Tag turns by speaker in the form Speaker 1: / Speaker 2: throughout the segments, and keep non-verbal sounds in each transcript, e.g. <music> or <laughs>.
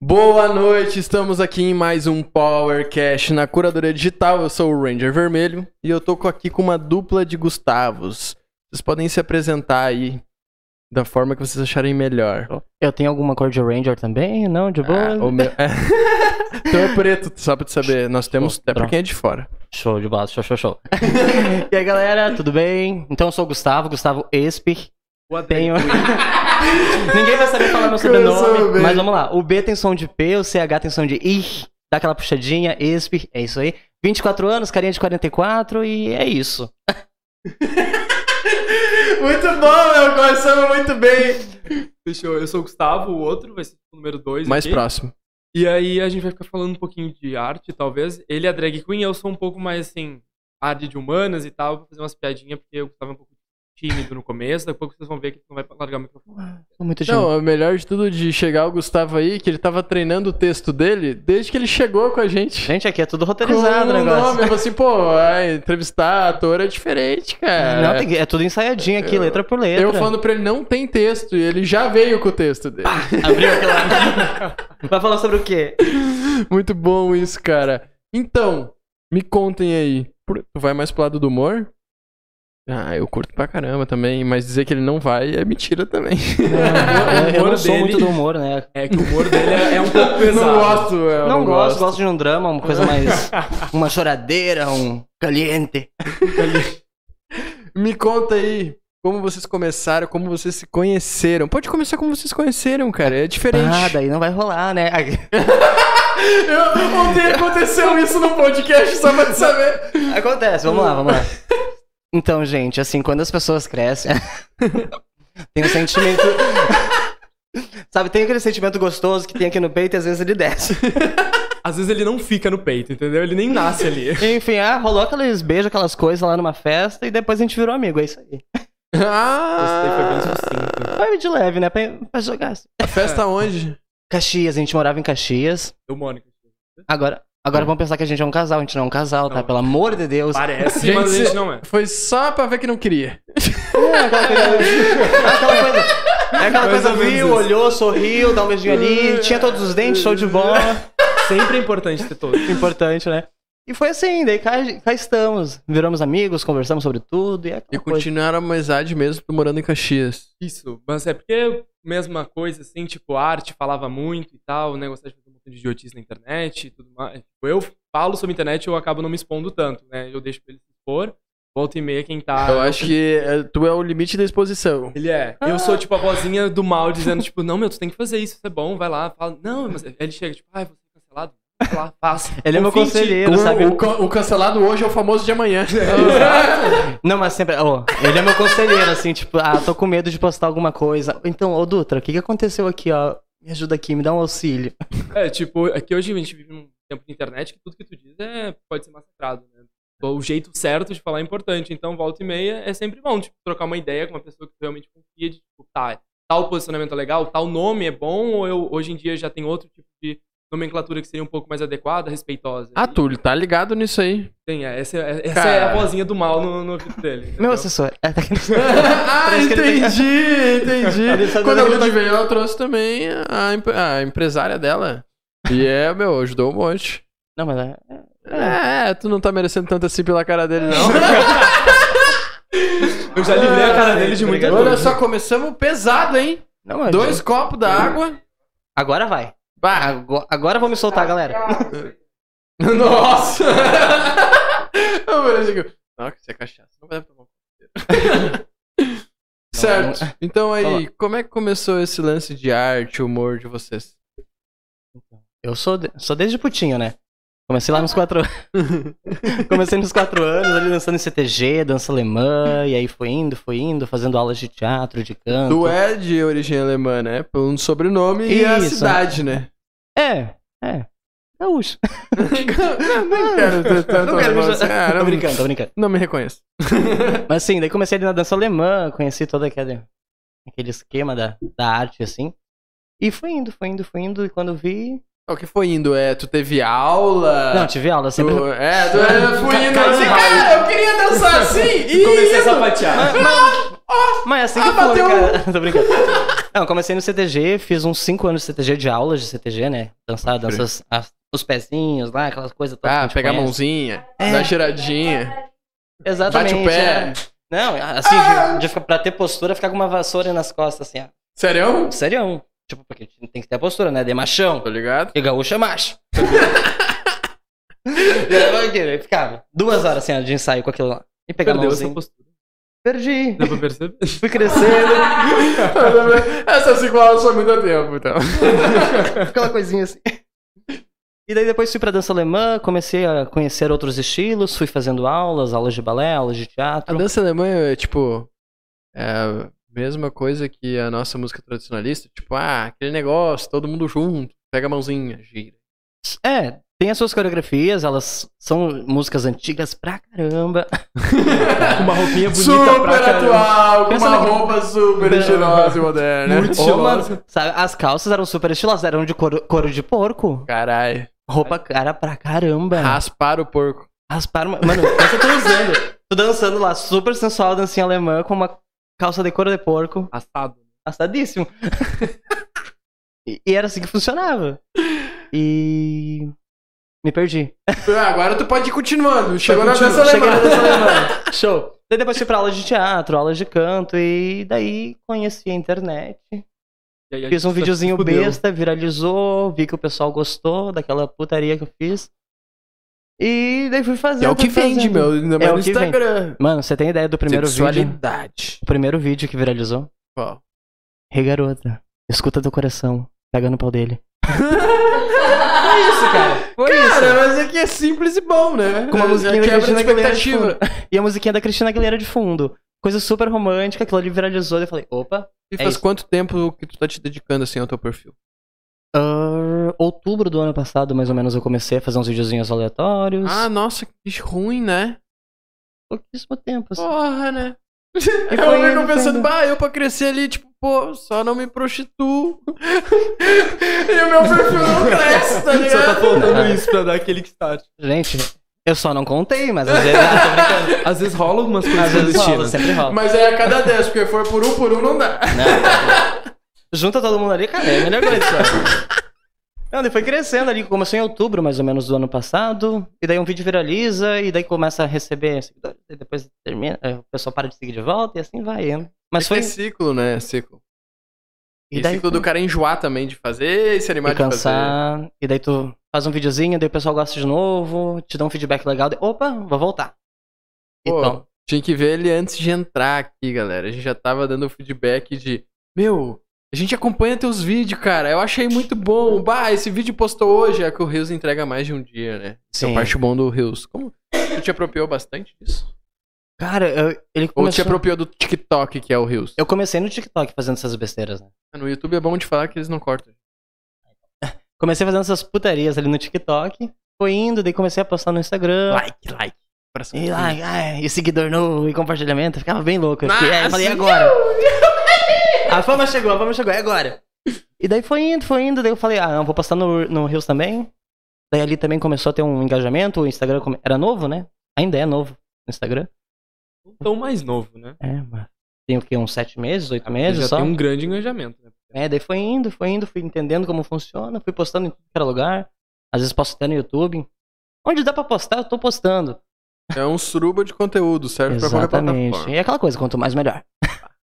Speaker 1: Boa noite, estamos aqui em mais um Powercast na Curadoria Digital. Eu sou o Ranger Vermelho e eu tô co- aqui com uma dupla de Gustavos. Vocês podem se apresentar aí da forma que vocês acharem <laughs> melhor.
Speaker 2: Eu tenho alguma cor de Ranger também? Não, de boa?
Speaker 1: Ah, o meu... então é preto, só pra te saber. Nós temos até pra quem é de fora.
Speaker 2: Show de bola, show, show, show. <laughs> e aí, galera, tudo bem? Então, eu sou o Gustavo, Gustavo Esper. Tenho... <laughs> Ninguém vai saber falar meu
Speaker 1: Começou
Speaker 2: sobrenome,
Speaker 1: bem.
Speaker 2: mas vamos lá. O B tem som de P, o CH tem som de I. Dá aquela puxadinha, Esper, é isso aí. 24 anos, carinha de 44 e é isso.
Speaker 1: Muito bom, meu. Começamos muito bem.
Speaker 3: Fechou. Eu sou o Gustavo, o outro vai ser o número 2
Speaker 1: Mais
Speaker 3: aqui.
Speaker 1: próximo.
Speaker 3: E aí a gente vai ficar falando um pouquinho de arte, talvez. Ele é drag queen, eu sou um pouco mais, assim, arte de humanas e tal. Vou fazer umas piadinhas, porque o Gustavo é um pouco tímido no começo. Daqui a pouco vocês vão ver que ele não vai largar o microfone.
Speaker 2: Muito gente.
Speaker 1: Não, o melhor de tudo de chegar o Gustavo aí, que ele tava treinando o texto dele desde que ele chegou com a gente.
Speaker 2: Gente, aqui é tudo
Speaker 1: Como
Speaker 2: roteirizado o negócio.
Speaker 1: Nome, eu falei assim, pô, é, entrevistar ator é diferente, cara.
Speaker 2: Não, tem que- é tudo ensaiadinho aqui, letra por letra.
Speaker 1: né? Eu falando pra ele, não tem texto, e ele já veio com o texto dele.
Speaker 2: <laughs> Abriu aquela... <laughs> vai falar sobre o quê?
Speaker 1: <laughs> Muito bom isso, cara. Então, me contem aí. por- Tu vai mais pro lado do humor? Ah, eu curto pra caramba também, mas dizer que ele não vai é mentira
Speaker 3: <laughs>
Speaker 1: também.
Speaker 2: Eu, eu
Speaker 3: humor
Speaker 2: não sou
Speaker 3: dele-
Speaker 2: muito do humor, né?
Speaker 3: É que o humor dele é,
Speaker 2: <laughs>
Speaker 3: é um pouco
Speaker 1: não
Speaker 3: pesado.
Speaker 1: gosto, é, eu
Speaker 2: Não, gosto, gosto de um drama, uma coisa mais. uma choradeira, um caliente.
Speaker 1: Me conta aí como vocês começaram, como vocês se conheceram. Pode começar como vocês conheceram, cara. É diferente.
Speaker 2: Ah, daí não vai rolar,
Speaker 1: <laughs>
Speaker 2: né? <laughs>
Speaker 1: Eu, ontem aconteceu isso no podcast, só pra te saber.
Speaker 2: Acontece, vamos lá, vamos lá. Então, gente, assim, quando as pessoas crescem, <laughs> tem um sentimento. <laughs> Sabe, tem aquele sentimento gostoso que tem aqui no peito e às vezes ele desce.
Speaker 3: Às vezes ele não fica no peito, entendeu? Ele nem nasce ali.
Speaker 2: Enfim, ah, rolou aqueles beijos, aquelas coisas lá numa festa e depois a gente virou amigo, é isso aí.
Speaker 3: Gostei, foi bem
Speaker 1: Ah,
Speaker 3: sucinto.
Speaker 2: Foi de leve, né? Pra, pra jogar. assim.
Speaker 1: a festa onde?
Speaker 2: Caxias, a gente morava em Caxias.
Speaker 3: Eu, Mônica.
Speaker 2: Agora, agora vamos pensar que a gente é um casal, a gente não é um casal, tá?
Speaker 3: Não.
Speaker 2: Pelo amor de Deus.
Speaker 3: Parece,
Speaker 1: Gente,
Speaker 3: mas a
Speaker 1: se-
Speaker 3: gente não é.
Speaker 1: Foi só pra ver que não queria.
Speaker 2: É aquela coisa. aquela coisa, é aquela
Speaker 3: Mais
Speaker 2: coisa
Speaker 3: ou menos
Speaker 2: viu,
Speaker 3: isso.
Speaker 2: olhou, sorriu, dá um beijinho ali, tinha todos os dentes, show de bola.
Speaker 3: Sempre é importante ter todos.
Speaker 2: <laughs> Importante, né? E foi assim, daí cá, cá estamos. Viramos amigos, conversamos sobre tudo e
Speaker 1: E
Speaker 2: é aquela coisa.
Speaker 1: continuaram a amizade mesmo tu morando em Caxias.
Speaker 3: Isso, mas é porque mesma coisa, assim, tipo, arte falava muito e tal, né? Gostava de fazer um monte de idiotice na internet e tudo mais. Tipo, eu falo sobre internet eu acabo não me expondo tanto, né? Eu deixo pra ele se expor, volta e meia quem tá.
Speaker 1: Eu acho que é, tu é o limite da exposição.
Speaker 3: Ele é. Eu sou, tipo, a vozinha do mal dizendo, tipo, não, meu, tu tem que fazer isso, isso é bom, vai lá. Fala, não, mas ele chega, tipo, ai, você é cancelado. Vai lá, faça.
Speaker 2: Ele é meu
Speaker 3: Confia em ti.
Speaker 2: conselheiro, sabe?
Speaker 1: O, o ca- o cancelado hoje é o famoso de amanhã.
Speaker 2: Não, mas sempre. Ó, ele é meu conselheiro, assim, tipo, ah, tô com medo de postar alguma coisa. Então, ô Dutra, o que, que aconteceu aqui, ó? Me ajuda aqui, me dá um auxílio.
Speaker 3: É, tipo, é que hoje a gente vive num tempo de internet que tudo que tu diz é, pode ser massacrado, né? O jeito certo de falar é importante, então volta e meia é sempre bom, tipo, trocar uma ideia com uma pessoa que tu realmente confia de, tipo, tá, tal posicionamento é legal, tal nome é bom, ou eu, hoje em dia já tem outro tipo de nomenclatura que seria um pouco mais adequada, respeitosa.
Speaker 1: <laughs> ah, tu tá ligado nisso aí.
Speaker 3: Tem, é, essa, é- essa
Speaker 1: Cara.
Speaker 3: é a vozinha do mal no, no ouvido dele.
Speaker 2: Meu
Speaker 3: entendeu?
Speaker 2: assessor. <laughs> É, tá aqui no-
Speaker 1: <laughs> ah,
Speaker 2: Parece que ele tá
Speaker 1: entendi, entendi.
Speaker 2: Ele tá
Speaker 1: Quando
Speaker 2: dando
Speaker 1: a
Speaker 2: aquela-
Speaker 1: Lud veio, ela trouxe também a, empre- a empresária dela. E é, meu, ajudou um monte.
Speaker 2: Não, mas é.
Speaker 1: É, é, tu não tá merecendo tanto assim pela cara dele, não.
Speaker 2: <laughs>
Speaker 3: Eu já livrei a cara dele de muita
Speaker 1: Olha
Speaker 3: coisa.
Speaker 1: só, começamos pesado, hein?
Speaker 2: Não, mas
Speaker 1: Dois copos da água.
Speaker 2: Agora vai.
Speaker 1: Bah.
Speaker 2: Agora, agora eu vou me soltar, galera.
Speaker 1: <laughs> Nossa! Eu falei assim, Nossa, isso é cachaça. Não vai dar pra tomar. Certo. Então aí,
Speaker 2: é Fala.
Speaker 1: como é que começou esse lance de arte, humor de vocês?
Speaker 2: Eu sou, de- sou desde putinho, né? Comecei lá nos quatro <laughs> Comecei nos quatro anos, ali dançando em CTG, dança alemã, e aí fui indo, fui indo, fazendo aulas de teatro, de canto.
Speaker 1: Tu é de origem alemã, né? Pelo sobrenome e a
Speaker 2: Isso.
Speaker 1: cidade,
Speaker 2: <laughs>
Speaker 1: né?
Speaker 2: É, é. Gaúcho.
Speaker 1: não, não
Speaker 2: <laughs>
Speaker 1: quero ter tanto
Speaker 2: Não quero me
Speaker 1: negócio.
Speaker 2: jo-
Speaker 1: Ah,
Speaker 2: Tô
Speaker 1: não-
Speaker 2: brincando, tô brincando.
Speaker 1: Não me reconheço.
Speaker 2: Mas assim, daí comecei ali na dança alemã, conheci todo aquele, aquele esquema da, da arte, assim. E fui indo, fui indo, fui indo, e quando vi.
Speaker 1: O que foi indo? É, tu teve aula?
Speaker 2: Não, tive aula, sempre.
Speaker 1: Ah, Tu- É, tu é, fui indo.
Speaker 2: Cai-
Speaker 1: assim,
Speaker 2: cai-
Speaker 1: Cara, eu queria
Speaker 2: <laughs>
Speaker 1: dançar assim. e
Speaker 3: Comecei a
Speaker 1: isso.
Speaker 3: sapatear.
Speaker 2: Mas, mas é assim que
Speaker 1: Ah,
Speaker 2: foi,
Speaker 1: bateu
Speaker 2: cara. <laughs> Tô brincando. Não, eu comecei no CTG, fiz uns 5 anos de CTG, de aulas de CTG, né? Dançar
Speaker 1: Pode crer.
Speaker 2: danças, as- os pezinhos lá, aquelas coisas todas. que
Speaker 1: Ah,
Speaker 2: gente
Speaker 1: pegar a
Speaker 2: conhece.
Speaker 1: mãozinha,
Speaker 2: tipo, É.
Speaker 1: dar giradinha.
Speaker 2: Exatamente.
Speaker 1: bate o pé.
Speaker 2: é. Não, assim,
Speaker 1: Ah!
Speaker 2: de, de ficar- pra ter postura, ficar com uma vassoura nas costas, assim, ó.
Speaker 1: Sério?
Speaker 2: Sério? Tipo, porque tem que ter a postura, né? De machão.
Speaker 1: Tô ligado?
Speaker 2: Porque gaúcho
Speaker 1: <laughs>
Speaker 2: é macho. E eu tava aqui, eu ficava duas horas assim, ó, de ensaio com aquilo lá. E pegava
Speaker 4: Perdeu
Speaker 2: Perdeu
Speaker 4: essa postura.
Speaker 2: Perdi.
Speaker 4: Dá pra perceber?
Speaker 2: Fui crescendo,
Speaker 1: <laughs> Essas cinco aulas são muito tempo, então.
Speaker 2: aquela coisinha assim. E daí depois fui pra dança alemã, comecei a conhecer outros estilos, fui fazendo aulas, aulas de balé, aulas de
Speaker 1: A
Speaker 2: teatro.
Speaker 1: dança alemã é tipo. É a mesma coisa que a nossa música tradicionalista. Tipo, ah, aquele negócio, todo mundo junto, pega a mãozinha, gira.
Speaker 2: É, tem as suas coreografias, elas são músicas antigas pra caramba.
Speaker 4: Com uma roupinha É bonita pra caramba.
Speaker 1: atual,
Speaker 2: Pensa na-
Speaker 1: super e moderna.
Speaker 4: Muito estilosa.
Speaker 2: Uma- sabe, as calças eram super estilosas, eram de couro, couro de porco.
Speaker 1: Caralho.
Speaker 2: Roupa cara pra caramba.
Speaker 1: Raspar o porco.
Speaker 2: Rasparam. uma- Mano, pensa tu usando. Tu dançando lá, super sensual, dancinha alemã, com uma calça de couro de porco.
Speaker 4: Assado.
Speaker 2: Assadíssimo. <laughs> E, e era assim que funcionava. E.
Speaker 1: <laughs>
Speaker 2: Me perdi.
Speaker 1: Ah, agora tu pode ir continuando. Chegou
Speaker 4: continuando.
Speaker 1: na dança
Speaker 2: Cheguei na
Speaker 1: alemã.
Speaker 2: dança alemã. Show. Daí depois fui pra aula de teatro, aula de canto, e daí conheci a internet.
Speaker 4: E
Speaker 1: É
Speaker 4: aí a
Speaker 2: Fiz um
Speaker 4: gente
Speaker 2: videozinho
Speaker 4: fudeu.
Speaker 2: besta, viralizou, vi que o pessoal gostou daquela putaria que eu fiz. E daí fui fazer.
Speaker 1: Que é o que
Speaker 2: fui
Speaker 1: vende,
Speaker 2: fazendo.
Speaker 1: meu. Ainda mais
Speaker 2: É o
Speaker 1: no
Speaker 2: que vende.
Speaker 1: Instagram.
Speaker 2: Mano, você tem ideia do primeiro vídeo?
Speaker 1: Sexualidade.
Speaker 2: O primeiro vídeo que viralizou?
Speaker 1: Qual?
Speaker 2: Rei garota, escuta teu coração, pega no pau dele.
Speaker 1: isso,
Speaker 3: tá-
Speaker 1: cara.
Speaker 2: Foi
Speaker 1: Cara, mas é que é simples e bom, né?
Speaker 2: Com uma
Speaker 1: É,
Speaker 2: musiquinha da
Speaker 1: quebra de
Speaker 2: Cristina Aguilera de
Speaker 1: expectativa.
Speaker 2: E a musiquinha da Cristina Aguilera de fundo. Coisa super romântica, aquilo ali viralizou. daí Eu falei, opa.
Speaker 1: E
Speaker 2: É
Speaker 1: faz
Speaker 2: isso.
Speaker 1: quanto tempo que tu tá te dedicando assim ao teu perfil?
Speaker 2: ah, outubro do ano passado, mais ou menos, eu comecei a fazer uns videozinhos aleatórios.
Speaker 1: Ah, nossa, que ruim, né?
Speaker 2: pouquíssimo tempo. Assim.
Speaker 1: Porra,
Speaker 2: <laughs>
Speaker 1: né?
Speaker 2: E
Speaker 1: Eu
Speaker 2: foi
Speaker 1: fico
Speaker 2: indo,
Speaker 1: pensando,
Speaker 2: foi indo.
Speaker 1: bah, eu pra crescer ali, tipo, pô, só não me prostituo. <laughs> e o meu perfil não
Speaker 4: Só
Speaker 1: cresce, tá
Speaker 4: tá
Speaker 1: ligado?
Speaker 2: É.
Speaker 4: faltando isso pra dar aquele start.
Speaker 2: Né? Gente, eu só não contei,
Speaker 4: <laughs>
Speaker 2: mas às vezes. Ah, tô brincando.
Speaker 4: Às vezes rola algumas
Speaker 2: Às
Speaker 4: coisas
Speaker 2: vezes rola,
Speaker 4: clandestinas.
Speaker 2: sempre rola.
Speaker 1: Mas é a cada 10, porque for por um por um não dá.
Speaker 2: Junta todo mundo ali, cara, é a melhor coisa. sabe? Não, ele foi crescendo ali, começou em outubro mais ou menos do ano passado, e daí um vídeo viraliza, e daí começa a receber seguidores, e depois termina, é, o pessoal para de seguir de volta, e assim vai indo.
Speaker 1: Mas
Speaker 2: Mas
Speaker 1: foi
Speaker 2: foi.
Speaker 1: é ciclo, né? Ciclo. E,
Speaker 2: E daí,
Speaker 1: ciclo do cara enjoar também de fazer e se animar
Speaker 2: e
Speaker 1: de fazer.
Speaker 2: cansar, e daí tu faz um videozinho, daí o pessoal gosta de novo, te dá um feedback legal, daí, opa, vou voltar.
Speaker 1: Pô,
Speaker 2: Então,
Speaker 1: Tinha que ver ele antes de entrar aqui, galera. A gente já tava dando o feedback de: Meu, a gente acompanha teus vídeos, cara. Eu achei muito bom. Bah, esse vídeo postou hoje. É que o Rios entrega mais de um dia, né? Essa é a
Speaker 2: Sim.
Speaker 1: parte bom do Rios. Como? Tu te apropriou bastante disso?
Speaker 2: cara, eu, ele
Speaker 1: Ou te
Speaker 2: começou...
Speaker 1: apropriou do TikTok, que é o Rios?
Speaker 2: Eu comecei no TikTok fazendo essas besteiras, né?
Speaker 1: No YouTube é bom de falar que eles não cortam.
Speaker 2: Comecei fazendo essas putarias ali no TikTok. Foi indo, daí comecei a postar no Instagram.
Speaker 1: Like, like. Coração.
Speaker 2: E lá, ai, e seguidor novo, e compartilhamento. Ficava bem louco. Eu fiquei,
Speaker 1: Nossa!
Speaker 2: é, eu falei, e agora? a fama chegou, a fama chegou, é agora. E daí foi indo, foi indo. Daí eu falei, ah, não, vou postar no, no Reels também. Daí ali também começou a ter um engajamento. O Instagram come- era novo, né? Ainda é novo no Instagram.
Speaker 4: Não tão mais novo, né?
Speaker 2: É, mas tem o quê? Uns sete meses, oito
Speaker 4: já
Speaker 2: meses só?
Speaker 4: tem um grande engajamento, né?
Speaker 2: É, daí foi indo, foi indo, fui entendendo como funciona, fui postando em qualquer lugar. Às vezes posto até no YouTube. Onde dá pra postar, eu tô postando.
Speaker 1: É um suruba de conteúdo, serve pra qualquer
Speaker 2: Exatamente.
Speaker 1: plataforma.
Speaker 2: E é aquela coisa, quanto mais melhor.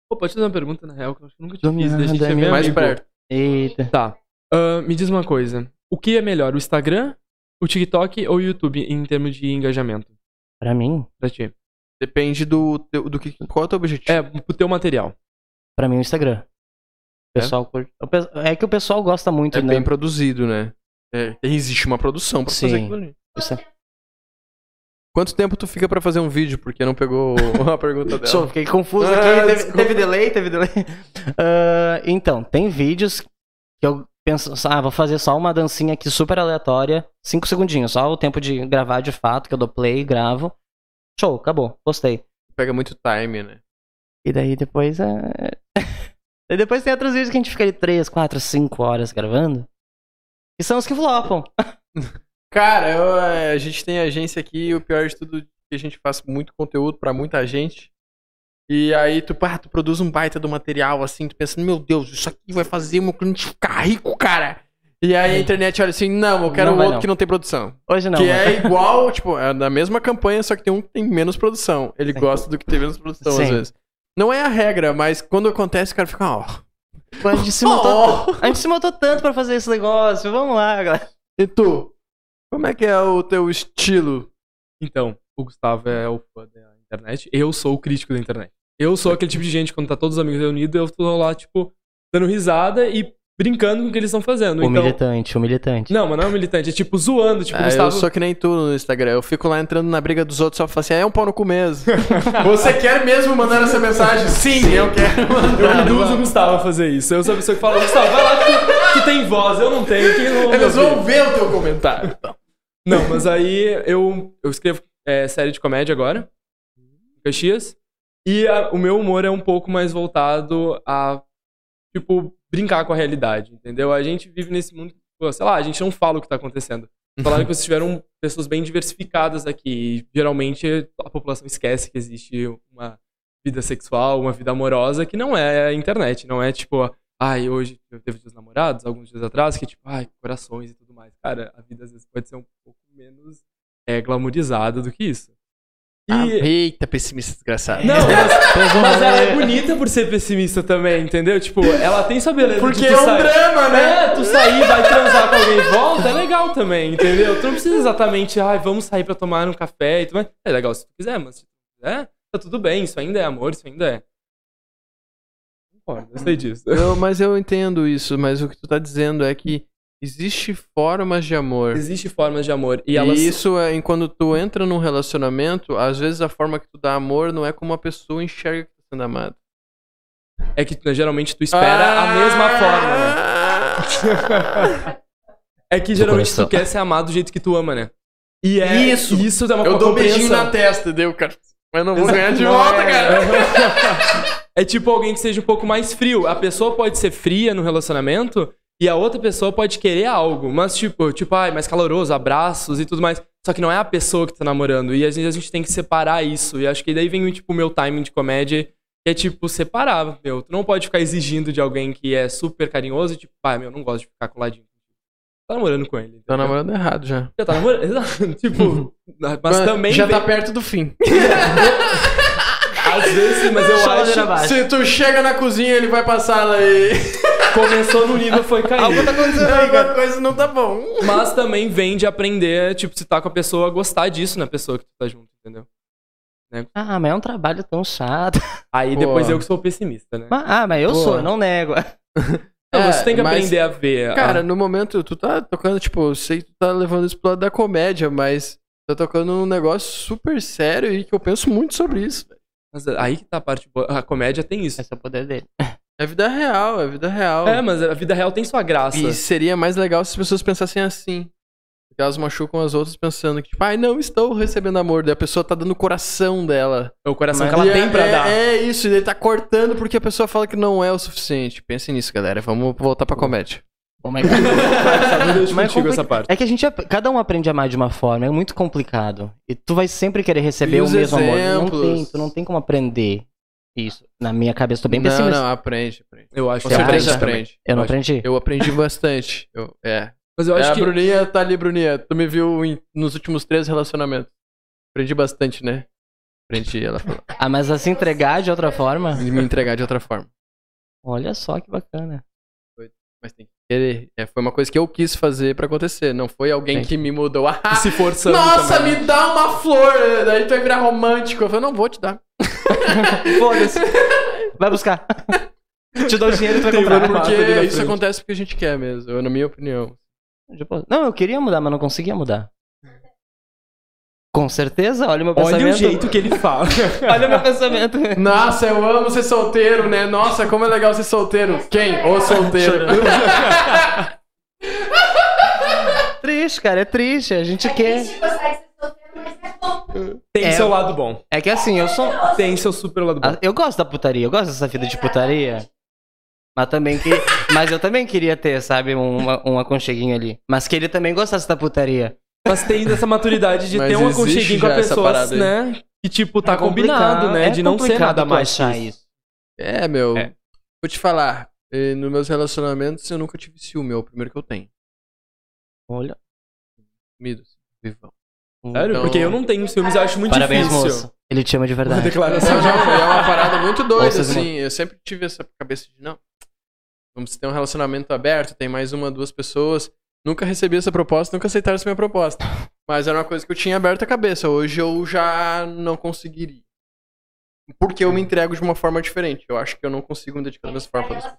Speaker 4: Pô, pode fazer uma pergunta, na real, que eu acho que eu nunca te
Speaker 2: Do
Speaker 4: fiz.
Speaker 2: nada,
Speaker 4: A gente é
Speaker 2: amigo.
Speaker 4: meio
Speaker 1: Mais
Speaker 4: amigo.
Speaker 1: perto.
Speaker 2: Eita.
Speaker 4: Tá. Ah, me diz uma coisa. O que é melhor, o Instagram, o TikTok ou o YouTube em termos de engajamento
Speaker 2: Pra mim,
Speaker 4: pra ti?
Speaker 1: Depende do, teu- do que. Qual é o teu objetivo?
Speaker 4: É, pro teu material.
Speaker 2: pra mim o Instagram. O
Speaker 4: É?
Speaker 2: pessoal curte- o pe- é? que o pessoal gosta muito,
Speaker 1: É
Speaker 2: né?
Speaker 1: bem produzido, né? É, existe uma produção pra fazer
Speaker 2: Sim.
Speaker 1: aquilo ali.
Speaker 2: Isso é-
Speaker 1: Quanto tempo tu fica pra fazer um vídeo? Porque não
Speaker 2: <laughs>
Speaker 1: pegou a pergunta dela.
Speaker 2: Só fiquei confuso
Speaker 1: Ah,
Speaker 2: aqui. teve,
Speaker 1: desculpa.
Speaker 2: teve delay, teve delay. <laughs> Ah, então, tem vídeos que eu penso, ah, vou fazer só uma dancinha aqui super aleatória, cinco segundinhos, só o tempo de gravar de fato, que eu dou play, gravo. Show, acabou, postei.
Speaker 1: Pega muito time, né?
Speaker 2: E daí depois é. <laughs> e depois tem outros vídeos que a gente fica ali 3, 4, 5 horas gravando. E são os que flopam.
Speaker 1: Cara, eu, é, a gente tem agência aqui e o pior de tudo é que a gente faz muito conteúdo pra muita gente. E aí tu, pá, tu produz um baita do material, assim, tu pensando, meu Deus, isso aqui vai fazer meu cliente ficar rico, cara. E aí a internet olha assim, não, eu quero
Speaker 2: Não vai
Speaker 1: outro
Speaker 2: não.
Speaker 1: que não tem produção.
Speaker 2: Hoje não.
Speaker 1: que
Speaker 2: né? <laughs>
Speaker 1: é igual, tipo, é da mesma campanha, só que tem um que tem menos produção. Ele
Speaker 2: Sim.
Speaker 1: gosta do que tem menos produção, às
Speaker 2: Sim.
Speaker 1: vezes. Não é a regra, mas quando acontece, o cara fica, ó. é
Speaker 2: A gente se tá-
Speaker 1: ó.
Speaker 2: matou. A gente se matou tanto pra fazer esse negócio. Vamos lá, galera.
Speaker 1: E tu? Como é que é o teu estilo?
Speaker 3: Então, o Gustavo é o fã da internet. Eu sou o crítico da internet. Eu sou aquele tipo de gente, quando tá todos os amigos reunidos, eu tô lá, tipo, dando risada e brincando com o que eles estão fazendo.
Speaker 2: O
Speaker 3: Então,
Speaker 2: militante, o militante.
Speaker 3: não, mas não é militante, é tipo zoando, tipo,
Speaker 1: Ah, eu
Speaker 3: Gustavo.
Speaker 1: sou que nem tu no Instagram. Eu fico lá entrando na briga dos outros só pra falar assim, ah, é um pau no cu mesmo. <laughs> Você quer mesmo mandar essa mensagem? Sim, <laughs> eu quero
Speaker 3: Eu
Speaker 1: mandar.
Speaker 3: induzo o Gustavo a fazer isso. Eu sou a pessoa que fala, Gustavo, vai lá que tu, tu tem voz, eu não tenho, quem não
Speaker 1: Eles
Speaker 3: ouve?"
Speaker 1: vão ver o teu comentário.
Speaker 3: Não, mas aí eu, eu escrevo é, série de comédia agora, em Caxias, e a- o meu humor é um pouco mais voltado a, tipo, brincar com a realidade, entendeu? A gente vive nesse mundo, que, pô, sei lá, a gente não fala o que tá acontecendo. Falaram que vocês tiveram pessoas bem diversificadas aqui, e geralmente a população esquece que existe uma vida sexual, uma vida amorosa, que não é a internet, não é tipo, ai, hoje eu teve dias namorados, alguns dias atrás, que tipo, ai, corações e tudo mais. Cara, a vida às vezes pode ser um pouco menos é, glamourizada do que isso. E...
Speaker 1: Ah, eita, pessimista desgraçado. <laughs>
Speaker 3: não, mas,
Speaker 2: Vocês vão
Speaker 3: mas ela
Speaker 2: ver.
Speaker 3: é bonita por ser pessimista também, entendeu? Tipo, ela tem sua beleza. de
Speaker 1: Porque
Speaker 3: tu
Speaker 1: é um
Speaker 3: sair-
Speaker 1: drama, né?
Speaker 3: É, tu sair, vai transar com alguém e volta, é legal também, entendeu? Tu não precisa exatamente, ai, vamos sair pra tomar um café e tudo mais. É legal se tu quiser, mas se tu quiser, tá tudo bem, isso ainda é amor, isso ainda é. Concordo, eu sei disso.
Speaker 1: Eu- mas eu entendo isso, mas o que tu tá dizendo é que existe formas de amor.
Speaker 3: Existe formas de amor e
Speaker 1: E,
Speaker 3: elas
Speaker 1: isso é em quando tu entra num relacionamento, às vezes a forma que tu dá amor não é como a pessoa enxerga que tá sendo amada.
Speaker 3: é que né, geralmente tu espera a mesma
Speaker 1: Ah!
Speaker 3: forma, né?
Speaker 1: <laughs>
Speaker 3: É que geralmente tu
Speaker 2: coração.
Speaker 3: quer ser amado do jeito que tu ama, né? E é
Speaker 1: Isso.
Speaker 3: isso é uma
Speaker 1: Eu
Speaker 3: uma
Speaker 1: dou um beijinho
Speaker 3: compreensão.
Speaker 1: na testa, deu, cara. Mas não vou
Speaker 3: Exato.
Speaker 1: ganhar de
Speaker 3: Não
Speaker 1: volta,
Speaker 3: é.
Speaker 1: cara.
Speaker 3: É tipo alguém que seja um pouco mais frio. A pessoa pode ser fria no relacionamento e a outra pessoa pode querer algo, mas tipo, tipo, ai, mais caloroso, abraços e tudo mais. Só que não é a pessoa que tá namorando. E às vezes a gente tem que separar isso. E acho que daí vem tipo, o meu timing de comédia, que é tipo, separar, meu. Tu não pode ficar exigindo de alguém que é super carinhoso, tipo, pai, meu, eu não gosto de ficar coladinho. Tá namorando com ele.
Speaker 1: Tô
Speaker 3: entendeu?
Speaker 1: namorando errado já.
Speaker 3: Já tá namorando. <laughs> Exato. tipo, mas também.
Speaker 1: já
Speaker 3: vem-
Speaker 1: tá perto do fim.
Speaker 3: Às vezes, mas eu
Speaker 2: Chama
Speaker 3: acho.
Speaker 2: de namorado.
Speaker 1: Se tu chega na cozinha, ele vai passar lá <laughs> e.
Speaker 3: Começou no nível, foi caindo.
Speaker 1: tá acontecendo Alguma coisa não tá bom.
Speaker 3: Mas também vem de aprender, tipo, se tá com a pessoa, gostar disso na pessoa que tu tá junto, entendeu?
Speaker 2: Ah, mas é um trabalho tão chato.
Speaker 3: Aí
Speaker 1: Pô.
Speaker 3: depois eu que sou pessimista, né?
Speaker 2: Mas- Ah, mas eu
Speaker 1: Boa.
Speaker 2: sou, eu não nego.
Speaker 3: Não,
Speaker 1: É,
Speaker 3: você tem que
Speaker 1: mas-
Speaker 3: aprender a ver.
Speaker 1: Cara,
Speaker 3: a...
Speaker 1: no momento, tu tá tocando, tipo, eu sei que tu tá levando isso pro lado da comédia, mas tá tocando um negócio super sério e que eu penso muito sobre isso. velho.
Speaker 3: mas aí que tá a parte boa. A comédia tem
Speaker 2: <laughs>
Speaker 3: isso.
Speaker 2: Esse é o poder dele.
Speaker 1: É vida real, é vida real.
Speaker 3: É, mas a vida real tem sua graça.
Speaker 1: E seria mais legal se as pessoas pensassem assim. Porque elas machucam as outras pensando que, tipo, ai, não estou recebendo amor. Daí a pessoa tá dando o coração dela.
Speaker 3: É o coração
Speaker 2: Mas-
Speaker 3: que ela
Speaker 1: E
Speaker 3: tem
Speaker 1: é,
Speaker 3: pra
Speaker 1: é-
Speaker 3: dar.
Speaker 1: É isso, e daí tá cortando porque a pessoa fala que não é o suficiente. Pensem nisso, galera. Vamos voltar pra comédia.
Speaker 2: Pô, mas- Mas é
Speaker 3: Mas contigo
Speaker 2: compli-
Speaker 3: essa parte.
Speaker 2: <laughs> É que a gente, ap- cada um aprende a amar de uma forma, é muito complicado. E tu vai sempre querer receber
Speaker 1: E
Speaker 2: o
Speaker 1: os
Speaker 2: mesmo amor.
Speaker 1: exemplos?
Speaker 2: Não tem, tu não tem como aprender isso. Na minha cabeça, eu tô bem
Speaker 1: não,
Speaker 2: pessimista.
Speaker 1: não, aprende, aprende.
Speaker 3: Eu acho é
Speaker 1: Você
Speaker 2: Ah,
Speaker 1: aprende,
Speaker 2: já.
Speaker 1: aprende.
Speaker 2: eu não aprendi.
Speaker 1: Eu aprendi bastante. Eu- é.
Speaker 3: Mas eu
Speaker 1: É,
Speaker 3: acho
Speaker 1: a
Speaker 3: que.
Speaker 1: Bruninha tá ali, Bruninha. Tu me viu em- nos últimos três relacionamentos. Aprendi bastante, né? Aprendi ela falou.
Speaker 2: Ah, mas a se entregar de outra forma?
Speaker 1: E me entregar de outra forma.
Speaker 2: Olha só que bacana.
Speaker 1: Mas tem que querer. É, foi uma coisa que eu quis fazer pra acontecer. Não foi alguém
Speaker 2: Sim.
Speaker 1: que me mudou. Ah, <laughs>
Speaker 3: Se forçando.
Speaker 1: nossa,
Speaker 3: também.
Speaker 1: me dá uma flor. Daí tu vai virar romântico. Eu falei, não vou te dar.
Speaker 2: <laughs> Foda-se. Vai buscar. <laughs> Te dou o dinheiro e tu vai
Speaker 3: Tem
Speaker 2: comprar.
Speaker 3: valor
Speaker 1: Porque
Speaker 3: ali na
Speaker 1: isso
Speaker 3: frente.
Speaker 1: acontece porque a gente quer mesmo, eu- na minha opinião.
Speaker 2: <laughs> Tipo, Não, eu queria mudar, mas não conseguia mudar. Com certeza, olha o meu pensamento.
Speaker 3: Olha o jeito que ele
Speaker 1: <laughs>
Speaker 3: fala.
Speaker 2: Olha o meu pensamento. <laughs>
Speaker 1: Nossa, eu amo ser solteiro, né? Nossa, como é legal ser solteiro. Quem? O solteiro.
Speaker 2: triste, cara, é triste. A gente quer.
Speaker 5: gente consegue ser solteiro, mas é bom.
Speaker 3: Tem
Speaker 2: É.
Speaker 3: seu lado bom.
Speaker 2: É que assim, eu sou.
Speaker 3: Tem seu super lado bom.
Speaker 2: Ah, Eu gosto da putaria, eu gosto dessa vida de putaria. Mas também que. Mas eu também queria ter, sabe, um, um aconcheguinho ali. Mas que ele também gostasse da putaria.
Speaker 3: Mas tem essa maturidade de
Speaker 1: Mas
Speaker 3: ter um
Speaker 1: existe
Speaker 3: aconcheguinho com
Speaker 1: já
Speaker 3: a
Speaker 1: essa
Speaker 3: pessoa,
Speaker 1: parada aí.
Speaker 3: né? que, tipo, tá
Speaker 2: É
Speaker 3: combinado,
Speaker 2: complicado,
Speaker 3: né?
Speaker 2: é
Speaker 3: de não ser
Speaker 2: complicado
Speaker 3: nada
Speaker 2: tu
Speaker 3: mais
Speaker 2: achar
Speaker 3: X.
Speaker 2: isso.
Speaker 1: É, meu.
Speaker 3: É.
Speaker 1: Vou te falar. eh, Nos meus relacionamentos, eu nunca tive ciúme. É o primeiro que eu tenho. assim,
Speaker 2: Olha. um
Speaker 1: Medo. Vivão.
Speaker 3: Sério?
Speaker 1: Então-
Speaker 3: Porque eu não tenho ciúmes, eu acho muito
Speaker 2: Parabéns,
Speaker 3: difícil.
Speaker 2: moço. Ele te ama de
Speaker 3: Uma
Speaker 1: <laughs>
Speaker 2: verdade.
Speaker 1: Essa
Speaker 3: declaração de
Speaker 1: já foi uma parada muito doida,
Speaker 2: Vocês não-
Speaker 1: assim. Eu sempre tive essa cabeça de, não, vamos ter um relacionamento aberto, tem mais uma, duas pessoas. Nunca recebi essa proposta, nunca aceitaram essa minha proposta. Mas era uma coisa que eu tinha aberta a cabeça. Hoje eu já não conseguiria. Porque eu me entrego de uma forma diferente. Eu acho que eu não consigo me dedicar da mesma forma. pra você.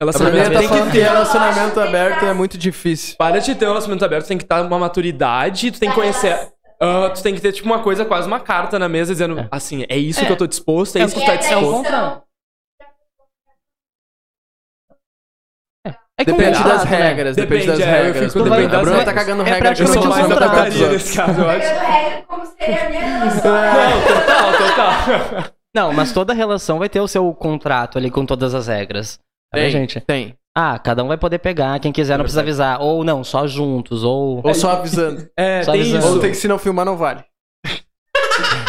Speaker 3: relacionamento.
Speaker 2: Gabriela tá
Speaker 3: Tem que
Speaker 2: falando-
Speaker 1: ter relacionamento aberto é muito difícil.
Speaker 3: Para de ter um relacionamento aberto, tem que estar uma maturidade, tu tem que conhecer. ah, tu tem que ter, tipo, uma coisa, quase uma carta na mesa dizendo,
Speaker 2: É.
Speaker 3: assim, é isso
Speaker 2: É.
Speaker 3: que eu tô disposto, é,
Speaker 2: É
Speaker 3: isso que tu tá
Speaker 2: porque- é um
Speaker 3: disposto.
Speaker 2: contrato. É que
Speaker 1: Depende
Speaker 3: Contrato,
Speaker 1: das
Speaker 2: né?
Speaker 1: regras, depende,
Speaker 3: Depende,
Speaker 1: das
Speaker 3: é, eu
Speaker 1: regras.
Speaker 3: fico-
Speaker 1: depende-
Speaker 2: depende
Speaker 1: a
Speaker 2: das
Speaker 1: Bruna tá
Speaker 3: regras.
Speaker 1: cagando
Speaker 2: É
Speaker 1: regra de novo,
Speaker 2: praticamente um
Speaker 1: mas não tá
Speaker 2: contrato.
Speaker 1: pra todos.
Speaker 3: nesse caso, eu acho.
Speaker 6: Pegando regra como seria a minha relação.
Speaker 3: Não, total, total.
Speaker 2: Não, mas toda relação vai ter o seu contrato ali com todas as regras. Sabe,
Speaker 1: Tem,
Speaker 2: gente?
Speaker 1: tem.
Speaker 2: Ah, cada um vai poder pegar, quem quiser não precisa avisar. Ou não, só juntos, ou.
Speaker 1: Ou só avisando.
Speaker 3: É,
Speaker 2: Só
Speaker 3: tem
Speaker 2: avisando.
Speaker 3: isso.
Speaker 1: Ou tem que se não filmar, não vale.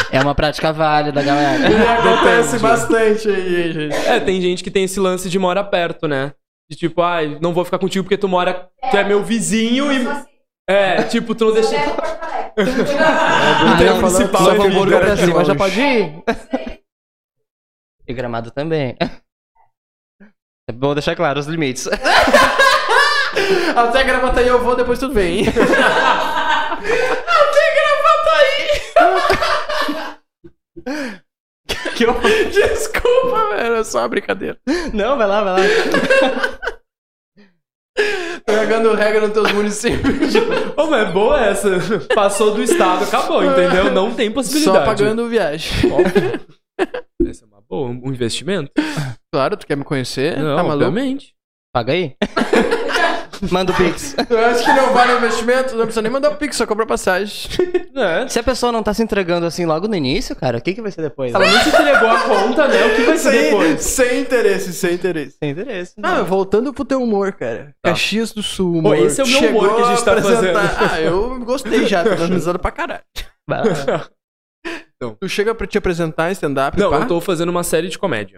Speaker 2: É uma prática válida, galera. <laughs>
Speaker 1: acontece bastante aí, gente.
Speaker 3: É, tem gente que tem esse lance de mora perto, né? De tipo, ai, não vou ficar contigo porque tu mora. Tu é meu vizinho e. É, tipo, tu não deixa. um
Speaker 6: Leva Porto Alegre.
Speaker 3: <laughs>
Speaker 2: Ah,
Speaker 3: tem
Speaker 2: não,
Speaker 3: o municipal
Speaker 2: só
Speaker 3: e
Speaker 2: vou
Speaker 3: tem o
Speaker 2: embora pra
Speaker 3: Garante
Speaker 2: cima,
Speaker 1: Gaúcho.
Speaker 2: já pode ir. E gramado também. É bom deixar claro os limites.
Speaker 1: Até gravata aí eu vou, depois tudo bem. <laughs>
Speaker 2: Que eu...
Speaker 1: Desculpa, velho, é só uma brincadeira.
Speaker 2: <laughs> Não, vai lá, vai lá.
Speaker 1: Tô jogando regra nos teus municípios.
Speaker 3: Ô, mas é boa essa. Passou do estado, acabou, entendeu? Não tem possibilidade.
Speaker 1: É. Só pagando viagem.
Speaker 3: Óbvio. Essa é uma boa,
Speaker 1: <laughs>
Speaker 3: um investimento.
Speaker 1: Claro, tu quer me conhecer?
Speaker 3: Não,
Speaker 1: tá maluco?
Speaker 3: obviamente.
Speaker 2: Paga aí. <laughs> Manda o Pix.
Speaker 1: Eu acho que não vale o investimento, não precisa nem mandar o pix, só compra passagem.
Speaker 3: É.
Speaker 2: Se a pessoa não tá se entregando assim logo no início, cara, o que, que vai ser depois?
Speaker 3: Ela não te entregou a conta, né? O que vai ser
Speaker 1: <laughs>
Speaker 3: depois?
Speaker 1: sem interesse, sem interesse.
Speaker 2: Sem interesse. né?
Speaker 1: Ah, voltando pro teu humor, cara.
Speaker 3: Tá.
Speaker 1: Caxias do Sul, humor.
Speaker 3: esse é o meu humor
Speaker 1: Chegou
Speaker 3: que a gente tá
Speaker 1: apresentar-
Speaker 3: fazendo.
Speaker 1: <laughs> Ah, eu gostei já, tô dando risada pra caralho.
Speaker 2: Vai lá.
Speaker 1: Tu chega pra te apresentar em stand-up,
Speaker 3: Não,
Speaker 1: pá?
Speaker 3: eu tô fazendo uma série de comédia.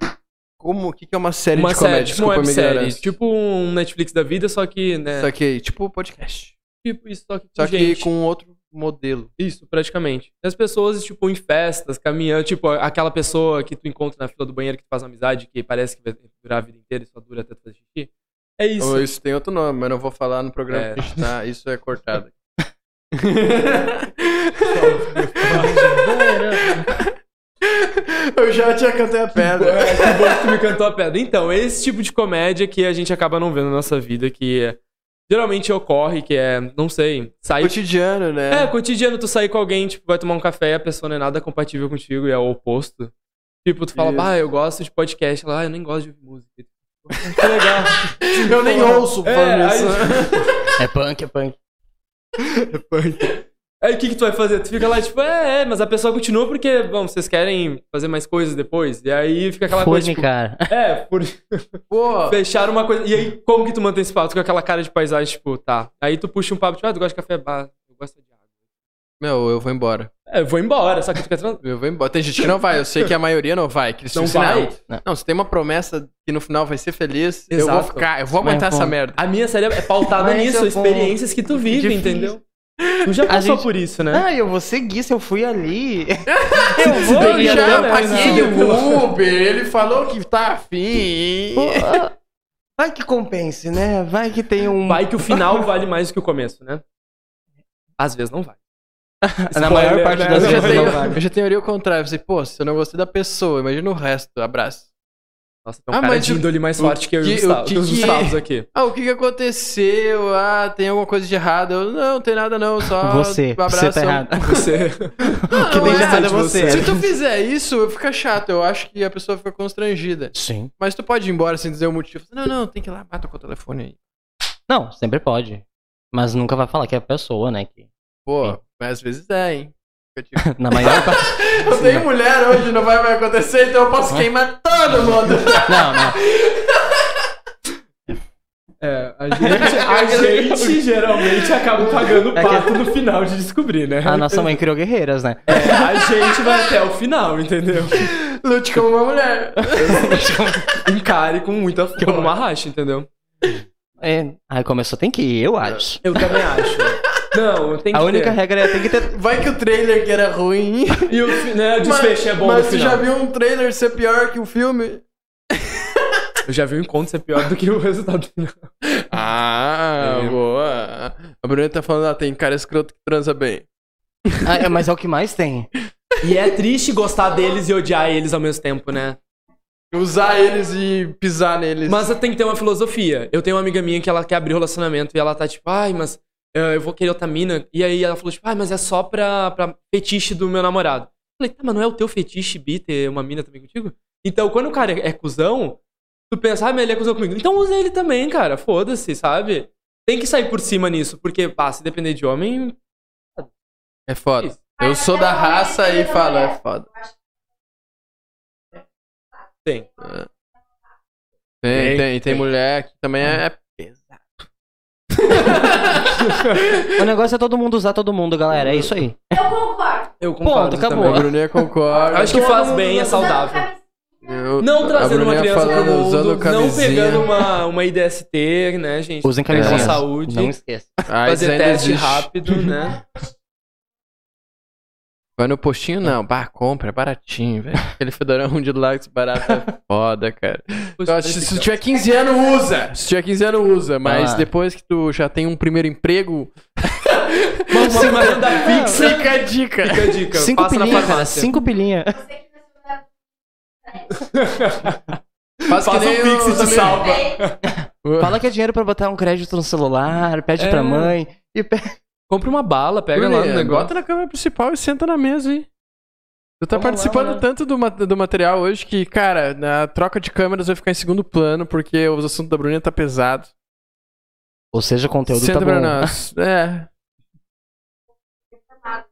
Speaker 1: Como, o que que é uma série é
Speaker 3: uma
Speaker 1: de comédia?
Speaker 3: série, tipo uma
Speaker 1: Desculpa, minha
Speaker 3: websérie.
Speaker 1: ignorância.
Speaker 3: Tipo um Netflix da vida, só que, né?
Speaker 1: Saquei, tipo podcast.
Speaker 3: Tipo isso, só que com
Speaker 1: Só que
Speaker 3: gente.
Speaker 1: com outro modelo.
Speaker 3: Isso, praticamente. E as pessoas, tipo, em festas, caminhando, tipo, aquela pessoa que tu encontra na fila do banheiro que tu faz amizade, que parece que vai durar a vida inteira e só dura até tu fazer xixi. É isso.
Speaker 1: Ou isso tem outro nome, mas não vou falar no programa
Speaker 3: É.
Speaker 1: que a gente tá. Isso é <laughs> cortado. eu já tinha cantei a pedra. <laughs>
Speaker 3: É, que bom que tu me cantou a pedra. Então, é esse tipo de comédia que a gente acaba não vendo na nossa vida, que é- geralmente ocorre, que é, não sei, sair.
Speaker 1: Cotidiano,
Speaker 3: É,
Speaker 1: né?
Speaker 3: cotidiano, tu sair com alguém, tipo, vai tomar um café e a pessoa não é nada compatível contigo e é o oposto. Tipo, tu fala,
Speaker 1: Isso.
Speaker 3: bah, eu gosto de podcast. Ela, ah, eu nem gosto de ouvir música. <laughs> Que legal.
Speaker 1: eu nem ouço
Speaker 3: É,
Speaker 1: falando
Speaker 3: aí-
Speaker 1: isso.
Speaker 2: É punk, é punk.
Speaker 3: Aí o que, que tu vai fazer? Tu fica lá, tipo, é, é, mas a pessoa continua porque, bom, vocês querem fazer mais coisas depois. E aí fica aquela coisa,
Speaker 2: Fune,
Speaker 3: tipo,
Speaker 2: cara.
Speaker 3: é, por
Speaker 2: <laughs>
Speaker 1: Pô,
Speaker 3: fechar uma coisa. E aí, como que tu mantém esse papo? Tu com aquela cara de paisagem, tipo, tá. Aí tu puxa um papo, tipo, ah, tu gosta de café bar, eu gosto de água.
Speaker 1: meu, eu vou embora.
Speaker 3: É, eu vou embora, só que tu quer trans...
Speaker 1: Eu vou embora. Tem gente que não vai, eu sei que a maioria não vai. Que eles
Speaker 3: Não
Speaker 1: dizem,
Speaker 3: vai.
Speaker 1: Não, não, se tem uma promessa que no final vai ser feliz, eu
Speaker 3: Exato.
Speaker 1: vou ficar, eu vou
Speaker 2: Mas,
Speaker 1: aguentar
Speaker 2: pô,
Speaker 1: essa merda.
Speaker 3: A minha série é pautada
Speaker 2: Mas
Speaker 3: nisso,
Speaker 2: eu vou-
Speaker 3: experiências que tu vive,
Speaker 2: Difícil.
Speaker 3: entendeu? Tu já
Speaker 2: A
Speaker 3: passou
Speaker 2: gente-
Speaker 3: por isso, né?
Speaker 2: Ah, eu vou seguir se eu fui ali. Ah,
Speaker 3: eu
Speaker 1: Se
Speaker 3: vou,
Speaker 1: bem que já
Speaker 3: né?
Speaker 1: paguei
Speaker 3: Não, não.
Speaker 1: o Uber, ele falou que tá afim.
Speaker 2: Vai que compense, né? Vai que tem um.
Speaker 3: Vai que o final vale mais do que o começo, né? Às vezes não vai.
Speaker 2: Na maior
Speaker 3: Spoiler,
Speaker 2: parte
Speaker 3: né?
Speaker 2: das
Speaker 1: Eu já,
Speaker 2: vezes
Speaker 1: tenho,
Speaker 2: não vale.
Speaker 1: eu já teoria ao contrário. Eu falei, pô, se eu não gostei da pessoa, imagina o resto. Abraço.
Speaker 3: Nossa, tem um
Speaker 1: Ah,
Speaker 3: cara
Speaker 1: mas
Speaker 3: de
Speaker 1: o-
Speaker 3: índole mais
Speaker 1: o
Speaker 3: forte que eu e o
Speaker 1: que- o
Speaker 3: Gustavo,
Speaker 1: que
Speaker 3: que os
Speaker 1: que-
Speaker 7: <laughs>
Speaker 3: Gustavos aqui.
Speaker 1: Ah, o que que aconteceu? Ah, tem alguma coisa de errado. Eu, não, tem nada não, só
Speaker 2: Você, você tá
Speaker 1: <laughs>
Speaker 2: errado.
Speaker 3: Você.
Speaker 1: Não,
Speaker 2: que tem
Speaker 1: é.
Speaker 2: de errado é você.
Speaker 1: Se tu fizer isso, fica chato. Eu acho que a pessoa fica constrangida.
Speaker 2: Sim.
Speaker 1: Mas tu pode ir embora sem dizer o motivo. assim, Não, não, tem que ir lá, mata com o telefone aí.
Speaker 2: Não, sempre pode. Mas nunca vai falar que é a pessoa, né? Que...
Speaker 1: Pô, mas às vezes é, hein? Fica tipo,
Speaker 2: Na maior <laughs> parte.
Speaker 1: <laughs> Eu tenho mulher hoje, não vai mais acontecer, então eu posso queimar todo mundo.
Speaker 2: Não, não.
Speaker 7: É, a
Speaker 3: <laughs>
Speaker 7: gente, a gente geralmente acaba pagando o
Speaker 2: É que-
Speaker 7: pato no final de descobrir, né?
Speaker 3: Ah,
Speaker 2: A nossa mãe criou guerreiras, né? <laughs>
Speaker 7: É, a gente vai até o final, entendeu?
Speaker 1: <laughs> Lute como uma mulher.
Speaker 7: Encare com muita
Speaker 3: Que é
Speaker 7: força.
Speaker 3: uma racha, entendeu?
Speaker 2: É, aí começou, tem que ir, eu acho.
Speaker 7: Eu também acho. Não, tem que
Speaker 2: A única
Speaker 7: ter.
Speaker 2: regra é tem que ter.
Speaker 1: Vai que o trailer que era <laughs> ruim.
Speaker 7: E o, fi- né, o desfecho é bom
Speaker 1: Mas
Speaker 7: no
Speaker 1: você
Speaker 7: final.
Speaker 1: já viu um trailer ser pior que o filme?
Speaker 7: Eu já vi o encontro ser pior do que o resultado final.
Speaker 1: Ah,
Speaker 7: É.
Speaker 1: boa. A Bruna tá falando, ah, tem cara escroto que transa bem.
Speaker 2: Ah, é, mas é o que mais tem.
Speaker 3: E é triste gostar deles e odiar eles ao mesmo tempo, né?
Speaker 1: Usar eles e pisar neles.
Speaker 3: Mas tem que ter uma filosofia. Eu tenho uma amiga minha que ela quer abrir um relacionamento e ela tá tipo, ai, mas eh, eu vou querer outra mina. E aí ela falou, tipo, ai, mas é só pra, pra fetiche do meu namorado. Eu falei, tá, mas não é o teu fetiche bi ter uma mina também contigo? Então, quando o cara é, é cuzão, tu pensa, ah, mas ele é cuzão comigo. Então usa ele também, cara. Foda-se, sabe? Tem que sair por cima nisso, porque, pá, se depender de homem.
Speaker 1: É foda. Eu sou da raça e falo, é foda.
Speaker 3: Tem.
Speaker 1: Tem,
Speaker 7: Tem,
Speaker 1: tem, tem
Speaker 7: tem.
Speaker 1: mulher que também é.
Speaker 2: O negócio é todo mundo usar todo mundo, galera. É isso aí.
Speaker 6: Eu concordo.
Speaker 3: Eu concordo.
Speaker 2: acabou.
Speaker 3: também.
Speaker 1: A Bruninha concorda.
Speaker 3: Acho que faz bem, é
Speaker 6: Usando
Speaker 3: saudável.
Speaker 6: camisa-
Speaker 1: Eu-
Speaker 3: Não
Speaker 1: a
Speaker 3: trazendo uma
Speaker 1: Bruninha
Speaker 3: criança pro
Speaker 1: falando,
Speaker 3: mundo,
Speaker 1: usando
Speaker 3: não
Speaker 1: camisinha.
Speaker 3: pegando uma, uma IDST, né, gente?
Speaker 2: Usem
Speaker 3: Com
Speaker 2: camisinha.
Speaker 3: saúde,
Speaker 2: Não esqueça.
Speaker 1: AIDS
Speaker 3: fazer
Speaker 1: ainda
Speaker 3: teste
Speaker 1: existe.
Speaker 3: rápido,
Speaker 1: <laughs>
Speaker 3: né?
Speaker 1: Vai no postinho, não. Bah, compra, é baratinho, <laughs> velho. Aquele fedorão de látex barato é foda, cara. Eu acho que se tiver 15 anos, usa. Se tiver 15 anos, usa. Mas
Speaker 2: Ah.
Speaker 1: depois que tu já tem um primeiro emprego,
Speaker 3: Vamos tipo uma renda fixa.
Speaker 1: fica a dica.
Speaker 3: Fica a
Speaker 1: <laughs>
Speaker 3: dica.
Speaker 2: Cinco
Speaker 3: passa na
Speaker 2: pilinha, cara.
Speaker 3: farmácia.
Speaker 2: Cinco pilinha.
Speaker 6: Você que tá estudando
Speaker 1: Faz que
Speaker 7: Faça
Speaker 1: nem
Speaker 7: um pix e
Speaker 1: o...
Speaker 7: te salva.
Speaker 6: bem,
Speaker 2: Fala que é dinheiro pra botar um crédito no celular, pede
Speaker 3: É.
Speaker 2: pra mãe. E pe...
Speaker 3: Compra uma bala, pega lá no
Speaker 1: Bruninha,
Speaker 3: negócio.
Speaker 1: bota na câmera principal e senta na mesa, hein? Tu tá
Speaker 3: Vamos lá,
Speaker 1: participando
Speaker 3: vamos lá.
Speaker 1: tanto do, ma- do material hoje que, cara, na troca de câmeras vai ficar em segundo plano, porque os assuntos da Bruninha tá pesado.
Speaker 2: Ou seja, o conteúdo
Speaker 1: Senta
Speaker 2: tá
Speaker 1: pra
Speaker 2: bom.
Speaker 1: nós. É. Tá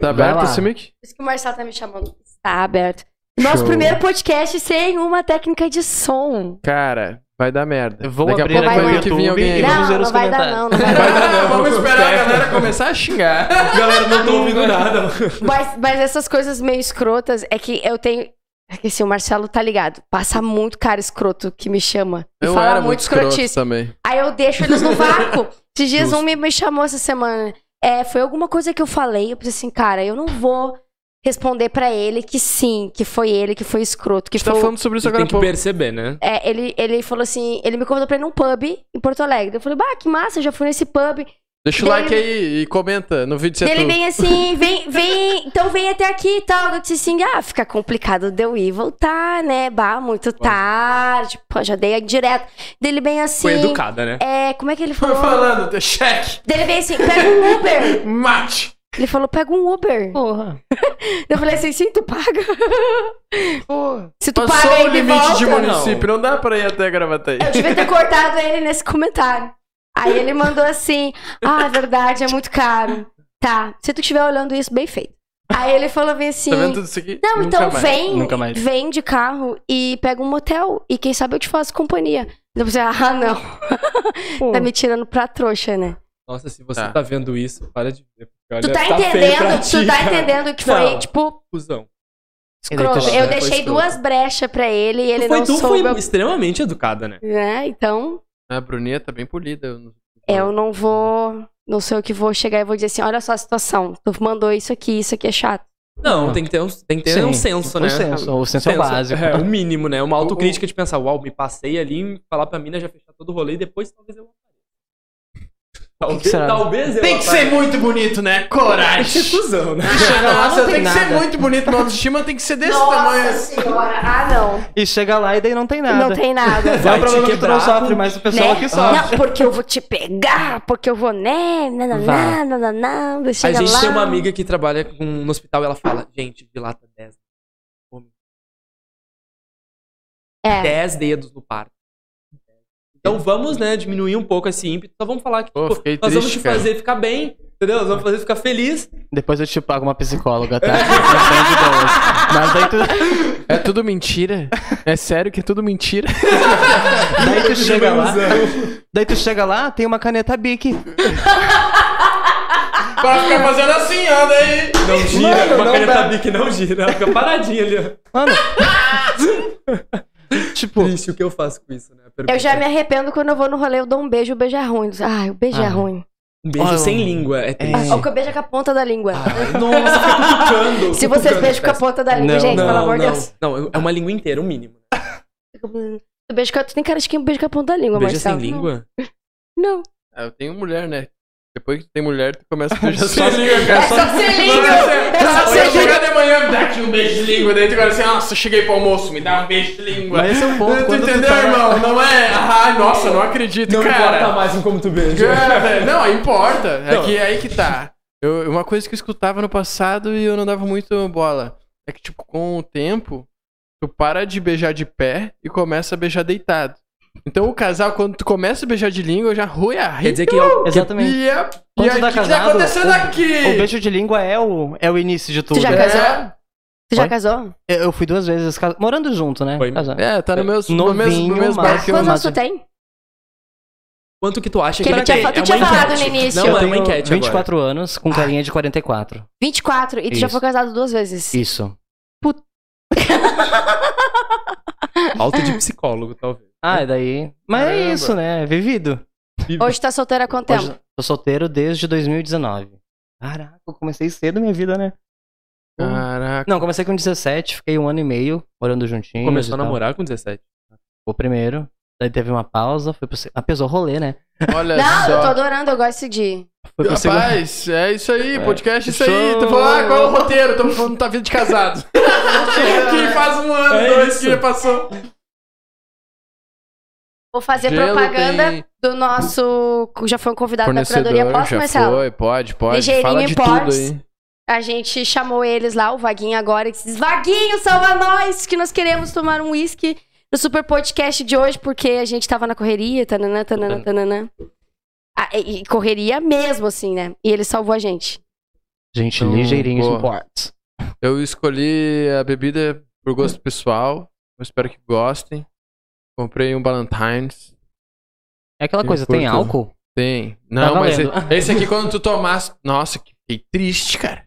Speaker 2: Vai
Speaker 1: aberto
Speaker 2: lá.
Speaker 1: esse mic?
Speaker 6: Por isso que o Marcelo tá me chamando. Está aberto. Nosso
Speaker 1: Show.
Speaker 6: primeiro podcast sem uma técnica de som.
Speaker 1: Cara, vai dar merda. <laughs>
Speaker 2: Eu vou
Speaker 1: Daqui a
Speaker 2: abrir
Speaker 1: pouco
Speaker 6: aqui
Speaker 1: vai
Speaker 6: no
Speaker 1: ter que vir
Speaker 2: YouTube
Speaker 1: alguém.
Speaker 2: e vamos
Speaker 6: Não,
Speaker 2: ver os
Speaker 6: não vai dar
Speaker 2: comentários.
Speaker 6: não, não vai dar <laughs> não.
Speaker 1: Ah, vamos esperar a galera começar a
Speaker 3: <laughs>
Speaker 1: xingar.
Speaker 7: Galera, não tô ouvindo nada.
Speaker 6: Mas, mas essas coisas meio escrotas é que eu tenho. É que assim, o Marcelo tá ligado. Passa muito cara escroto que me chama. E
Speaker 1: Eu
Speaker 6: fala
Speaker 1: era
Speaker 6: muito,
Speaker 1: muito escroto
Speaker 6: escrotice.
Speaker 1: também.
Speaker 6: Aí eu deixo eles no <laughs> vácuo. Esses dias um me, me chamou essa semana. É, foi alguma coisa que eu falei. Eu pensei assim, cara, eu não vou responder pra ele que sim, que foi ele, que foi escroto, que
Speaker 1: A gente tá
Speaker 6: foi o
Speaker 1: falando sobre isso
Speaker 3: Você
Speaker 1: agora
Speaker 3: tem
Speaker 1: há
Speaker 3: que
Speaker 1: pouco.
Speaker 3: perceber, né?
Speaker 6: É, ele, ele falou assim, ele me convidou pra ir num pub em Porto Alegre. Eu falei, bah, que massa, eu já fui nesse pub.
Speaker 1: Deixa o
Speaker 6: Dele-
Speaker 1: like aí e comenta no vídeo se
Speaker 6: Daí
Speaker 1: é
Speaker 6: ele
Speaker 1: tu.
Speaker 6: vem assim, vem, vem, então vem até aqui e tal. Eu disse assim, ah, fica complicado de eu ir e voltar, né? Bah, muito tarde, pô, já dei a indireta. Daí ele vem assim.
Speaker 3: Foi educada, né?
Speaker 6: É, como é que ele
Speaker 1: Tô
Speaker 6: falou?
Speaker 1: falando, teu cheque,
Speaker 6: Daí ele vem assim, pega um Uber.
Speaker 1: mate.
Speaker 6: Ele falou, pega um
Speaker 3: <laughs>
Speaker 6: Uber.
Speaker 2: Porra.
Speaker 6: Eu falei assim, sim, tu paga.
Speaker 2: Porra.
Speaker 6: Se tu
Speaker 1: Passou
Speaker 6: paga,
Speaker 1: o
Speaker 6: ele
Speaker 1: limite
Speaker 6: volta.
Speaker 1: de município, não. dá pra ir até Gravataí.
Speaker 6: Eu devia ter cortado ele nesse comentário. Aí ele mandou assim: Ah, é verdade, é muito caro. Tá, se tu estiver olhando isso, bem feito. Aí ele falou bem assim:
Speaker 1: Tá vendo tudo isso aqui?
Speaker 6: Não,
Speaker 1: Nunca
Speaker 6: então
Speaker 1: mais.
Speaker 6: vem,
Speaker 2: Nunca mais.
Speaker 6: vem de carro e pega um motel. E quem sabe eu te faço companhia. Eu pensei, ah, não. tá me tirando pra trouxa, né?
Speaker 3: Nossa, se você
Speaker 1: Tá.
Speaker 3: tá, vendo isso, para de ver. porque olha,
Speaker 6: tu tá,
Speaker 3: feio pra
Speaker 6: entendendo,
Speaker 3: ti,
Speaker 6: tu tá
Speaker 3: cara.
Speaker 6: entendendo que
Speaker 3: Não.
Speaker 6: foi, tipo,
Speaker 3: Cusão. é
Speaker 6: escroto.
Speaker 2: Ele tá-
Speaker 3: né?
Speaker 6: Eu
Speaker 3: foi
Speaker 6: deixei
Speaker 3: escroto.
Speaker 6: duas brechas pra ele e ele
Speaker 3: Tu foi,
Speaker 6: não
Speaker 3: tu
Speaker 6: soube.
Speaker 3: foi extremamente educada, né?
Speaker 6: Né? Então,
Speaker 1: A Bruninha tá bem polida. eu não-
Speaker 6: eu não vou. Não sei o que vou chegar e vou dizer assim: olha só a situação. Tu mandou isso aqui, isso aqui é chato.
Speaker 3: Não, tem que ter um, tem que ter
Speaker 2: Sim,
Speaker 3: um senso, né?
Speaker 2: O senso, o senso é o
Speaker 3: Senso.
Speaker 2: básico.
Speaker 3: É, o mínimo, né? Uma autocrítica de pensar, uau, me passei ali, falar pra mina já fechar todo o rolê e depois talvez eu
Speaker 2: O que que
Speaker 3: Talvez,
Speaker 2: será?
Speaker 3: talvez eu
Speaker 1: muito bonito, né? Coragem.
Speaker 3: cuzão, né?
Speaker 1: <laughs> Chega lá, você
Speaker 2: tem
Speaker 1: tem que ser
Speaker 2: nada.
Speaker 1: muito bonito. Minha autoestima tem que ser desse tamanho.
Speaker 6: Nossa senhora, ah não,
Speaker 2: E chega lá e daí não tem nada.
Speaker 6: não tem
Speaker 2: <laughs>
Speaker 6: nada.
Speaker 2: É um
Speaker 3: Vai te
Speaker 2: problema que tu não
Speaker 3: quebrar
Speaker 2: sofre,
Speaker 3: com-
Speaker 2: mas o
Speaker 6: Né?
Speaker 2: pessoal aqui sofre.
Speaker 6: Não, porque eu vou te pegar, porque eu vou, né? Nananá,
Speaker 2: Vá.
Speaker 6: nananá, daí
Speaker 3: A
Speaker 6: chega
Speaker 3: gente
Speaker 6: lá.
Speaker 3: tem uma amiga que trabalha com, no hospital e ela fala, gente, dilata 10. Homem,
Speaker 6: É,
Speaker 3: 10 dedos no parto. Então vamos, né, diminuir um pouco esse ímpeto. Só vamos falar que
Speaker 1: Pô,
Speaker 3: tipo,
Speaker 1: fiquei
Speaker 3: nós vamos
Speaker 1: triste,
Speaker 3: te
Speaker 1: cara.
Speaker 3: fazer ficar bem.
Speaker 4: Entendeu? Elas vão fazer ficar feliz.
Speaker 2: Depois eu te pago uma psicóloga, tá? Não tem de boas. Mas aí tu,
Speaker 1: É tudo mentira? É sério que é tudo mentira?
Speaker 2: daí tu chega lá. Daí tu chega lá, tem uma caneta bique.
Speaker 1: Pra ficar fazendo assim, anda aí.
Speaker 4: Não gira,
Speaker 2: Mano,
Speaker 4: uma
Speaker 2: não
Speaker 4: caneta
Speaker 2: dá.
Speaker 4: bique não gira. Ela fica paradinha ali, ó.
Speaker 2: Mano. tipo,
Speaker 4: Triste o que eu faço com isso, né? A pergunta.
Speaker 6: Eu já me arrependo quando eu vou no rolê, eu dou um beijo, o beijo é ruim. Ai, o beijo é
Speaker 2: Ah.
Speaker 6: ruim.
Speaker 4: Um beijo
Speaker 2: Olha,
Speaker 4: sem língua. É triste.
Speaker 6: Ah, O que eu beijo é com a ponta da língua.
Speaker 3: Ah,
Speaker 4: Nossa, fica cutucando.
Speaker 6: Se vocês
Speaker 4: cutucando,
Speaker 6: beijam com a
Speaker 4: parece.
Speaker 6: ponta da língua,
Speaker 2: Não,
Speaker 6: gente,
Speaker 4: não,
Speaker 6: pelo amor de
Speaker 4: não.
Speaker 6: Deus.
Speaker 4: Não, é uma língua
Speaker 3: um
Speaker 4: inteira, o mínimo.
Speaker 3: né?
Speaker 6: Tu, beijo com a... tu tem cara de quem beija com a ponta da língua,
Speaker 4: Beija sem
Speaker 6: Marcelo.
Speaker 4: língua?
Speaker 6: Não.
Speaker 1: Ah, eu tenho mulher, né? Depois que tem mulher, tu começa <laughs> a beijar
Speaker 4: Sem língua,
Speaker 6: É só se liga! É só se liga!
Speaker 1: de manhã, me dá aqui um beijo de língua. Daí tu fala assim, nossa, cheguei pro almoço, me dá um beijo de língua.
Speaker 2: mas esse é o ponto.
Speaker 1: tu
Speaker 2: Quando tu
Speaker 1: entendeu,
Speaker 2: tá-
Speaker 1: irmão? Não é? Ah, nossa, não acredito,
Speaker 3: Não
Speaker 1: cara.
Speaker 3: importa mais em como tu beija.
Speaker 1: Cara, velho, <laughs> não, importa. É que é aí que tá. Eu- uma coisa que eu escutava no passado e eu não dava muito bola. É que, tipo, com o tempo, tu para de beijar de pé e começa a beijar deitado. Então o casal, quando tu começa a beijar de língua, já rui a
Speaker 4: Quer
Speaker 1: rede.
Speaker 4: dizer que eu...
Speaker 2: Exatamente.
Speaker 1: E, é, e
Speaker 2: Quando
Speaker 1: aí, o
Speaker 2: tu
Speaker 1: que,
Speaker 2: tá
Speaker 1: que tá
Speaker 2: casado,
Speaker 1: acontecendo
Speaker 2: o-
Speaker 1: aqui?
Speaker 2: O beijo de língua é o, é o início de tudo.
Speaker 6: já
Speaker 2: É.
Speaker 6: casou? Tu já
Speaker 2: Oi?
Speaker 6: casou?
Speaker 2: Eu fui duas vezes, casa- morando junto, né?
Speaker 4: Foi.
Speaker 2: Casado.
Speaker 1: É, tá no, meus, no
Speaker 2: Novinho,
Speaker 1: mesmo, no mesmo
Speaker 2: mas-
Speaker 1: barco que eu.
Speaker 6: Quantos anos tu
Speaker 2: mas-
Speaker 6: tem?
Speaker 4: Quanto que tu acha
Speaker 6: Que
Speaker 4: que
Speaker 6: ele tinha fa- tu
Speaker 4: É
Speaker 6: tinha
Speaker 4: uma
Speaker 6: falado
Speaker 4: enquete.
Speaker 6: no início.
Speaker 4: Não,
Speaker 2: eu
Speaker 4: é
Speaker 2: tenho
Speaker 4: uma enquete
Speaker 2: <laughs> 24 anos, com carinha de 44.
Speaker 6: 24 e tu já
Speaker 2: Isso.
Speaker 6: foi casado duas vezes.
Speaker 2: Isso.
Speaker 4: agora. Alta de psicólogo, talvez.
Speaker 2: Ah, e daí... Mas é
Speaker 1: Caramba.
Speaker 2: isso, né? Vivido.
Speaker 6: Hoje tá solteira há quanto tempo?
Speaker 2: Hoje, tô solteiro desde 2019. Caraca, eu comecei cedo minha vida, né?
Speaker 1: Caraca.
Speaker 2: Não, comecei com 17, fiquei um ano e meio morando juntinho.
Speaker 4: Começou a namorar com 17.
Speaker 2: O primeiro. Daí teve uma pausa, foi pro... se- Ah, pesou o rolê, né?
Speaker 1: Olha
Speaker 6: Não, eu tô
Speaker 1: é só.
Speaker 6: adorando, eu gosto de.
Speaker 2: Foi pro segundo...
Speaker 1: Rapaz, é isso aí, podcast é isso aí.
Speaker 2: Show.
Speaker 1: Tu falou, ah, qual é o roteiro? Tô falando tá vida de <laughs> casado. que faz um ano,
Speaker 4: É
Speaker 1: dois
Speaker 4: isso.
Speaker 1: que já passou.
Speaker 6: Vou fazer
Speaker 1: Gelo
Speaker 6: propaganda
Speaker 1: tem-
Speaker 6: do nosso. Já foi um convidado da curadoria. Posso, Marcelo?
Speaker 1: pode,
Speaker 6: Ligeirinho
Speaker 1: Fala de tudo
Speaker 6: Imports.
Speaker 1: aí.
Speaker 6: A gente chamou eles lá, o Vaguinho agora, e diz: Vaguinho, salva nós! Que nós queremos tomar um uísque no super podcast de hoje, porque a gente tava na correria, tananã, tananã, tananã. Ah, e, e correria mesmo, assim, né? E ele salvou a gente.
Speaker 2: Gente,
Speaker 1: Então,
Speaker 2: ligeirinho
Speaker 1: boa.
Speaker 2: de ports.
Speaker 1: Eu escolhi a bebida por gosto pessoal. Eu espero que gostem. Comprei um Ballantines.
Speaker 2: É aquela
Speaker 1: Eu
Speaker 2: coisa, tem
Speaker 1: curto.
Speaker 2: álcool?
Speaker 1: Tem. Não, mas
Speaker 2: valendo.
Speaker 1: e- esse aqui quando tu tomasse. Nossa, que fiquei triste, cara.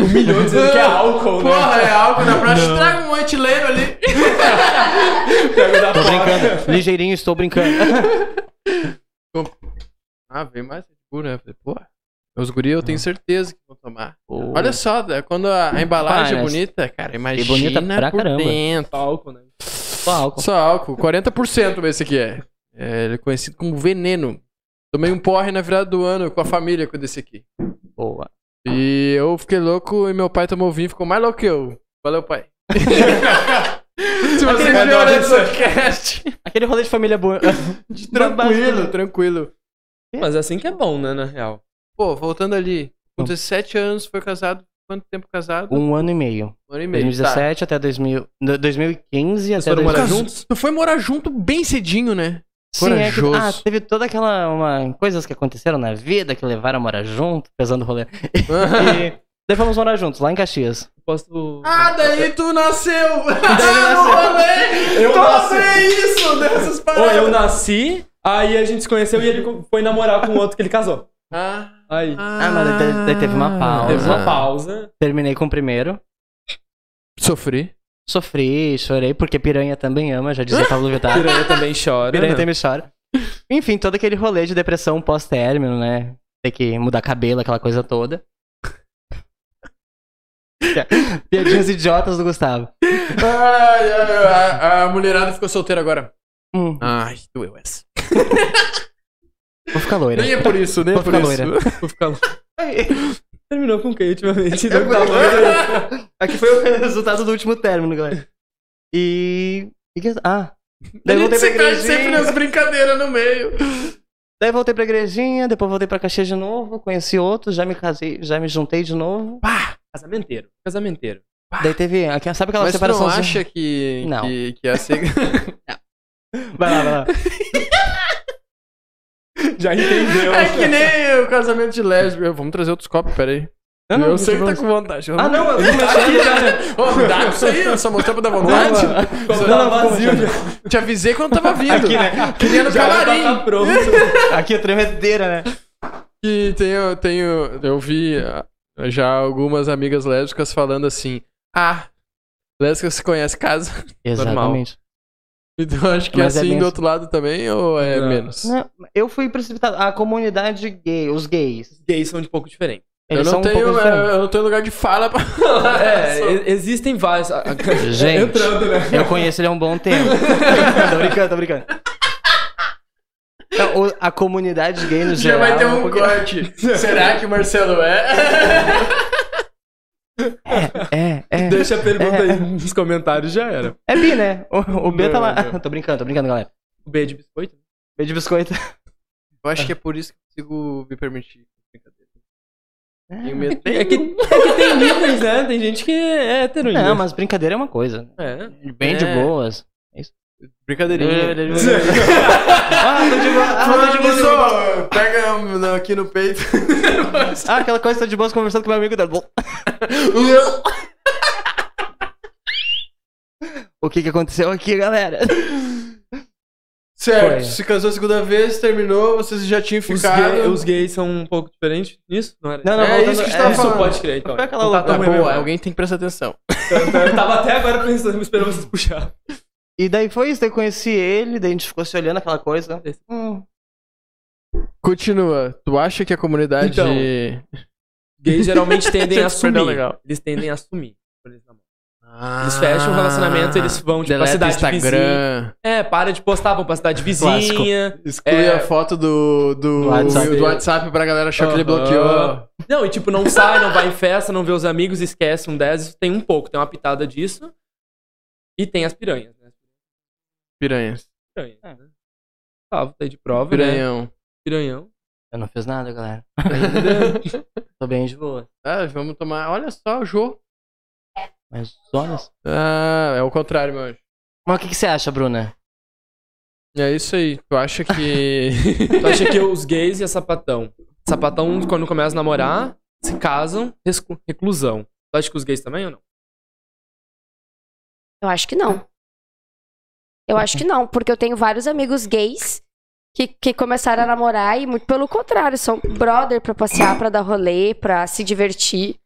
Speaker 3: um
Speaker 4: Milhões dizendo que é álcool, né?
Speaker 1: Porra, é álcool na praia. Traga um antileiro ali.
Speaker 2: Tô
Speaker 1: <laughs>
Speaker 2: brincando. Ligeirinho, estou brincando.
Speaker 1: Ah, vem mais Red Bull, né? Falei, Pô, meus guri eu tenho certeza que vão tomar.
Speaker 2: Pô.
Speaker 1: Olha só, né, quando a, a embalagem é
Speaker 2: Parece.
Speaker 1: bonita, cara, imagina
Speaker 2: bonita pra
Speaker 1: por
Speaker 2: caramba.
Speaker 1: dentro.
Speaker 4: Álcool, né?
Speaker 2: Só álcool.
Speaker 1: Só álcool, 40% esse aqui é. é. Ele é conhecido como veneno. Tomei um porre na virada do ano com a família com desse aqui.
Speaker 2: Boa.
Speaker 1: E eu fiquei louco e meu pai tomou vinho e ficou mais louco que eu. Valeu,
Speaker 2: <laughs>
Speaker 1: pai. Se vocês
Speaker 4: Aquele
Speaker 2: um
Speaker 1: viram
Speaker 4: negócio-
Speaker 1: esse podcast,
Speaker 2: Aquele rolê de
Speaker 1: <laughs>
Speaker 2: família boa.
Speaker 1: tranquilo, tranquilo.
Speaker 4: Mas assim que é bom, né, na real.
Speaker 1: Pô, voltando ali. Com
Speaker 2: Vamos.
Speaker 1: 17 anos foi casado. Quanto tempo casado?
Speaker 2: Um ano e meio.
Speaker 1: Um ano e meio.
Speaker 2: 2017 até 2000, no- 2015 até
Speaker 4: foram morar
Speaker 2: 2015.
Speaker 1: juntos? Tu foi morar junto bem cedinho, né?
Speaker 2: Sim, é que,
Speaker 1: Corajoso.
Speaker 2: ah, teve toda aquela uma, coisas que aconteceram na vida que levaram a morar junto, pesando o rolê. E daí fomos morar juntos, lá em Caxias.
Speaker 4: Posso...
Speaker 1: <laughs> ah, daí tu nasceu! <laughs> Ah,
Speaker 3: Eu nasci.
Speaker 1: Tomei isso né? dessas
Speaker 3: Ou
Speaker 1: paradas!
Speaker 3: eu nasci, aí a gente se conheceu e ele co- foi namorar com outro que ele casou.
Speaker 1: Ah,
Speaker 3: Aí.
Speaker 2: Ah, mas daí- daí teve uma pausa.
Speaker 3: Teve uma
Speaker 1: Ah.
Speaker 3: pausa.
Speaker 2: Terminei com o primeiro.
Speaker 1: Sofri.
Speaker 2: Sofri, chorei, porque piranha também ama, já dizia Pablo
Speaker 3: <laughs>
Speaker 2: Vittar.
Speaker 4: Piranha também chora.
Speaker 2: piranha
Speaker 4: né?
Speaker 2: também chora. Enfim, todo aquele rolê de depressão pós-término, né? Ter que mudar cabelo, aquela coisa toda. <laughs> Piadinhas idiotas do Gustavo.
Speaker 1: Ai, ai, <laughs> a, a mulherada ficou solteira agora.
Speaker 2: Hum,
Speaker 1: Ai, doeu essa.
Speaker 2: vou ficar loira.
Speaker 1: Nem é por isso, nem é
Speaker 2: Vou
Speaker 1: por
Speaker 2: ficar
Speaker 1: isso. <laughs>
Speaker 2: loira.
Speaker 4: Vou ficar louco.
Speaker 3: <laughs> Terminou com quem ultimamente?
Speaker 1: É
Speaker 3: Não <laughs>
Speaker 2: Aqui É foi o <laughs> resultado do último término, galera. E. e que- Ah. Daí
Speaker 1: A
Speaker 2: voltei
Speaker 1: gente
Speaker 2: pra
Speaker 1: se cai sempre
Speaker 2: igrejinha.
Speaker 1: nas brincadeiras no meio.
Speaker 2: Daí voltei pra igrejinha, depois voltei pra Caxias de novo, conheci outro, já me casei, já me juntei de novo.
Speaker 4: Casamenteiro. Casamenteiro.
Speaker 2: Daí teve. aquela- Sabe aquela assim?
Speaker 1: Mas tu não
Speaker 2: separaçãozinha?
Speaker 1: acha que, é assim?
Speaker 2: Não.
Speaker 1: <laughs> que, que a seg-
Speaker 2: Vai lá, vai lá.
Speaker 8: Já entendeu.
Speaker 1: É que nem o casamento de lésbica. Vamos trazer outros copos, peraí.
Speaker 2: Eu não-
Speaker 1: eu sei que tá com vontade. Eu
Speaker 2: Ah, não, eu vou mexer.
Speaker 1: Aqui,
Speaker 3: né?
Speaker 1: já. Ô, dá isso aí, eu só mostrei pra dar vontade. Só-
Speaker 8: Tá vazio, já.
Speaker 1: Te avisei quando tava vindo.
Speaker 2: Aqui, né?
Speaker 1: Queria no
Speaker 8: Já tá
Speaker 1: camarim.
Speaker 8: pronto.
Speaker 2: Aqui é tremedeira, né?
Speaker 1: E tenho, tenho, eu vi ah, já algumas amigas lésbicas falando assim: Ah, lésbica se conhece casa. <laughs>
Speaker 2: Exatamente.
Speaker 1: Então acho que é
Speaker 2: Mas é
Speaker 1: assim
Speaker 2: bem
Speaker 1: do
Speaker 2: assim.
Speaker 1: outro lado também, ou é
Speaker 8: Não.
Speaker 1: menos?
Speaker 2: Não, eu fui precipitado. A comunidade gay, os gays.
Speaker 3: Gays são de um pouco diferentes.
Speaker 1: Eu
Speaker 2: Eles são
Speaker 1: não,
Speaker 2: um
Speaker 1: tenho,
Speaker 2: pouco
Speaker 1: eh,
Speaker 2: diferentes.
Speaker 1: eu não tenho lugar de fala pra falar.
Speaker 3: <laughs> É,
Speaker 1: sobre.
Speaker 3: e- existem vários. a- a-
Speaker 1: <laughs>
Speaker 2: Gente,
Speaker 8: Entrando, né?
Speaker 2: eu conheço ele há um bom tempo. tô brincando, tô brincando. Então, o- a comunidade gay no
Speaker 1: Já
Speaker 2: geral...
Speaker 1: vai ter
Speaker 2: é
Speaker 1: um
Speaker 2: pouco-
Speaker 1: corte.
Speaker 2: <laughs>
Speaker 1: Será que o Marcelo é?
Speaker 2: É, é.
Speaker 8: Deixa a pergunta aí nos comentários, já era.
Speaker 2: É bi, né? O, o B tá lá. Tô brincando, tô brincando, galera.
Speaker 3: O B é de biscoito?
Speaker 2: B de biscoito.
Speaker 1: Eu acho que é por isso que eu consigo me permitir. Tenho medo.
Speaker 3: É que, é que tem níveis, né? Tem gente que é hétero ainda.
Speaker 2: Não, mas brincadeira é uma coisa. né?
Speaker 3: É.
Speaker 2: Bem de
Speaker 1: É.
Speaker 2: boas. É,
Speaker 1: Brincadeirinha. <laughs>
Speaker 2: Ah, tô de boa. Ah, tô de boa. tô de boa.
Speaker 1: Pessoal, pega um aqui no
Speaker 2: <laughs>
Speaker 1: peito.
Speaker 2: Ah, aquela coisa tô de boas conversando com meu amigo. tá bom. O que que aconteceu aqui, galera?
Speaker 1: certo,
Speaker 2: Foi.
Speaker 1: se casou a segunda vez, terminou, vocês já tinham
Speaker 3: Os,
Speaker 1: ficado.
Speaker 3: gay- os gays são um pouco diferentes nisso? Não era
Speaker 2: Não, não,
Speaker 1: É
Speaker 2: voltando-
Speaker 1: isso que a gente tava
Speaker 3: Isso
Speaker 1: falando.
Speaker 3: pode crer, então.
Speaker 2: Foi aquela
Speaker 1: Tá, tá,
Speaker 2: loucura.
Speaker 1: boa, alguém tem que prestar atenção.
Speaker 3: Eu tava até agora pensando, esperando vocês puxar.
Speaker 2: E daí foi isso, daí eu conheci ele, daí a gente ficou se olhando aquela coisa. Hum,
Speaker 1: Continua. Tu acha que a comunidade.
Speaker 3: Então, Gays geralmente tendem a
Speaker 1: Gente, perdão,
Speaker 3: assumir.
Speaker 1: legal. Ah,
Speaker 3: Eles tendem a assumir. quando eles namoram. Eles fecham o relacionamento, eles vão tipo, pra
Speaker 1: Deleta
Speaker 3: cidade vizinha.
Speaker 1: Instagram.
Speaker 3: É, para de postar, vão pra cidade vizinha.
Speaker 1: Exclui
Speaker 3: É.
Speaker 1: a foto do, do,
Speaker 2: Do
Speaker 1: do
Speaker 2: WhatsApp.
Speaker 1: WhatsApp. pra galera achar que ele
Speaker 3: Aham.
Speaker 1: bloqueou.
Speaker 3: Não, e tipo, não sai, não vai em festa, não vê os amigos, esquece um 10. Isso tem um pouco, tem uma pitada disso. E tem as piranhas, né?
Speaker 1: Piranhas.
Speaker 3: Piranhas,
Speaker 1: É.
Speaker 3: né? Gustavo tá aí de prova, né?
Speaker 1: Piranhão.
Speaker 3: Piranhão.
Speaker 2: Eu não fiz nada, galera.
Speaker 3: Ainda.
Speaker 2: Tô bem de boa.
Speaker 1: <laughs> Ah, vamos tomar. Olha só o Jô.
Speaker 2: Mas olha. só.
Speaker 1: Ah, é o contrário, meu anjo.
Speaker 2: Mas o que, que você acha, Bruna?
Speaker 1: É isso aí. Tu acha <laughs> que.
Speaker 3: Tu acha Então, que os gays e a sapatão? Sapatão, quando começa a namorar, se casam, rescu- reclusão. Tu acha que os gays também ou não?
Speaker 6: Eu acho que não. Eu acho que não, porque eu tenho vários amigos gays que, que começaram a namorar e muito pelo contrário, são brother pra passear, pra dar rolê, pra se divertir.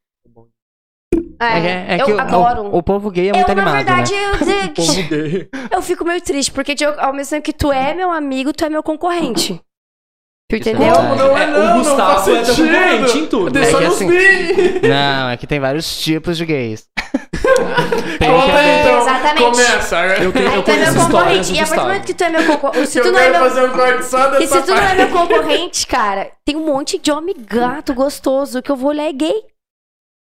Speaker 6: É, eu
Speaker 2: o-
Speaker 6: adoro.
Speaker 2: O, o povo gay é
Speaker 6: eu,
Speaker 2: muito
Speaker 6: na
Speaker 2: animado,
Speaker 6: verdade,
Speaker 2: né?
Speaker 6: eu,
Speaker 8: Povo gay.
Speaker 6: eu fico meio triste, porque de- ao mesmo tempo que tu é meu amigo, tu é meu concorrente. Tu
Speaker 2: Isso é
Speaker 6: entendeu?
Speaker 2: verdade.
Speaker 1: Não é
Speaker 3: o
Speaker 1: não, não
Speaker 3: Gustavo
Speaker 1: faz
Speaker 3: é teu
Speaker 1: sentido.
Speaker 3: concorrente em tudo.
Speaker 1: Tem
Speaker 2: É
Speaker 1: só
Speaker 2: que
Speaker 1: nos
Speaker 2: assim-
Speaker 1: bi.
Speaker 2: <laughs> Não, é que tem vários tipos de <laughs> gays. Tem
Speaker 1: Conta
Speaker 2: que
Speaker 1: aí, então.
Speaker 6: Exatamente.
Speaker 1: Começa. né?
Speaker 3: Eu, tenho,
Speaker 6: Aí
Speaker 3: eu
Speaker 6: tu é
Speaker 3: conheço
Speaker 6: meu
Speaker 3: histórias
Speaker 6: concorrente.
Speaker 3: do
Speaker 6: E a partir do
Speaker 3: Gustavo.
Speaker 6: momento que tu é meu concorrente. Se
Speaker 1: eu
Speaker 6: tu não é
Speaker 1: quero
Speaker 6: meu
Speaker 1: fazer um corte só
Speaker 6: E se
Speaker 1: dessa
Speaker 6: tu não é
Speaker 1: parte.
Speaker 6: meu concorrente, cara, tem um monte de homem gato gostoso que eu vou olhar é gay.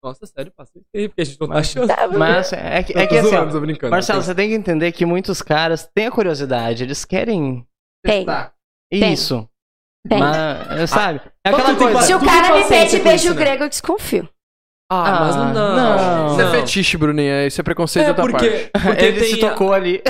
Speaker 3: Nossa, sério, passei aí, porque a gente não tá achando.
Speaker 2: Mas é que, é
Speaker 8: Eu
Speaker 2: que
Speaker 8: tô
Speaker 2: assim,
Speaker 8: zoando,
Speaker 2: ó,
Speaker 8: tô brincando.
Speaker 2: Marcelo, você tem que entender que muitos caras têm a curiosidade, eles querem
Speaker 6: Tem.
Speaker 1: Tá.
Speaker 6: Tem.
Speaker 2: isso.
Speaker 6: Tem.
Speaker 1: Ah,
Speaker 2: Mas, sabe? É
Speaker 3: Mas
Speaker 2: aquela
Speaker 3: tu tem
Speaker 2: coisa.
Speaker 6: Se o
Speaker 3: tu
Speaker 6: cara
Speaker 3: tem
Speaker 6: me pede
Speaker 3: paciência com
Speaker 6: beijo
Speaker 3: isso, né?
Speaker 6: grego, eu desconfio.
Speaker 3: Ah, mas não.
Speaker 2: não.
Speaker 1: Isso é fetiche, Bruninha. Isso é preconceito
Speaker 3: É
Speaker 1: da parte.
Speaker 3: porque, porque
Speaker 2: Ele
Speaker 3: tem
Speaker 2: se
Speaker 3: <laughs>
Speaker 1: <laughs>
Speaker 2: tocou ali.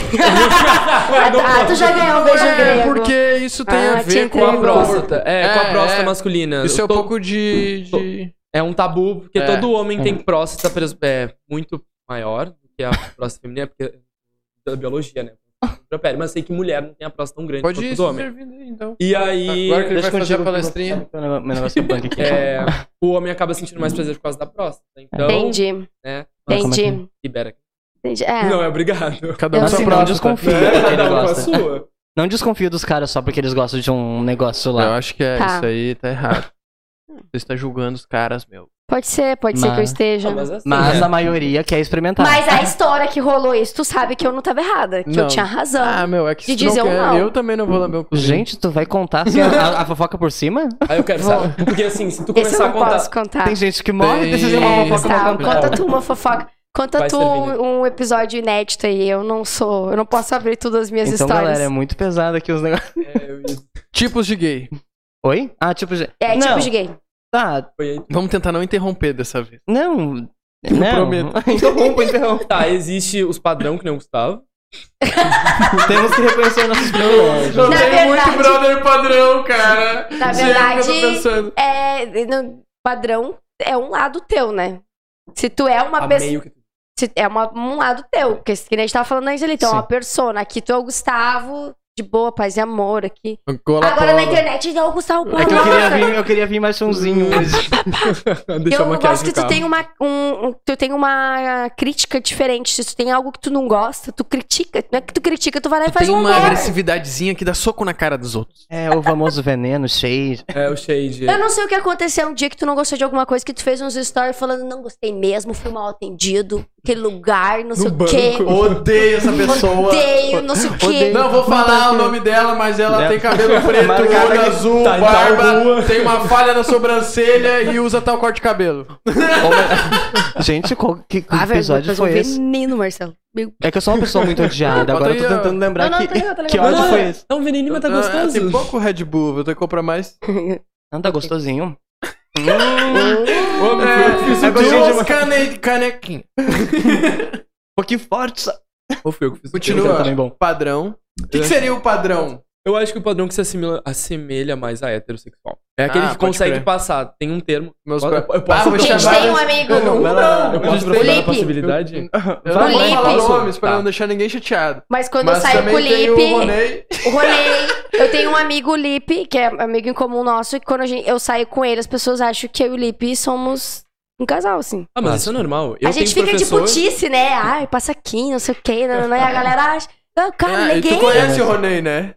Speaker 6: Ah, tu-
Speaker 1: Tá,
Speaker 6: ah, tu já ganhou um beijo
Speaker 1: É,
Speaker 6: grego.
Speaker 1: porque isso tem
Speaker 6: Ah,
Speaker 1: a
Speaker 6: te
Speaker 1: ver
Speaker 3: com
Speaker 1: com
Speaker 3: a
Speaker 1: a
Speaker 6: entrego.
Speaker 1: próstata.
Speaker 3: próstata. É, com a
Speaker 1: É,
Speaker 3: próstata
Speaker 1: é.
Speaker 3: masculina.
Speaker 1: Isso é um
Speaker 3: To-
Speaker 1: pouco de.
Speaker 3: tô-
Speaker 1: de-
Speaker 3: É um tabu, porque
Speaker 1: É.
Speaker 3: todo homem tem próstata pres- é, muito maior do que a próstata feminina, porque da biologia, né? Da pele, Mas sei que mulher não tem a próstata tão grande
Speaker 1: Pode
Speaker 3: quanto
Speaker 1: ir,
Speaker 3: do homem.
Speaker 1: servindo aí, então.
Speaker 3: E aí,
Speaker 1: Agora que ele
Speaker 2: Deixa
Speaker 1: vai
Speaker 2: eu
Speaker 1: fazer a
Speaker 2: contigo,
Speaker 1: palestrinha.
Speaker 2: <laughs> Meu negócio- meu negócio é punk aqui.
Speaker 3: é, o homem acaba sentindo mais prazer por causa da próstata. Então,
Speaker 6: Entendi,
Speaker 3: né?
Speaker 2: Mas como é que-
Speaker 6: entendi.
Speaker 3: Libera aqui.
Speaker 6: entendi. É.
Speaker 3: Não, é obrigado.
Speaker 1: Cada um
Speaker 6: Eu
Speaker 1: com sua
Speaker 6: sei,
Speaker 2: Assim, não
Speaker 1: próstata.
Speaker 3: <laughs>
Speaker 2: desconfio que
Speaker 1: <laughs>
Speaker 2: ele
Speaker 8: Cada um com a
Speaker 2: gosta.
Speaker 8: sua.
Speaker 2: Não desconfio dos caras só porque eles gostam de um negócio
Speaker 1: Eu
Speaker 2: lá.
Speaker 1: acho que é.
Speaker 6: Tá.
Speaker 1: Isso aí tá errado. Você está julgando os caras, meu.
Speaker 6: Pode ser, pode ser que eu
Speaker 2: Mas-
Speaker 6: esteja.
Speaker 3: Mas, assim,
Speaker 2: Mas
Speaker 3: né?
Speaker 2: a maioria quer experimentar.
Speaker 6: Mas a história que rolou isso, tu sabe que eu não tava errada, que eu
Speaker 1: Não.
Speaker 6: tinha razão.
Speaker 1: Ah, meu, é que
Speaker 6: De
Speaker 1: se tu não
Speaker 6: dizer um
Speaker 1: quer,
Speaker 6: não.
Speaker 1: eu também não vou lamber o cozinho.
Speaker 2: Gente, tu vai contar
Speaker 1: <laughs>
Speaker 2: assim, a, a fofoca por cima?
Speaker 3: Aí eu quero saber. Porque assim, se tu
Speaker 6: Esse é eu
Speaker 3: começar a
Speaker 6: não
Speaker 3: contar.
Speaker 6: posso contar.
Speaker 2: Tem gente que morre
Speaker 1: Tem-
Speaker 2: decidindo
Speaker 6: É,
Speaker 2: uma fofoca
Speaker 1: tá,
Speaker 6: Gustavo,
Speaker 2: por conta.
Speaker 6: conta tu uma fofoca. Conta
Speaker 3: Vai
Speaker 6: tu
Speaker 3: servindo.
Speaker 6: um, um episódio inédito aí. Eu não sou. Eu não posso abrir todas as minhas
Speaker 2: Então,
Speaker 6: histórias.
Speaker 2: galera, é muito pesado aqui os negócios.
Speaker 3: É, eu ia-
Speaker 1: Tipos de gay.
Speaker 2: Oi? Ah, tipo. de-
Speaker 6: É,
Speaker 2: não,
Speaker 6: tipo de gay.
Speaker 2: Tá,
Speaker 3: foi aí.
Speaker 1: Vamos tentar não interromper dessa vez.
Speaker 2: não. Não.
Speaker 1: prometo. <laughs>
Speaker 2: É, Interrompa, interrompa.
Speaker 3: Tá, existe os padrão, que nem o Gustavo.
Speaker 2: Temos que reconhecer
Speaker 6: <laughs>
Speaker 2: nossos privilégios.
Speaker 6: Na
Speaker 3: tem
Speaker 6: verdade-
Speaker 3: muito brother padrão, cara.
Speaker 1: né,
Speaker 6: Na
Speaker 3: Isso é o que eu tô
Speaker 6: verdade-
Speaker 3: pensando.
Speaker 6: É, no padrão é um lado teu, né? Se tu é uma
Speaker 4: A
Speaker 6: pessoa.
Speaker 4: meio que tu
Speaker 6: Se- É uma- um lado teu, porque que nem a gente tava falando antes ali, então,
Speaker 2: Sim.
Speaker 6: uma persona. Aqui tu é o Gustavo, de boa, paz e amor aqui.
Speaker 1: Agora,
Speaker 6: Agora na internet ele é o Gustavo
Speaker 2: É que eu queria
Speaker 6: Paulo.
Speaker 2: vir, eu queria vir mais sonzinho hoje.
Speaker 3: <laughs> Deixa
Speaker 6: Eu
Speaker 3: uma
Speaker 6: gosto que tu
Speaker 3: carro.
Speaker 6: tem uma, um- um- tu tem uma crítica diferente. Se tu tem algo que tu não gosta, tu critica. Não é que tu critica, tu vai lá e faz
Speaker 1: tem
Speaker 6: um
Speaker 1: uma
Speaker 6: humor.
Speaker 1: agressividadezinha que dá soco na cara dos outros.
Speaker 2: É, o famoso veneno, cheio.
Speaker 3: É, o shade.
Speaker 6: Eu não sei o que aconteceu um dia que tu não gostou de alguma coisa, que tu fez uns stories falando, não gostei mesmo, fui mal atendido, aquele lugar, não sei o quê.
Speaker 1: Odeio essa pessoa.
Speaker 6: Odeio, não sei o quê.
Speaker 2: Odeio.
Speaker 1: Não vou falar o nome dela, mas ela
Speaker 2: Né?
Speaker 1: tem cabelo preto,
Speaker 2: Marcada
Speaker 1: olho
Speaker 2: que
Speaker 1: azul,
Speaker 3: tá em tal
Speaker 1: barba,
Speaker 3: rua.
Speaker 1: tem uma falha na sobrancelha e usa tal corte de cabelo.
Speaker 2: Gente, qual, que, que
Speaker 6: Ah, velho,
Speaker 2: episódio
Speaker 6: mas
Speaker 2: foi
Speaker 6: um
Speaker 2: esse?
Speaker 6: veneno, Marcelo. Meu
Speaker 2: É que eu sou uma pessoa muito odiada.
Speaker 1: Bota
Speaker 2: Agora eu
Speaker 1: aí,
Speaker 2: tô
Speaker 1: ó.
Speaker 2: tentando lembrar
Speaker 6: Não,
Speaker 2: que,
Speaker 6: não, tá ligado, tá
Speaker 2: que
Speaker 6: ligado.
Speaker 2: ódio
Speaker 6: Não,
Speaker 2: foi esse.
Speaker 3: É um veneno, mas tá
Speaker 1: Ah, Tem
Speaker 3: gostoso.
Speaker 1: pouco Red Bull, vou ter que comprar mais.
Speaker 2: Não tá gostosinho?
Speaker 3: Ô, meu, eu fiz
Speaker 2: é
Speaker 3: o
Speaker 2: gostoso
Speaker 3: teu.
Speaker 2: demais.
Speaker 1: cane... canequinhas.
Speaker 2: Pô, que forte. sa-
Speaker 3: Ô, fui eu que fiz o teu.
Speaker 1: Continua.
Speaker 2: Tá bem bom.
Speaker 1: Padrão. O que, que seria o padrão?
Speaker 3: Eu acho que o padrão que se assimila- assemelha mais a heterossexual. É aquele
Speaker 1: Ah,
Speaker 3: que
Speaker 1: pode
Speaker 3: consegue
Speaker 1: crer.
Speaker 3: passar. Tem um termo.
Speaker 1: Meus
Speaker 3: Eu-
Speaker 1: pa-
Speaker 3: eu posso-
Speaker 1: Ah, vou
Speaker 6: Gente,
Speaker 1: chamar-
Speaker 6: tem um amigo.
Speaker 2: Vai lá.
Speaker 3: Eu posso
Speaker 1: gostei.
Speaker 3: procurar a
Speaker 6: Lipe.
Speaker 3: possibilidade?
Speaker 1: Eu
Speaker 2: Vai,
Speaker 1: não vou
Speaker 6: Lipe.
Speaker 1: falar
Speaker 3: Posso?
Speaker 1: nomes pra
Speaker 3: Tá.
Speaker 1: não deixar ninguém chateado.
Speaker 6: Mas quando
Speaker 1: Mas
Speaker 6: eu saio
Speaker 1: também
Speaker 6: com o
Speaker 1: tem
Speaker 6: Lipe,
Speaker 1: o Ronei.
Speaker 6: o Ronei, eu tenho um amigo, o Lipe, que é amigo em comum nosso, e quando a gente- eu saio com ele, as pessoas acham que eu e o Lipe somos um casal, assim.
Speaker 3: Ah, mas isso é normal. Eu
Speaker 6: a gente
Speaker 3: tenho
Speaker 6: fica
Speaker 3: professor...
Speaker 6: de putice, né? Ai, passa aqui, não sei o quê, não, não, não, e a galera acha, "Ah, cara,
Speaker 1: Ah,
Speaker 6: ele é
Speaker 1: e tu
Speaker 6: gay."
Speaker 1: conhece o Ronei, né?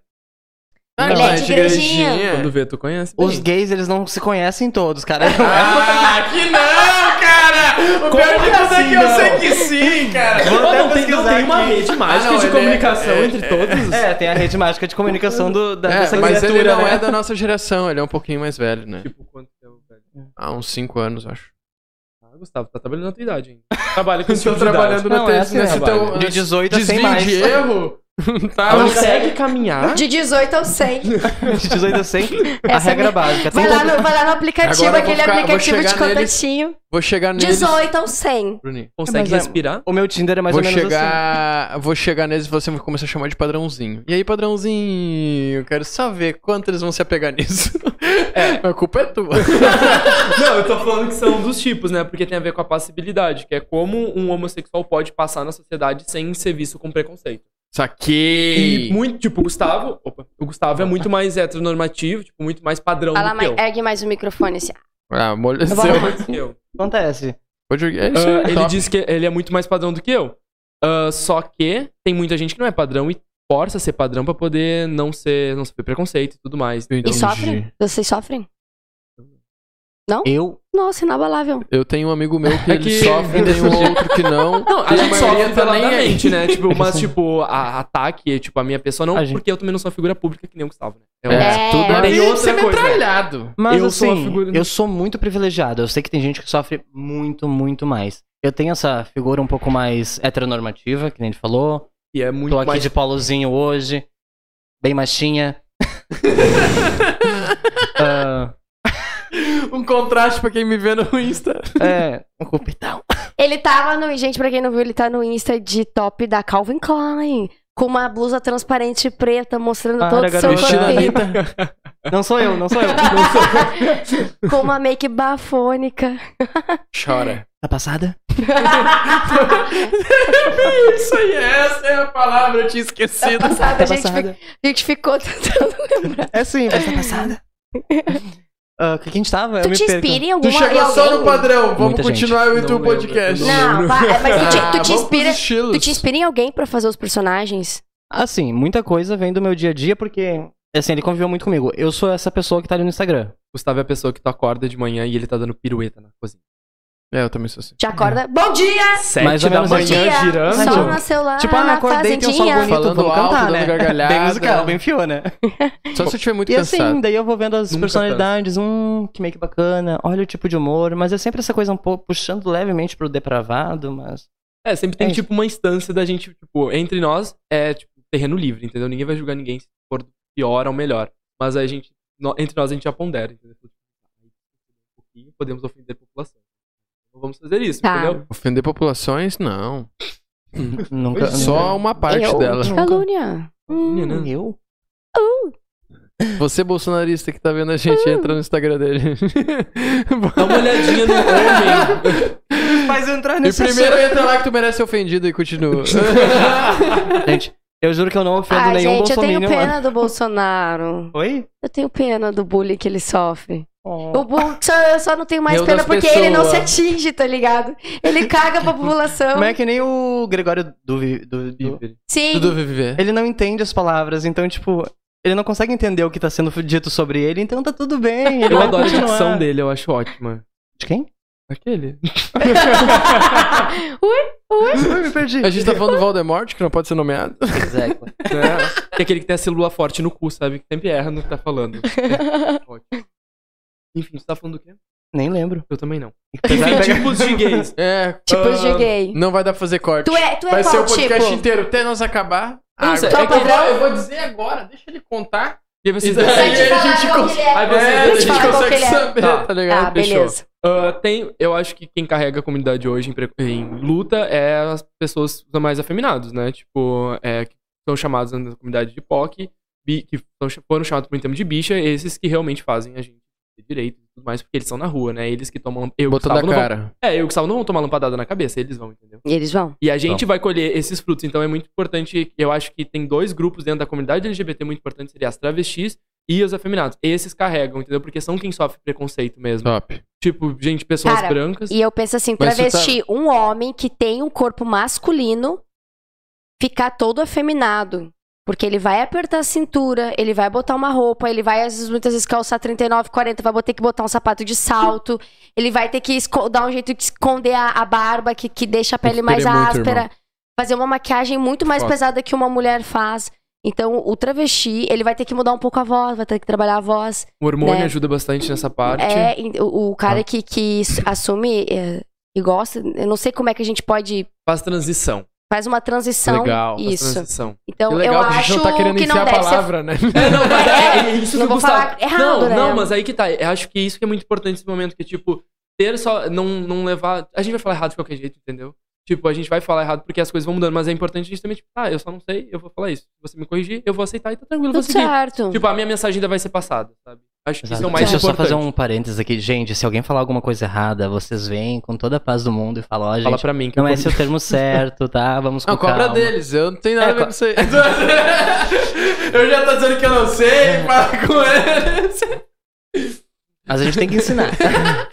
Speaker 6: Ele
Speaker 1: não,
Speaker 6: é de igrejinha.
Speaker 3: Quando vê, tu conhece. bem.
Speaker 2: Os gays, eles não se conhecem todos, <laughs> cara.
Speaker 1: Ah, que não, cara! O
Speaker 3: Como
Speaker 1: pior de
Speaker 3: que
Speaker 1: tudo é
Speaker 3: assim,
Speaker 1: que eu
Speaker 3: não?
Speaker 1: sei que sim, cara.
Speaker 3: Não,
Speaker 2: até
Speaker 3: não, tem, não
Speaker 2: pesquisar
Speaker 3: tem uma
Speaker 2: aqui.
Speaker 3: rede mágica
Speaker 1: Ah, não,
Speaker 3: de
Speaker 1: ele é- <laughs>
Speaker 3: comunicação
Speaker 1: é-
Speaker 3: entre todos.
Speaker 2: É, tem a rede mágica de comunicação do, da,
Speaker 1: É,
Speaker 2: dessa
Speaker 1: mas
Speaker 2: criatura,
Speaker 1: ele não
Speaker 2: né?
Speaker 1: é da nossa geração, ele é um pouquinho mais velho, né?
Speaker 3: Tipo, quanto tempo, velho?
Speaker 1: Há uns 5 anos, acho.
Speaker 3: Ah, Gustavo, tá trabalhando na tua idade, hein? Trabalha com esse
Speaker 1: Estou
Speaker 3: tipo de idade.
Speaker 1: trabalhando na
Speaker 2: Não,
Speaker 1: tese,
Speaker 2: essa é a
Speaker 1: nesse
Speaker 3: trabalho.
Speaker 1: teu-
Speaker 2: De 18 a 100
Speaker 1: desvio
Speaker 2: mais.
Speaker 1: de erro. <laughs> tá,
Speaker 3: Ela
Speaker 1: mas-
Speaker 3: consegue caminhar?
Speaker 6: De 18 ao
Speaker 1: <laughs>
Speaker 6: 100.
Speaker 2: <laughs> De 18 a 100, a
Speaker 6: Essa é
Speaker 2: regra
Speaker 6: minha-
Speaker 2: básica.
Speaker 6: Vai
Speaker 2: Tem
Speaker 6: lá
Speaker 2: todo-
Speaker 6: no, vai lá no aplicativo,
Speaker 1: Agora eu vou
Speaker 6: aquele
Speaker 1: ficar- vou
Speaker 6: aplicativo de
Speaker 1: chegar neles.
Speaker 6: contatinho.
Speaker 1: Vou chegar neles. Então,
Speaker 6: 18 ao 100.
Speaker 1: Bruni.
Speaker 3: Consegue
Speaker 2: Mas é-
Speaker 3: respirar?
Speaker 2: O meu Tinder é mais
Speaker 1: Vou
Speaker 2: ou menos assim.
Speaker 1: chegar, vou chegar neles e você vai começar a chamar de padrãozinho. E aí, padrãozinho, eu quero só ver quanto eles vão se apegar nisso. É, a culpa é tua.
Speaker 3: Não, eu tô falando que são dos tipos, né? Porque tem a ver com a passibilidade, que é como um homossexual pode passar na sociedade sem ser visto com preconceito.
Speaker 1: Saquei.
Speaker 3: E muito, tipo, o Gustavo. Opa, o Gustavo é muito mais heteronormativo, tipo, muito mais padrão
Speaker 6: Fala,
Speaker 3: do
Speaker 6: mais, é.
Speaker 3: que eu.
Speaker 6: ergue mais o microfone assim.
Speaker 1: Ah, amoleceu.
Speaker 2: Eu vou-
Speaker 3: Mais que eu.
Speaker 2: Acontece.
Speaker 1: Pode jogar. É isso
Speaker 3: Ah,
Speaker 1: aí,
Speaker 3: ele
Speaker 1: top.
Speaker 3: diz que ele é muito mais padrão do que eu. Ah, só que tem muita gente que não é padrão e força a ser padrão pra poder não ser, não sofrer preconceito e tudo mais.
Speaker 6: E
Speaker 1: Entendi.
Speaker 6: sofrem? Vocês sofrem?
Speaker 2: Eu,
Speaker 6: Nossa, inabalável.
Speaker 1: Eu tenho um amigo meu que,
Speaker 3: É
Speaker 1: ele <laughs>
Speaker 3: que-
Speaker 1: sofre, tem um outro que não. tá
Speaker 3: Não, a
Speaker 1: E
Speaker 3: gente
Speaker 1: maioria
Speaker 3: sofre veladamente, né? Tipo, mas,
Speaker 2: assim-
Speaker 3: tipo, a, ataque, tipo, a minha pessoa não,
Speaker 2: A gente-
Speaker 3: porque eu também não sou uma figura pública que nem o Gustavo, né? Eu-
Speaker 1: É,
Speaker 6: É.
Speaker 1: tudo
Speaker 6: Mas
Speaker 1: é
Speaker 3: tem
Speaker 1: meio
Speaker 3: outra
Speaker 1: ser
Speaker 3: coisa.
Speaker 1: metralhado.
Speaker 2: mas
Speaker 3: Eu
Speaker 2: assim,
Speaker 3: sou uma figura-
Speaker 2: eu sou muito privilegiado. Eu sei que tem gente que sofre muito, muito mais. Eu tenho essa figura um pouco mais heteronormativa, que nem ele falou.
Speaker 3: E é muito
Speaker 2: Tô aqui
Speaker 3: mais
Speaker 2: de polozinho hoje, bem
Speaker 3: <laughs>
Speaker 2: machinha. Ah,
Speaker 1: Um contraste pra quem me vê no Insta.
Speaker 2: é, um cupidão.
Speaker 6: Ele tava no. Gente, pra quem não viu, ele tá no Insta de top da Calvin Klein. Com uma blusa transparente preta, mostrando
Speaker 2: Para,
Speaker 6: todo o seu
Speaker 2: Ah, garota.
Speaker 1: Vestido
Speaker 2: Vestida
Speaker 6: corpo.
Speaker 1: Anitta.
Speaker 2: Não sou eu, não sou eu.
Speaker 3: Tá
Speaker 6: Com uma make bafônica.
Speaker 1: <laughs> Chora.
Speaker 2: Tá passada?
Speaker 1: Isso aí, essa é a palavra, eu tinha esquecido.
Speaker 6: Sabe, a
Speaker 2: Tá
Speaker 6: gente,
Speaker 2: passada?
Speaker 6: fi- a gente ficou <laughs> tentando.
Speaker 2: É simples, tá
Speaker 6: <laughs>
Speaker 2: passada? Ah, O que que a gente tava? Eu
Speaker 6: Tu
Speaker 2: me
Speaker 6: te
Speaker 2: perco.
Speaker 6: inspira em alguma
Speaker 1: Tu chegou
Speaker 6: em
Speaker 1: só
Speaker 6: alguém?
Speaker 1: no padrão, vamos
Speaker 2: Muita gente.
Speaker 1: continuar o
Speaker 3: Não
Speaker 1: YouTube
Speaker 3: lembro.
Speaker 1: podcast.
Speaker 6: Não, vai- mas tu te, tu
Speaker 1: Ah,
Speaker 6: te
Speaker 1: vamos
Speaker 6: inspira.
Speaker 1: pros estilos.
Speaker 6: Tu te inspira em alguém pra fazer os personagens?
Speaker 2: Assim, muita coisa vem do meu dia a dia, porque, assim, ele conviveu muito comigo. Eu sou essa pessoa que tá ali no Instagram.
Speaker 3: Gustavo é a pessoa que tu acorda de manhã e ele tá dando pirueta na cozinha.
Speaker 1: É, eu também sou assim.
Speaker 6: Já acorda. Bom dia!
Speaker 3: Sete
Speaker 2: Mais ou
Speaker 3: da
Speaker 2: menos
Speaker 3: manhã
Speaker 2: assim.
Speaker 6: Dia!
Speaker 3: girando.
Speaker 6: Sol
Speaker 2: Tipo,
Speaker 6: nasceu lá
Speaker 2: tipo, ah, me
Speaker 6: na
Speaker 2: acordei, tem um sol
Speaker 6: fazendinha.
Speaker 2: bonito,
Speaker 1: Falando
Speaker 2: vamos
Speaker 1: alto,
Speaker 2: cantar,
Speaker 1: dando
Speaker 2: né?
Speaker 1: gargalhada.
Speaker 2: Bem musical, bem né? fiona.
Speaker 1: Só se eu estiver muito
Speaker 2: E assim,
Speaker 1: cansado.
Speaker 2: daí eu vou vendo as
Speaker 3: Nunca
Speaker 2: personalidades, hum, que meio que bacana, olha o tipo de humor, mas é sempre essa coisa um pouco puxando levemente pro depravado, mas...
Speaker 3: É, sempre tem,
Speaker 2: É.
Speaker 3: tipo, uma instância da gente, tipo, entre nós é, tipo, terreno livre, entendeu? Ninguém vai julgar ninguém se for do pior ao melhor. Mas a gente, no- entre nós, a gente já pondera, entendeu? Tipo, Um pouquinho, podemos ofender a população. Não Então, vamos fazer isso,
Speaker 6: Tá.
Speaker 3: entendeu?
Speaker 1: Ofender populações? Não.
Speaker 2: Nunca.
Speaker 1: é. Só uma parte
Speaker 6: eu,
Speaker 1: dela.
Speaker 6: Que calúnia. Hum.
Speaker 2: Hum,
Speaker 1: <laughs>
Speaker 2: Eu?
Speaker 1: Você, bolsonarista que tá vendo a
Speaker 6: Ah.
Speaker 1: gente, entra no Instagram dele.
Speaker 6: <laughs>
Speaker 1: <laughs>
Speaker 3: Dá uma olhadinha no homem.
Speaker 2: Faz entrar
Speaker 1: e primeiro entra lá que tu merece ser ofendido e continua.
Speaker 2: Gente, eu juro que eu não ofendo
Speaker 6: Ai,
Speaker 2: nenhum
Speaker 6: gente, eu tenho
Speaker 2: bolsominion, mano.
Speaker 6: pena do Bolsonaro.
Speaker 2: Oi?
Speaker 6: Eu tenho pena do bullying que ele sofre.
Speaker 2: Oh.
Speaker 6: O bullying só, eu só não tenho mais
Speaker 1: Eu
Speaker 6: pena
Speaker 1: das
Speaker 6: porque ele não se
Speaker 1: pessoas.
Speaker 6: atinge, tá ligado? Ele caga pra população.
Speaker 2: Como é que nem o Gregório Duvi- du, du,
Speaker 6: Sim.
Speaker 1: Tudo viver.
Speaker 2: Ele não entende as palavras, então, tipo, ele não consegue entender o que tá sendo dito sobre ele, então tá tudo
Speaker 3: <laughs>
Speaker 2: bem. Ele
Speaker 3: Eu
Speaker 2: vai
Speaker 3: adoro a
Speaker 2: continuar.
Speaker 3: dicção dele, eu acho ótima.
Speaker 2: De quem?
Speaker 3: Aquele.
Speaker 6: <laughs> Ui,
Speaker 2: Ui, me perdi.
Speaker 1: A gente tá falando do Voldemort, que não pode ser nomeado.
Speaker 2: Exactly.
Speaker 3: Né? Que <laughs> é aquele que tem a célula forte no cu, sabe? Que sempre erra no que tá falando. Ótimo. Enfim, tu tá falando do quê?
Speaker 2: <laughs> Nem lembro.
Speaker 3: Eu também não.
Speaker 2: Apesar
Speaker 3: Enfim,
Speaker 2: de pegar-
Speaker 3: tipos de gays.
Speaker 1: É.
Speaker 6: tipo,
Speaker 1: ah,
Speaker 6: joguei.
Speaker 1: Não vai dar pra fazer corte.
Speaker 6: Tu é, tu é
Speaker 1: Vai
Speaker 6: qual
Speaker 1: ser o podcast
Speaker 6: tipo?
Speaker 1: inteiro até nós acabar. Ah,
Speaker 3: Não sei,
Speaker 1: Agora-
Speaker 3: é que
Speaker 1: eu, vou,
Speaker 6: padrão?
Speaker 1: eu vou dizer agora, deixa ele contar.
Speaker 3: E aí vocês
Speaker 1: Isso aí.
Speaker 3: <laughs>
Speaker 6: Sai de
Speaker 3: decidem.
Speaker 1: Aí a
Speaker 6: falar
Speaker 1: gente cons-
Speaker 6: qual que
Speaker 1: É, a
Speaker 3: Aí
Speaker 6: ele é. Eu te
Speaker 3: vocês
Speaker 1: gente
Speaker 6: falo qual
Speaker 1: consegue
Speaker 6: que ele é.
Speaker 1: saber,
Speaker 3: Tá.
Speaker 1: tá ligado?
Speaker 6: Ah,
Speaker 1: Fechou.
Speaker 6: beleza.
Speaker 3: Ah, tem, eu acho que quem carrega a comunidade hoje em, pre- em luta é as pessoas mais afeminadas, né? Tipo, é, que são chamadas na comunidade de POC, bi- que são cha- foram chamados por um termo de bicha, esses que realmente fazem a gente ter direito e tudo mais, porque eles são na rua, né? Eles que tomam. Eu, e o
Speaker 1: Botando
Speaker 3: Gustavo
Speaker 1: a
Speaker 3: não vão-
Speaker 1: cara.
Speaker 3: é, eu e o Gustavo não vão tomar lampadada na cabeça, eles vão, entendeu?
Speaker 6: E eles vão.
Speaker 3: E a gente vai colher esses frutos. Então é muito importante. Eu acho que tem dois grupos dentro da comunidade LGBT muito importantes, seria as travestis e os afeminados. Esses carregam, entendeu? Porque são quem sofre preconceito mesmo.
Speaker 1: Top.
Speaker 3: Tipo, gente, pessoas
Speaker 6: Cara,
Speaker 3: brancas.
Speaker 6: E eu penso assim,
Speaker 1: Mas você tá
Speaker 6: travesti, um homem que tem um corpo masculino, ficar todo afeminado. Porque ele vai apertar a cintura, ele vai botar uma roupa, ele vai às vezes, muitas vezes calçar 39, 40, vai ter que botar um sapato de salto, <laughs> ele vai ter que esco- dar um jeito de esconder a, a barba, que, que deixa a
Speaker 1: Tem que
Speaker 6: pele mais
Speaker 1: querer muito,
Speaker 6: áspera.
Speaker 1: irmão.
Speaker 6: fazer uma maquiagem muito mais
Speaker 1: Foda.
Speaker 6: pesada que uma mulher faz. Então, o travesti, ele vai ter que mudar um pouco a voz, vai ter que trabalhar a voz.
Speaker 3: O hormônio
Speaker 6: né?
Speaker 3: ajuda bastante nessa parte.
Speaker 6: É, e o, o
Speaker 1: Tá.
Speaker 6: cara que, que s- assume é, e gosta, eu não sei como é que a gente pode.
Speaker 3: Faz transição.
Speaker 6: Faz uma transição.
Speaker 1: Legal, faz
Speaker 3: Faz
Speaker 6: isso.
Speaker 3: transição.
Speaker 6: Então,
Speaker 1: Que legal,
Speaker 6: eu
Speaker 1: a gente
Speaker 6: acho
Speaker 1: não tá querendo
Speaker 6: que não
Speaker 1: enfiar a
Speaker 6: deve
Speaker 1: palavra, né?
Speaker 3: É, não, mas é, é isso que
Speaker 6: não
Speaker 3: o
Speaker 6: vou
Speaker 3: Gustavo.
Speaker 6: falar errado,
Speaker 3: não,
Speaker 6: né?
Speaker 3: não, mas aí que tá. Eu acho que isso que é muito importante nesse momento, que tipo, ter só. Não, não levar. A gente vai falar errado de qualquer jeito, entendeu? Tipo, a gente vai falar errado porque as coisas vão mudando, mas é importante a gente também, tipo, ah, eu só não sei, eu vou falar isso. Se você me corrigir, eu vou aceitar e tá tranquilo, eu
Speaker 6: ser.
Speaker 3: vou
Speaker 6: Tudo
Speaker 1: assim,
Speaker 3: seguir.
Speaker 6: certo.
Speaker 3: Tipo, a minha mensagem ainda vai ser passada, sabe? Acho que isso é o
Speaker 2: Exato.
Speaker 3: mais
Speaker 2: Deixa eu só
Speaker 3: importante.
Speaker 2: fazer um parênteses aqui. Gente, se alguém falar alguma coisa errada, vocês vêm com toda a paz do mundo e falam, ó,
Speaker 3: Fala
Speaker 2: gente,
Speaker 3: pra mim que
Speaker 2: não
Speaker 3: eu
Speaker 2: é esse o termo certo, tá? Vamos com
Speaker 1: Não, cobra
Speaker 2: calma.
Speaker 1: deles, eu não tenho nada
Speaker 2: É,
Speaker 1: a ver
Speaker 2: co-
Speaker 1: com isso aí. <laughs> eu já tô dizendo que eu não sei, fala com eles.
Speaker 2: Mas a gente tem que
Speaker 3: <laughs>
Speaker 2: ensinar.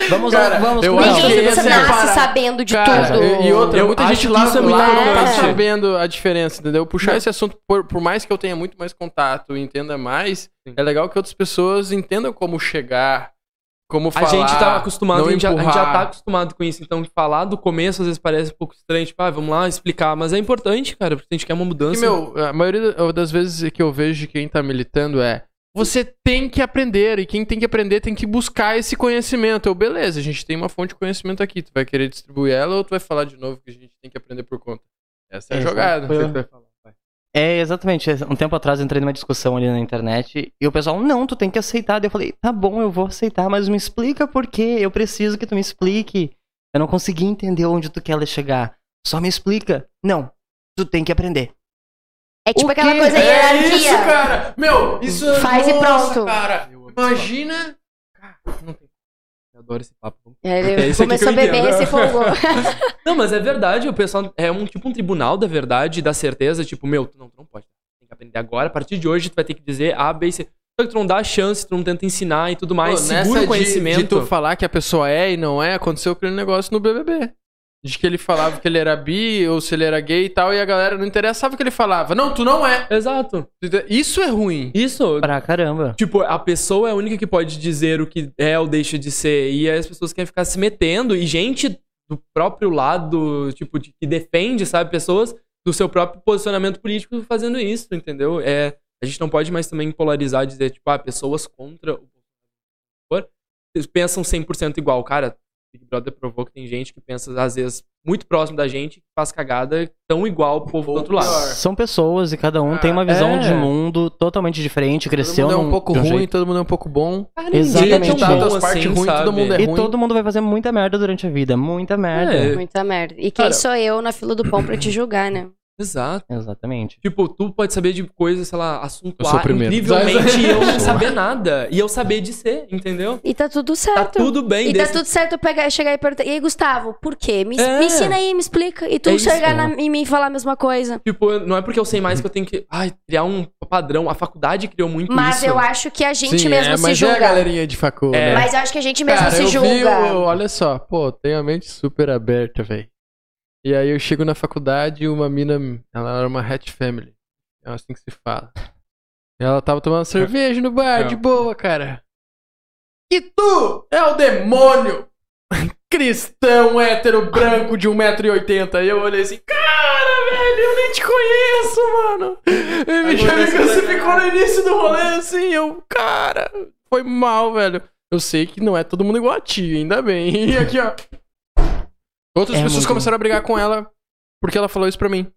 Speaker 2: vamos lá,
Speaker 1: Cara,
Speaker 2: vamos
Speaker 1: eu
Speaker 2: com
Speaker 1: acho
Speaker 2: calma.
Speaker 1: que
Speaker 6: Ninguém
Speaker 1: essa
Speaker 6: nasce
Speaker 1: é a parada.
Speaker 6: sabendo de
Speaker 1: Cara,
Speaker 6: tudo.
Speaker 1: e- E outra,
Speaker 3: Eu
Speaker 1: muita
Speaker 3: acho
Speaker 1: gente
Speaker 3: que
Speaker 1: lá,
Speaker 3: isso é muito
Speaker 1: lá não tá
Speaker 6: importante.
Speaker 1: sabendo a diferença, entendeu? Puxar
Speaker 3: Não.
Speaker 1: esse assunto, por, por mais que eu tenha muito mais contato e entenda mais,
Speaker 3: Sim.
Speaker 1: é legal que outras pessoas entendam como chegar, como
Speaker 3: A
Speaker 1: falar.
Speaker 3: gente tá acostumado,
Speaker 1: não
Speaker 3: a gente, já, a gente já
Speaker 1: empurrar.
Speaker 3: tá acostumado com isso. Então, falar do começo às vezes parece um pouco estranho, tipo, ah, vamos lá explicar. Mas é importante, cara, porque a gente quer uma
Speaker 1: E,
Speaker 3: mudança.
Speaker 1: meu, a maioria da- das vezes que eu vejo de quem tá militando é você tem que aprender, e quem tem que aprender tem que buscar esse conhecimento. Eu, beleza, a gente tem uma fonte de conhecimento aqui. Tu vai querer distribuir ela ou tu vai falar de novo que a gente tem que aprender por conta? Essa é a
Speaker 2: Exato.
Speaker 1: jogada.
Speaker 2: Foi-
Speaker 1: Você vai falar.
Speaker 2: É, exatamente. Um tempo atrás eu entrei numa discussão ali na internet e o pessoal, não, tu tem que aceitar. Daí eu falei, tá bom, eu vou aceitar, mas me explica por quê. Eu preciso que tu me explique. Eu não consegui entender onde tu quer chegar. Só me explica. Não, tu tem que aprender.
Speaker 6: é tipo
Speaker 2: o
Speaker 6: aquela
Speaker 2: quê?
Speaker 6: coisa
Speaker 1: É
Speaker 6: hierarquia.
Speaker 1: isso, cara! Meu, isso é.
Speaker 6: Faz e
Speaker 1: nossa,
Speaker 6: pronto.
Speaker 1: Cara, imagina.
Speaker 3: Eu adoro esse papo. vamos
Speaker 6: Ele
Speaker 3: É isso aqui
Speaker 6: começou a
Speaker 3: que eu
Speaker 6: beber,
Speaker 3: entendo.
Speaker 6: se
Speaker 1: <laughs>
Speaker 6: folgou.
Speaker 3: Não, mas é verdade, o pessoal é um tipo um tribunal da verdade, e da certeza, tipo, meu, tu não, tu não pode. Tem que aprender agora, a partir de hoje tu vai ter que dizer A, B e C. Só que tu não dá a chance, tu não tenta ensinar e tudo mais,
Speaker 1: Pô,
Speaker 3: segura
Speaker 1: de-
Speaker 3: o conhecimento.
Speaker 1: De, tu falar que a pessoa é e não é, aconteceu aquele negócio no BBB. De que ele falava que ele era bi ou se ele era gay e tal, e a galera não interessava o que ele falava. Não, tu não é.
Speaker 3: Exato.
Speaker 1: Isso é ruim.
Speaker 3: Isso,
Speaker 2: Pra caramba.
Speaker 3: tipo, a pessoa é a única que pode dizer o que é ou deixa de ser, e aí as pessoas querem ficar se metendo, e gente do próprio lado, tipo, de, que defende, sabe, pessoas do seu próprio posicionamento político fazendo isso, entendeu? É, a gente não pode mais também polarizar, dizer, tipo, ah, pessoas contra o Bolsonaro, eles pensam 100% igual. Cara, Big Brother provou que tem gente que pensa, às vezes, muito próximo da gente, que faz cagada tão igual o povo do outro lado.
Speaker 2: São pessoas e cada um tem uma visão
Speaker 1: é.
Speaker 2: de mundo totalmente diferente,
Speaker 1: Todo
Speaker 2: cresceu
Speaker 1: mundo é um
Speaker 2: num-
Speaker 1: pouco
Speaker 2: de um
Speaker 1: ruim,
Speaker 2: jeito.
Speaker 1: todo mundo é um pouco bom.
Speaker 3: é
Speaker 2: Exatamente.
Speaker 3: um
Speaker 1: Tá,
Speaker 2: Bom,
Speaker 1: as partes
Speaker 3: assim,
Speaker 1: ruins, todo mundo é
Speaker 2: E
Speaker 1: ruim.
Speaker 2: todo mundo vai fazer muita merda durante a vida, muita merda.
Speaker 6: Muita merda. E quem
Speaker 3: Cara-
Speaker 6: sou eu na fila do pão pra te julgar, né?
Speaker 3: Exato.
Speaker 2: Exatamente.
Speaker 3: Tipo, tu pode saber de coisas, sei
Speaker 1: Eu
Speaker 3: lá,
Speaker 1: sou o
Speaker 3: assuntuar
Speaker 1: primeiro.
Speaker 3: incrivelmente e eu não saber nada. E eu saber de ser, entendeu?
Speaker 6: E tá tudo certo.
Speaker 3: Tá tudo bem
Speaker 6: E
Speaker 3: desse
Speaker 6: tá tudo certo eu pegar, chegar e perguntar. E aí, Gustavo, por quê? Me,
Speaker 3: É.
Speaker 6: me ensina aí, me explica. E tu
Speaker 3: É isso,
Speaker 6: chegar
Speaker 2: né?
Speaker 6: na- em mim e falar a mesma coisa.
Speaker 3: Tipo, eu- não é porque eu sei mais que eu tenho que ai, criar um padrão. A faculdade criou muito
Speaker 6: Mas
Speaker 3: isso.
Speaker 6: eu acho que a gente
Speaker 1: Sim,
Speaker 6: mesmo
Speaker 1: é,
Speaker 6: se
Speaker 1: mas é
Speaker 6: julga.
Speaker 1: a galerinha de facul,
Speaker 2: É.
Speaker 1: né?
Speaker 6: Mas eu acho que a gente mesmo
Speaker 1: Cara,
Speaker 6: se
Speaker 1: eu
Speaker 6: julga.
Speaker 1: vi o- olha só, pô, tenho a mente super aberta, velho. E aí eu chego na faculdade e uma mina, ela era uma hat family. É assim que se fala. E ela tava tomando cerveja no bar,
Speaker 3: É.
Speaker 1: de boa, cara. E tu é o demônio! <laughs> Cristão hétero branco de 1,80m. E eu olhei assim, cara, velho, eu nem te conheço, mano. E <laughs> me
Speaker 3: Agora
Speaker 1: chamei
Speaker 3: você
Speaker 1: que
Speaker 3: vai
Speaker 1: você
Speaker 3: ganhar.
Speaker 1: ficou no início do rolê assim, eu, cara, foi mal, velho. Eu sei que não é todo mundo igual a ti, ainda bem. <laughs> E aqui, ó. Outras
Speaker 2: É
Speaker 1: pessoas
Speaker 2: muito.
Speaker 1: começaram a brigar com ela porque ela falou isso pra mim.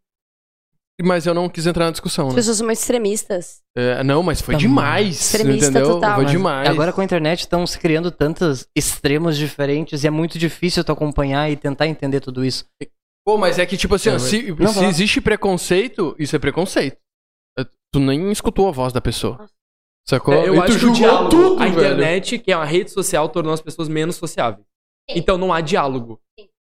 Speaker 1: Mas eu não quis entrar na discussão,
Speaker 6: As
Speaker 1: né?
Speaker 6: pessoas são muito extremistas.
Speaker 1: É, não, mas foi
Speaker 2: Tá
Speaker 1: demais.
Speaker 6: extremista
Speaker 1: entendeu?
Speaker 6: total.
Speaker 1: Foi
Speaker 6: Mas
Speaker 1: demais.
Speaker 2: Agora com a internet estão se criando tantos extremos diferentes e é muito difícil tu acompanhar e tentar entender tudo isso.
Speaker 1: Pô, mas é que, tipo assim, ó,
Speaker 3: Não,
Speaker 1: se,
Speaker 2: não,
Speaker 1: se
Speaker 2: fala.
Speaker 1: existe preconceito, isso é preconceito. É, Tu nem escutou a voz da pessoa. Sacou?
Speaker 3: É, eu
Speaker 1: e tu
Speaker 3: acho que o
Speaker 1: julgou
Speaker 3: diálogo,
Speaker 1: tudo,
Speaker 3: a
Speaker 1: velho.
Speaker 3: internet, que é uma rede social, tornou as pessoas menos sociáveis. Então não há diálogo.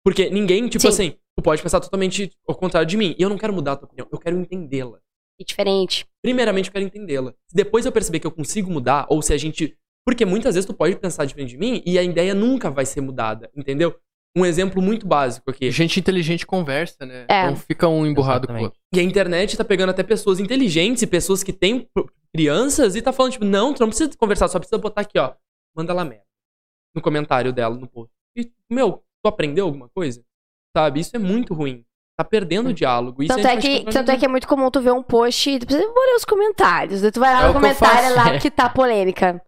Speaker 3: Porque ninguém, tipo
Speaker 6: Sim.
Speaker 3: assim, tu pode pensar totalmente ao contrário de mim. E eu não quero mudar a tua opinião, eu quero entendê-la.
Speaker 6: E diferente.
Speaker 3: Primeiramente, eu quero entendê-la. Se depois eu perceber que eu consigo mudar, ou se a gente. Porque muitas vezes tu pode pensar diferente de mim e a ideia nunca vai ser mudada, entendeu? Um exemplo muito básico aqui.
Speaker 1: Gente inteligente conversa, né?
Speaker 6: É.
Speaker 1: Não fica um emburrado com o outro.
Speaker 3: E a internet tá pegando até pessoas inteligentes e pessoas que têm pro- crianças e tá falando, tipo, não, tu não precisa conversar, só precisa botar aqui, ó. Manda ela merda. No comentário dela, no post. E, meu, tu aprendeu alguma coisa? Sabe? Isso é muito ruim. Tá perdendo o diálogo. Isso
Speaker 6: Tanto
Speaker 3: a
Speaker 6: é,
Speaker 3: gente vai
Speaker 6: que,
Speaker 3: ficar
Speaker 6: tanto é que é muito comum tu ver um post e tu precisa olhar os comentários. Daí Tu vai
Speaker 1: É
Speaker 6: lá no
Speaker 1: o que eu
Speaker 6: comentário
Speaker 1: faço.
Speaker 6: lá que
Speaker 1: <laughs>
Speaker 6: tá polêmica.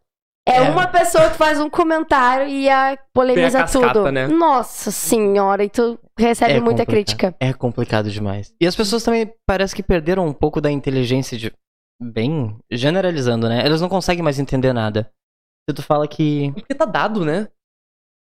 Speaker 6: É,
Speaker 2: É.
Speaker 6: uma pessoa que faz um comentário e a polemiza
Speaker 3: Vem a cascata,
Speaker 6: tudo.
Speaker 3: né?
Speaker 6: Nossa senhora, e tu
Speaker 2: É
Speaker 6: recebe muita
Speaker 2: complicado.
Speaker 6: crítica.
Speaker 2: É complicado demais. E as pessoas também parece que perderam um pouco da inteligência de. Bem, generalizando, né? Elas não conseguem mais entender nada. Se tu fala que.
Speaker 3: Porque tá dado, né?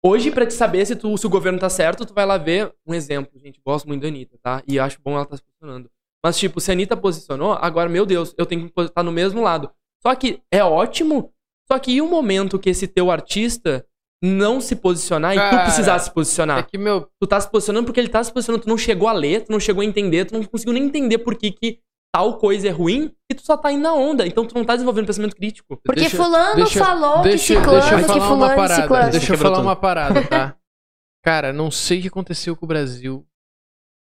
Speaker 3: Hoje, pra te saber se, tu, se o governo tá certo, tu vai lá ver um exemplo, gente. Gosto muito da Anitta, tá? E acho bom ela tá se posicionando. Mas, tipo, se a Anitta posicionou, agora, meu Deus, eu tenho que estar no mesmo lado. Só que é ótimo. Só que e o momento que esse teu artista não se posicionar e
Speaker 1: Cara,
Speaker 3: tu precisar se
Speaker 1: É
Speaker 3: posicionar?
Speaker 1: que, meu,
Speaker 3: Tu tá se posicionando porque ele tá se posicionando, tu não chegou a ler, tu não chegou a entender, tu não conseguiu nem entender por que, que tal coisa é ruim e tu só tá indo na onda. Então tu não tá desenvolvendo pensamento crítico.
Speaker 6: Porque
Speaker 1: Deixa-
Speaker 6: fulano
Speaker 1: deixa- deixa,
Speaker 6: falou que
Speaker 1: deixa eu
Speaker 6: ciclano, que
Speaker 1: falar uma
Speaker 6: fulano,
Speaker 1: parada.
Speaker 6: ciclano.
Speaker 1: Deixa eu
Speaker 2: Quebrou
Speaker 1: falar
Speaker 2: tudo.
Speaker 1: uma parada, tá?
Speaker 2: <laughs>
Speaker 1: Cara, não sei o que aconteceu com o Brasil,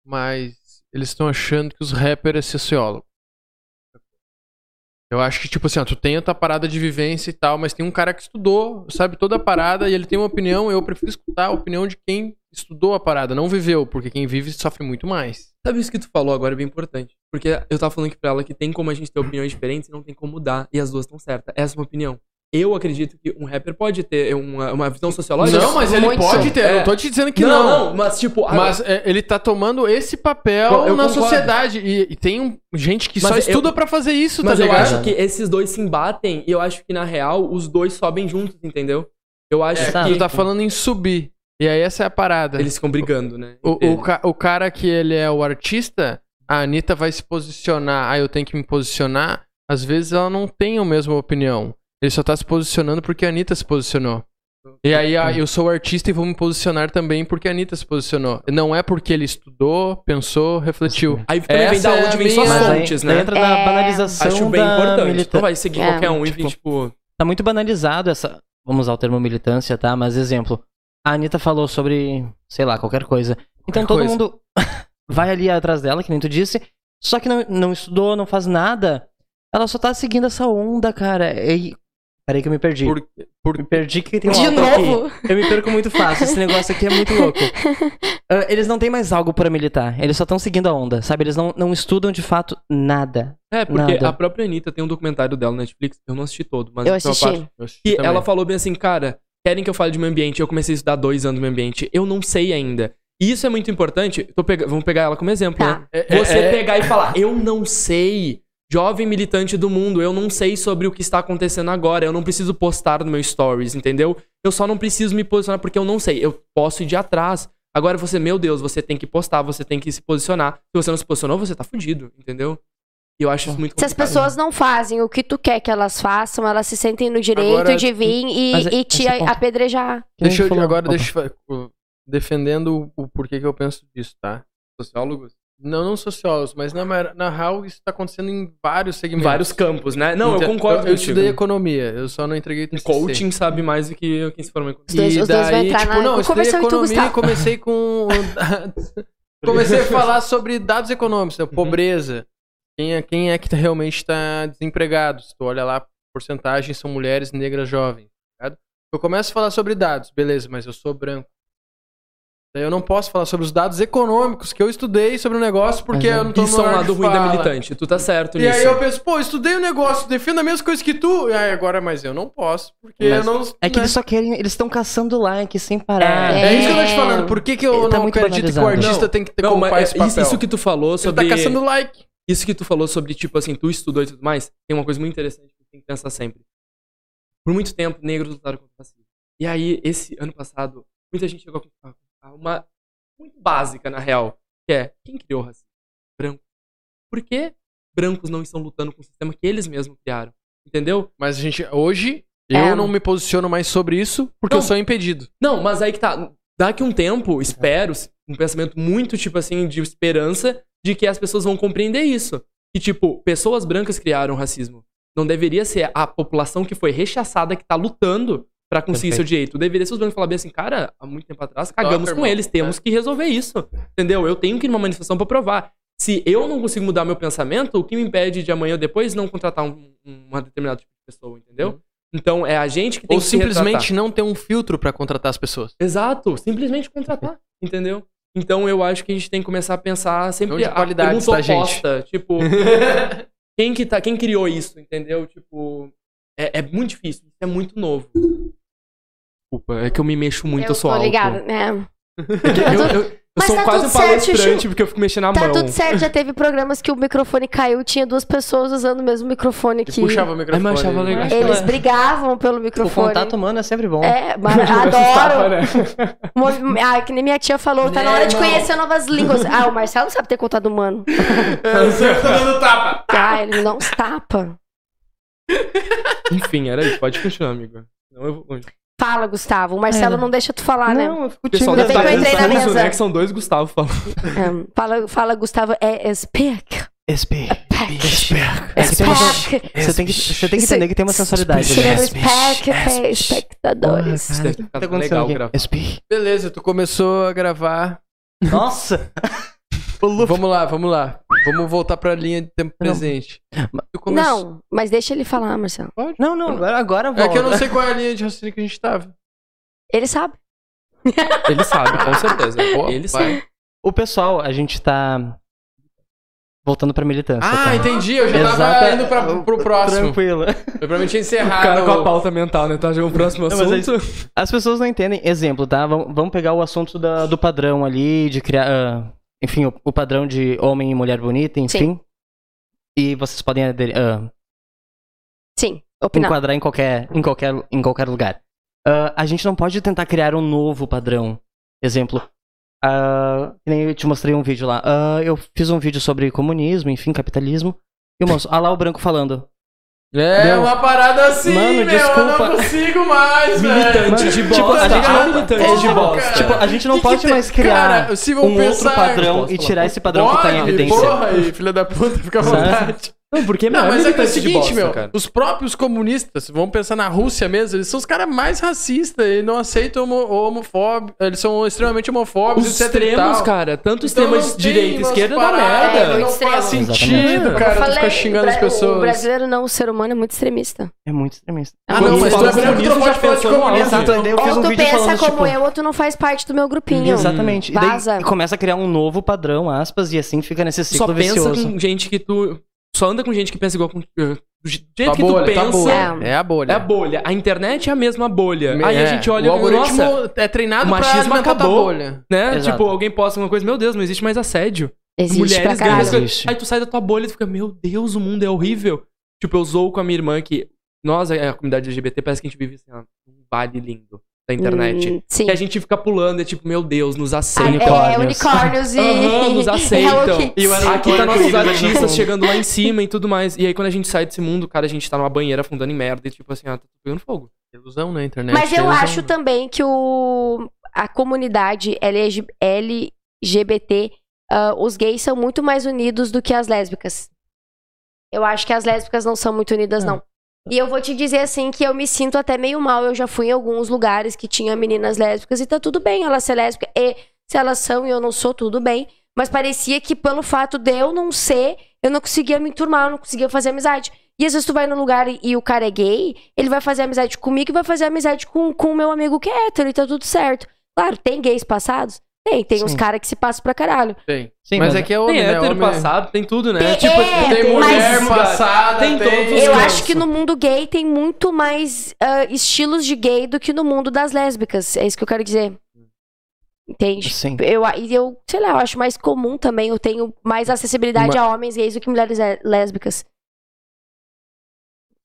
Speaker 1: mas eles estão achando que os rappers é sociólogo. Eu acho que, tipo assim, ó, tu tem a tua parada de vivência e tal, mas tem um cara que estudou, sabe, toda a parada, e ele tem uma opinião, eu prefiro escutar a opinião de quem estudou a parada, não viveu, porque quem vive sofre muito mais.
Speaker 3: Sabe isso que tu falou agora é bem importante. Porque eu tava falando aqui pra ela que tem como a gente ter opiniões diferentes e não tem como mudar. E as duas estão certas. Essa é uma opinião. Eu acredito que um rapper pode ter uma, uma visão sociológica.
Speaker 1: Não, mas ele
Speaker 6: muito
Speaker 1: pode
Speaker 6: sim.
Speaker 1: ter, eu
Speaker 3: É.
Speaker 1: não tô te dizendo que
Speaker 3: Não,
Speaker 1: não.
Speaker 3: não, mas tipo. a-
Speaker 1: Mas é, ele tá tomando esse papel
Speaker 3: Eu- eu
Speaker 1: na
Speaker 3: concordo.
Speaker 1: sociedade. E, e tem um- gente que
Speaker 3: Mas
Speaker 1: só
Speaker 3: eu-
Speaker 1: estuda pra fazer isso,
Speaker 3: mas
Speaker 1: tá
Speaker 3: eu
Speaker 1: ligado?
Speaker 3: acho que esses dois se embatem e eu acho que na real os dois sobem juntos, entendeu? Eu acho
Speaker 1: É,
Speaker 3: que
Speaker 2: Exato.
Speaker 1: tu tá falando em subir. E aí essa é a parada.
Speaker 3: eles ficam brigando, né? entre
Speaker 1: O, o,
Speaker 3: eles.
Speaker 1: ca- o cara que ele é o artista, a Anitta vai se posicionar. Ah, eu tenho que me posicionar. Às vezes ela não tem a mesma opinião. Ele só tá se posicionando porque a Anitta se posicionou. E aí, ah, eu sou artista e vou me posicionar também porque a Anitta se posicionou. Não é porque ele estudou, pensou, refletiu.
Speaker 3: Aí também vem
Speaker 1: Essa
Speaker 3: da
Speaker 1: é
Speaker 3: onde
Speaker 1: a
Speaker 3: vem suas
Speaker 1: minha-
Speaker 2: Mas aí,
Speaker 3: fontes,
Speaker 2: daí
Speaker 3: né?
Speaker 2: entra na
Speaker 6: É.
Speaker 2: banalização
Speaker 3: Acho bem
Speaker 2: da
Speaker 3: importante. tá? Tu
Speaker 2: militância.
Speaker 3: não vai seguir
Speaker 6: É,
Speaker 3: qualquer um e
Speaker 2: tipo,
Speaker 3: vir, tipo.
Speaker 2: Tá muito banalizado essa. Vamos usar o termo militância, tá? Mas exemplo, a Anitta falou sobre, sei lá, qualquer coisa. Então
Speaker 1: Qualquer
Speaker 2: todo
Speaker 1: coisa.
Speaker 2: mundo <laughs> vai ali atrás dela, que nem tu disse. Só que não, não estudou, não faz nada. Ela só tá seguindo essa onda, cara. E... Peraí que eu me perdi.
Speaker 1: Por- por-
Speaker 2: Me perdi que tem um
Speaker 6: De
Speaker 2: alto
Speaker 6: novo?
Speaker 2: aqui. Eu me perco muito fácil. Esse negócio aqui é muito
Speaker 6: <laughs>
Speaker 2: louco. Ah, eles não têm mais algo para militar. Eles só estão seguindo a onda, sabe? Eles não, não estudam de fato nada.
Speaker 3: É, porque
Speaker 2: Nada.
Speaker 3: a própria Anitta tem um documentário dela na Netflix, eu não assisti todo, mas
Speaker 6: Eu
Speaker 3: tem uma
Speaker 6: assisti.
Speaker 3: parte- E ela falou bem assim, cara, querem que eu fale de meio ambiente, eu comecei a estudar dois anos de meio ambiente, eu não sei ainda. E isso é muito importante, tô pega- vamos pegar ela como exemplo,
Speaker 6: Tá.
Speaker 3: né?
Speaker 1: É-
Speaker 3: Você
Speaker 1: é-
Speaker 3: pegar e falar, eu não sei, jovem militante do mundo, eu não sei sobre o que está acontecendo agora, eu não preciso postar no meu stories, entendeu? Eu só não preciso me posicionar porque eu não sei, eu posso ir de atrás. Agora você, meu Deus, você tem que postar, você tem que se posicionar. Se você não se posicionou, você tá fudido, entendeu? E eu acho isso muito
Speaker 6: Se as
Speaker 3: complicado.
Speaker 6: pessoas não fazem o que tu quer que elas façam, elas se sentem no direito
Speaker 1: Agora,
Speaker 6: de vir
Speaker 2: mas
Speaker 6: e,
Speaker 2: é-
Speaker 6: e te
Speaker 2: esse é o ponto.
Speaker 6: apedrejar.
Speaker 2: Que nem
Speaker 1: Deixa
Speaker 2: tu
Speaker 1: eu,
Speaker 2: falou.
Speaker 1: agora,
Speaker 2: Opa.
Speaker 1: deixa eu fa- o- defendendo o, o porquê que eu penso disso, tá?
Speaker 3: Sociólogos?
Speaker 1: Não, não sociólogos, mas na, ma- na real isso tá acontecendo em vários
Speaker 3: Em
Speaker 1: segmentos.
Speaker 3: vários campos, né? Não, eu
Speaker 1: Então,
Speaker 3: concordo
Speaker 1: Eu, eu
Speaker 3: contigo.
Speaker 1: estudei economia, eu só não entreguei TCC.
Speaker 3: Coaching sabe mais do que quem se forma em
Speaker 6: Os dois-
Speaker 1: e
Speaker 6: os dois vão
Speaker 1: daí,
Speaker 6: entrar
Speaker 1: tipo,
Speaker 6: na-
Speaker 1: não, eu estudei
Speaker 6: Conversando tu,
Speaker 1: economia e
Speaker 6: Gustavo.
Speaker 1: comecei com...
Speaker 3: <laughs>
Speaker 1: o- comecei a falar sobre dados econômicos, né? pobreza. Quem é, quem é que realmente está desempregado? Se tu olha lá, a porcentagem são mulheres negras jovens. tá ligado? Eu começo a falar sobre dados, beleza, mas eu sou branco. Daí eu não posso falar sobre os dados econômicos que eu estudei sobre o negócio porque
Speaker 2: Mas é.
Speaker 1: eu não tô
Speaker 3: Isso é um
Speaker 1: lugar de
Speaker 3: lado ruim da
Speaker 1: fala.
Speaker 3: militante. Tu tá certo
Speaker 1: E
Speaker 3: nisso.
Speaker 1: aí eu penso, pô, eu estudei o negócio, defendo a mesma coisa que tu. E aí agora, mas eu não posso, porque
Speaker 2: Mas
Speaker 1: eu não.
Speaker 2: É que
Speaker 1: né?
Speaker 2: eles só querem. Eles estão caçando like sem parar. tipo,
Speaker 1: É
Speaker 6: É.
Speaker 1: isso que eu tô te falando. Por que, que eu
Speaker 2: Ele tá
Speaker 1: não
Speaker 2: muito
Speaker 1: acredito que o
Speaker 2: banalizado.
Speaker 1: artista tem que ter
Speaker 3: Não,
Speaker 1: como
Speaker 3: mas
Speaker 1: esse
Speaker 3: é- isso,
Speaker 1: papel?
Speaker 3: isso que tu falou
Speaker 1: Ele
Speaker 3: sobre.
Speaker 1: tá caçando like.
Speaker 3: Isso que tu falou sobre, tipo assim, tu estudou e tudo mais, tem uma coisa muito interessante que tem que pensar sempre. Por muito tempo, negros lutaram contra o racismo. E aí, esse ano passado, muita gente chegou a a uma muito básica, na real, que é quem criou o racismo? Branco. Por que brancos não estão lutando com o sistema que eles mesmos criaram? Entendeu?
Speaker 1: Mas, gente, hoje
Speaker 6: É.
Speaker 1: eu não me posiciono mais sobre isso porque
Speaker 3: Não.
Speaker 1: eu sou impedido.
Speaker 3: Não, mas aí que tá. Daqui um tempo, espero, um pensamento muito, tipo assim, de esperança de que as pessoas vão compreender isso. Que, tipo, pessoas brancas criaram o racismo. Não deveria ser a população que foi rechaçada que tá lutando pra conseguir
Speaker 2: Perfeito.
Speaker 3: seu direito. Deveria ser os brancos falar bem assim, cara, há muito tempo atrás cagamos
Speaker 1: Toca,
Speaker 3: com
Speaker 1: irmão. É.
Speaker 3: eles, temos que resolver isso. Entendeu? Eu tenho que ir numa manifestação pra provar. Se eu não consigo mudar meu pensamento, o que me impede de amanhã ou depois não contratar um- uma determinada tipo de pessoa, entendeu? Então é a gente que tem
Speaker 1: Uhum. Ou
Speaker 3: que se retratar.
Speaker 1: simplesmente não ter um filtro pra contratar as pessoas.
Speaker 3: Exato, simplesmente <laughs> contratar, entendeu? Então eu acho que a gente tem que começar a pensar sempre
Speaker 1: Não de
Speaker 3: a
Speaker 1: qualidades,
Speaker 3: pergunta
Speaker 1: tá,
Speaker 3: oposta, <laughs> tipo, quem que tá, quem criou isso, entendeu? Tipo, é, é muito difícil, isso é muito novo. Desculpa, é que eu me mexo muito, eu,
Speaker 6: eu
Speaker 3: sou
Speaker 6: tô
Speaker 3: alto.
Speaker 6: ligada, né?
Speaker 3: É que <laughs> eu, eu- eu
Speaker 6: Mas
Speaker 3: sou
Speaker 6: tá
Speaker 3: quase um
Speaker 6: tudo certo,
Speaker 3: palestrante
Speaker 6: Chuchu.
Speaker 3: porque eu fico mexendo na
Speaker 6: Tá
Speaker 3: mão.
Speaker 6: tudo certo, já teve programas que o microfone caiu, tinha duas pessoas usando o mesmo microfone
Speaker 1: Que
Speaker 6: aqui.
Speaker 1: puxava o
Speaker 3: Aí,
Speaker 1: microfone.
Speaker 3: mas eu achava legal.
Speaker 6: Eles brigavam pelo
Speaker 2: O
Speaker 6: microfone.
Speaker 2: Tipo, contato humano é sempre bom. <laughs>
Speaker 6: É, mas adoro. <laughs>
Speaker 3: né? <laughs>
Speaker 6: Mo- Ah, que nem minha tia falou, tá na hora de conhecer novas línguas. Ah, o Marcelo não sabe ter contato
Speaker 2: <laughs>
Speaker 6: humano. Ah, ele não uns tapa.
Speaker 3: Enfim, era isso, pode continuar, amigo. Não, eu vou longe.
Speaker 6: Fala, Gustavo. O Marcelo
Speaker 2: É.
Speaker 6: não deixa tu falar, né?
Speaker 2: não, eu fico
Speaker 3: O pessoal tá
Speaker 2: tímido.
Speaker 6: deve
Speaker 3: deve
Speaker 6: Ainda
Speaker 3: estar
Speaker 6: bem que eu entrei na
Speaker 3: confuso,
Speaker 6: mesa.
Speaker 3: né? Que são dois Gustavo falando.
Speaker 6: É, fala, fala, Gustavo, é speak.
Speaker 2: SP.
Speaker 6: Speak.
Speaker 2: É que tem uma-
Speaker 6: Speak.
Speaker 2: Você tem que,
Speaker 3: é
Speaker 2: você tem que entender que tem uma sensualidade.
Speaker 6: Tirando
Speaker 2: né?
Speaker 6: speak, tem espectadores.
Speaker 3: Isso deve ficar
Speaker 2: Tá
Speaker 3: legal
Speaker 2: acontecendo
Speaker 3: gravar.
Speaker 2: aqui. SP.
Speaker 1: Beleza, tu começou a gravar.
Speaker 2: Nossa! O Luffy.
Speaker 1: Vamos lá, vamos lá. Vamos voltar pra linha de tempo
Speaker 2: Não.
Speaker 1: presente. Tu começou-
Speaker 6: Não, mas deixa ele falar, Marcelo.
Speaker 2: Não, não, agora, agora
Speaker 1: É que eu não
Speaker 2: volta.
Speaker 1: sei qual é a linha de raciocínio que a gente tava.
Speaker 6: Ele sabe.
Speaker 3: Ele sabe, com certeza.
Speaker 1: Boa,
Speaker 3: Ele
Speaker 1: vai.
Speaker 3: sabe.
Speaker 2: O pessoal, a gente tá. Voltando pra militância.
Speaker 1: Ah,
Speaker 2: tá?
Speaker 1: entendi. Eu já tava
Speaker 2: Exata-
Speaker 1: indo pra, pro próximo.
Speaker 2: Tranquilo.
Speaker 1: Eu pra mim tinha encerrado.
Speaker 3: O cara com a pauta mental, né? Tá, já o próximo
Speaker 2: Não, mas é
Speaker 3: assunto.
Speaker 2: As pessoas não entendem. Exemplo, tá? Vamos vamos pegar o assunto da- do padrão ali, de criar. ah, enfim, o, o padrão de homem e mulher bonita, enfim. E vocês podem aderir- ah,
Speaker 6: Sim, opinar.
Speaker 2: enquadrar em qualquer, em qualquer, em qualquer lugar. Ah, a gente não pode tentar criar um novo padrão. Exemplo. ah, que nem eu te mostrei um vídeo lá. Ah, eu fiz um vídeo sobre comunismo, enfim, capitalismo. E o moço, ah lá o branco falando.
Speaker 1: É
Speaker 2: Deu.
Speaker 1: uma parada assim,
Speaker 2: Mano,
Speaker 1: meu. Eu
Speaker 2: desculpa.
Speaker 1: não consigo mais, velho.
Speaker 3: Militante de
Speaker 2: Tipo, a
Speaker 3: bosta.
Speaker 2: gente não-
Speaker 3: Ah, militante
Speaker 2: é,
Speaker 3: de
Speaker 1: tipo,
Speaker 3: bosta.
Speaker 1: cara.
Speaker 2: Tipo, a gente não
Speaker 1: Que que
Speaker 2: pode
Speaker 1: tem-
Speaker 2: mais criar
Speaker 1: Cara, se vão
Speaker 2: um
Speaker 1: pensar,
Speaker 2: outro padrão
Speaker 3: posso
Speaker 2: e
Speaker 3: falar?
Speaker 2: tirar esse padrão que tá em
Speaker 1: Pode,
Speaker 2: evidência.
Speaker 1: Porra aí, filha da puta, fica à
Speaker 2: Sabe?
Speaker 1: vontade.
Speaker 3: Não, porque
Speaker 1: Não, mas é que é o
Speaker 3: militante de
Speaker 1: seguinte,
Speaker 3: bosta,
Speaker 1: meu.
Speaker 3: cara.
Speaker 1: Os próprios comunistas, vamos pensar na Rússia mesmo, eles são os caras mais racistas e não aceitam homo homofóbicos. Eles são extremamente homofóbicos,
Speaker 3: Os
Speaker 1: etc e
Speaker 3: extremos,
Speaker 1: tal.
Speaker 3: cara.
Speaker 1: Então
Speaker 3: Tanto extrema
Speaker 1: não tem
Speaker 3: direita e
Speaker 1: umas
Speaker 3: esquerda dá
Speaker 1: paradas
Speaker 6: É,
Speaker 3: merda.
Speaker 1: que
Speaker 6: muito
Speaker 1: não faz
Speaker 6: extremo.
Speaker 1: sentido,
Speaker 2: Exatamente.
Speaker 1: cara,
Speaker 6: Eu
Speaker 1: tu ficar
Speaker 6: falei,
Speaker 1: xingando
Speaker 6: o
Speaker 1: as
Speaker 6: bra- O
Speaker 1: pessoas.
Speaker 6: brasileiro não, o ser humano é muito extremista.
Speaker 2: É muito extremista.
Speaker 1: Ah, não,
Speaker 3: Quando
Speaker 1: mas tu
Speaker 3: fala assim,
Speaker 1: é branco,
Speaker 3: comunismo,
Speaker 1: tu
Speaker 3: já
Speaker 1: pode falar de
Speaker 3: pensou no
Speaker 1: comunista.
Speaker 3: áudio.
Speaker 2: Entendeu? Eu fiz
Speaker 6: Ou
Speaker 2: um
Speaker 6: tu
Speaker 2: vídeo
Speaker 6: pensa
Speaker 2: falando,
Speaker 6: como
Speaker 2: tipo- Hum,
Speaker 6: eu, ou tu não faz parte do meu grupinho.
Speaker 2: Exatamente. E
Speaker 6: Vaza.
Speaker 2: daí começa a criar um novo padrão, aspas, e assim fica nesse ciclo
Speaker 3: Só pensa
Speaker 2: vicioso.
Speaker 3: com gente que tu... Só anda com gente que pensa igual com... do je- do
Speaker 1: Tá
Speaker 3: jeito que
Speaker 1: bolha,
Speaker 3: tu pensa,
Speaker 1: tá bolha.
Speaker 6: É.
Speaker 1: É a bolha.
Speaker 3: é a bolha. A internet é a mesma bolha. Aí
Speaker 1: É.
Speaker 3: a gente olha
Speaker 1: o
Speaker 3: e fala,
Speaker 1: algoritmo
Speaker 3: nossa,
Speaker 1: é treinado
Speaker 3: o
Speaker 1: pra
Speaker 3: machismo
Speaker 1: alimentar tua
Speaker 3: acabou.
Speaker 1: bolha.
Speaker 3: né?
Speaker 2: Exato.
Speaker 3: Tipo, alguém posta uma coisa, meu Deus, não existe mais assédio.
Speaker 6: Existe pra
Speaker 3: Mulheres ganham
Speaker 6: caralho.
Speaker 3: as coisas.
Speaker 2: Existe.
Speaker 3: Aí tu sai da tua bolha e tu fica, meu Deus, o mundo é horrível. Tipo, eu zoo com a minha irmã que nós, a a comunidade LGBT, parece que a gente vive assim, ó, um vale lindo da internet.
Speaker 6: Hum, sim.
Speaker 3: E a gente fica pulando, é tipo, meu Deus, nos
Speaker 6: Ah,
Speaker 3: aceitam.
Speaker 6: É, unicórnios e.
Speaker 3: Aham,
Speaker 6: <laughs>
Speaker 3: nos
Speaker 6: Hello
Speaker 3: aceitam.
Speaker 6: Kitty.
Speaker 3: E o aqui tá
Speaker 6: é
Speaker 3: nossos
Speaker 2: Unicórnio.
Speaker 6: né?
Speaker 3: artistas chegando lá em cima e tudo mais. E aí, quando a gente sai desse mundo, cara, a gente tá numa banheira afundando em merda e tipo assim, ah, tá pegando fogo.
Speaker 1: Ilusão, né, internet?
Speaker 6: Mas eu
Speaker 1: ilusão.
Speaker 6: acho também que o, a comunidade LG LGBT, ah, os gays são muito mais unidos do que as lésbicas. Eu acho que as lésbicas não são muito unidas, não. E eu vou te dizer assim que eu me sinto até meio mal. Eu já fui em alguns lugares que tinha meninas lésbicas e tá tudo bem elas ser lésbicas. E se elas são e eu não sou, tudo bem. Mas parecia que pelo fato de eu não ser, eu não conseguia me enturmar, eu não conseguia fazer amizade. E às vezes tu vai num lugar e, e o cara é gay, ele vai fazer amizade comigo e vai fazer amizade com com o meu amigo que é hétero e tá tudo certo. Claro, tem gays passados? Tem, tem uns
Speaker 2: Sim.
Speaker 6: caras que se passam pra caralho.
Speaker 1: Tem.
Speaker 2: Sim,
Speaker 1: mas
Speaker 2: mas
Speaker 1: é que é
Speaker 3: Tem
Speaker 1: homem, né?
Speaker 3: hétero
Speaker 1: Homem-
Speaker 3: passado, tem tudo, né?
Speaker 6: Tem-
Speaker 3: tipo,
Speaker 6: é,
Speaker 1: Tem
Speaker 6: Mas-
Speaker 1: mulher passada, tem,
Speaker 3: Tem todos os
Speaker 6: Eu
Speaker 3: Descanso.
Speaker 6: acho que no mundo gay tem muito mais ah, estilos de gay do que no mundo das lésbicas. É isso que eu quero dizer. Entende?
Speaker 2: Sim.
Speaker 6: Eu, a- e eu, sei lá, eu acho mais comum também. Eu tenho mais acessibilidade a homens gays do que mulheres lé- lésbicas.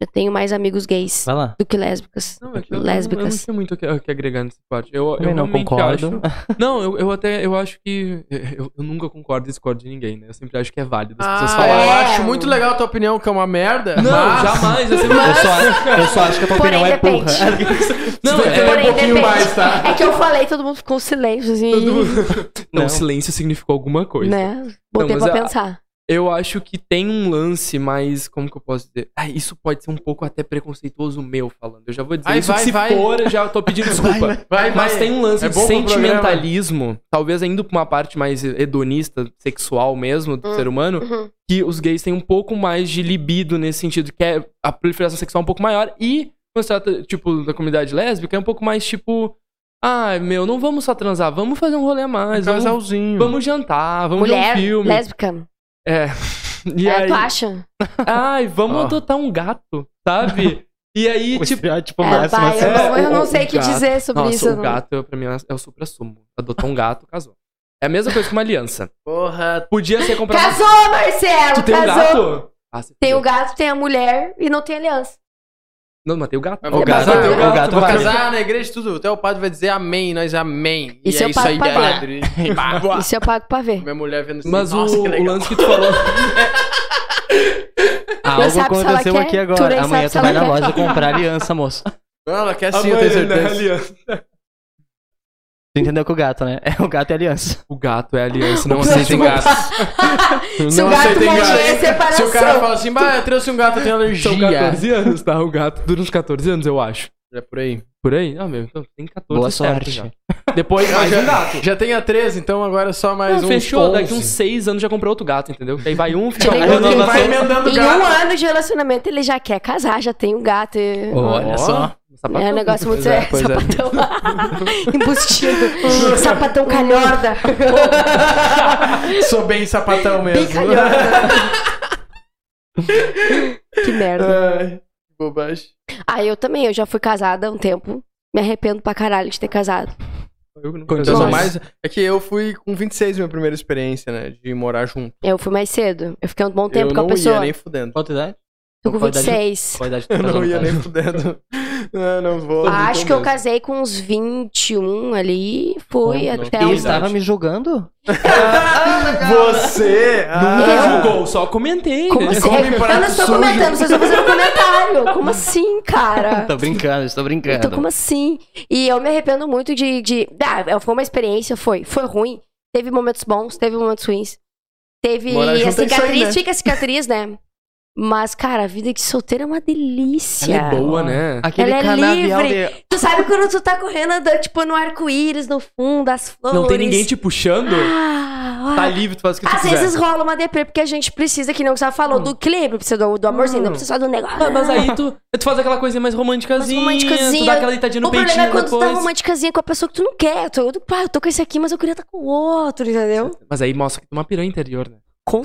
Speaker 6: Eu tenho mais amigos gays
Speaker 3: Ah.
Speaker 2: Vai lá.
Speaker 6: do que lésbicas.
Speaker 3: Não, é que eu,
Speaker 6: Lésbicas.
Speaker 3: Eu, não sei muito o que, é, o que agregar nessa parte. Eu, eu
Speaker 2: Também não
Speaker 3: realmente
Speaker 2: concordo.
Speaker 3: acho- não, eu, eu até eu acho que. Eu, eu nunca concordo e discordo de ninguém, né? Eu sempre acho que é válido as pessoas
Speaker 1: Ah,
Speaker 3: falarem.
Speaker 1: eu
Speaker 6: É.
Speaker 1: acho muito legal a tua opinião, que é uma merda.
Speaker 3: Não,
Speaker 1: mas...
Speaker 3: jamais. Eu sempre
Speaker 2: Eu só, acho- eu só acho que a tua
Speaker 6: Porém,
Speaker 2: opinião é
Speaker 6: depende. <laughs>
Speaker 2: burra.
Speaker 3: Não,
Speaker 1: Você vai
Speaker 3: é,
Speaker 1: um pouquinho
Speaker 6: depende.
Speaker 1: mais, tá?
Speaker 6: É que eu falei, todo mundo ficou em silêncio, assim.
Speaker 3: <laughs> não,
Speaker 2: Não.
Speaker 3: o silêncio significou alguma coisa.
Speaker 6: né? Botei
Speaker 3: mas é
Speaker 6: pra
Speaker 3: a-
Speaker 6: pensar.
Speaker 3: Eu acho que tem um lance mais. Como que eu posso dizer? Ah, isso pode ser um pouco até preconceituoso meu falando. Eu já vou dizer
Speaker 1: Ai,
Speaker 3: isso. que
Speaker 1: vai,
Speaker 3: se
Speaker 1: vai.
Speaker 3: for, eu já tô pedindo desculpa.
Speaker 1: <laughs> Vai,
Speaker 3: Mas tem um lance
Speaker 1: É
Speaker 3: de
Speaker 1: bom pro
Speaker 3: sentimentalismo, talvez ainda pra uma parte mais hedonista, sexual mesmo, do
Speaker 6: Hum.
Speaker 3: ser humano,
Speaker 6: Uhum.
Speaker 3: que os gays têm um pouco mais de libido nesse sentido, que é a proliferação sexual um pouco maior. E, quando se trata, tipo, da comunidade lésbica, é um pouco mais tipo. Ah, meu, não vamos só transar, vamos fazer um rolê a mais. Vamos,
Speaker 1: casalzinho.
Speaker 3: vamos jantar, vamos
Speaker 6: Mulher,
Speaker 3: ver um filme.
Speaker 6: lésbica.
Speaker 3: É. E
Speaker 6: É,
Speaker 3: aí,
Speaker 6: tu acha?
Speaker 3: ai, vamos
Speaker 2: Ó.
Speaker 3: adotar um gato, sabe? e aí,
Speaker 2: <laughs> O
Speaker 3: tipo.
Speaker 2: estereótipo
Speaker 6: É,
Speaker 2: máximo,
Speaker 6: vai,
Speaker 2: assim.
Speaker 6: eu, não, eu
Speaker 3: o-
Speaker 6: não
Speaker 3: o
Speaker 6: sei o que
Speaker 3: gato.
Speaker 6: dizer sobre
Speaker 3: Nossa,
Speaker 6: isso. eu
Speaker 3: o
Speaker 6: não-
Speaker 3: gato, pra mim, é o supra-sumo. Adotou um gato, casou. É a mesma coisa que uma aliança.
Speaker 1: Porra.
Speaker 3: Podia ser comprar uma...
Speaker 6: Casou, Marcelo!
Speaker 3: é Tu tem um
Speaker 6: casou!
Speaker 3: gato? Ah, você
Speaker 6: Tem o
Speaker 3: fudeu.
Speaker 6: gato, tem a mulher e não tem aliança.
Speaker 3: Não, mas tem o gato.
Speaker 1: Vou
Speaker 6: gato-
Speaker 1: casar,
Speaker 6: o
Speaker 1: teu
Speaker 2: gato
Speaker 1: gato. Vou
Speaker 2: vai.
Speaker 1: casar na igreja e tudo. Até o padre vai dizer amém, nós amém.
Speaker 6: Isso
Speaker 1: e
Speaker 6: eu
Speaker 1: é isso
Speaker 6: pago
Speaker 1: aí,
Speaker 6: pra
Speaker 3: <laughs>
Speaker 1: padre. E pá, voa.
Speaker 6: Isso eu pago pra ver.
Speaker 1: Minha mulher vendo assim,
Speaker 3: Mas
Speaker 1: nossa,
Speaker 3: o,
Speaker 1: que
Speaker 3: o
Speaker 1: legal.
Speaker 3: lance que tu falou...
Speaker 6: Não
Speaker 2: Algo
Speaker 6: sabe se ela
Speaker 2: aconteceu
Speaker 6: quer,
Speaker 2: aqui
Speaker 6: tu nem
Speaker 2: agora. Amanhã
Speaker 6: sabe se
Speaker 2: tu vai
Speaker 6: ela
Speaker 2: na
Speaker 6: quer.
Speaker 2: loja comprar aliança, moço.
Speaker 1: Não, ela quer
Speaker 3: assim,
Speaker 1: sim, eu tenho
Speaker 3: né,
Speaker 1: certeza.
Speaker 2: Tu entendeu que o gato, né? É o gato e a aliança.
Speaker 3: O gato é aliança, não
Speaker 6: gato
Speaker 3: aceita
Speaker 6: é
Speaker 3: gato.
Speaker 6: Se o
Speaker 1: Não
Speaker 6: gato
Speaker 1: aceitem
Speaker 6: morrer, é
Speaker 1: gato. Se
Speaker 6: separação.
Speaker 1: o cara fala assim, bah, eu trouxe um gato, eu tenho alergia.
Speaker 3: São 14 anos, tá? O gato dura uns 14 anos, eu acho.
Speaker 1: É por aí.
Speaker 3: Por aí? Ah, meu, então tem 14
Speaker 2: Boa sorte.
Speaker 3: certo já. Depois mais
Speaker 1: <laughs> já,
Speaker 3: um gato.
Speaker 1: já tem a 13, então agora é só mais
Speaker 3: Não,
Speaker 1: um.
Speaker 3: fechou, daqui uns 6 anos já comprou outro gato, entendeu? Que Aí vai um, fica
Speaker 6: Tem
Speaker 3: um,
Speaker 6: que-
Speaker 3: renovação.
Speaker 6: tem que-
Speaker 1: Vai emendando o
Speaker 6: Em um
Speaker 1: gato. Oh.
Speaker 6: ano de relacionamento, ele já quer casar, já tem um gato. e-
Speaker 2: Olha só.
Speaker 3: Sapatão.
Speaker 6: É um negócio muito
Speaker 1: Pois é,
Speaker 6: sério.
Speaker 1: pois é.
Speaker 6: sapatão.
Speaker 1: <laughs>
Speaker 6: Embustido. um sapatão
Speaker 1: Oh.
Speaker 6: calhorda.
Speaker 1: Sou bem sapatão mesmo.
Speaker 6: Bem calhorda. que
Speaker 1: É. <laughs>
Speaker 6: merda.
Speaker 1: Ai, que bobagem.
Speaker 6: Ah, eu também. Eu já fui casada há um tempo. Me arrependo pra caralho de ter casado.
Speaker 3: Eu não
Speaker 2: Quantos
Speaker 1: Então,
Speaker 6: Nossa.
Speaker 1: mais, é que eu fui com 26 minha primeira experiência, né? De morar junto.
Speaker 6: Eu fui mais cedo. Eu fiquei um bom tempo
Speaker 1: eu
Speaker 6: com a
Speaker 1: não ia
Speaker 6: pessoa.
Speaker 1: nem
Speaker 6: <laughs>
Speaker 1: fudendo.
Speaker 2: Quanto idade?
Speaker 6: Tô com
Speaker 2: Qual a idade?
Speaker 6: 26.
Speaker 2: Qual a idade que
Speaker 1: Eu
Speaker 2: tu tá casou,
Speaker 1: não ia
Speaker 2: no
Speaker 1: nem
Speaker 2: caso?
Speaker 1: fudendo. <laughs> Não, não vou.
Speaker 6: Acho
Speaker 3: então
Speaker 6: que eu
Speaker 3: mesmo.
Speaker 6: casei com uns 21 ali. Fui
Speaker 1: Bom, não.
Speaker 6: até
Speaker 1: E
Speaker 2: Ele
Speaker 6: uns.
Speaker 1: está-
Speaker 2: estava me julgando? Ah,
Speaker 1: Você!
Speaker 3: Não
Speaker 1: Ah,
Speaker 6: um
Speaker 3: julgou, só comentei.
Speaker 6: Como
Speaker 3: né?
Speaker 6: assim?
Speaker 1: come
Speaker 6: É, Eu
Speaker 1: prato
Speaker 6: não estou
Speaker 1: sujo.
Speaker 6: comentando, vocês estão fazendo um comentário. Como assim, cara?
Speaker 2: Tô brincando, estou brincando.
Speaker 6: Então, como assim? E eu me arrependo muito de. de... Ah, foi uma experiência, foi. Foi ruim. Teve momentos bons, teve momentos ruins. Teve
Speaker 1: Morar junto é
Speaker 6: a
Speaker 1: isso aí,
Speaker 6: cicatriz,
Speaker 1: né?
Speaker 6: fica a cicatriz, né? Mas, cara, a vida de solteiro é uma delícia.
Speaker 3: Ela é boa, né?
Speaker 2: Aquele
Speaker 6: Ela é
Speaker 2: canavial
Speaker 6: livre.
Speaker 2: de...
Speaker 6: Tu sabe quando tu tá correndo, andando, tipo, no arco-íris, no fundo, as flores.
Speaker 3: Não tem ninguém te puxando.
Speaker 6: Ah, olha.
Speaker 3: Tá livre, tu faz o que tu
Speaker 6: Às
Speaker 3: quiser.
Speaker 6: vezes rola uma deprê, porque a gente precisa, que nem o Gustavo falou, do equilíbrio, precisa do, do amorzinho,
Speaker 3: Hum.
Speaker 6: não precisa só do negócio.
Speaker 3: Ah, mas aí tu, tu faz aquela coisinha mais românticazinha,
Speaker 6: Mais românticazinha.
Speaker 3: tu dá aquela deitadinha no
Speaker 6: o problema é
Speaker 3: peitinho
Speaker 6: quando tu tá
Speaker 3: depois.
Speaker 6: românticazinha com a pessoa que tu não quer. Tu, eu, pá, eu tô com esse aqui, mas eu queria estar com o tá outro, entendeu? <laughs>
Speaker 3: Mas aí mostra que tu é uma piranha interior, né?
Speaker 6: Com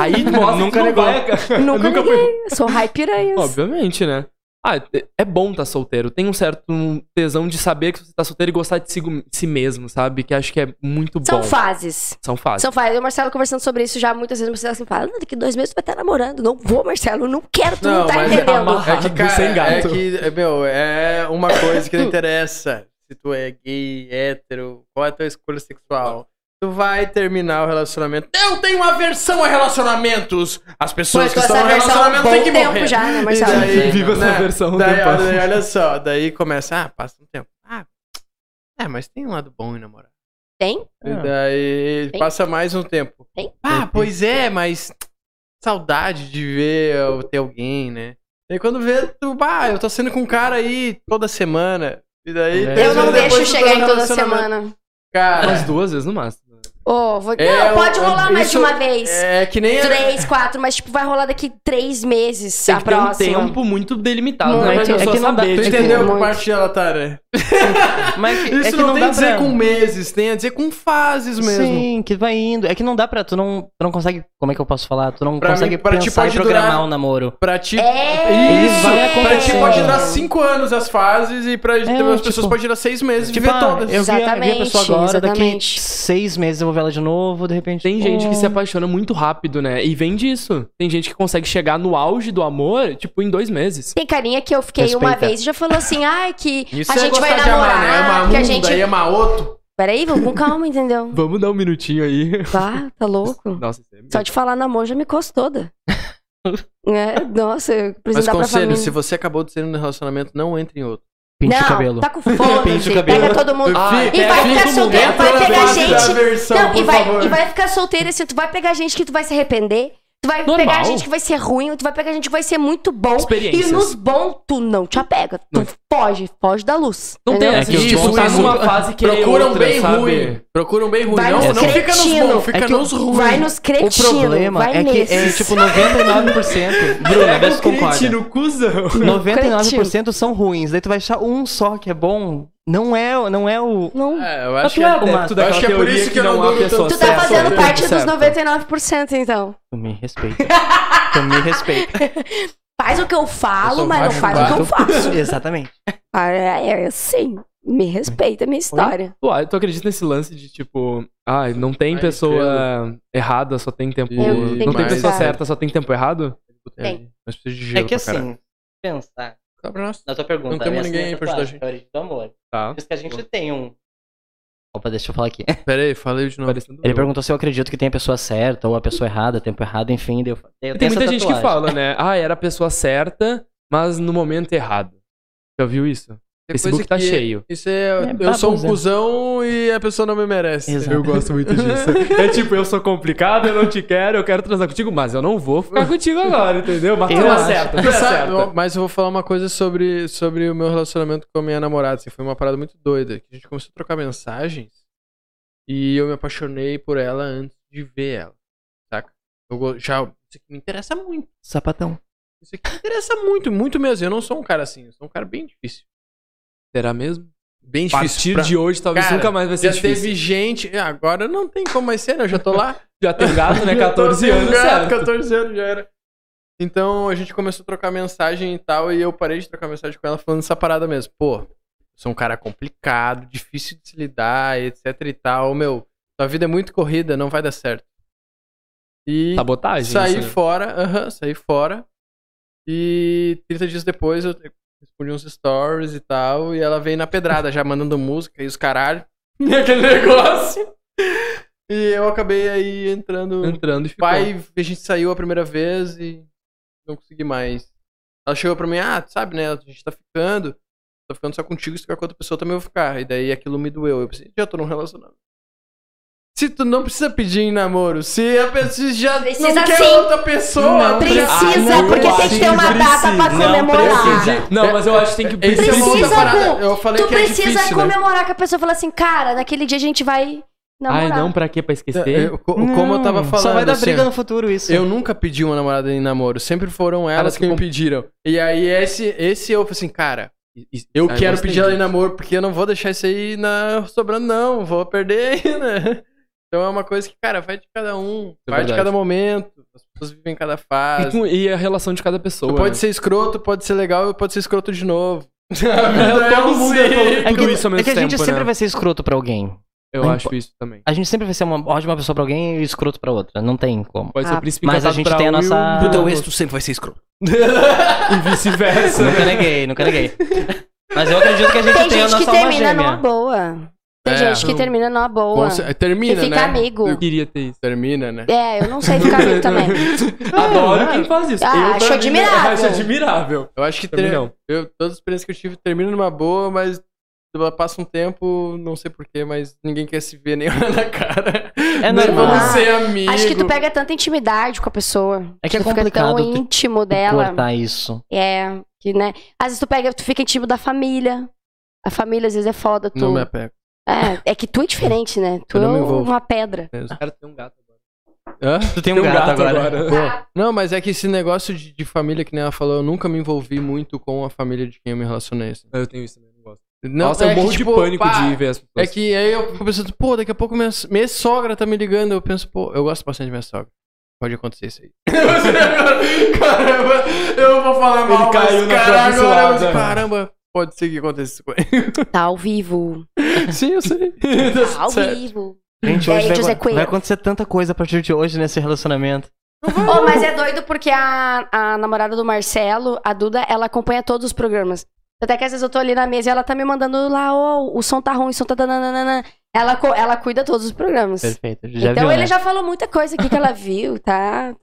Speaker 1: <laughs>
Speaker 3: Aí mostra que
Speaker 2: Nunca
Speaker 3: não
Speaker 2: negou.
Speaker 3: vai, cara.
Speaker 6: Nunca,
Speaker 3: nunca foi-
Speaker 6: neguei. Sou raio piranhas.
Speaker 3: Obviamente, né? Ah, é- é bom tá solteiro. Tem um certo tesão de saber que você tá solteiro e gostar de si, si mesmo, sabe? Que acho que é muito
Speaker 6: São
Speaker 3: bom.
Speaker 6: fases.
Speaker 3: São fases.
Speaker 6: São fases. Eu e o Marcelo conversando sobre isso já muitas vezes. O Marcelo sempre fala, "Ah, daqui dois meses tu vai estar namorando. Não vou, Marcelo. Não quero, tu não, tá
Speaker 1: mas
Speaker 6: entendendo.
Speaker 1: É que, cara,
Speaker 3: sem gato.
Speaker 1: é que, é, meu, é uma coisa que não interessa se tu é gay, hétero, qual é a tua escolha sexual. Tu vai terminar o relacionamento. Eu tenho aversão a relacionamentos! As pessoas
Speaker 6: Mas
Speaker 1: que
Speaker 6: tu
Speaker 1: estão
Speaker 6: essa
Speaker 1: no
Speaker 6: versão há um
Speaker 1: relacionamento têm que
Speaker 6: bom tempo
Speaker 1: morrer.
Speaker 6: já, né, Marcelo?
Speaker 1: E daí,
Speaker 3: Viva
Speaker 1: né,
Speaker 3: essa versão
Speaker 1: daí,
Speaker 3: do tempo.
Speaker 1: daí, olha só, daí começa, ah, passa um tempo. Ah, é, mas tem um lado bom em namorar.
Speaker 6: Tem?
Speaker 1: E daí
Speaker 6: Tem?
Speaker 1: passa mais um tempo.
Speaker 6: Tem?
Speaker 1: Ah, pois é, mas saudade de ver eu ter alguém, né? E quando vê, tu, bah, eu tô saindo com um cara aí toda semana. E daí.
Speaker 3: É.
Speaker 1: três
Speaker 6: Eu não
Speaker 1: meses depois tu
Speaker 6: deixo
Speaker 1: tá no
Speaker 6: chegar em toda
Speaker 1: relacionamento.
Speaker 6: semana.
Speaker 1: Cara,
Speaker 3: Umas duas vezes no máximo.
Speaker 6: Ô, vou-
Speaker 1: É,
Speaker 6: não, pode
Speaker 1: eu-
Speaker 6: rolar
Speaker 1: eu-
Speaker 6: mais de
Speaker 1: isso-
Speaker 6: uma vez.
Speaker 1: é que nem.
Speaker 6: Três, quatro, mas tipo, vai rolar daqui três meses
Speaker 3: Tem
Speaker 6: a
Speaker 3: que ter um
Speaker 6: Tá próxima.
Speaker 3: tempo muito delimitado,
Speaker 6: Muito.
Speaker 3: né? Pra
Speaker 6: É que- é
Speaker 3: pessoa
Speaker 2: que não dá-
Speaker 3: saber,
Speaker 1: Tu
Speaker 3: tipo,
Speaker 1: entendeu que
Speaker 6: muito.
Speaker 1: parte ela tá, né?
Speaker 2: Mas é que,
Speaker 1: Isso
Speaker 2: é que
Speaker 1: não,
Speaker 2: não,
Speaker 1: tem
Speaker 2: dá
Speaker 1: a dizer
Speaker 2: pra...
Speaker 1: com meses, tem a dizer com fases mesmo.
Speaker 2: Sim, que vai indo. É que não dá pra. Tu não, tu não consegue. Como é que eu posso falar? Tu não
Speaker 1: Pra mim,
Speaker 2: consegue
Speaker 1: pra ti
Speaker 2: pensar
Speaker 1: pode
Speaker 2: e programar
Speaker 1: durar-
Speaker 2: um namoro.
Speaker 1: Pra ti.
Speaker 6: É.
Speaker 1: Isso!
Speaker 2: vai
Speaker 1: Pra ti
Speaker 2: acontecer.
Speaker 1: pode durar cinco anos as fases e pra as pessoas
Speaker 2: tipo-
Speaker 1: pode durar seis meses de
Speaker 2: Tipo,
Speaker 1: ver
Speaker 2: ah,
Speaker 1: todas.
Speaker 2: eu vi, a- eu vi a pessoa
Speaker 6: Exatamente,
Speaker 2: agora,
Speaker 6: exatamente.
Speaker 2: daqui seis meses eu vou ver ela de novo, de repente.
Speaker 3: Tem gente que se
Speaker 2: Oh.
Speaker 3: apaixona muito rápido, né? E vem disso. Tem gente que consegue chegar no auge do amor, tipo, em dois meses.
Speaker 6: Tem carinha que eu fiquei uma
Speaker 2: Respeita.
Speaker 6: vez e já falou assim, ai, que
Speaker 1: Isso
Speaker 6: a
Speaker 1: é
Speaker 6: gente vai
Speaker 1: gostar de
Speaker 6: namorar,
Speaker 1: amar, né? Amar um,
Speaker 6: que a gente...
Speaker 1: daí amar outro.
Speaker 6: Peraí, vamos com
Speaker 1: <laughs>
Speaker 6: calma, entendeu?
Speaker 3: Vamos dar um minutinho aí.
Speaker 6: Vá, tá louco?
Speaker 3: Nossa, isso é
Speaker 6: Só de falar namoro já me coçou
Speaker 1: <laughs>
Speaker 6: toda. É, nossa, eu preciso
Speaker 1: Mas
Speaker 6: dar pra
Speaker 1: conselho,
Speaker 6: família.
Speaker 1: se você acabou de ser um relacionamento, não entre em outro.
Speaker 2: Pinte
Speaker 6: não,
Speaker 2: o cabelo.
Speaker 6: tá com fome,
Speaker 2: Pinte o
Speaker 6: filho.
Speaker 2: cabelo.
Speaker 6: pega todo mundo.
Speaker 1: Fica-
Speaker 6: e vai
Speaker 1: fica
Speaker 6: ficar
Speaker 1: no
Speaker 6: solteiro,
Speaker 1: momento
Speaker 6: vai
Speaker 1: da
Speaker 6: pegar
Speaker 1: fase da
Speaker 6: gente.
Speaker 1: aversão,
Speaker 6: Não, e
Speaker 1: por
Speaker 6: vai,
Speaker 1: favor.
Speaker 6: e vai ficar solteiro assim, tu vai pegar gente que tu vai se arrepender, tu vai
Speaker 3: Normal.
Speaker 6: pegar gente que vai ser ruim, tu vai pegar gente que vai ser muito bom. E
Speaker 3: Experiências.
Speaker 6: nos bons, tu não te apega. Tu foge, foge da luz.
Speaker 3: Não tem
Speaker 6: entendeu?
Speaker 3: essa
Speaker 2: É que
Speaker 3: de
Speaker 2: os bons
Speaker 3: tá
Speaker 2: são
Speaker 3: numa
Speaker 1: muito-
Speaker 3: fase que
Speaker 1: Procura um
Speaker 3: outra,
Speaker 1: bem
Speaker 3: sabe?
Speaker 1: ruim. Procura um bem ruim.
Speaker 6: Vai
Speaker 1: não,
Speaker 6: nos
Speaker 1: não fica nos
Speaker 6: cretino.
Speaker 1: bons, fica
Speaker 2: É que
Speaker 1: nos ruins.
Speaker 6: Vai nos
Speaker 2: O
Speaker 6: cretinos.
Speaker 2: problema
Speaker 6: vai
Speaker 2: é que
Speaker 6: nesses.
Speaker 2: é
Speaker 1: <laughs>
Speaker 2: tipo 99%. Bruna, vê se tu concorda.
Speaker 3: cuzão.
Speaker 2: 99% são ruins. Daí tu vai achar um só que é bom. Não é, não é o.
Speaker 6: Não.
Speaker 1: É, eu
Speaker 2: Mas
Speaker 1: acho
Speaker 2: tu
Speaker 1: que
Speaker 2: é
Speaker 1: é,
Speaker 2: uma-
Speaker 1: eu acho que é por isso que, eu não dou
Speaker 3: pessoa
Speaker 1: tanto
Speaker 6: Tu tá
Speaker 3: certo,
Speaker 6: fazendo
Speaker 3: certo,
Speaker 6: parte dos
Speaker 3: certo.
Speaker 6: 99%, então.
Speaker 2: Tu me respeita. Tu me respeita. <laughs>
Speaker 6: Faz o que eu
Speaker 1: Eu
Speaker 6: falo,
Speaker 1: sou
Speaker 6: mas não
Speaker 1: baixo,
Speaker 6: faz o que eu faço.
Speaker 2: Exatamente.
Speaker 6: Ah, É, é assim. Me respeita a minha história.
Speaker 3: Ué, tu acredita nesse lance de tipo, ah, não tem
Speaker 1: Ai,
Speaker 3: pessoa errada, só tem tempo.
Speaker 1: Eu
Speaker 3: não
Speaker 1: tenho
Speaker 3: tem
Speaker 1: que pensar.
Speaker 3: pessoa certa, só tem tempo errado?
Speaker 6: Tem.
Speaker 1: Mas precisa de
Speaker 2: É
Speaker 1: gelo
Speaker 2: que
Speaker 1: pra caralho.
Speaker 2: assim, pensar
Speaker 1: Tá pra nós.
Speaker 2: na tua pergunta. né? Assim,
Speaker 1: Não temos
Speaker 2: minha
Speaker 1: ninguém aí pra
Speaker 2: tatuagem,
Speaker 1: ajudar
Speaker 2: a origem do amor.
Speaker 3: Tá.
Speaker 2: Diz que a gente tem um. Opa, deixa eu falar aqui.
Speaker 1: Pera aí, falei de novo.
Speaker 3: Parecendo
Speaker 2: Ele
Speaker 3: eu.
Speaker 2: perguntou se eu acredito que tem a pessoa certa ou a pessoa errada, tempo errado, enfim. daí Eu, eu
Speaker 3: Tem
Speaker 2: tenho
Speaker 3: muita
Speaker 2: essa
Speaker 3: gente que
Speaker 2: tatuagem.
Speaker 3: fala, né? Ah, era a pessoa certa, mas no momento errado. Já viu isso?
Speaker 1: Tem coisa
Speaker 3: Facebook tá
Speaker 1: que-
Speaker 3: cheio.
Speaker 1: Isso é. eu
Speaker 2: baboseira.
Speaker 1: sou um cuzão e a pessoa não me merece.
Speaker 2: Exato. Eu
Speaker 1: gosto muito
Speaker 3: <laughs> É tipo, eu sou complicado, eu não te quero, eu quero transar contigo, mas eu não
Speaker 1: <laughs>
Speaker 3: vou ficar contigo agora, entendeu? Mas
Speaker 2: Eu
Speaker 3: tu é
Speaker 2: acho.
Speaker 3: certa, tu é
Speaker 1: Sabe,
Speaker 3: certa.
Speaker 1: eu- mas eu vou falar uma coisa sobre, sobre o meu relacionamento com a minha namorada. assim, foi uma parada muito doida. Que a gente começou a trocar mensagens e eu me apaixonei por ela antes de ver ela. Saca? Eu go- já, isso aqui me interessa muito.
Speaker 2: Sapatão.
Speaker 1: Isso aqui me interessa muito, muito mesmo. Eu não sou um cara assim, eu sou um cara bem difícil.
Speaker 3: Será mesmo?
Speaker 1: Bem
Speaker 3: A
Speaker 1: difícil.
Speaker 3: partir
Speaker 1: pra-
Speaker 3: de hoje, talvez
Speaker 1: Cara,
Speaker 3: nunca mais vai ser
Speaker 1: já
Speaker 3: difícil.
Speaker 1: teve gente. ah, Agora não tem como mais ser, né? Eu já tô lá.
Speaker 3: Já tem gato,
Speaker 1: <laughs>
Speaker 3: né? 14
Speaker 1: Eu tô
Speaker 3: anos,
Speaker 1: ligado,
Speaker 3: certo?
Speaker 1: 14 anos já era. Então a gente começou a trocar mensagem e tal, e eu parei de trocar mensagem com ela falando essa parada mesmo. Pô, sou um cara complicado, difícil de se lidar, etc e tal. Meu, tua vida é muito corrida, não vai dar certo. E
Speaker 3: Sabotagem. isso,
Speaker 1: saí <laughs>
Speaker 3: né?
Speaker 1: fora, aham, saí fora. E 30 dias depois eu respondi uns stories e tal, e ela veio na pedrada já mandando música e os caralho. E aquele negócio. E eu acabei aí entrando
Speaker 3: Entrando e ficou.
Speaker 1: pai, a gente saiu a primeira vez e não consegui mais. Ela chegou pra mim, ah, tu sabe, né? A gente tá ficando. Tô ficando só contigo, se ficar com outra pessoa também eu vou ficar. E daí aquilo me doeu. Eu pensei, já tô num relacionamento. Se tu não precisa pedir em namoro, se a pessoa já
Speaker 6: Precisa
Speaker 1: não quer
Speaker 6: sim.
Speaker 1: outra pessoa. tá
Speaker 6: Precisa,
Speaker 3: Ah, não,
Speaker 6: porque
Speaker 3: eu
Speaker 6: tem que ter uma
Speaker 3: acho que
Speaker 6: data pra
Speaker 3: precisa.
Speaker 6: comemorar.
Speaker 3: Não, mas eu acho que tem que
Speaker 1: Esse é uma outra
Speaker 6: Precisa,
Speaker 1: parada.
Speaker 6: Gu.
Speaker 1: Eu falei
Speaker 6: Tu
Speaker 1: que
Speaker 6: precisa
Speaker 1: é difícil, né?
Speaker 6: comemorar que a pessoa fala assim, cara, naquele dia a gente vai namorar.
Speaker 3: Ai, não, pra quê? Pra esquecer?
Speaker 1: Eu- co- como eu tava falando,
Speaker 2: Hum, Só vai dar
Speaker 1: assim,
Speaker 2: briga no futuro isso.
Speaker 1: Eu nunca pedi uma namorada em namoro, sempre foram elas
Speaker 3: tu
Speaker 1: que me
Speaker 3: com-
Speaker 1: pediram. E aí esse, esse eu falei assim, cara, eu
Speaker 3: Ah,
Speaker 1: quero
Speaker 3: gostei
Speaker 1: pedir ela em
Speaker 3: disso.
Speaker 1: namoro porque eu não vou deixar isso aí na... sobrando não, vou perder, né? Então é uma coisa que, cara, vai de cada um,
Speaker 3: É
Speaker 1: vai de
Speaker 3: verdade.
Speaker 1: cada momento, as pessoas vivem cada
Speaker 3: <laughs>
Speaker 1: fase. Tu
Speaker 3: E a relação de cada pessoa.
Speaker 1: pode
Speaker 3: né?
Speaker 1: ser escroto, pode ser legal, pode ser escroto de novo.
Speaker 3: <laughs> É, todo mundo é todo-
Speaker 2: É que,
Speaker 3: tudo isso ao
Speaker 2: é
Speaker 3: mesmo
Speaker 2: que a gente
Speaker 3: tempo,
Speaker 2: sempre
Speaker 3: né?
Speaker 2: vai ser escroto pra alguém.
Speaker 3: Eu
Speaker 2: Não
Speaker 3: acho isso também.
Speaker 2: A gente sempre vai ser uma ótima pessoa pra alguém e escroto pra outra. Não tem como.
Speaker 3: Pode
Speaker 6: Ah,
Speaker 3: ser o príncipe
Speaker 2: mas a
Speaker 3: encantado
Speaker 2: gente
Speaker 3: pra
Speaker 2: tem a
Speaker 3: um e o
Speaker 2: nossa-
Speaker 3: bruto
Speaker 2: Então,
Speaker 3: pro
Speaker 2: esse
Speaker 3: outro.
Speaker 9: sempre vai ser escroto.
Speaker 3: E vice-versa.
Speaker 2: Nunca neguei, nunca neguei. Mas eu acredito que a gente
Speaker 6: Tem
Speaker 2: tem, a
Speaker 6: gente que
Speaker 2: nossa alma
Speaker 6: termina numa
Speaker 2: gêmea.
Speaker 6: boa. Tem
Speaker 1: É,
Speaker 6: gente que termina numa boa.
Speaker 1: Com cer- Termina,
Speaker 6: E fica
Speaker 1: né?
Speaker 6: amigo.
Speaker 3: Eu queria ter isso.
Speaker 1: Termina, né?
Speaker 6: É, eu não sei ficar amigo também.
Speaker 3: Adoro
Speaker 2: Ah,
Speaker 3: quem faz isso.
Speaker 6: ah,
Speaker 3: eu, pra
Speaker 6: acho
Speaker 3: mim,
Speaker 6: admirável.
Speaker 3: Acho admirável.
Speaker 1: Eu acho que
Speaker 3: Também
Speaker 1: ter-
Speaker 3: não.
Speaker 1: eu, todas as experiências que eu tive terminam numa boa, mas passa um tempo, não sei porquê, mas ninguém quer se ver nem <laughs> olhar na cara. Nem
Speaker 2: É normal.
Speaker 1: Vamos ser amigos.
Speaker 6: Acho que tu pega tanta intimidade com a pessoa.
Speaker 2: É que é
Speaker 6: tu tipo, fica tão
Speaker 2: complicado tu
Speaker 6: íntimo dela.
Speaker 2: cortar isso.
Speaker 6: É, que, né? Às vezes tu pega, tu fica íntimo da família. A família às vezes é foda, tu.
Speaker 1: Não me apego.
Speaker 6: É, é que tu é diferente, né? Tu
Speaker 1: Eu
Speaker 6: é
Speaker 1: não me envolvo.
Speaker 6: uma pedra.
Speaker 3: Eu quero ter um gato agora.
Speaker 1: Hã?
Speaker 2: Tu tem um, gato, agora.
Speaker 1: Não, mas é que esse negócio de, de família, que nem ela falou, eu nunca me envolvi muito com a família de quem eu me relacionei. assim.
Speaker 3: Eu tenho isso também, não gosto.
Speaker 1: Não,
Speaker 3: Nossa,
Speaker 1: é
Speaker 3: eu
Speaker 1: que,
Speaker 3: morro de
Speaker 1: tipo,
Speaker 3: pânico
Speaker 1: pá,
Speaker 3: de ver as pessoas. assim.
Speaker 1: É <laughs> que aí eu fico pensando, pô, daqui a pouco minha, minha sogra tá me ligando. Eu penso, pô, eu gosto bastante da minha sogra. Pode acontecer isso aí. caramba, eu vou falar
Speaker 3: Ele caiu na
Speaker 1: cara,
Speaker 3: própria
Speaker 1: agora eu-
Speaker 3: cilada.
Speaker 1: Caramba, pode ser que aconteça isso com ele.
Speaker 6: Tá ao vivo.
Speaker 1: Sim, eu sei.
Speaker 3: <laughs>
Speaker 6: Tá ao
Speaker 1: Certo.
Speaker 6: vivo.
Speaker 2: Gente,
Speaker 6: É,
Speaker 2: hoje
Speaker 6: gente,
Speaker 2: vai,
Speaker 6: é queer.
Speaker 2: vai acontecer tanta coisa a partir de hoje nesse relacionamento.
Speaker 6: Oh, mas é doido porque a, a namorada do Marcelo, a Duda, ela acompanha todos os programas. Até que às vezes eu tô ali na mesa e ela tá me mandando lá, ó, o som tá ruim, o som tá dananana. Ela, co- ela cuida todos os programas.
Speaker 2: Perfeito. Já
Speaker 6: então
Speaker 2: viu,
Speaker 6: ele
Speaker 2: né?
Speaker 6: já falou muita coisa aqui que ela viu,
Speaker 3: É
Speaker 6: tá?
Speaker 3: isso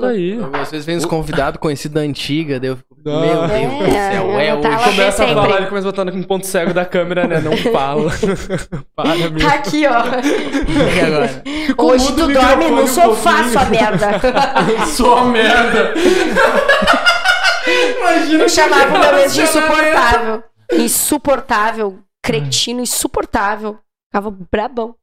Speaker 6: Tranquilo.
Speaker 3: aí.
Speaker 1: Eu, Às vezes vem uns convidados conhecidos da antiga, daí eu fico,
Speaker 3: Não.
Speaker 1: meu
Speaker 6: É,
Speaker 1: Deus do céu, é
Speaker 6: ela tá
Speaker 1: hoje.
Speaker 6: lá
Speaker 3: Começa a
Speaker 6: sempre.
Speaker 3: falar, ele começa botando com um ponto cego da câmera, né? Não fala. Para, meu.
Speaker 6: Tá aqui, ó.
Speaker 1: E agora?
Speaker 6: Hoje
Speaker 3: mudo
Speaker 6: tu
Speaker 3: o
Speaker 6: dorme
Speaker 3: microfone
Speaker 6: no
Speaker 3: um
Speaker 6: sofá,
Speaker 3: pouquinho.
Speaker 6: sua merda.
Speaker 3: Só merda.
Speaker 1: Imagina
Speaker 6: Eu chamava o meu ex de insuportável. Insuportável. Cretino, insuportável. Ficava brabão.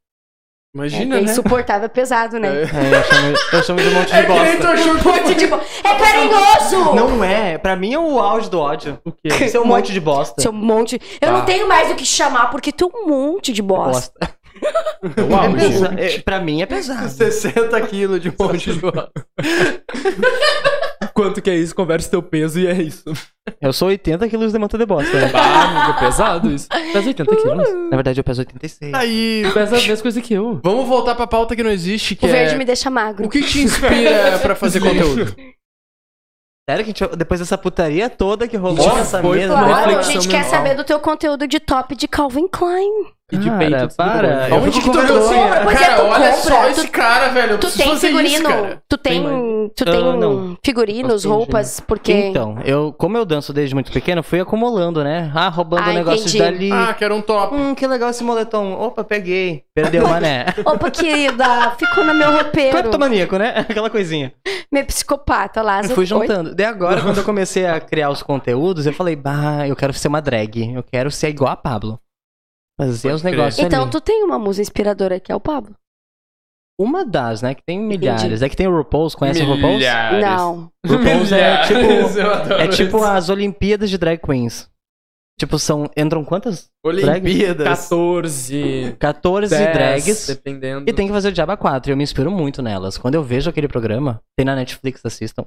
Speaker 1: Imagina,
Speaker 6: é,
Speaker 1: né?
Speaker 6: Insuportável é pesado, né?
Speaker 2: É, eu, chamo, eu chamo de um monte de
Speaker 1: que nem
Speaker 2: bosta.
Speaker 1: tu achou que-
Speaker 6: Muito de bo- É carinhoso!
Speaker 2: Não é. Pra mim é o auge do ódio.
Speaker 3: O quê?
Speaker 2: Isso é um monte de bosta.
Speaker 6: Seu monte. Eu não tenho mais o que chamar porque tu é um monte de bosta.
Speaker 2: bosta.
Speaker 3: É o
Speaker 2: É
Speaker 3: auge.
Speaker 2: pesa- é, pra mim é pesado.
Speaker 1: 60 quilos de monte de
Speaker 3: Quanto que é isso? Conversa teu peso e é isso.
Speaker 2: Eu sou 80 quilos de manta de bosta. né?
Speaker 3: Ah, amigo, é pesado <laughs> isso. Pesa 80 quilos.
Speaker 2: Na verdade, eu peso 86.
Speaker 1: Aí,
Speaker 3: Pesa a mesma coisa que eu.
Speaker 1: vamos voltar pra pauta que não existe, que
Speaker 6: O verde
Speaker 1: é...
Speaker 6: me deixa magro.
Speaker 1: O que te inspira pra fazer conteúdo?
Speaker 2: Sério que a gente- depois dessa putaria toda que rolou
Speaker 3: Nossa,
Speaker 2: nessa
Speaker 3: foi
Speaker 2: mesa... né?
Speaker 3: uma
Speaker 6: Claro, a
Speaker 3: reflexão
Speaker 6: gente quer
Speaker 3: mental.
Speaker 6: saber do teu conteúdo de top de Calvin Klein.
Speaker 3: E de
Speaker 2: Cara,
Speaker 3: peito. tudo
Speaker 2: para.
Speaker 3: bom.
Speaker 2: Eu
Speaker 1: Onde que
Speaker 2: fico
Speaker 1: tu
Speaker 2: com
Speaker 1: viu assim?
Speaker 2: vergonha.
Speaker 6: Pois é,
Speaker 1: Cara,
Speaker 6: tu
Speaker 1: olha
Speaker 6: compra,
Speaker 1: só
Speaker 6: tu-
Speaker 1: esse cara, velho. Eu
Speaker 6: Tu
Speaker 1: preciso
Speaker 6: tem
Speaker 1: fazer isso,
Speaker 6: figurino.
Speaker 1: cara.
Speaker 6: tu tem.
Speaker 2: Tem,
Speaker 6: tu
Speaker 2: Ah,
Speaker 6: tem
Speaker 2: não.
Speaker 6: figurinos,
Speaker 2: Eu tenho,
Speaker 6: roupas, porque.
Speaker 2: Então, eu, como eu danço desde muito pequeno, fui acumulando, né? Ah, roubando
Speaker 6: Ah,
Speaker 2: negócios
Speaker 6: entendi.
Speaker 2: dali.
Speaker 1: Ah, que era um top.
Speaker 2: Hum, que legal esse moletom. Opa, peguei.
Speaker 6: <laughs>
Speaker 2: Perdeu, mané.
Speaker 6: Opa, querida, ficou no meu roteiro.
Speaker 2: Cleptomaníaco, né? <laughs> Aquela coisinha.
Speaker 6: Meu psicopata lá.
Speaker 2: Eu fui juntando. Daí agora, <laughs> quando eu comecei a criar os conteúdos, eu falei, bah, eu quero ser uma drag. Eu quero ser igual a Pablo. Fazer os
Speaker 1: crer.
Speaker 2: negócios
Speaker 6: Então,
Speaker 2: ali.
Speaker 6: tu tem uma musa inspiradora que é o Pablo?
Speaker 2: Uma das, né? Que tem milhares. É que tem o RuPaul's. Conhece o RuPaul's?
Speaker 1: Ah,
Speaker 6: Não.
Speaker 2: RuPaul's é tipo...
Speaker 1: <laughs> Eu adoro
Speaker 2: É tipo
Speaker 1: isso.
Speaker 2: as Olimpíadas de drag queens. Tipo, são... Entram quantas?
Speaker 1: Olimpíadas.
Speaker 3: 14.
Speaker 2: 14
Speaker 3: 10,
Speaker 2: drags.
Speaker 3: Dependendo.
Speaker 2: E tem que fazer o Diaba 4. Eu me inspiro muito nelas. Quando eu vejo aquele programa, tem na Netflix, assistam.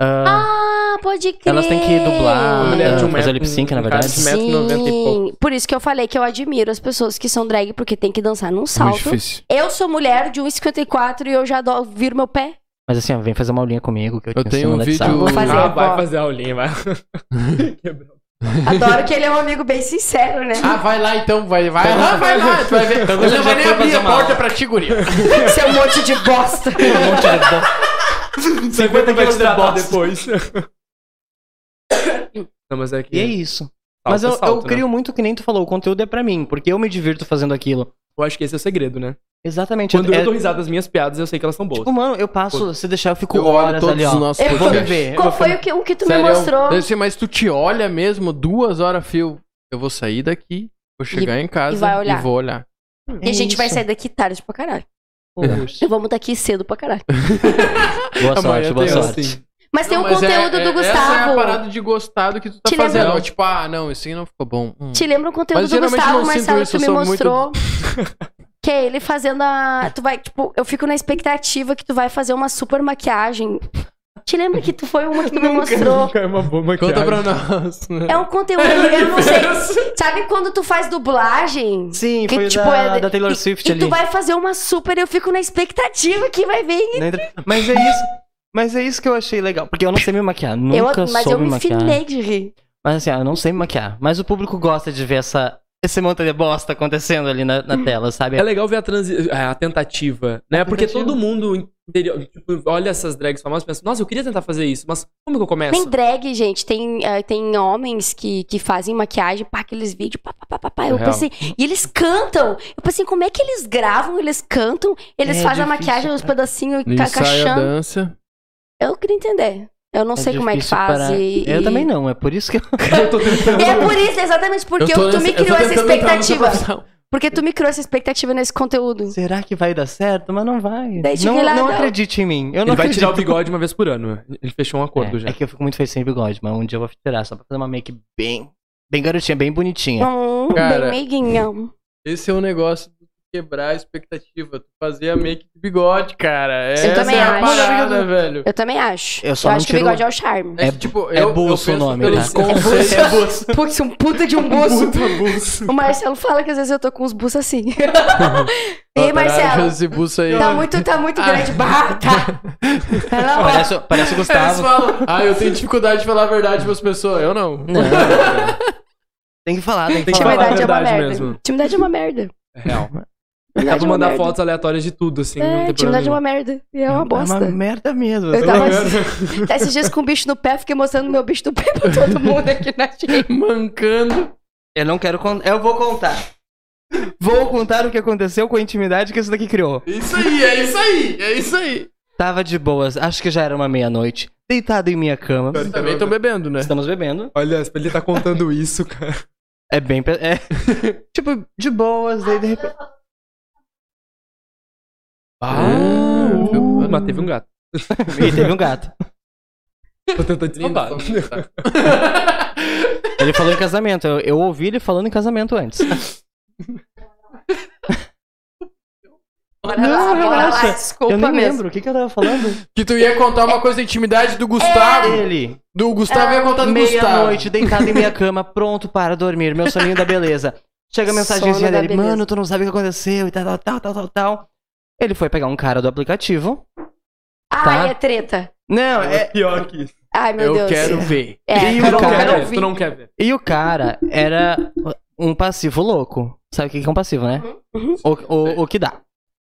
Speaker 2: Ah,
Speaker 6: Ah, pode crer.
Speaker 2: elas têm que dublar, ah,
Speaker 3: Uma mulher de um
Speaker 2: fazer
Speaker 3: metro,
Speaker 2: lip sync, na
Speaker 3: um cara de
Speaker 2: verdade.
Speaker 3: um metro e noventa e pouco.
Speaker 6: Sim. Por isso que eu falei que eu admiro as pessoas que são drag, porque tem que dançar num
Speaker 1: Muito
Speaker 6: Um salto.
Speaker 1: difícil.
Speaker 6: Eu sou mulher de 1,54 e eu já do- viro meu pé.
Speaker 2: Mas assim, ó, vem fazer uma aulinha comigo que eu,
Speaker 1: Eu
Speaker 2: te
Speaker 1: tenho
Speaker 2: ensino
Speaker 1: um
Speaker 2: no
Speaker 1: vídeo...
Speaker 2: WhatsApp.
Speaker 6: Vou fazer.
Speaker 3: Ah,
Speaker 6: ó.
Speaker 3: vai fazer a aulinha, vai. Quebrou.
Speaker 6: Adoro que ele é um amigo bem sincero, né?
Speaker 1: Ah, vai lá então, vai, vai lá, vai lá, tu vai ver.
Speaker 2: Então,
Speaker 1: eu
Speaker 2: você
Speaker 1: não
Speaker 2: já
Speaker 1: vou nem
Speaker 2: foi
Speaker 1: abrir
Speaker 2: fazer
Speaker 1: a
Speaker 2: uma
Speaker 1: porta
Speaker 2: aula.
Speaker 1: pra ti, guria.
Speaker 6: Seu monte de bosta.
Speaker 2: Um monte de bo-
Speaker 3: 50
Speaker 2: quilos
Speaker 3: vai
Speaker 2: de
Speaker 3: te tratar
Speaker 2: bosta.
Speaker 3: depois. <laughs> Não, mas é que.
Speaker 2: E é isso.
Speaker 3: salto
Speaker 2: Mas eu,
Speaker 3: é
Speaker 2: eu
Speaker 3: salto, né?
Speaker 2: crio muito que nem tu falou, o conteúdo é pra mim, porque eu me divirto fazendo aquilo.
Speaker 3: Eu acho que esse é o segredo, né?
Speaker 2: Exatamente.
Speaker 3: Quando
Speaker 2: é,
Speaker 3: eu dou risada das minhas piadas, eu sei que elas são boas.
Speaker 2: Tipo, mano, eu passo, se deixar, eu fico
Speaker 1: Eu olho
Speaker 2: horas ali,
Speaker 1: todos
Speaker 2: ó.
Speaker 1: os nossos
Speaker 6: Eu vou
Speaker 2: Vou me
Speaker 1: podcasts.
Speaker 2: ver.
Speaker 6: Qual foi o que, o que tu me
Speaker 1: é? Sério,
Speaker 6: mostrou?
Speaker 1: eu- eu sei, mas tu te olha mesmo duas horas, fio. Eu vou sair daqui, vou chegar em casa
Speaker 6: e vai olhar.
Speaker 1: vou olhar.
Speaker 6: E a gente vai sair daqui tarde pra caralho.
Speaker 2: Poxa.
Speaker 6: Eu vou mudar aqui cedo pra caralho.
Speaker 2: Boa
Speaker 1: Amanhã
Speaker 2: sorte, boa
Speaker 1: tem
Speaker 2: sorte.
Speaker 3: assim.
Speaker 6: Mas tem
Speaker 1: Não,
Speaker 6: um
Speaker 1: mas é-
Speaker 6: conteúdo
Speaker 1: é-
Speaker 6: do
Speaker 1: Essa é a
Speaker 6: Gustavo.
Speaker 1: parada de gostar do que tu tá
Speaker 6: Te
Speaker 1: fazendo.
Speaker 6: lembra-
Speaker 1: ó, Tipo, ah, não, esse aí não ficou bom. Hum.
Speaker 6: Te lembra o conteúdo
Speaker 1: Mas
Speaker 6: do
Speaker 1: geralmente eu
Speaker 6: Gustavo,
Speaker 1: não sinto
Speaker 2: <laughs>
Speaker 6: Marcelo,
Speaker 1: isso,
Speaker 6: que tu me
Speaker 1: eu sou muito-
Speaker 6: mostrou? Que é ele fazendo a. Tu vai, tipo, eu fico na expectativa que tu vai fazer uma super maquiagem. Te lembra que tu foi uma que tu me mostrou?
Speaker 3: É uma boa maquiagem.
Speaker 1: Conta pra nós. né?
Speaker 6: É um conteúdo, eu
Speaker 2: <laughs>
Speaker 6: não sei. Sabe quando tu faz dublagem?
Speaker 2: Sim,
Speaker 6: Que,
Speaker 2: foi o
Speaker 6: tipo,
Speaker 2: da,
Speaker 6: é-
Speaker 2: da Taylor
Speaker 6: e-
Speaker 2: Swift
Speaker 6: E
Speaker 2: ali.
Speaker 6: tu vai fazer uma super, eu fico na expectativa que vai vir.
Speaker 2: Não entra- Mas é isso. Mas é isso que eu achei legal. Porque eu não sei me maquiar. Nunca
Speaker 6: Eu,
Speaker 2: soube
Speaker 6: mas eu me
Speaker 2: maquiar.
Speaker 6: finei de rir.
Speaker 2: Mas assim, ah, eu não sei me maquiar. Mas o público gosta de ver essa, esse monte de bosta acontecendo ali na, na tela, sabe?
Speaker 3: É legal ver a, transi- a tentativa, né? Porque
Speaker 2: tentativa.
Speaker 3: todo mundo interior- tipo, olha essas drags famosas e pensa, nossa, eu queria tentar fazer isso, mas como que eu começo?
Speaker 6: Tem drag, gente. Tem, eh, tem homens que, que fazem maquiagem para aqueles vídeos. Pá, pá, pá, pá, pá. Eu
Speaker 3: Real.
Speaker 6: pensei. E eles cantam. Eu pensei, como é que eles gravam? Eles cantam, eles
Speaker 2: É
Speaker 6: fazem
Speaker 2: difícil,
Speaker 6: a maquiagem nos
Speaker 2: cara.
Speaker 6: pedacinhos e
Speaker 1: Ensaia a
Speaker 6: cachando.
Speaker 1: dança.
Speaker 6: Eu queria entender. Eu não sei como é que
Speaker 2: difícil
Speaker 6: faz.
Speaker 2: parar.
Speaker 6: E...
Speaker 2: Eu também não, é por isso que eu. <laughs>
Speaker 3: Eu tô tentando.
Speaker 6: E <laughs> é por isso, exatamente porque
Speaker 1: Eu tô
Speaker 6: tu
Speaker 1: nessa-
Speaker 6: me
Speaker 1: eu tô
Speaker 6: criou essa
Speaker 1: tentando entrar nessa
Speaker 6: expectativa.
Speaker 1: profissão.
Speaker 6: Porque tu me criou essa expectativa nesse conteúdo.
Speaker 2: Será que vai dar certo? Mas não vai.
Speaker 6: Daí
Speaker 2: não,
Speaker 6: cheguei lá,
Speaker 2: não
Speaker 6: não.
Speaker 2: acredite em mim. Eu não
Speaker 3: Ele vai
Speaker 2: acredito.
Speaker 3: tirar o bigode uma vez por ano. Ele fechou um acordo
Speaker 2: é,
Speaker 3: já.
Speaker 2: é que eu fico muito feio sem bigode, mas um dia eu vou tirar só pra fazer uma make bem. Bem garotinha, bem bonitinha.
Speaker 6: Hum,
Speaker 1: Cara.
Speaker 6: bem meiguinhão.
Speaker 1: Esse é um negócio de quebrar a expectativa. Tu fazer a make de bigode, cara. Essa
Speaker 6: também
Speaker 1: é a
Speaker 6: acho.
Speaker 1: parada, velho.
Speaker 6: Eu também acho.
Speaker 2: Eu só não
Speaker 6: acho que o
Speaker 2: tiro-
Speaker 6: bigode é o charme.
Speaker 1: É,
Speaker 2: É-
Speaker 1: que, tipo,
Speaker 2: é
Speaker 1: eu,
Speaker 2: buço
Speaker 1: eu
Speaker 2: o
Speaker 1: penso
Speaker 2: nome,
Speaker 1: pelos
Speaker 2: tá?
Speaker 1: conceitos.
Speaker 2: É buço.
Speaker 6: Putz, um puta de um buço.
Speaker 1: Puta buço.
Speaker 6: O Marcelo fala que às vezes eu tô com os buços assim. e aí,
Speaker 1: Caralho,
Speaker 6: Marcelo?
Speaker 1: Esse buço aí.
Speaker 6: Tá muito, tá muito grande. Bah, tá. Pelo amor.
Speaker 2: Parece, parece o
Speaker 1: Eles
Speaker 2: Gustavo.
Speaker 1: falam, ah, eu tenho dificuldade de falar a verdade pras pessoas. Eu não.
Speaker 2: Não. cara. Tem que falar, tem que
Speaker 3: Tem que
Speaker 2: falar.
Speaker 3: falar.
Speaker 6: Intimidade é uma
Speaker 3: verdade
Speaker 6: merda.
Speaker 3: mesmo.
Speaker 6: Intimidade é uma merda.
Speaker 3: É real. Dá
Speaker 6: Intimidade
Speaker 3: pra
Speaker 6: é uma
Speaker 3: mandar
Speaker 6: merda.
Speaker 3: fotos aleatórias de tudo, assim. não
Speaker 6: É,
Speaker 3: tem
Speaker 6: intimidade é uma
Speaker 3: problema.
Speaker 6: merda. E é uma bosta.
Speaker 2: É uma merda É mesmo.
Speaker 6: Eu
Speaker 2: Sei
Speaker 6: tava
Speaker 2: lá.
Speaker 6: assim, tá esses dias com um bicho no pé, fiquei mostrando meu bicho no pé pra todo mundo aqui na gente.
Speaker 1: <laughs> Mancando.
Speaker 2: Eu não quero contar. Eu vou contar. Vou contar o que aconteceu com a intimidade que isso daqui criou.
Speaker 1: Isso aí, é isso aí, é isso aí.
Speaker 2: Tava de boas, acho que já era uma meia-noite, deitado em minha cama.
Speaker 1: Vocês também tô bebendo, né?
Speaker 2: Estamos bebendo.
Speaker 3: Olha, ele tá contando isso, cara.
Speaker 2: É bem. pe- É. <laughs> tipo, de boas, daí de
Speaker 6: <laughs>
Speaker 2: repente.
Speaker 1: Ah, viu?
Speaker 3: mas teve um gato.
Speaker 2: E teve um gato.
Speaker 3: Tô tentando
Speaker 1: Lindo,
Speaker 3: desmontar.
Speaker 1: tá.
Speaker 2: Ele falou em casamento. Eu, eu ouvi ele falando em casamento antes.
Speaker 6: Bora lá, bora lá,
Speaker 2: relaxa.
Speaker 6: desculpa
Speaker 2: eu nem
Speaker 6: mesmo.
Speaker 2: lembro. O que, que eu tava
Speaker 6: <laughs>
Speaker 2: falando?
Speaker 1: Que tu ia contar uma coisa da intimidade do
Speaker 6: É.
Speaker 1: Gustavo.
Speaker 2: Ele.
Speaker 1: Do Gustavo ia contar do Gustavo.
Speaker 2: Meia-noite, deitado em minha cama, pronto para dormir. Meu soninho da beleza. Chega a mensagenzinha
Speaker 6: Sono da
Speaker 2: dele,
Speaker 6: beleza.
Speaker 2: mano, tu não sabe o que aconteceu e tal, tal, tal, tal, tal, tal. Ele foi pegar um cara do aplicativo.
Speaker 6: Ai,
Speaker 2: Tá.
Speaker 6: é treta.
Speaker 2: Não, é.
Speaker 3: Pior que isso.
Speaker 6: Ai, meu
Speaker 1: Eu
Speaker 6: Deus.
Speaker 1: quero ver.
Speaker 6: É,
Speaker 2: E
Speaker 6: eu
Speaker 2: o
Speaker 6: não
Speaker 2: cara-
Speaker 6: quero
Speaker 3: tu
Speaker 6: ouvir.
Speaker 3: não quer ver.
Speaker 2: E o cara era um passivo louco. Sabe o que que é um passivo, né?
Speaker 6: Uhum.
Speaker 2: O, o, o que dá.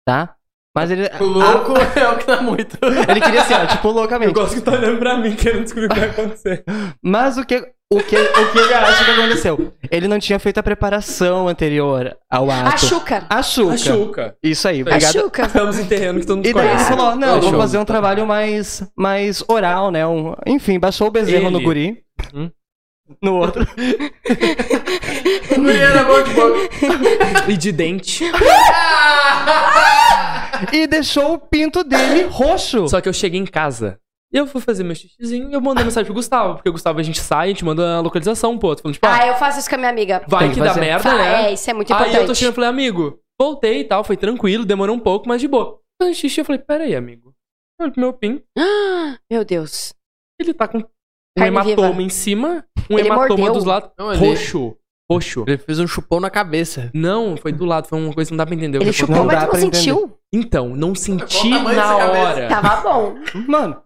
Speaker 2: Tá? Mas ele.
Speaker 3: Tipo
Speaker 1: O louco
Speaker 3: Ah.
Speaker 1: é o que
Speaker 2: tá
Speaker 1: dá muito.
Speaker 2: Ele queria assim, ó, tipo, loucamente.
Speaker 3: gosto que tá olhando pra mim, querendo descobrir o que vai acontecer.
Speaker 2: Mas o que, o que, o que ele acha que aconteceu? Ele não tinha feito a preparação anterior ao ato.
Speaker 6: A Xuca.
Speaker 2: A Xuca.
Speaker 3: A Xuca.
Speaker 2: Isso aí,
Speaker 6: A
Speaker 2: Ah, obrigado.
Speaker 6: Xuca.
Speaker 3: Estamos em terreno que todo mundo
Speaker 2: E daí ele
Speaker 3: conhece.
Speaker 2: falou, não, vou
Speaker 3: Fechou.
Speaker 2: fazer um trabalho mais, mais oral, né? Um, enfim, baixou o bezerro no
Speaker 3: Ele.
Speaker 2: guri.
Speaker 3: Uhum.
Speaker 2: No outro.
Speaker 1: Mulher na boca de boca.
Speaker 3: E de dente.
Speaker 2: E deixou o pinto dele roxo.
Speaker 3: Só que eu cheguei em casa. E eu fui fazer meu xixizinho e eu mandei mensagem pro Gustavo. Porque o Gustavo a gente sai, a gente manda a localização, pô. Tô falando, tipo, ah,
Speaker 6: Ah, eu faço isso com a minha amiga.
Speaker 3: vai
Speaker 2: tem
Speaker 3: que,
Speaker 2: que
Speaker 3: dá
Speaker 2: fazer.
Speaker 3: merda,
Speaker 6: Fala,
Speaker 3: né?
Speaker 6: É, isso é muito
Speaker 3: Aí
Speaker 6: importante.
Speaker 3: eu tô chegando e falei, amigo, voltei e tal, foi tranquilo, demorou um pouco, mas de boa. Eu xixi, eu falei, peraí, amigo. Eu olhei pro meu pin,
Speaker 6: Ah, Meu Deus.
Speaker 3: ele tá com um
Speaker 6: Carne viva.
Speaker 3: hematoma em cima, um
Speaker 6: Ele
Speaker 3: hematoma
Speaker 6: mordeu?
Speaker 3: dos lados.
Speaker 1: Não, ele-
Speaker 3: Roxo. Roxo.
Speaker 1: Ele fez um chupão na cabeça.
Speaker 3: Não, foi do lado, foi uma coisa que não dá pra entender. o
Speaker 6: Ele
Speaker 3: que aconteceu.
Speaker 6: chupou,
Speaker 2: dá
Speaker 6: mas tipo assim, tu não
Speaker 2: pra entender.
Speaker 6: sentiu?
Speaker 3: Então, não senti
Speaker 1: tamanho
Speaker 3: na
Speaker 1: dessa cabeça?
Speaker 3: hora.
Speaker 6: Tava bom.
Speaker 2: Mano,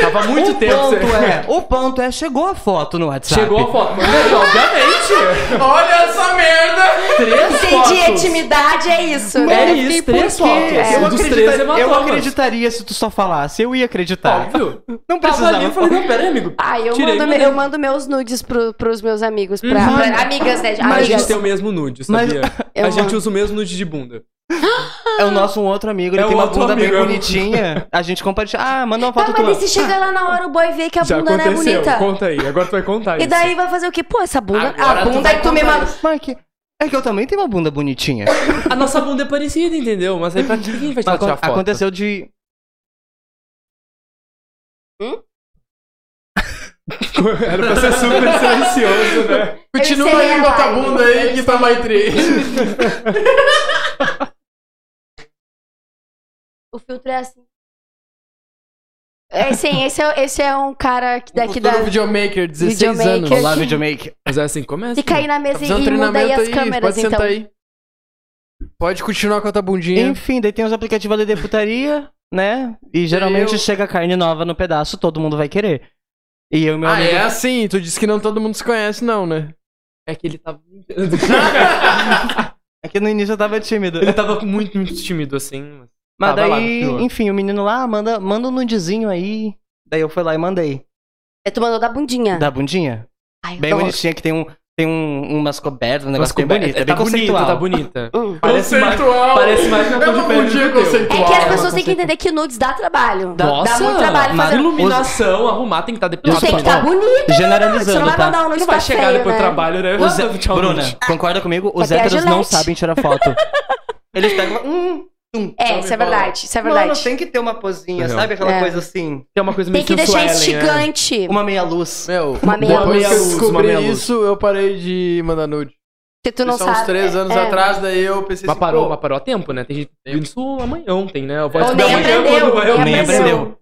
Speaker 3: Tava muito
Speaker 2: o
Speaker 6: Um
Speaker 3: tempo.
Speaker 2: ponto
Speaker 3: sem-
Speaker 2: é, o ponto é, chegou a foto no WhatsApp.
Speaker 3: Chegou a foto. Mas, obviamente.
Speaker 1: né? Olha essa merda!
Speaker 3: Três
Speaker 6: Entendi, a
Speaker 3: fotos.
Speaker 6: intimidade é isso,
Speaker 3: É
Speaker 6: né?
Speaker 3: isso,
Speaker 2: por
Speaker 3: três
Speaker 2: quê?
Speaker 3: fotos.
Speaker 2: é,
Speaker 6: É,
Speaker 2: Eu,
Speaker 3: Um dos três
Speaker 2: acredita- eu
Speaker 3: hematomas.
Speaker 2: acreditaria se tu só falasse. Eu ia acreditar.
Speaker 6: tá.
Speaker 3: Óbvio.
Speaker 2: Não
Speaker 3: Tava
Speaker 2: precisava.
Speaker 3: ali, eu falei, não, pera aí, amigo.
Speaker 6: Ai, eu
Speaker 3: Tirei
Speaker 6: mando,
Speaker 3: uma
Speaker 6: eu
Speaker 3: dele.
Speaker 6: mando meus nudes pro, pros meus amigos. Pra,
Speaker 2: Uhum.
Speaker 6: pra- amigas, né?
Speaker 3: Mas a
Speaker 6: Amigas.
Speaker 3: gente tem o mesmo nude,
Speaker 2: Mas-
Speaker 3: sabia?
Speaker 6: Eu
Speaker 3: a gente
Speaker 6: amo.
Speaker 3: usa o mesmo nude de bunda.
Speaker 2: É o nosso um outro amigo, ele
Speaker 3: É
Speaker 2: tem
Speaker 3: um
Speaker 2: uma
Speaker 3: outro
Speaker 2: bunda bem
Speaker 3: amigo, é um-
Speaker 2: bonitinha. A gente compartilha. Ah, manda uma
Speaker 6: Tá,
Speaker 2: foto
Speaker 6: mas daí
Speaker 2: tua.
Speaker 6: se chega lá na hora, o boy vê que a bunda não é bonita.
Speaker 3: Conta aí. Agora tu vai contar
Speaker 6: E daí vai fazer o quê? Pô, essa bunda.
Speaker 1: Agora
Speaker 6: a
Speaker 1: tu
Speaker 6: bunda é
Speaker 1: vai
Speaker 6: que tu me
Speaker 1: contar
Speaker 6: mandou.
Speaker 2: Mas que- É que eu também tenho uma bunda bonitinha.
Speaker 3: A nossa bunda é parecida, entendeu? Mas aí pra que a gente vai tirar,
Speaker 2: Acon-
Speaker 3: tirar foto?
Speaker 2: Aconteceu de.
Speaker 3: <laughs> Era pra ser super silencioso, né?
Speaker 1: Continua
Speaker 6: Ele
Speaker 1: aí
Speaker 6: seria
Speaker 1: com a tua
Speaker 6: válido.
Speaker 1: bunda aí que tá mais triste.
Speaker 6: O filtro é assim. É sim, esse é, esse é um cara que daqui da.
Speaker 1: Futuro videomaker, 16 anos.
Speaker 6: Videomaker.
Speaker 2: Olá, videomaker.
Speaker 3: Mas é assim que começa.
Speaker 6: E cair na
Speaker 1: Tá
Speaker 6: mesa
Speaker 1: fazendo
Speaker 6: e muda um aí
Speaker 1: treinamento
Speaker 6: as
Speaker 1: aí,
Speaker 6: câmeras,
Speaker 1: pode
Speaker 6: então.
Speaker 1: sentar aí. Pode continuar com a tua bundinha.
Speaker 2: Enfim, daí tem os aplicativos ali de putaria, né? E geralmente
Speaker 1: Eu-
Speaker 2: chega carne nova no pedaço, todo mundo vai querer. E eu e meu
Speaker 1: ah,
Speaker 2: amigo.
Speaker 1: é assim? Tu disse que não todo mundo se conhece, não, né?
Speaker 3: É que ele tava. muito- <laughs>
Speaker 2: É que no início eu tava
Speaker 3: <laughs>
Speaker 2: tímido.
Speaker 3: ele tava muito, muito tímido, assim. mas-
Speaker 2: Mas
Speaker 3: Tava lá,
Speaker 2: daí,
Speaker 3: continua.
Speaker 2: enfim, o menino lá, manda, manda um nudezinho aí. Daí eu fui lá e mandei.
Speaker 6: É, Então- Tu mandou da bundinha.
Speaker 2: Da bundinha.
Speaker 6: Ai, eu
Speaker 2: Bem
Speaker 6: adoro.
Speaker 2: bonitinha, que tem, um, tem um, umas cobertas, um negócio bem
Speaker 3: coberta-
Speaker 2: bonito. É
Speaker 3: tá
Speaker 2: bem conceitual.
Speaker 3: bonita, tá bonita.
Speaker 2: Hum.
Speaker 3: Parece mais, parece mais
Speaker 1: É
Speaker 3: cartão de né? crédito que o teu.
Speaker 6: É que as pessoas
Speaker 2: Conceito.
Speaker 6: têm que entender que nudes dá trabalho.
Speaker 2: Dá-
Speaker 3: Nossa,
Speaker 6: muito trabalho
Speaker 3: mas
Speaker 6: fazer. um
Speaker 3: iluminação, arrumar, tem que tá estar
Speaker 6: Tu
Speaker 3: depilado.
Speaker 6: tem que
Speaker 2: Ó,
Speaker 6: estar bonito, né? Você não
Speaker 2: Generalizando,
Speaker 6: vai
Speaker 2: tá?
Speaker 6: mandar um nude
Speaker 3: Não vai
Speaker 6: tá
Speaker 3: chegar
Speaker 6: feio,
Speaker 3: depois do
Speaker 6: né?
Speaker 3: trabalho, né?
Speaker 2: Os,
Speaker 3: Ah, tchau,
Speaker 2: Bruna,
Speaker 3: gente.
Speaker 2: concorda comigo? Os
Speaker 6: Até Tá a
Speaker 2: héteros não
Speaker 6: Gillette.
Speaker 2: sabem tirar
Speaker 6: <laughs>
Speaker 2: foto. Eles pegam. Hum, tum,
Speaker 6: É, isso é verdade, isso é
Speaker 2: Mano,
Speaker 6: verdade.
Speaker 2: tem que ter uma posinha,
Speaker 3: Real.
Speaker 2: sabe? Aquela
Speaker 6: É.
Speaker 2: coisa assim.
Speaker 3: Tem uma coisa
Speaker 6: Tem
Speaker 3: meio
Speaker 6: que deixar
Speaker 3: sensual, né?
Speaker 6: instigante.
Speaker 2: Uma
Speaker 6: É.
Speaker 2: meia-luz.
Speaker 1: Meu,
Speaker 6: Uma meia
Speaker 1: depois
Speaker 3: luz.
Speaker 1: que eu
Speaker 3: Uma
Speaker 1: descobri
Speaker 3: meia luz.
Speaker 1: isso, eu parei de mandar nude.
Speaker 6: Se tu não
Speaker 1: isso há uns
Speaker 6: sabe.
Speaker 1: três anos
Speaker 6: é.
Speaker 1: atrás, daí eu pensei
Speaker 3: Mas
Speaker 1: assim,
Speaker 3: parou,
Speaker 1: pô,
Speaker 3: mas parou a tempo, né? Tem gente que viu isso amanhã ontem, né? Eu vou
Speaker 6: Ou
Speaker 3: descobrir
Speaker 6: nem
Speaker 3: amanhã
Speaker 6: aprendeu,
Speaker 3: quando eu-
Speaker 6: nem
Speaker 2: Nem
Speaker 6: aprendeu.
Speaker 2: aprendeu.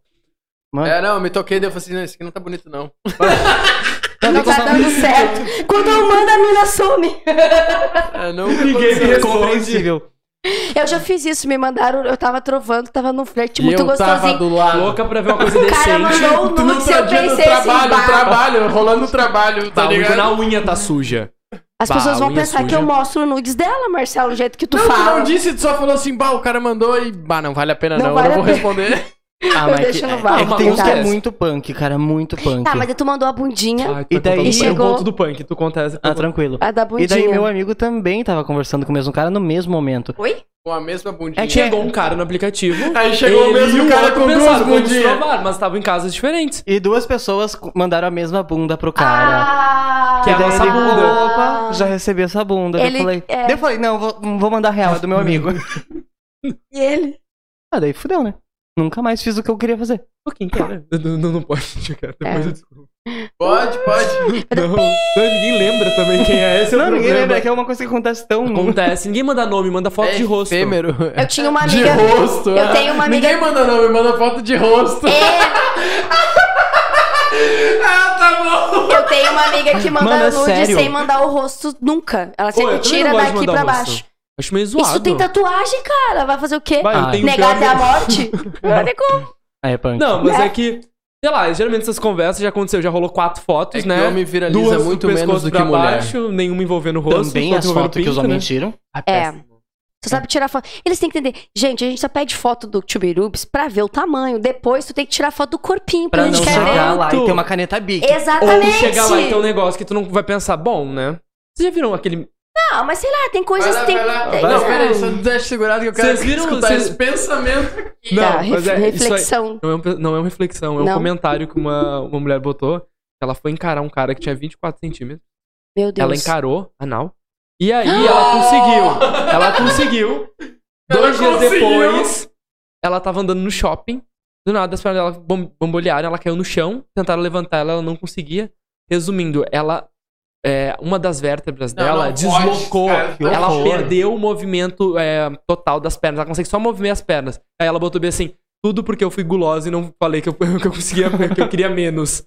Speaker 2: Mano,
Speaker 1: É, não, eu me toquei, daí eu falei assim, não, esse aqui não tá bonito, não.
Speaker 6: Não tá
Speaker 1: <laughs>
Speaker 6: dando certo. Quando eu mando, a mina some.
Speaker 1: É, não
Speaker 3: Ninguém me responde.
Speaker 2: compreensível.
Speaker 6: Eu já fiz isso, me mandaram. Eu tava trovando, tava num flerte
Speaker 1: E
Speaker 6: Tipo, muito
Speaker 1: eu tava
Speaker 6: gostosinho.
Speaker 1: do lado.
Speaker 3: Louca pra ver uma coisa
Speaker 6: O cara
Speaker 3: decente.
Speaker 6: mandou um nude, eu
Speaker 1: dia do
Speaker 6: pensei assim,
Speaker 1: trabalho,
Speaker 6: bah,
Speaker 1: trabalho, rolando o trabalho, tá
Speaker 3: Tá,
Speaker 1: ligado?
Speaker 3: na unha tá suja.
Speaker 6: As
Speaker 3: Bah,
Speaker 6: pessoas vão
Speaker 3: unha
Speaker 6: pensar
Speaker 3: suja.
Speaker 6: que eu mostro nudes dela, Marcelo, do jeito que tu
Speaker 1: Não, tu
Speaker 6: fala.
Speaker 1: não disse, tu só falou assim, bah, o cara mandou e, bah, não vale a pena
Speaker 6: Não
Speaker 1: não,
Speaker 6: vale
Speaker 1: eu não
Speaker 6: a
Speaker 1: vou
Speaker 6: pena.
Speaker 1: responder. <laughs>
Speaker 2: Ah,
Speaker 6: Eu
Speaker 2: mas
Speaker 6: deixo
Speaker 2: que-
Speaker 6: no
Speaker 2: é
Speaker 6: vácuo,
Speaker 2: que tem uns que é
Speaker 3: tá?
Speaker 2: muito punk, cara, muito punk.
Speaker 6: Tá, mas aí tu mandou a bundinha,
Speaker 3: Ai, tu
Speaker 2: E
Speaker 3: vai contar um
Speaker 2: daí-
Speaker 3: do
Speaker 6: E
Speaker 3: punk.
Speaker 6: chegou-
Speaker 3: Eu conto do punk, tu conta essa.
Speaker 2: Ah, tranquilo.
Speaker 6: a da bundinha.
Speaker 2: E daí meu amigo também tava conversando com o mesmo cara no mesmo momento.
Speaker 6: Oi?
Speaker 1: Com a mesma bundinha.
Speaker 2: É que-
Speaker 3: Chegou um cara no aplicativo.
Speaker 1: Aí <laughs> chegou o
Speaker 3: ele
Speaker 1: mesmo um
Speaker 3: e
Speaker 1: cara
Speaker 3: outro
Speaker 1: com duas
Speaker 3: pensaram, vamos
Speaker 1: bundinhas.
Speaker 3: provar, Mas estavam em casas diferentes.
Speaker 2: E duas pessoas co- mandaram a mesma bunda pro cara.
Speaker 6: Ah,
Speaker 3: Que
Speaker 2: E
Speaker 3: é a
Speaker 2: daí
Speaker 3: nossa
Speaker 2: ele,
Speaker 3: bunda.
Speaker 2: Opa, já recebi essa bunda. Daí
Speaker 6: Ele-
Speaker 2: eu falei,
Speaker 6: é.
Speaker 2: daí eu falei, não, vou, vou mandar real é do meu
Speaker 3: <laughs>
Speaker 2: amigo.
Speaker 6: E ele?
Speaker 2: ah, daí fudeu, né? Nunca mais fiz o que eu queria fazer.
Speaker 3: Pô, quem cara? Não, não, não pode, <laughs> cara. Depois
Speaker 6: É.
Speaker 3: eu desculpo.
Speaker 1: Pode, pode.
Speaker 3: Não, não, ninguém lembra também quem é. Esse é o
Speaker 2: não, ninguém
Speaker 3: problema.
Speaker 2: lembra, é que é uma coisa que acontece tão... <laughs>
Speaker 3: Acontece. Ninguém manda nome, manda foto
Speaker 1: É
Speaker 3: de rosto.
Speaker 1: efêmero.
Speaker 6: Eu tinha uma
Speaker 1: <laughs> De
Speaker 6: amiga.
Speaker 1: rosto.
Speaker 6: Eu
Speaker 3: né?
Speaker 1: ah.
Speaker 6: tenho uma amiga- É.
Speaker 1: Ninguém manda não, me manda foto de rosto.
Speaker 3: <laughs>
Speaker 1: ah, tá bom.
Speaker 6: Eu tenho uma amiga que manda
Speaker 2: Mano, é
Speaker 6: nude
Speaker 2: sério?
Speaker 6: sem mandar o rosto nunca. Ela
Speaker 3: Pô,
Speaker 6: sempre
Speaker 3: eu também
Speaker 6: tira
Speaker 3: não gosto de
Speaker 6: daqui
Speaker 3: mandar
Speaker 6: pra
Speaker 3: o rosto.
Speaker 6: baixo.
Speaker 3: Acho meio zoado.
Speaker 6: Isso tem tatuagem, cara. Vai fazer o quê?
Speaker 3: Vai, eu
Speaker 2: Ah,
Speaker 3: tenho
Speaker 6: Negar até
Speaker 3: um pior- <laughs>
Speaker 6: a morte? Não tem como.
Speaker 2: Ah, é punk.
Speaker 3: Não, mas
Speaker 6: Né?
Speaker 3: é que... Sei lá, geralmente essas conversas já aconteceu, já rolou quatro
Speaker 1: É
Speaker 3: fotos,
Speaker 1: que
Speaker 3: né?
Speaker 1: o homem viraliza
Speaker 3: Duas do
Speaker 1: muito
Speaker 3: pescoço
Speaker 1: menos do que
Speaker 3: pra
Speaker 1: mulher.
Speaker 3: baixo, nenhuma envolvendo o rosto.
Speaker 2: Também
Speaker 3: outra
Speaker 2: as
Speaker 3: envolvendo
Speaker 2: fotos que os
Speaker 3: pinto, né?
Speaker 2: homens tiram.
Speaker 3: Ah,
Speaker 6: É.
Speaker 3: péssimo.
Speaker 6: Tu sabe tirar foto. Eles têm que entender. Gente, a gente só pede foto do Tubirubes pra ver o tamanho. Depois tu tem que tirar foto do corpinho, porque
Speaker 2: Pra
Speaker 6: a
Speaker 2: não
Speaker 6: gente quer
Speaker 2: chegar
Speaker 6: ver.
Speaker 2: lá e
Speaker 3: Exato.
Speaker 2: ter uma caneta bic.
Speaker 6: Exatamente.
Speaker 3: Ou chegar lá e ter um negócio que tu não vai pensar, bom, né? Vocês já viram aquele.
Speaker 6: Não, mas sei lá, tem
Speaker 1: Vai
Speaker 6: coisas
Speaker 1: lá,
Speaker 6: que tem.
Speaker 1: vai lá.
Speaker 6: tem-
Speaker 1: Não,
Speaker 6: Tá,
Speaker 1: peraí, só deixa segurado que eu quero
Speaker 3: Vocês viram-
Speaker 1: escutar
Speaker 3: vocês-
Speaker 1: esse pensamento.
Speaker 3: Não, mas
Speaker 6: ref-
Speaker 3: é, isso aí-
Speaker 6: reflexão.
Speaker 3: Não é, um- não é uma reflexão, é um
Speaker 6: Não.
Speaker 3: comentário que uma, uma mulher botou. que Ela foi encarar um cara que tinha 24 centímetros.
Speaker 6: Meu Deus.
Speaker 3: Ela encarou, anal. E
Speaker 1: <gasps>
Speaker 3: aí ela conseguiu. Ela conseguiu.
Speaker 1: <laughs>
Speaker 3: Dois dias
Speaker 1: conseguiu.
Speaker 3: depois, ela tava andando no shopping. Do nada, as pernas dela bom- bombolharam, ela caiu no chão. Tentaram levantar ela, ela não conseguia. Resumindo, ela. é, uma das vértebras
Speaker 1: Não,
Speaker 3: dela
Speaker 1: não pode,
Speaker 3: deslocou.
Speaker 1: cara, que
Speaker 3: ela
Speaker 1: horror.
Speaker 3: perdeu o movimento é, total das pernas. Ela consegue só mover as pernas. Aí ela botou bem assim: tudo porque eu fui gulosa e não falei que eu, <laughs> que eu conseguia, que eu queria menos.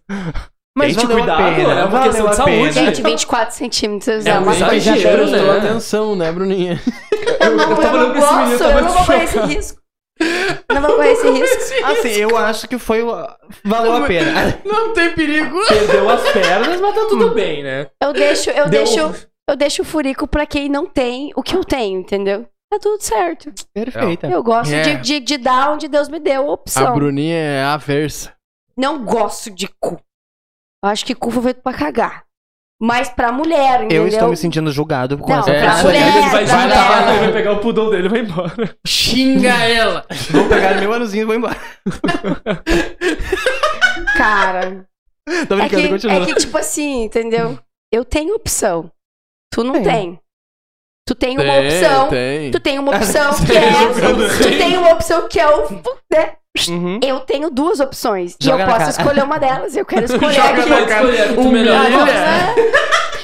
Speaker 3: Mas
Speaker 2: Gente,
Speaker 3: te cuidado,
Speaker 2: valeu a pena,
Speaker 3: é uma
Speaker 2: valeu
Speaker 3: questão de
Speaker 2: a pena.
Speaker 3: saúde.
Speaker 6: Gente, 24 centímetros é,
Speaker 3: É
Speaker 6: uma
Speaker 3: um
Speaker 6: coisa.
Speaker 1: já
Speaker 3: exagero,
Speaker 1: prestou
Speaker 3: né?
Speaker 1: atenção, né, Bruninha?
Speaker 6: Eu não, eu
Speaker 3: tava olhando
Speaker 6: não
Speaker 3: pra esse menino,
Speaker 6: posso,
Speaker 3: eu tava
Speaker 6: eu não vou correr esse risco. Eu Não vou correr esse risco.
Speaker 2: <laughs>
Speaker 3: <laughs>
Speaker 2: Assim, eu acho que foi... o- Valeu a pena.
Speaker 1: Não tem perigo.
Speaker 3: Perdeu as pernas, mas tá tudo bem, né?
Speaker 6: Eu deixo, eu
Speaker 3: Deu- um-
Speaker 6: deixo, eu deixo o furico pra quem não tem o que eu tenho, entendeu? Tá tudo certo.
Speaker 2: <laughs> Perfeita.
Speaker 6: Eu gosto
Speaker 1: É.
Speaker 6: de, de, de dar onde Deus me deu a
Speaker 1: A
Speaker 6: opção.
Speaker 1: Bruninha é aversa.
Speaker 6: Não gosto de cu. Eu acho que cu foi feito pra cagar. Mas pra mulher, entendeu?
Speaker 2: Eu estou me sentindo julgado com
Speaker 6: Não,
Speaker 2: essa
Speaker 6: pra
Speaker 2: frase.
Speaker 6: mulher,
Speaker 3: Ele vai
Speaker 6: pra
Speaker 1: vai
Speaker 6: mulher.
Speaker 3: juntar, ele vai pegar o pudão dele e vai embora.
Speaker 1: Xinga ela.
Speaker 2: <laughs> Vou pegar meu anozinho e vou embora.
Speaker 6: Cara.
Speaker 2: Tô
Speaker 6: É
Speaker 2: brincando,
Speaker 6: que,
Speaker 2: continua.
Speaker 6: é que, tipo assim, entendeu? Eu tenho opção. Tu não
Speaker 2: Tem.
Speaker 6: tem. Tu tem uma opção.
Speaker 1: Tem.
Speaker 6: Tu tem uma opção que é. Tu tem uma opção que é o. né?
Speaker 2: Uhum.
Speaker 6: Eu tenho duas opções.
Speaker 2: Joga
Speaker 6: e
Speaker 2: na
Speaker 6: eu posso
Speaker 2: cara.
Speaker 6: escolher uma delas. Eu quero escolher
Speaker 1: Joga
Speaker 6: aqui.
Speaker 1: na cara.
Speaker 6: Ah,
Speaker 1: Humilha.
Speaker 6: vamos, né?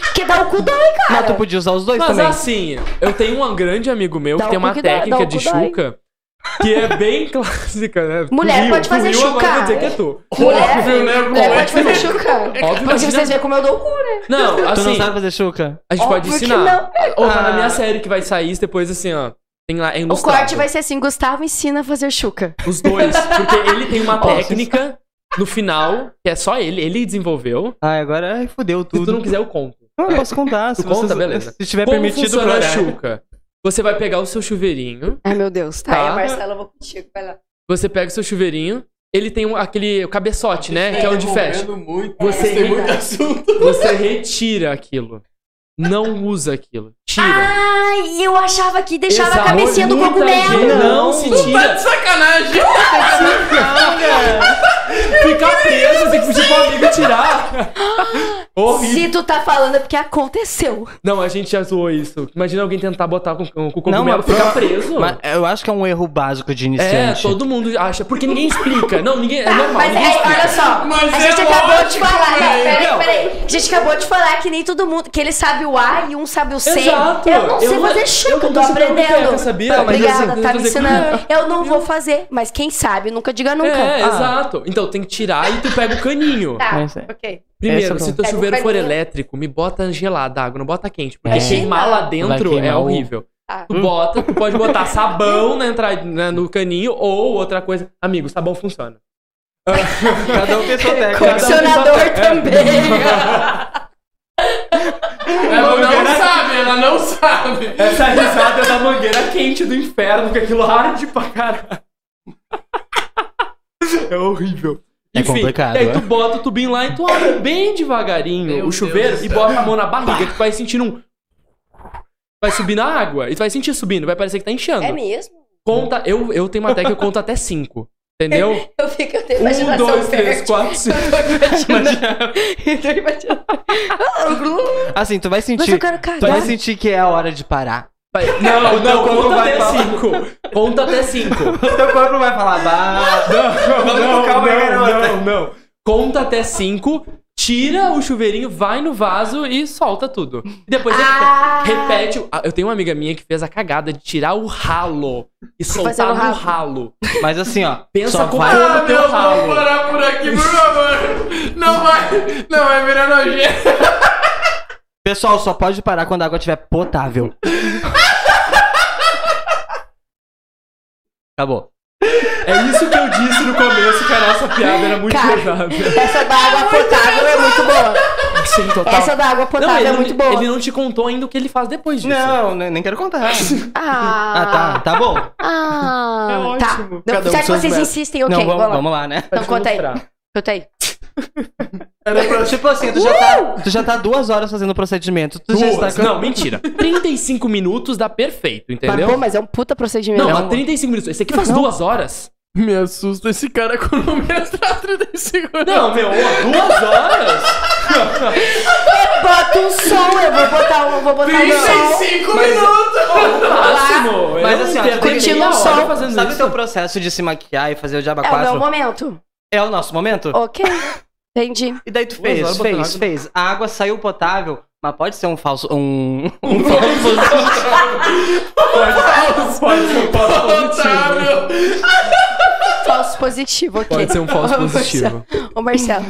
Speaker 6: Porque dá o cu dói, cara.
Speaker 2: Não, tu podia usar os dois
Speaker 3: Mas
Speaker 2: também.
Speaker 3: assim, eu tenho um grande amigo meu
Speaker 6: Dá
Speaker 3: que tem
Speaker 6: o
Speaker 3: uma
Speaker 6: cu que dá, dá
Speaker 3: técnica
Speaker 6: o
Speaker 3: de
Speaker 6: cu dói.
Speaker 3: chuca que é bem <laughs> clássica, né? Tu
Speaker 6: Mulher
Speaker 3: riu,
Speaker 6: pode
Speaker 3: tu
Speaker 6: fazer
Speaker 3: riu, agora eu
Speaker 6: chocar.
Speaker 3: Vou dizer que é tu.
Speaker 6: Mulher-
Speaker 3: Óbvio, né?
Speaker 6: Mulher
Speaker 3: Como é
Speaker 6: pode
Speaker 3: que
Speaker 6: fazer
Speaker 3: não?
Speaker 6: chocar.
Speaker 3: Óbvio,
Speaker 6: Porque
Speaker 3: imagina-
Speaker 6: vocês veem como eu dou o cu, né?
Speaker 3: Não,
Speaker 2: Tu não
Speaker 3: assim,
Speaker 2: sabe fazer chuca?
Speaker 3: a gente pode
Speaker 6: Óbvio que
Speaker 3: ensinar.
Speaker 6: não. É.
Speaker 3: Ou tá na minha
Speaker 2: Ah.
Speaker 3: série que vai sair depois, assim, ó. Tem lá, é
Speaker 6: O
Speaker 3: ilustrado.
Speaker 6: corte vai ser assim, Gustavo ensina a fazer chuca.
Speaker 3: Os
Speaker 6: <laughs>
Speaker 3: dois. Porque ele tem uma
Speaker 2: Ó,
Speaker 3: técnica no final, que é só ele, ele desenvolveu.
Speaker 2: Ai, Ah, agora ai, fudeu
Speaker 3: Se
Speaker 2: tudo.
Speaker 3: tu não quiser, eu conto.
Speaker 2: Não, eu posso contar. Se
Speaker 3: Tu conta,
Speaker 2: vocês-
Speaker 3: beleza.
Speaker 2: Se tiver
Speaker 3: Como
Speaker 2: permitido
Speaker 3: funciona a
Speaker 2: horário.
Speaker 3: chuca? Você vai pegar o seu chuveirinho,
Speaker 6: Ai, meu Deus. Tá,
Speaker 3: Tá.
Speaker 6: aí, Marcela, eu vou contigo, vai lá.
Speaker 3: você pega o seu chuveirinho, ele tem um- aquele cabeçote, né? Que é onde fecha.
Speaker 1: Tá Muito,
Speaker 3: Você-
Speaker 1: tem muito assunto.
Speaker 3: Você retira aquilo. Não usa aquilo. Tira.
Speaker 6: Ai, eu achava que deixava
Speaker 3: Esse
Speaker 6: a Ah, cabecinha do
Speaker 3: amor, muita gente
Speaker 6: cogumelo.
Speaker 3: Não se
Speaker 1: Tá
Speaker 3: tira.
Speaker 1: de sacanagem.
Speaker 3: Fica preso, tem que pedir pro amigo tirar. <laughs> Horrível.
Speaker 6: Se tu tá falando é porque aconteceu.
Speaker 3: Não, a gente já zoou isso. Imagina alguém tentar botar com, com o cogumelo
Speaker 2: Não, mas-
Speaker 3: ficar preso.
Speaker 2: Mas eu acho que é um erro básico de
Speaker 3: É,
Speaker 2: iniciante.
Speaker 3: todo mundo acha. Porque ninguém explica. Não, ninguém. É normal.
Speaker 6: Mas
Speaker 3: ninguém
Speaker 6: aí, olha só,
Speaker 1: Mas
Speaker 6: a
Speaker 1: é
Speaker 6: gente acabou de
Speaker 1: lógico,
Speaker 6: falar. Não,
Speaker 1: velho.
Speaker 6: peraí,
Speaker 3: Não.
Speaker 6: peraí. A gente acabou de falar que nem todo mundo. Que ele sabe o A e um sabe o C.
Speaker 3: Exato.
Speaker 6: Eu não sei
Speaker 3: Eu não-
Speaker 6: fazer
Speaker 3: eu
Speaker 6: chuca,
Speaker 3: não
Speaker 6: tô
Speaker 3: sei fazer
Speaker 6: aprendendo.
Speaker 3: cuteca, sabia? Mas assim,
Speaker 6: Obrigada,
Speaker 3: eu sei
Speaker 6: tá me
Speaker 3: fazer
Speaker 6: ensinando. Eu não vou fazer, mas quem sabe, nunca diga nunca.
Speaker 3: É,
Speaker 6: Ah,
Speaker 3: exato. Então tem que tirar e tu pega o caninho.
Speaker 6: Tá,
Speaker 2: Mas é-
Speaker 6: ok.
Speaker 3: Primeiro,
Speaker 2: Essa
Speaker 3: se
Speaker 2: eu
Speaker 3: teu
Speaker 6: Pega o
Speaker 3: chuveiro for
Speaker 6: caninho.
Speaker 3: elétrico, me bota gelada a água, não bota quente. Porque
Speaker 2: É.
Speaker 3: queimar lá
Speaker 2: Vai
Speaker 3: dentro
Speaker 2: queimar
Speaker 3: é
Speaker 2: o-
Speaker 3: horrível.
Speaker 6: Tá.
Speaker 3: Tu bota, tu pode botar sabão na entrada, né, no caninho ou outra coisa. Amigo, sabão funciona.
Speaker 2: Cada um tem
Speaker 6: <laughs>
Speaker 2: sua técnica.
Speaker 6: Condicionador também.
Speaker 3: É. <laughs>
Speaker 1: Ela não
Speaker 6: um
Speaker 3: né?
Speaker 1: sabe, ela não sabe.
Speaker 3: Essa risada é da mangueira quente do inferno, que aquilo arde pra caralho. É horrível.
Speaker 2: É complicado,
Speaker 3: e aí
Speaker 2: é?
Speaker 3: tu bota o tubinho lá e tu abre bem devagarinho
Speaker 1: Meu
Speaker 3: o
Speaker 1: Deus
Speaker 3: chuveiro
Speaker 1: do
Speaker 3: e
Speaker 1: céu.
Speaker 3: bota a mão na barriga, tu vai sentindo um... Vai subir na água e tu vai sentir subindo, vai parecer que tá inchando.
Speaker 6: É mesmo?
Speaker 3: Conta, eu, eu tenho uma técnica que eu conto até cinco,
Speaker 6: <laughs>
Speaker 3: entendeu?
Speaker 6: Eu fico, eu tenho
Speaker 3: Um,
Speaker 6: imaginação
Speaker 3: dois, três,
Speaker 6: fértil.
Speaker 3: quatro,
Speaker 6: <laughs>
Speaker 3: cinco.
Speaker 6: Eu tô imaginando.
Speaker 2: Assim, tu vai
Speaker 6: Mas
Speaker 2: sentir.
Speaker 6: eu quero
Speaker 2: Tu vai
Speaker 6: cagar.
Speaker 2: sentir que é a hora de parar. <laughs>
Speaker 3: Vai- Não, não,
Speaker 2: corpo
Speaker 3: conta
Speaker 2: vai
Speaker 3: até
Speaker 2: falar.
Speaker 3: cinco. Conta até cinco.
Speaker 2: Teu corpo vai falar, bah.
Speaker 3: Não,
Speaker 2: Vamos
Speaker 3: não,
Speaker 2: calma aí,
Speaker 3: não,
Speaker 2: garota.
Speaker 3: não, não. Conta até cinco, tira o chuveirinho, vai no vaso e solta tudo. E depois você
Speaker 6: Ah!
Speaker 3: repete. o- ah, Eu tenho uma amiga minha que fez a cagada de tirar o ralo e
Speaker 6: fazer
Speaker 3: soltar
Speaker 6: no
Speaker 3: no
Speaker 6: ralo.
Speaker 3: ralo.
Speaker 2: Mas assim, ó.
Speaker 3: Pensa
Speaker 2: só
Speaker 3: como
Speaker 2: vai.
Speaker 3: é.
Speaker 1: Ah, meu, vamos parar por aqui, por favor. Não vai, não vai virar nojento.
Speaker 2: Pessoal, só pode parar quando a água estiver potável. Acabou.
Speaker 3: É isso que eu disse no começo, que a nossa piada era muito
Speaker 6: Cara.
Speaker 3: pesada.
Speaker 6: Essa da água potável é muito boa.
Speaker 3: Sim, total.
Speaker 6: Essa da água
Speaker 3: Tá. Não,
Speaker 6: potável
Speaker 3: ele,
Speaker 6: é
Speaker 3: não-
Speaker 6: muito boa.
Speaker 3: ele não te contou ainda o que ele faz depois disso.
Speaker 2: Não, nem nem quero contar. Ah,
Speaker 6: Ah,
Speaker 2: tá, tá bom.
Speaker 6: Ah,
Speaker 3: É ótimo.
Speaker 6: tá.
Speaker 1: Cada
Speaker 6: Não,
Speaker 1: um
Speaker 6: já que
Speaker 1: seus
Speaker 6: vocês
Speaker 1: métodos.
Speaker 6: insistem, ok,
Speaker 2: Não, vamos,
Speaker 6: vamos lá.
Speaker 2: vamos lá, né?
Speaker 6: Então conta aí,
Speaker 3: mostrar.
Speaker 6: conta aí.
Speaker 1: Era pra
Speaker 2: Tipo assim, tu já, tá, tu já tá duas horas fazendo o procedimento. Tu já está.
Speaker 3: Duas. Não, mentira. 35 minutos dá perfeito, entendeu?
Speaker 6: Mas, pô, mas é um puta procedimento.
Speaker 3: Não,
Speaker 2: Não.
Speaker 3: mas 35 minutos. Esse aqui faz duas horas.
Speaker 1: Me assusta esse cara cronometrar 35 segundos.
Speaker 3: Não, meu, duas <laughs> horas?
Speaker 6: Bota um som, eu vou botar um, vou botar um som.
Speaker 1: 35 minutos!
Speaker 3: Máximo.
Speaker 2: Mas assim, ó,
Speaker 6: curtindo
Speaker 3: um
Speaker 6: o sol.
Speaker 3: fazendo
Speaker 2: Sabe o
Speaker 3: isso.
Speaker 2: teu processo de se maquiar e fazer o diaba
Speaker 6: É o
Speaker 2: 4?
Speaker 6: meu momento.
Speaker 2: É o nosso momento?
Speaker 6: Ok. Entendi.
Speaker 2: E daí tu
Speaker 3: Duas
Speaker 2: fez,
Speaker 3: horas botando
Speaker 2: fez,
Speaker 3: água.
Speaker 2: fez. A água saiu potável, mas pode ser um falso. Um. <laughs> Um falso.
Speaker 3: Pode, ser um falso positivo.
Speaker 1: Otávio!
Speaker 6: Falso positivo, ok.
Speaker 3: Pode ser um falso
Speaker 6: Ô, Marcelo.
Speaker 3: positivo.
Speaker 6: Ô, Marcelo.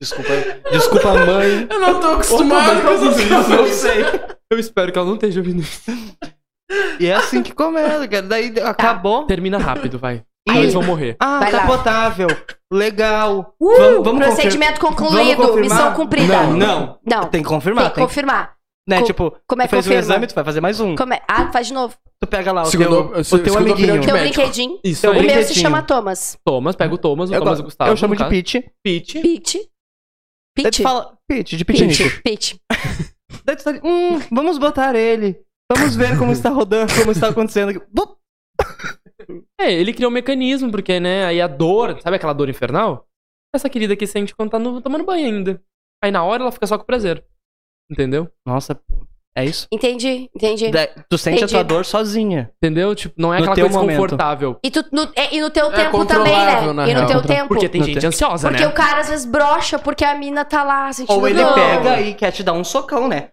Speaker 2: desculpa, desculpa, mãe.
Speaker 1: Eu não tô acostumado com essas coisas.
Speaker 2: Não sei.
Speaker 3: Eu espero que ela não esteja ouvindo isso.
Speaker 2: E é assim que começa, cara. Daí acabou.
Speaker 3: Termina rápido, vai.
Speaker 2: Aí.
Speaker 3: Eles vão morrer.
Speaker 2: Ah,
Speaker 6: Vai
Speaker 2: tá
Speaker 6: lá.
Speaker 2: potável. Legal.
Speaker 6: Uh,
Speaker 2: vamos, vamos
Speaker 6: procedimento
Speaker 2: Vamos
Speaker 6: concluído,
Speaker 2: confirmar?
Speaker 6: missão cumprida.
Speaker 2: Não, não.
Speaker 6: Não,
Speaker 2: Tem que confirmar.
Speaker 6: tem que
Speaker 2: tem-
Speaker 6: confirmar.
Speaker 2: né,
Speaker 6: co-
Speaker 2: tipo,
Speaker 6: como é
Speaker 2: tu
Speaker 6: que
Speaker 2: fez um
Speaker 6: confirma?
Speaker 2: exame, tu vai fazer mais um.
Speaker 6: Como é? Ah, faz de novo. um
Speaker 2: Tu pega lá o
Speaker 1: Segundo-
Speaker 2: teu, o
Speaker 1: segundo
Speaker 2: teu
Speaker 1: opinião de
Speaker 2: amiguinho.
Speaker 6: Teu
Speaker 1: médico.
Speaker 6: brinquedinho.
Speaker 3: Isso
Speaker 2: Eu
Speaker 6: O
Speaker 3: aí.
Speaker 6: meu se
Speaker 2: brinquedinho.
Speaker 6: chama Thomas.
Speaker 3: Thomas, pega o Thomas, o
Speaker 2: Eu,
Speaker 3: Thomas e
Speaker 2: go-
Speaker 3: o Gustavo.
Speaker 2: eu chamo
Speaker 3: no
Speaker 2: de
Speaker 3: caso.
Speaker 2: Pete.
Speaker 3: Pete.
Speaker 6: Pete.
Speaker 2: Daí tu
Speaker 6: Pete.
Speaker 2: fala, Pete, de Pitinico.
Speaker 6: Pete. Pete.
Speaker 2: Daí tu tá ali, hum, vamos botar ele. Vamos ver como está rodando, como está acontecendo. aqui." Bup.
Speaker 3: É, ele criou um mecanismo, porque, né, aí a dor, sabe aquela dor infernal? Essa querida aqui sente quando tá no- tomando banho ainda. Aí na hora ela fica só com prazer. Entendeu?
Speaker 2: Nossa, é isso?
Speaker 6: Entendi, entendi.
Speaker 2: Daí tu sente a tua
Speaker 6: Entendi.
Speaker 2: dor sozinha.
Speaker 3: Entendeu? Tipo, não é
Speaker 2: No
Speaker 3: aquela
Speaker 2: teu
Speaker 3: coisa
Speaker 2: momento.
Speaker 3: confortável.
Speaker 6: E, tu, no, é, e no teu
Speaker 1: É
Speaker 6: tempo também,
Speaker 1: controlável, na
Speaker 6: né? E no
Speaker 1: real.
Speaker 6: teu tempo.
Speaker 3: Porque tem
Speaker 2: Não
Speaker 3: gente
Speaker 2: tem.
Speaker 3: ansiosa,
Speaker 6: Porque
Speaker 3: né?
Speaker 6: o cara às vezes brocha porque a mina tá lá sentindo
Speaker 2: Ou ele
Speaker 6: dor.
Speaker 2: pega e quer te dar um socão, né?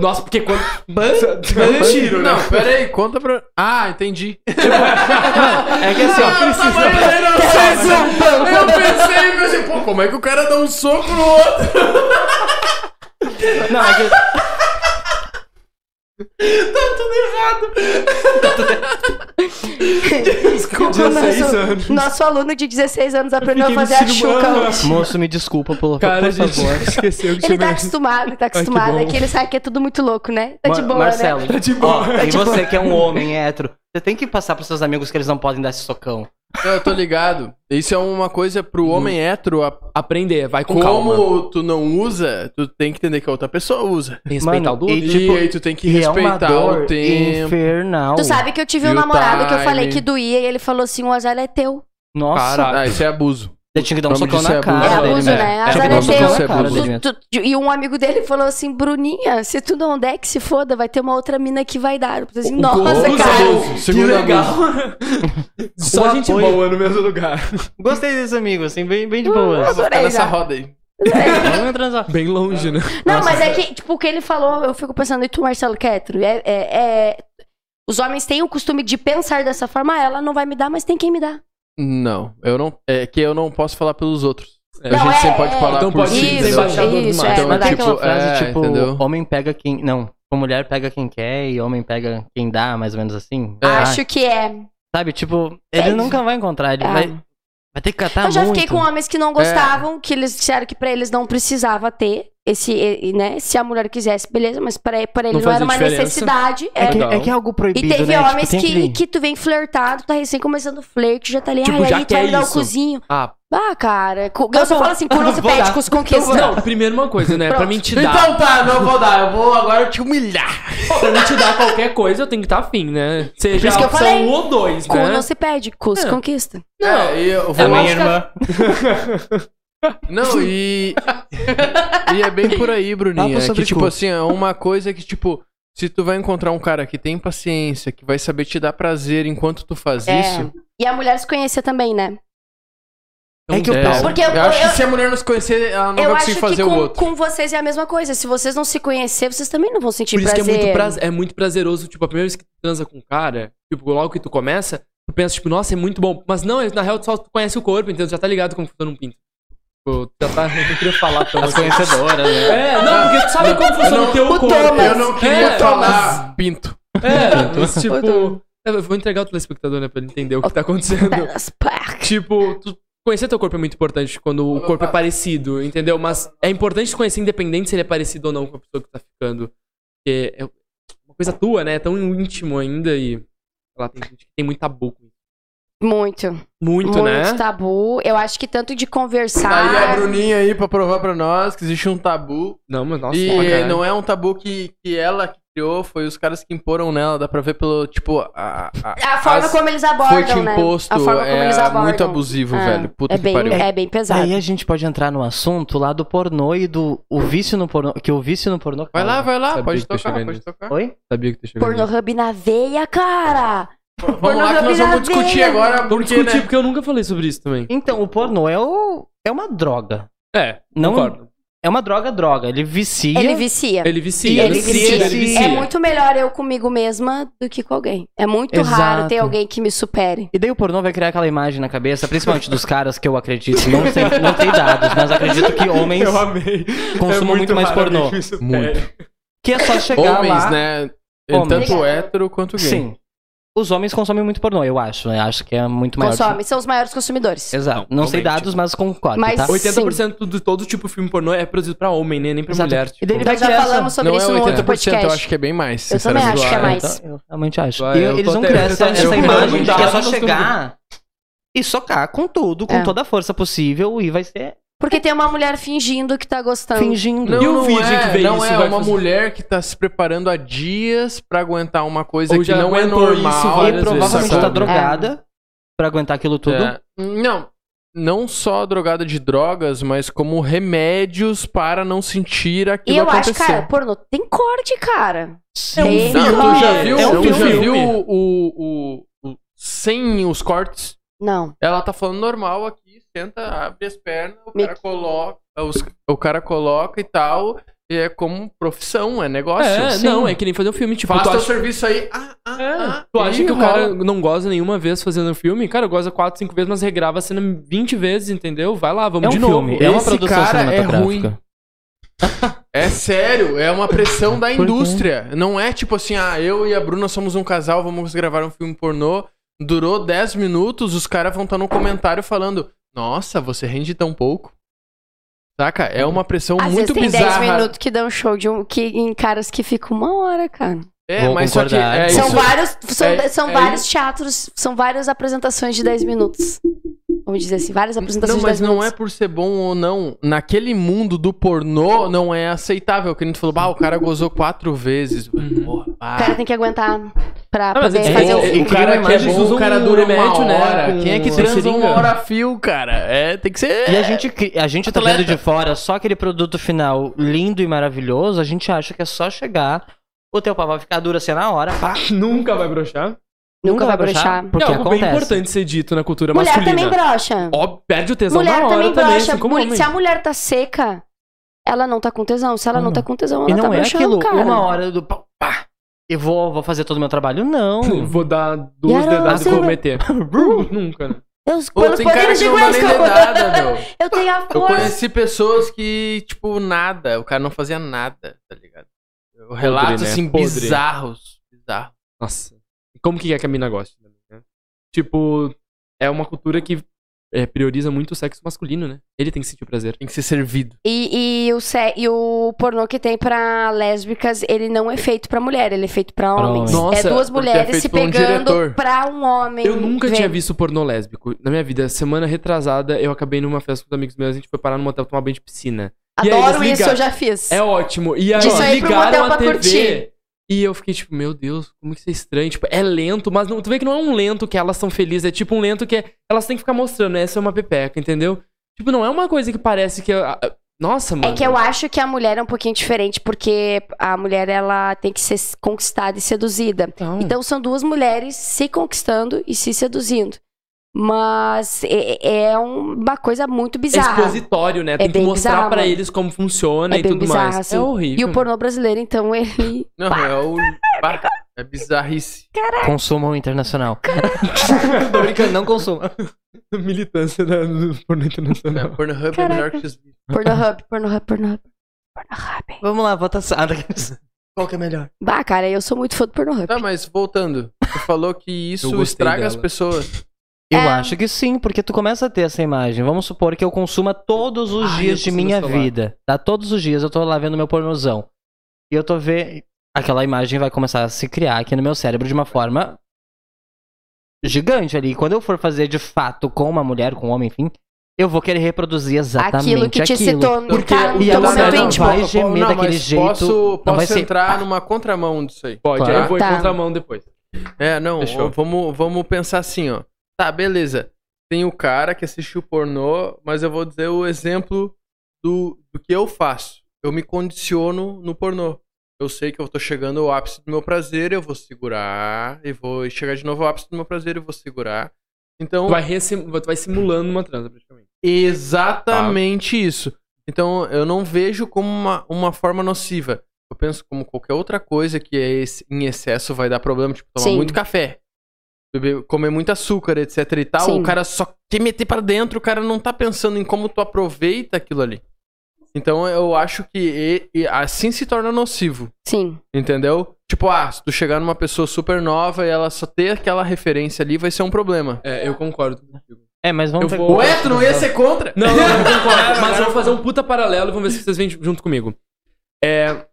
Speaker 3: Nossa, porque
Speaker 6: <laughs>
Speaker 3: quando.
Speaker 1: Mas-
Speaker 3: tiro, né?
Speaker 1: Não, peraí, conta pra. Ah, entendi.
Speaker 3: É
Speaker 1: Ah, tá,
Speaker 3: que assim, ó.
Speaker 1: Eu pensei, mas assim, pô, como é que o cara dá um soco no outro?
Speaker 2: Não, é que.
Speaker 6: Desculpa, nosso, nosso aluno de 16 anos aprendeu a fazer a chuca. hoje.
Speaker 2: Moço, me desculpa, por,
Speaker 3: Cara, a
Speaker 2: por
Speaker 3: gente
Speaker 2: favor.
Speaker 3: esqueceu que
Speaker 6: Ele tá
Speaker 3: chama-
Speaker 6: acostumado, ele tá acostumado.
Speaker 3: bom.
Speaker 6: É que ele sabe que é tudo muito louco, né? Tá de
Speaker 2: Ma-
Speaker 6: boa,
Speaker 2: Marcelo,
Speaker 6: né?
Speaker 2: tá
Speaker 3: de boa.
Speaker 2: e você que é <laughs> um homem hétero, você tem que passar pros seus amigos que eles não podem dar esse socão.
Speaker 1: Eu tô ligado. Isso é uma coisa pro homem hétero. a-
Speaker 3: Aprender, vai com
Speaker 1: Como
Speaker 3: calma.
Speaker 1: tu não usa, tu tem que entender que a outra pessoa usa.
Speaker 3: Respeitar
Speaker 2: Mano,
Speaker 3: o dono.
Speaker 1: E,
Speaker 2: E, tipo,
Speaker 1: aí tu tem que
Speaker 2: E é uma
Speaker 1: respeitar
Speaker 2: dor
Speaker 1: o tempo.
Speaker 2: infernal.
Speaker 6: Tu sabe que eu tive um
Speaker 1: E o
Speaker 6: namorado que eu
Speaker 1: time.
Speaker 6: falei que doía e ele falou assim: o azar é teu.
Speaker 2: Nossa,
Speaker 3: Caralho.
Speaker 1: Ah, isso é abuso.
Speaker 2: eu tinha que dar um
Speaker 1: Vamos
Speaker 2: socão
Speaker 1: dizer,
Speaker 2: na
Speaker 1: é abuso.
Speaker 6: É
Speaker 2: cara dele, mesmo.
Speaker 6: abuso, né?
Speaker 2: Tinha
Speaker 6: Azar
Speaker 2: que
Speaker 6: é
Speaker 2: dar um
Speaker 1: teu.
Speaker 2: socão na cara
Speaker 1: Isso é
Speaker 2: dele
Speaker 1: abuso.
Speaker 2: mesmo.
Speaker 6: Tu- tu- e um amigo dele falou assim: Bruninha, se tu não der, que se foda, vai ter uma outra mina que vai dar. Eu falei assim, nossa,
Speaker 1: Segundo
Speaker 6: cara.
Speaker 1: abuso. Segundo abuso.
Speaker 3: Só
Speaker 2: O
Speaker 3: gente
Speaker 2: apoio-
Speaker 3: boa no mesmo lugar.
Speaker 2: Gostei desse amigo, assim, bem, bem de
Speaker 6: Eu
Speaker 2: boa.
Speaker 1: Tá
Speaker 6: adorei,
Speaker 1: nessa
Speaker 6: já.
Speaker 1: roda aí.
Speaker 2: Vamos é transar.
Speaker 3: Bem longe, né?
Speaker 6: Não, mas é que, tipo, o que ele falou, eu fico pensando, e tu, Marcelo Quetro? É, é- é- Os homens têm o costume de pensar dessa forma, "Ah, ela não vai me dar, mas tem quem me dá.
Speaker 1: Não, eu não. É que eu não posso falar pelos outros.
Speaker 3: É,
Speaker 1: a
Speaker 6: Não,
Speaker 1: gente
Speaker 6: é-
Speaker 1: sempre pode
Speaker 6: é-
Speaker 1: falar
Speaker 3: Então
Speaker 1: por
Speaker 3: pode
Speaker 1: si,
Speaker 3: ser
Speaker 1: entendeu?
Speaker 3: embaixador do
Speaker 6: isso,
Speaker 3: mar.
Speaker 6: é,
Speaker 1: Então,
Speaker 6: não
Speaker 2: Mas
Speaker 6: dá.
Speaker 2: tem
Speaker 1: tipo,
Speaker 2: aquela frase,
Speaker 1: é,
Speaker 2: tipo,
Speaker 1: entendeu?
Speaker 2: homem pega quem. Não, tipo, mulher pega quem quer e homem pega quem dá, mais ou menos assim.
Speaker 6: Acho que é.
Speaker 2: Sabe, tipo, ele
Speaker 6: É.
Speaker 2: nunca vai encontrar, ele
Speaker 6: É.
Speaker 2: vai, vai ter que catar
Speaker 6: eu já
Speaker 2: Tá muito.
Speaker 6: fiquei com um homens que não gostavam, que eles disseram que pra eles não precisava ter esse, e- e, né? Se a mulher quisesse, beleza, mas pra, pra ele
Speaker 3: Não
Speaker 6: não,
Speaker 3: fazia
Speaker 6: era uma
Speaker 3: diferença.
Speaker 6: necessidade.
Speaker 2: É
Speaker 6: era.
Speaker 2: que,
Speaker 3: Legal.
Speaker 2: é que é algo proibido,
Speaker 6: E teve
Speaker 2: né?
Speaker 6: homens
Speaker 2: tipo, tem
Speaker 6: que, que tu vem flertado, tá recém começando o flerte, já tá ali,
Speaker 3: Tipo,
Speaker 6: ai,
Speaker 3: já
Speaker 6: aí tu vai
Speaker 3: quer
Speaker 6: me dar o
Speaker 3: isso.
Speaker 6: cozinho.
Speaker 3: Ah.
Speaker 6: Ah, cara. cu- Eu só
Speaker 2: bom.
Speaker 6: falo assim, curos
Speaker 2: Vou dar.
Speaker 6: hipéticos conquistam.
Speaker 3: Não, primeiro uma coisa, né? pra
Speaker 6: tá- Pronto.
Speaker 3: mim te dar.
Speaker 1: Então tá, não vou dar. Eu vou agora te humilhar.
Speaker 3: pra mim te dar qualquer coisa, eu tenho que estar afim, né? Seja
Speaker 6: isso que eu
Speaker 3: opção
Speaker 6: falei.
Speaker 3: um ou dois,
Speaker 6: Cu
Speaker 3: né?
Speaker 6: não se pede, cu se
Speaker 3: É.
Speaker 6: conquista.
Speaker 1: É, e eu vou
Speaker 2: A minha
Speaker 3: acho que-
Speaker 2: irmã.
Speaker 1: Não, e. e é bem por aí, Bruninha.
Speaker 2: Papo sobre
Speaker 1: Que, tipo
Speaker 2: cu.
Speaker 1: assim, é uma coisa que, tipo, se tu vai encontrar um cara que tem paciência, que vai saber te dar prazer enquanto tu faz
Speaker 6: É.
Speaker 1: isso.
Speaker 6: E a mulher se conhecer também, né?
Speaker 2: É que o
Speaker 1: é,
Speaker 2: pau.
Speaker 6: Porque eu,
Speaker 1: eu acho
Speaker 6: eu-
Speaker 1: que se a mulher não se conhecer, ela não
Speaker 6: eu
Speaker 1: vai
Speaker 6: acho
Speaker 1: conseguir
Speaker 6: que
Speaker 1: fazer o
Speaker 6: com,
Speaker 1: outro.
Speaker 6: com vocês é a mesma coisa. Se vocês não se conhecer, vocês também não vão sentir
Speaker 3: Por isso que
Speaker 6: prazer.
Speaker 3: é muito, praze- é muito prazeroso, tipo, a primeira vez que tu transa com um cara, tipo, logo que tu começa, tu pensa, tipo, nossa, é muito bom. Mas não, é- na real, tu só conhece o corpo, então tu já tá ligado como funciona um pinto. Tipo, tu já tá. Eu não queria falar tão assim.
Speaker 2: Conhecedora, né?
Speaker 3: É, não, porque tu sabe como funciona o teu
Speaker 6: o
Speaker 3: corpo.
Speaker 6: Thomas.
Speaker 1: Eu não queria
Speaker 3: É,
Speaker 1: falar pinto. <laughs>
Speaker 3: É, mas, tipo. é, Eu vou entregar o telespectador, né, pra ele entender o que tá acontecendo.
Speaker 6: Pelas par-
Speaker 3: Tipo, tu conhecer teu corpo é muito importante quando o corpo é parecido, entendeu? Mas é importante tu conhecer independente se ele é parecido ou não com a pessoa que tá ficando. Porque é uma coisa tua, né? É tão íntimo ainda e. Sei lá, tem gente que tem muito tabu. com isso.
Speaker 6: Muito.
Speaker 3: Muito,
Speaker 6: Muito,
Speaker 3: né?
Speaker 6: tabu. Eu acho que tanto de
Speaker 1: Tá aí a
Speaker 6: conversar.
Speaker 1: Bruninha aí pra provar pra nós que existe um tabu.
Speaker 3: Não, mas nossa, pra
Speaker 1: E
Speaker 3: caralho.
Speaker 1: não é um tabu que, que ela que criou, foi os caras que imporam nela. Dá pra ver pelo, tipo, a, a-
Speaker 6: a forma
Speaker 1: as-
Speaker 6: como eles
Speaker 1: foi te
Speaker 6: abordam, né?
Speaker 1: imposto.
Speaker 6: A forma como
Speaker 1: é
Speaker 6: eles abordam.
Speaker 1: muito abusivo,
Speaker 6: É.
Speaker 1: velho. Puta
Speaker 6: é,
Speaker 1: que
Speaker 6: bem,
Speaker 1: pariu.
Speaker 6: é bem pesado.
Speaker 2: Aí a gente pode entrar no assunto lá do pornô e do o vício no pornô. Que o vício no pornô.
Speaker 1: Vai lá, vai lá,
Speaker 3: Sabia
Speaker 1: pode
Speaker 3: que eu
Speaker 1: tocar,
Speaker 3: ia chegar
Speaker 1: pode
Speaker 3: nisso.
Speaker 1: tocar.
Speaker 2: Oi?
Speaker 3: Sabia que tu chegou.
Speaker 6: Porno hub na veia, cara!
Speaker 1: Vamos lá que nós vamos discutir agora,
Speaker 3: Vamos
Speaker 1: porque,
Speaker 3: discutir,
Speaker 1: né?
Speaker 3: porque eu nunca falei sobre isso também.
Speaker 2: Então, o pornô é, o, é uma droga.
Speaker 3: É,
Speaker 2: Não-
Speaker 3: concordo.
Speaker 2: É uma droga, droga. Ele vicia.
Speaker 1: é?
Speaker 6: Ele vicia.
Speaker 3: Ele
Speaker 2: E
Speaker 3: vicia,
Speaker 2: ele
Speaker 3: ele vicia,
Speaker 2: vicia.
Speaker 3: ele vicia.
Speaker 6: É muito melhor eu comigo mesma do que com alguém. É muito raro
Speaker 2: Exato.
Speaker 6: ter alguém que me supere.
Speaker 2: E daí o pornô vai criar aquela imagem na cabeça, principalmente dos caras que eu acredito. Não sei, não sei dados, mas acredito que homens
Speaker 3: <laughs> Eu amei. É
Speaker 2: consumam muito, mais
Speaker 3: raro
Speaker 2: pornô.
Speaker 3: alguém isso,
Speaker 1: Muito.
Speaker 3: sério.
Speaker 2: Que é só chegar
Speaker 1: Homens,
Speaker 2: lá.
Speaker 1: né?
Speaker 2: Homens.
Speaker 1: Tanto hétero quanto gay.
Speaker 2: Sim. Os homens consomem muito pornô, eu acho. Eu acho que é muito maior.
Speaker 6: Consome, são os maiores consumidores.
Speaker 2: Exato. Não, sei
Speaker 3: realmente.
Speaker 2: dados, mas concordo,
Speaker 6: Mas-
Speaker 2: tá?
Speaker 6: Oi,
Speaker 3: 80% de todo tipo de filme pornô é produzido pra homem, né? Nem pra
Speaker 2: Exato.
Speaker 3: mulher.
Speaker 2: E daí ele
Speaker 6: Nós
Speaker 2: vai
Speaker 6: já
Speaker 2: criar essa-
Speaker 6: falamos sobre
Speaker 1: Não é
Speaker 6: isso num outro
Speaker 1: 80%,
Speaker 6: podcast.
Speaker 1: eu acho que é bem mais,
Speaker 6: Eu também
Speaker 1: sinceramente.
Speaker 6: acho que é
Speaker 3: Ah,
Speaker 6: mais.
Speaker 2: Então, eu realmente acho.
Speaker 3: Ah,
Speaker 2: E
Speaker 3: eu tô
Speaker 2: eles vão
Speaker 3: até-
Speaker 2: criar
Speaker 3: eu tô um
Speaker 2: essa,
Speaker 3: até-
Speaker 2: essa
Speaker 3: eu tô
Speaker 2: imagem de que é só
Speaker 3: dando tudo.
Speaker 2: chegar e socar com tudo, com
Speaker 6: É.
Speaker 2: toda a força possível e vai ser
Speaker 6: Porque tem uma mulher fingindo que tá gostando.
Speaker 2: fingindo.
Speaker 1: Não,
Speaker 3: E o
Speaker 1: não
Speaker 3: vídeo
Speaker 1: é,
Speaker 3: que vê
Speaker 1: não
Speaker 3: isso
Speaker 1: é
Speaker 3: vai
Speaker 1: uma
Speaker 3: fazer-
Speaker 1: mulher que tá se preparando há dias pra aguentar uma coisa
Speaker 3: Ou
Speaker 1: que
Speaker 3: já
Speaker 1: não é
Speaker 3: aguentou
Speaker 1: normal.
Speaker 3: isso
Speaker 2: E
Speaker 3: várias vezes,
Speaker 2: provavelmente
Speaker 3: sacou?
Speaker 2: tá drogada pra aguentar aquilo tudo.
Speaker 1: É. Não, não só drogada de drogas, mas como remédios para não sentir
Speaker 6: E
Speaker 1: aquilo
Speaker 6: eu acho,
Speaker 1: acontecer.
Speaker 6: cara, pornô tem corte, cara.
Speaker 2: Sim.
Speaker 6: um
Speaker 1: Não, tu já
Speaker 6: É
Speaker 1: viu,
Speaker 2: um
Speaker 1: tu já
Speaker 2: filme.
Speaker 1: viu o, o- o- sem os cortes?
Speaker 6: Não.
Speaker 1: Ela tá falando normal aqui, senta, abre as pernas, o
Speaker 6: Me-
Speaker 1: cara coloca, os- o cara coloca e tal. é como profissão, é negócio.
Speaker 3: é,
Speaker 1: assim.
Speaker 3: não, é que nem fazer um filme. Tipo,
Speaker 1: Faz
Speaker 3: tu
Speaker 1: teu
Speaker 3: acha,
Speaker 1: serviço aí. Ah, ah,
Speaker 3: É,
Speaker 1: ah,
Speaker 3: tu acha
Speaker 1: e
Speaker 3: que o cara
Speaker 1: rola.
Speaker 3: não goza nenhuma vez fazendo um filme? Cara, goza quatro, cinco vezes, mas regrava a cena 20 vezes, entendeu? Vai lá, vamos
Speaker 2: É um
Speaker 3: de novo.
Speaker 2: filme, é uma
Speaker 1: esse
Speaker 2: produção
Speaker 1: cara é
Speaker 2: cinematográfica.
Speaker 1: É sério, é uma pressão da
Speaker 2: quê?
Speaker 1: indústria. Não é tipo assim, ah, eu e a Bruna somos um casal, vamos gravar um filme pornô. Durou 10 minutos, os caras vão estar no comentário falando: Nossa, você rende tão pouco. Saca? É uma pressão
Speaker 6: Às
Speaker 1: muito
Speaker 6: vezes tem
Speaker 1: bizarra.
Speaker 6: 10 minutos que dão show de um, que, em caras que ficam uma hora, cara.
Speaker 1: É,
Speaker 2: Vou
Speaker 1: mas só que
Speaker 2: concordar.
Speaker 1: é
Speaker 6: são
Speaker 1: isso.
Speaker 6: vários, são,
Speaker 1: é-
Speaker 6: são
Speaker 1: é
Speaker 6: vários teatros, são várias apresentações de 10 minutos. Vamos dizer assim, várias apresentações
Speaker 1: Não, mas
Speaker 6: de 10
Speaker 1: não é
Speaker 6: minutos.
Speaker 1: por ser bom ou não. Naquele mundo do pornô, não é aceitável. Que a gente falou, bah, o cara gozou quatro vezes.
Speaker 2: Uhum.
Speaker 1: Porra,
Speaker 6: O
Speaker 1: bah.
Speaker 6: cara tem que aguentar pra
Speaker 3: Ah, mas
Speaker 6: poder
Speaker 3: é-
Speaker 6: fazer
Speaker 3: é-
Speaker 6: o
Speaker 3: é-
Speaker 1: o
Speaker 3: incrível
Speaker 1: cara
Speaker 3: a
Speaker 1: que é
Speaker 3: imagem,
Speaker 1: bom,
Speaker 3: usa
Speaker 1: o cara
Speaker 3: um
Speaker 1: dura
Speaker 3: remédio,
Speaker 1: uma
Speaker 3: né,
Speaker 1: hora.
Speaker 3: com
Speaker 1: Quem é que
Speaker 3: uma
Speaker 1: transa uma
Speaker 3: seringa?
Speaker 1: hora a fio, cara? É, tem que ser...
Speaker 2: E a gente, cri- a gente tá
Speaker 1: Atleta.
Speaker 2: vendo de fora só aquele produto final lindo e maravilhoso, a gente acha que é só chegar, o teu pau vai ficar duro assim na hora, pá,
Speaker 3: <laughs> Nunca vai brochar.
Speaker 6: Nunca vai brochar.
Speaker 2: Porque
Speaker 3: é algo
Speaker 2: acontece.
Speaker 3: bem importante ser dito na cultura
Speaker 6: Mulher
Speaker 3: masculina.
Speaker 6: também brocha.
Speaker 3: Ó, perde o tesão
Speaker 6: Mulher
Speaker 3: na hora
Speaker 6: também
Speaker 3: também,
Speaker 6: brocha.
Speaker 3: assim como
Speaker 6: Mul-
Speaker 3: homem.
Speaker 6: Se a mulher tá seca, ela não tá com tesão. Se ela não,
Speaker 2: Não.
Speaker 6: tá com tesão,
Speaker 2: E
Speaker 6: ela tá
Speaker 2: não é
Speaker 6: broxando,
Speaker 2: aquilo,
Speaker 6: cara.
Speaker 2: uma hora do pau, pá, e vou, vou fazer todo o meu trabalho, não.
Speaker 3: <laughs> Vou dar duas
Speaker 6: Garoto,
Speaker 3: dedadas e
Speaker 6: você-
Speaker 3: vou
Speaker 6: <laughs>
Speaker 3: meter. Nunca, né?
Speaker 6: Eu,
Speaker 1: Pô,
Speaker 6: pelos
Speaker 1: tem cara
Speaker 6: poderes
Speaker 1: que
Speaker 6: de
Speaker 1: não dá
Speaker 6: Grace,
Speaker 1: nem
Speaker 6: que eu- <laughs>
Speaker 1: dedada, meu.
Speaker 6: eu tenho a
Speaker 1: Eu
Speaker 6: força.
Speaker 1: conheci pessoas que, tipo, nada. O cara não fazia nada, tá ligado? Eu relatos,
Speaker 3: né?
Speaker 1: assim,
Speaker 3: Podre.
Speaker 1: bizarros. Bizarros.
Speaker 3: Nossa. E Como que é que a mina gosta? né? Tipo, é uma cultura que é, prioriza muito o sexo masculino, né? Ele tem que sentir o prazer.
Speaker 1: Tem que ser servido.
Speaker 6: E, e o se- e o pornô que tem pra lésbicas, ele não é feito pra mulher, ele é feito pra
Speaker 2: Pra
Speaker 6: homens.
Speaker 3: homem.
Speaker 6: é
Speaker 3: Nossa,
Speaker 6: duas
Speaker 1: porque é
Speaker 6: mulheres
Speaker 1: feito
Speaker 6: se
Speaker 1: por um
Speaker 6: pegando
Speaker 1: diretor.
Speaker 6: pra um homem.
Speaker 3: Eu nunca
Speaker 6: ver.
Speaker 3: tinha visto pornô lésbico na minha vida. Semana retrasada, eu acabei numa festa com os amigos meus, a gente foi parar num hotel tomar banho de piscina. E aí,
Speaker 6: Adoro
Speaker 3: desliga.
Speaker 6: isso, eu já fiz.
Speaker 3: É ótimo. E aí
Speaker 6: Disso aí pro motel
Speaker 3: ligaram
Speaker 6: pra
Speaker 3: a TV.
Speaker 6: curtir.
Speaker 3: E eu fiquei tipo, meu Deus, como que isso é estranho. Tipo, é lento, mas não, tu vê que não é um lento que elas são felizes. É tipo um lento que é- elas têm que ficar mostrando. Essa é uma pepeca, entendeu? Tipo, não é uma coisa que parece que... é, a- a- Nossa,
Speaker 6: É
Speaker 3: mano.
Speaker 6: que eu acho que a mulher é um pouquinho diferente, porque a mulher ela tem que ser conquistada e seduzida.
Speaker 3: Então,
Speaker 6: Então são duas mulheres se conquistando e se seduzindo. Mas é, é uma coisa muito
Speaker 3: é
Speaker 6: bizarra.
Speaker 3: expositório, né? Tem que
Speaker 6: bem
Speaker 3: mostrar
Speaker 6: bizarro,
Speaker 3: pra
Speaker 6: mano.
Speaker 3: eles como funciona
Speaker 6: É
Speaker 3: e
Speaker 6: bem
Speaker 3: tudo
Speaker 6: bizarro,
Speaker 3: mais.
Speaker 6: assim.
Speaker 3: É horrível.
Speaker 6: e o pornô brasileiro, então, ele. <laughs>
Speaker 1: Não, é o... Bah, é bizarrice.
Speaker 2: Consumam internacional. Tô brincando, não consumam.
Speaker 3: <laughs> militância da, do pornô
Speaker 1: É,
Speaker 3: internacional.
Speaker 1: Pornhub é
Speaker 6: Caraca.
Speaker 1: melhor que os...
Speaker 6: Pornohub, pornohub, pornohub. Pornohub.
Speaker 2: Vamos lá, votação. Ah, daqui- Qual que é melhor?
Speaker 6: Bah, cara, eu sou muito fã do Pornhub.
Speaker 1: Tá, mas voltando. Tu falou que isso
Speaker 3: gostei
Speaker 1: estraga as
Speaker 3: dela.
Speaker 1: pessoas.
Speaker 2: Eu
Speaker 6: É.
Speaker 2: acho que sim, porque tu começa a ter essa imagem. Vamos supor que eu consuma todos os
Speaker 3: Ai,
Speaker 2: dias de
Speaker 3: eu consumo
Speaker 2: minha
Speaker 3: celular.
Speaker 2: vida. Tá? Todos os dias eu tô lá vendo meu pornozão. E eu tô vendo. Aquela imagem vai começar a se criar aqui no meu cérebro de uma forma gigante ali. E quando eu for fazer de fato com uma mulher, com um homem, enfim, eu vou querer reproduzir exatamente
Speaker 6: aquilo que te
Speaker 2: aquilo.
Speaker 6: citou no
Speaker 1: Porque
Speaker 6: cara, no
Speaker 2: E
Speaker 6: teu
Speaker 2: a mulher
Speaker 6: momento
Speaker 2: não
Speaker 6: íntimo.
Speaker 2: vai gemer
Speaker 1: Não,
Speaker 2: daquele
Speaker 1: mas
Speaker 2: jeito.
Speaker 1: Posso,
Speaker 2: não vai
Speaker 1: posso
Speaker 2: ser-
Speaker 1: entrar numa contramão disso aí.
Speaker 3: Pode,
Speaker 2: Claro.
Speaker 3: aí eu vou
Speaker 6: Tá.
Speaker 3: encontrar a mão depois.
Speaker 1: É, não,
Speaker 3: Fechou.
Speaker 1: ó, vamos, vamos pensar assim, ó. Tá, beleza. Tem o cara que assistiu pornô, mas eu vou dizer o exemplo do, do que eu faço. Eu me condiciono no pornô. Eu sei que eu tô chegando ao ápice do meu prazer, eu vou segurar, e vou chegar de novo ao ápice do meu prazer, eu vou segurar. Então,
Speaker 3: Tu vai, resi- tu vai simulando uma transa, praticamente.
Speaker 1: Exatamente isso. Então, eu não vejo como uma, uma forma nociva. Eu penso como qualquer outra coisa que é ex- em excesso vai dar problema, tipo, tomar
Speaker 6: Sim.
Speaker 1: muito café, beber, comer muito açúcar, etc e tal.
Speaker 6: Sim.
Speaker 1: O cara só quer meter pra dentro, o cara não tá pensando em como tu aproveita aquilo ali. Então, eu acho que e- e assim se torna nocivo.
Speaker 6: Sim.
Speaker 1: Entendeu? Tipo, ah, se tu chegar numa pessoa super nova e ela só ter aquela referência ali, vai ser um problema.
Speaker 3: É, eu concordo contigo.
Speaker 2: É, mas vamos
Speaker 3: Eu
Speaker 2: pegar-
Speaker 3: vou-
Speaker 1: Ué, tu não ia ser contra?
Speaker 3: Não, não, não <laughs> concordo. mas eu vou fazer um puta paralelo e vamos ver se vocês vêm junto comigo. É.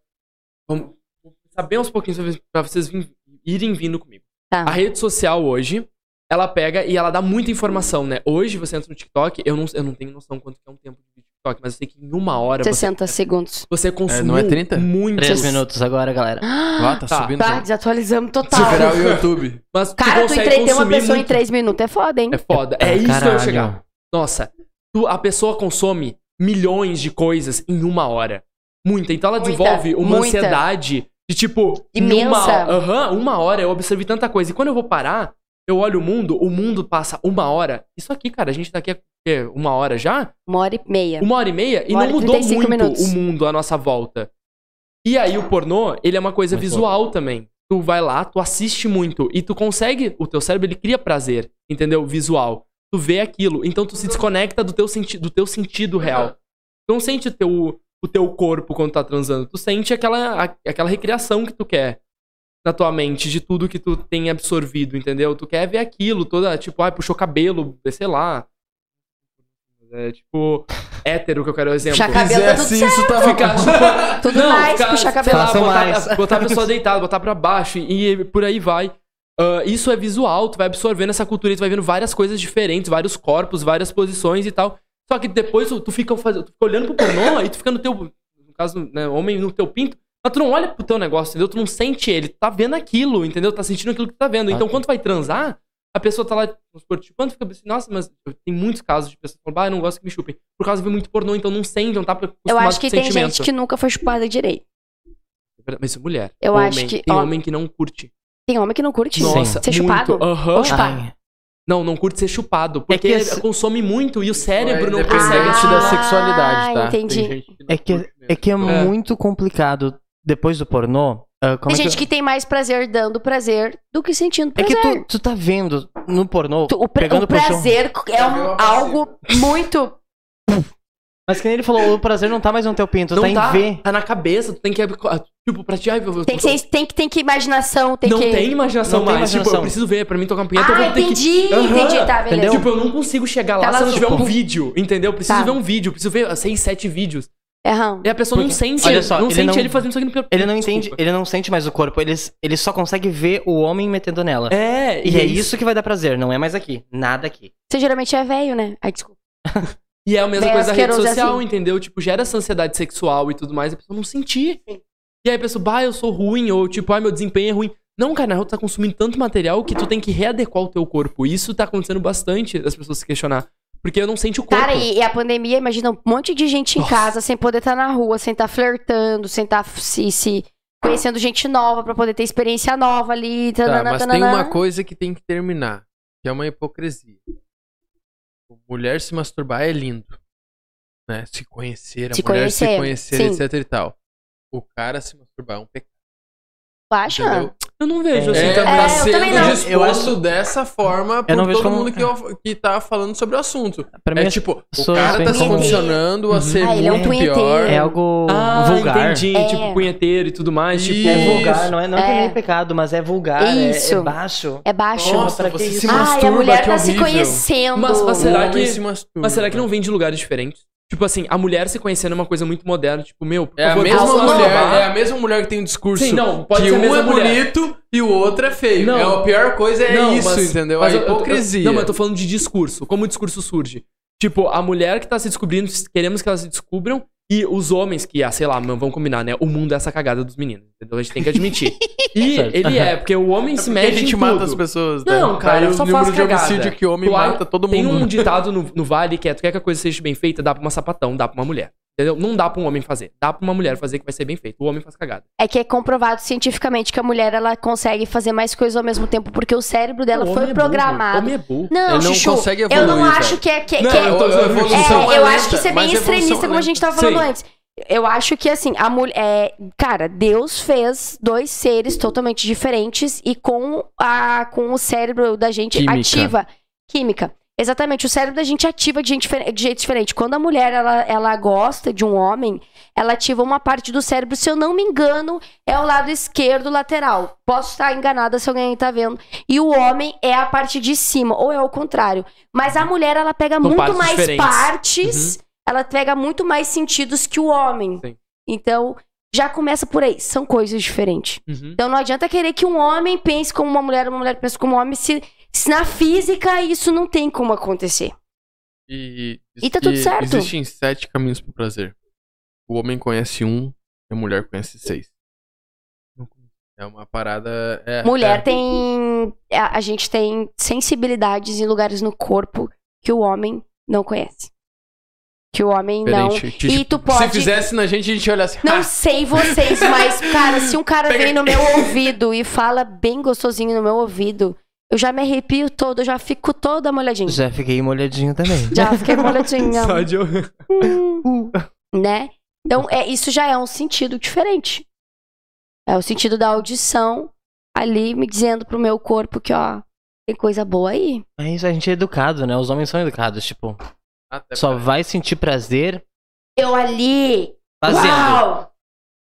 Speaker 3: Vamos vou pensar bem aos pouquinhos pra vocês- pra vocês vim- irem vindo comigo.
Speaker 6: Tá.
Speaker 3: A rede social hoje, ela pega e ela dá muita informação, né? Hoje você entra no TikTok, eu não, eu não tenho noção quanto que é um tempo de TikTok, mas eu sei que em uma hora você,
Speaker 6: 60 segundos.
Speaker 3: você consumiu
Speaker 1: não é 30?
Speaker 3: muitos.
Speaker 2: Três minutos agora, galera.
Speaker 1: Ah, tá,
Speaker 3: Tá.
Speaker 1: subindo.
Speaker 6: Tá, desatualizamos total.
Speaker 1: Superar o YouTube.
Speaker 3: Mas tu
Speaker 6: Cara, tu
Speaker 3: consegue
Speaker 6: entreter uma
Speaker 3: consumir
Speaker 6: pessoa em
Speaker 3: muito.
Speaker 6: 3 minutos é foda, hein?
Speaker 3: É foda.
Speaker 1: Ah,
Speaker 3: É isso que eu ia
Speaker 2: Caralho.
Speaker 3: chegar. Nossa, tu- a pessoa consome milhões de coisas em uma hora. Muita. Então ela
Speaker 6: Muita,
Speaker 3: desenvolve uma
Speaker 6: muita.
Speaker 3: ansiedade de tipo.
Speaker 6: Imensa.
Speaker 3: Uma, Aham, uma hora eu observei tanta coisa. E quando eu vou parar, eu olho o mundo, o mundo passa uma hora. Isso aqui, cara, a gente tá aqui há quê? uma hora já?
Speaker 6: Uma hora e meia.
Speaker 3: Uma hora e meia? E
Speaker 6: Uma hora
Speaker 3: não
Speaker 6: e
Speaker 3: mudou
Speaker 6: 35
Speaker 3: muito
Speaker 6: minutos.
Speaker 3: o mundo à nossa volta. E aí o pornô, ele é uma coisa
Speaker 2: Muito
Speaker 3: visual também. Tu vai lá, tu assiste muito e tu consegue, o teu cérebro ele cria prazer, entendeu? Visual. Tu vê aquilo, então tu se desconecta do teu sentido, do teu sentido real. Tu não sente o teu, o teu corpo quando tá transando, tu sente aquela, a- aquela recriação que tu quer na tua mente de tudo que tu tem absorvido, entendeu? Tu quer ver aquilo toda, tipo, ai, puxou cabelo, sei lá. É tipo <laughs> hétero que eu quero exemplo. tipo,
Speaker 6: Puxar cabelo tá tudo
Speaker 1: Fizesse isso, tava
Speaker 3: Ficar
Speaker 6: Tudo
Speaker 3: não,
Speaker 6: mais,
Speaker 3: cara, sei
Speaker 6: puxar cabelo.
Speaker 3: lá,
Speaker 2: Façam
Speaker 3: botar,
Speaker 2: mais.
Speaker 3: botar a pessoa deitada, botar pra baixo e, e por aí vai. Ah, isso é visual, tu vai absorvendo essa cultura, e tu vai vendo várias coisas diferentes, vários corpos, várias posições e tal. Só que depois tu, tu fica, faz- tu fica olhando pro pornô e tu fica no teu, no caso, né, homem no teu pinto, mas tu não olha pro teu negócio, entendeu? Tu não sente ele, tu tá vendo aquilo, entendeu? Tá sentindo aquilo que tu tá vendo.
Speaker 2: Ah,
Speaker 3: Então
Speaker 2: Ok.
Speaker 3: quando tu vai transar, a pessoa tá lá, vamos supor, tipo, quando fica assim, nossa, mas tem muitos casos de pessoas que falam, ah, eu não gosto que me chupem. Por causa de ver muito pornô, então não sente, não tá
Speaker 6: Eu
Speaker 3: acostumado
Speaker 6: acho
Speaker 3: com
Speaker 6: que
Speaker 3: o
Speaker 6: tem
Speaker 3: sentimento.
Speaker 6: gente que nunca foi chupada direito.
Speaker 3: Verdade, Mas isso é mulher.
Speaker 6: Eu
Speaker 3: Homem.
Speaker 6: acho que-
Speaker 3: Tem
Speaker 6: ó.
Speaker 3: homem que não curte.
Speaker 6: Tem homem que não curte
Speaker 3: Nossa,
Speaker 6: ser
Speaker 3: muito.
Speaker 6: chupado.
Speaker 3: Aham.
Speaker 6: Ou chupar.
Speaker 2: Ai,
Speaker 3: Não, não curte ser chupado. Porque
Speaker 2: É que esse-
Speaker 3: consome muito e o cérebro não
Speaker 1: Depende
Speaker 3: consegue.
Speaker 1: muito da sexualidade, tá?
Speaker 6: Ah, entendi.
Speaker 1: Tem gente não
Speaker 2: É que-
Speaker 1: curte
Speaker 2: É
Speaker 1: mesmo.
Speaker 2: que é, muito complicado depois do pornô. ah, como
Speaker 6: Tem
Speaker 2: é
Speaker 6: gente que... tem mais prazer dando prazer do que sentindo
Speaker 2: É
Speaker 6: prazer.
Speaker 2: que tu, tu tá vendo no pornô.
Speaker 6: Tu- o, pra-
Speaker 2: pegando
Speaker 6: o
Speaker 2: pro chão.
Speaker 6: prazer é um-
Speaker 1: Eu
Speaker 6: algo muito.
Speaker 2: Mas que nem ele falou, o prazer não tá mais no teu pinto,
Speaker 3: não
Speaker 2: tá em
Speaker 3: tá,
Speaker 2: ver.
Speaker 3: tá na cabeça, tu tem que. Tipo, pra ti. Ai, eu,
Speaker 6: Tem que, ser, tem que, tem que imaginação, tem
Speaker 3: não
Speaker 6: que.
Speaker 3: tem imaginação
Speaker 2: Não tem
Speaker 3: mais. Tipo,
Speaker 2: imaginação.
Speaker 3: eu preciso ver, pra mim tocar um punheta, eu
Speaker 6: Ah,
Speaker 3: vou ter que.
Speaker 6: entendi,
Speaker 3: Aham.
Speaker 6: entendi, tá, beleza.
Speaker 2: Entendeu?
Speaker 3: Tipo, eu não consigo chegar lá
Speaker 6: Tá lá
Speaker 3: se eu não
Speaker 6: no
Speaker 3: tiver um
Speaker 6: suposto.
Speaker 3: vídeo, entendeu? Eu Preciso
Speaker 6: Tá.
Speaker 3: ver um vídeo, eu preciso ver ah, seis, sete vídeos.
Speaker 6: Aham.
Speaker 3: E a pessoa não
Speaker 2: Porque-
Speaker 3: sente,
Speaker 2: olha só,
Speaker 3: não
Speaker 2: ele
Speaker 3: sente
Speaker 2: não-
Speaker 3: ele fazendo isso aqui no pior.
Speaker 2: Ele não entende,
Speaker 3: Desculpa.
Speaker 2: ele não sente mais o corpo, ele, ele só consegue ver o homem metendo nela.
Speaker 3: É,
Speaker 2: E é isso que vai dar prazer, não é mais aqui. Nada aqui.
Speaker 6: Você geralmente é velho, né? Ai, desculpa.
Speaker 3: E é a mesma
Speaker 6: Daí
Speaker 3: coisa da rede
Speaker 6: asqueroso é
Speaker 3: social,
Speaker 6: assim.
Speaker 3: entendeu? Tipo, gera essa ansiedade sexual e tudo mais, a pessoa não sentir.
Speaker 6: Sim.
Speaker 3: E aí a pessoa, bah, eu sou ruim, ou tipo, ai, meu desempenho é ruim. Não, cara, na real, tu tá consumindo tanto material que tu tem que readequar o teu corpo. E Isso tá acontecendo bastante das pessoas se questionar. Porque eu não sente o corpo.
Speaker 6: Cara, e, e a pandemia, imagina um monte de gente em
Speaker 3: Nossa.
Speaker 6: casa, sem poder estar na rua, sem estar flertando, sem estar se, se conhecendo gente nova pra poder ter experiência nova ali.
Speaker 1: Tá,
Speaker 6: tanana,
Speaker 1: mas tem
Speaker 6: tanana.
Speaker 1: uma coisa que tem que terminar, que é uma hipocrisia. Mulher se masturbar é lindo. Né? Se conhecer, a
Speaker 6: Se
Speaker 1: mulher se
Speaker 6: conhecer,
Speaker 1: conhecer,
Speaker 6: sim.
Speaker 1: etc e tal. O cara se masturbar é um pecado.
Speaker 6: Tu acha?
Speaker 1: entendeu?
Speaker 3: Eu não vejo,
Speaker 2: É.
Speaker 3: assim,
Speaker 2: É,
Speaker 3: também.
Speaker 1: tá
Speaker 6: eu também não.
Speaker 1: disposto
Speaker 2: Eu acho-
Speaker 1: dessa forma por
Speaker 2: não vejo
Speaker 1: todo
Speaker 2: como- é.
Speaker 1: mundo que, eu- que tá falando sobre o assunto.
Speaker 2: Pra mim
Speaker 1: É
Speaker 2: é,
Speaker 1: tipo, o
Speaker 2: pessoas
Speaker 1: cara
Speaker 2: veem
Speaker 1: tá se
Speaker 6: como-
Speaker 1: condicionando a ser
Speaker 6: Ah, ele é um
Speaker 1: muito
Speaker 6: punheteiro.
Speaker 1: pior.
Speaker 2: é algo
Speaker 3: Ah,
Speaker 2: vulgar.
Speaker 3: entendi.
Speaker 6: É.
Speaker 3: Tipo, punheteiro e tudo mais.
Speaker 1: Isso.
Speaker 3: Tipo,
Speaker 2: É vulgar, não é, não é. que
Speaker 6: É.
Speaker 2: nem pecado, mas é vulgar, é- é,
Speaker 6: Isso.
Speaker 2: baixo.
Speaker 6: É baixo.
Speaker 1: Nossa,
Speaker 2: pra que
Speaker 1: você
Speaker 2: isso?
Speaker 1: se
Speaker 2: Ai,
Speaker 1: masturba,
Speaker 6: Ai, a mulher
Speaker 1: que
Speaker 6: tá se
Speaker 1: horrível.
Speaker 6: conhecendo.
Speaker 3: Mas- mas será-
Speaker 1: O homem
Speaker 3: que-
Speaker 1: se masturba.
Speaker 3: Mas será que não vem de lugares diferentes? Tipo assim, a mulher se conhecendo é uma coisa muito moderna. Tipo, meu, por
Speaker 1: É a
Speaker 3: favor,
Speaker 1: mesma
Speaker 3: posso
Speaker 1: mulher,
Speaker 3: masturbar?
Speaker 1: é a mesma mulher que tem um discurso
Speaker 3: Sim, não, pode
Speaker 1: que
Speaker 3: ser a
Speaker 1: um
Speaker 3: mesma
Speaker 1: é
Speaker 3: mulher.
Speaker 1: bonito e o outro é feio.
Speaker 3: Não.
Speaker 1: É a pior coisa é
Speaker 3: Não,
Speaker 1: isso,
Speaker 3: mas-
Speaker 1: entendeu?
Speaker 3: mas
Speaker 1: a
Speaker 3: eu- eu- eu-
Speaker 1: hipocrisia.
Speaker 3: não, mas eu tô falando de discurso. Como o discurso surge? Tipo, a mulher que tá se descobrindo, queremos que elas se descubram. E os homens que, ah, sei lá, mano, vamos combinar, né? O mundo é essa cagada dos meninos. Entendeu? A gente tem
Speaker 1: <laughs>
Speaker 3: que admitir. e
Speaker 2: Certo.
Speaker 3: ele é, porque o homem se
Speaker 1: Porque
Speaker 3: mete
Speaker 1: a gente
Speaker 3: em
Speaker 1: mata
Speaker 3: tudo.
Speaker 1: as pessoas, né?
Speaker 3: Não, cara,
Speaker 1: Daí
Speaker 3: eu
Speaker 1: o
Speaker 3: só
Speaker 1: número
Speaker 3: faço
Speaker 1: de
Speaker 3: cagada.
Speaker 1: homicídio que homem
Speaker 3: Tu a-
Speaker 1: mata todo mundo.
Speaker 3: Tem um
Speaker 1: <laughs>
Speaker 3: ditado no, no Vale que é: tu quer que a coisa seja bem feita, dá pra uma sapatão, dá pra uma mulher. Entendeu? Não dá pra um homem fazer. Dá pra uma mulher fazer que vai ser bem feito. O homem faz cagada.
Speaker 6: É que é comprovado cientificamente que a mulher ela consegue fazer mais coisas ao mesmo tempo porque o cérebro dela
Speaker 3: O
Speaker 6: foi
Speaker 3: homem é burro.
Speaker 6: programado.
Speaker 3: O homem é burro.
Speaker 6: Não,
Speaker 1: Ele não
Speaker 6: Chuchu,
Speaker 1: consegue
Speaker 6: eu não
Speaker 1: evoluir,
Speaker 6: acho
Speaker 1: velho.
Speaker 6: que é que,
Speaker 3: Não,
Speaker 6: que-
Speaker 3: eu tô-
Speaker 1: a evolução
Speaker 6: é,
Speaker 1: é
Speaker 6: eu
Speaker 1: lenta,
Speaker 6: acho que isso é
Speaker 1: mas
Speaker 6: bem
Speaker 1: a evolução
Speaker 6: extremista,
Speaker 1: é
Speaker 6: como a gente tava falando
Speaker 3: Sim.
Speaker 6: antes. Eu acho que assim, a mulher. é, cara, Deus fez dois seres totalmente diferentes e com, a, com o cérebro da gente
Speaker 1: Química.
Speaker 6: ativa. Química. Exatamente, o cérebro da gente ativa de, gente difer- de jeito diferente. Quando a mulher ela, ela gosta de um homem, ela ativa uma parte do cérebro, se eu não me engano, é o lado esquerdo lateral. Posso estar enganada se alguém tá vendo. E o homem é a parte de cima, ou é o contrário. Mas a mulher, ela pega
Speaker 3: São
Speaker 6: muito
Speaker 3: partes
Speaker 6: mais
Speaker 3: diferentes. Uhum.
Speaker 6: partes, ela pega muito mais sentidos que o homem.
Speaker 3: Sim.
Speaker 6: Então, já começa por aí. São coisas diferentes.
Speaker 3: Uhum.
Speaker 6: Então, não adianta querer que um homem pense como uma mulher, uma mulher pense como um homem, se, se na física isso não tem como acontecer.
Speaker 1: E,
Speaker 6: E tá tudo
Speaker 1: e
Speaker 6: certo.
Speaker 1: Existem sete caminhos pro prazer. O homem conhece um e a mulher conhece seis. É uma parada. é-
Speaker 6: Mulher
Speaker 1: é.
Speaker 6: tem. A, a gente tem sensibilidades em lugares no corpo que o homem não conhece. Que o homem não.
Speaker 1: Diferente. Tipo,
Speaker 6: E tu pode-
Speaker 1: Se fizesse na gente, a gente ia olhar assim. <laughs>
Speaker 6: Não
Speaker 1: "Ah,
Speaker 6: sei vocês, mas, cara, se um cara vem no meu ouvido e fala bem gostosinho no meu ouvido, eu já me arrepio todo, eu já fico toda molhadinha.
Speaker 2: Já fiquei molhadinho também.
Speaker 6: Já fiquei
Speaker 1: <laughs>
Speaker 6: molhadinha.
Speaker 3: Só de eu-
Speaker 6: <laughs> Hum, né? Então, é, isso já é um sentido diferente. É o sentido da audição ali me dizendo pro meu corpo que, ó, tem coisa boa aí.
Speaker 2: É isso, a gente é educado, né? Os homens são educados, tipo,
Speaker 3: Até
Speaker 2: só
Speaker 3: parece.
Speaker 2: vai sentir prazer
Speaker 6: Eu ali!
Speaker 2: fazendo.
Speaker 6: Uau!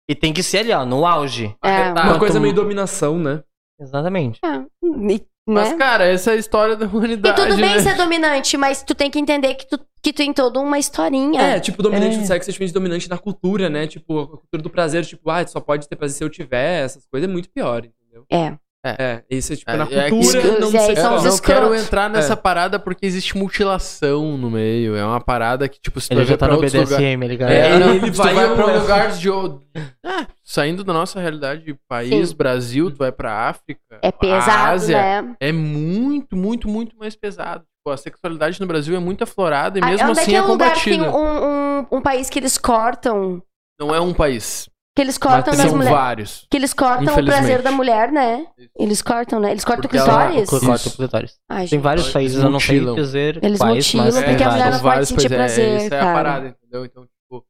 Speaker 2: E tem que ser ali, ó, no auge.
Speaker 6: É,
Speaker 3: Uma
Speaker 2: Quanto-
Speaker 3: coisa meio dominação, né?
Speaker 2: Exatamente.
Speaker 6: é, e-
Speaker 1: Mas,
Speaker 6: né?
Speaker 1: cara, essa é a história da
Speaker 6: E
Speaker 1: humanidade.
Speaker 6: tudo bem é
Speaker 1: né?
Speaker 6: ser dominante, mas tu tem que entender que tu, que tu tem toda uma historinha.
Speaker 3: É, tipo, dominante
Speaker 2: É.
Speaker 3: do sexo é diferente de dominante na cultura, né? Tipo, a cultura do prazer, tipo, ah, só pode ter prazer se eu tiver, essas coisas é muito pior, entendeu?
Speaker 6: É.
Speaker 3: É, isso é tipo,
Speaker 1: É,
Speaker 3: na
Speaker 1: é que-
Speaker 3: cultura não
Speaker 6: Isso aí
Speaker 3: sei
Speaker 1: Eu
Speaker 6: são
Speaker 1: não
Speaker 6: os
Speaker 1: quero
Speaker 6: escrotos.
Speaker 1: entrar nessa parada porque existe mutilação no meio. É uma parada que, tipo, se tu
Speaker 2: Ele
Speaker 1: vai
Speaker 2: já
Speaker 1: ver
Speaker 2: tá
Speaker 1: pra
Speaker 2: no
Speaker 1: outros lugares.
Speaker 2: BDSM, ele
Speaker 1: É,
Speaker 2: galera.
Speaker 1: não,
Speaker 3: ele
Speaker 1: se tu
Speaker 3: vai
Speaker 1: vai,
Speaker 3: ao-
Speaker 1: pra lugares de. o- Ah, saindo da nossa realidade de país,
Speaker 6: Sim.
Speaker 1: Brasil, tu vai pra África.
Speaker 6: É
Speaker 1: a
Speaker 6: pesado,
Speaker 1: Ásia,
Speaker 6: né?
Speaker 1: É muito, muito, muito mais pesado. Pô, a sexualidade no Brasil é muito aflorada e
Speaker 6: Ah,
Speaker 1: mesmo
Speaker 6: Onde é
Speaker 1: assim
Speaker 6: que é
Speaker 1: é
Speaker 6: um lugar que tem
Speaker 1: combatida.
Speaker 6: um, um, um país que eles cortam?
Speaker 1: Não é um país.
Speaker 6: Que eles cortam das
Speaker 1: São
Speaker 6: mulheres.
Speaker 1: vários.
Speaker 6: Que eles cortam o
Speaker 1: Infelizmente.
Speaker 6: prazer da mulher, né? Eles cortam, né? Eles cortam
Speaker 1: Porque
Speaker 6: o
Speaker 1: ela-
Speaker 6: clitóris?
Speaker 1: o
Speaker 2: Corta
Speaker 1: é. Isso.
Speaker 2: o clitóris.
Speaker 6: Ai,
Speaker 2: Tem
Speaker 6: gente.
Speaker 2: vários países, eu não sei
Speaker 1: mutilam.
Speaker 2: dizer
Speaker 6: Eles
Speaker 2: quais,
Speaker 6: mutilam,
Speaker 2: mas tem
Speaker 6: porque a mulher
Speaker 2: vários.
Speaker 6: não pode sentir
Speaker 1: É, pois é,
Speaker 6: prazer,
Speaker 1: Essa é a
Speaker 6: cara.
Speaker 1: parada, entendeu? Então, tipo.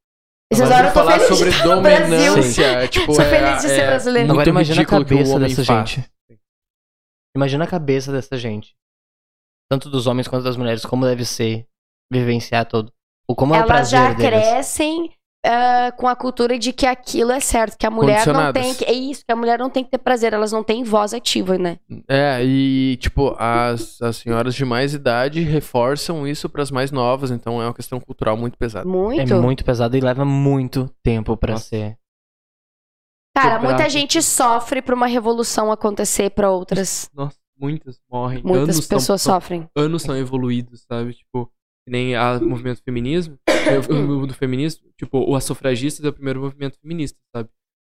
Speaker 6: Essas
Speaker 1: agora
Speaker 6: horas eu tô
Speaker 1: falar
Speaker 6: feliz de
Speaker 1: sobre
Speaker 6: estar no Brasil.
Speaker 1: dominância.
Speaker 6: <laughs>
Speaker 1: é, tipo,
Speaker 6: Sou
Speaker 1: é-
Speaker 6: feliz de ser
Speaker 1: é
Speaker 6: brasileiro.
Speaker 1: muito
Speaker 2: Agora imagina a
Speaker 1: ridículo que o
Speaker 2: cabeça
Speaker 1: homem
Speaker 2: dessa
Speaker 1: faz.
Speaker 2: gente. Imagina a cabeça dessa gente. Tanto dos homens quanto das mulheres, como deve ser vivenciar todo. Ou como é o
Speaker 6: Elas já
Speaker 2: prazer deles.
Speaker 6: crescem ah, com a cultura de que aquilo é certo, que a mulher não
Speaker 1: Condicionadas.
Speaker 6: tem que. É isso, que a mulher não tem que ter prazer, elas não têm voz ativa, né?
Speaker 1: É, e tipo, as, as senhoras de mais idade reforçam isso pras mais novas, então é uma questão cultural muito pesada.
Speaker 6: Muito.
Speaker 2: É muito pesado e leva muito tempo pra
Speaker 3: Nossa.
Speaker 2: ser.
Speaker 6: Cara,
Speaker 3: Quebrado.
Speaker 6: muita gente sofre pra uma revolução acontecer pra outras.
Speaker 3: Nossa, muitas morrem.
Speaker 6: Muitas
Speaker 3: anos
Speaker 6: pessoas
Speaker 3: são,
Speaker 6: sofrem.
Speaker 3: são- Anos são evoluídos, sabe? Tipo, que nem a-
Speaker 6: <laughs>
Speaker 3: o movimento feminismo. eu- O movimento feminista, tipo, o as sufragistas é o primeiro movimento feminista, sabe?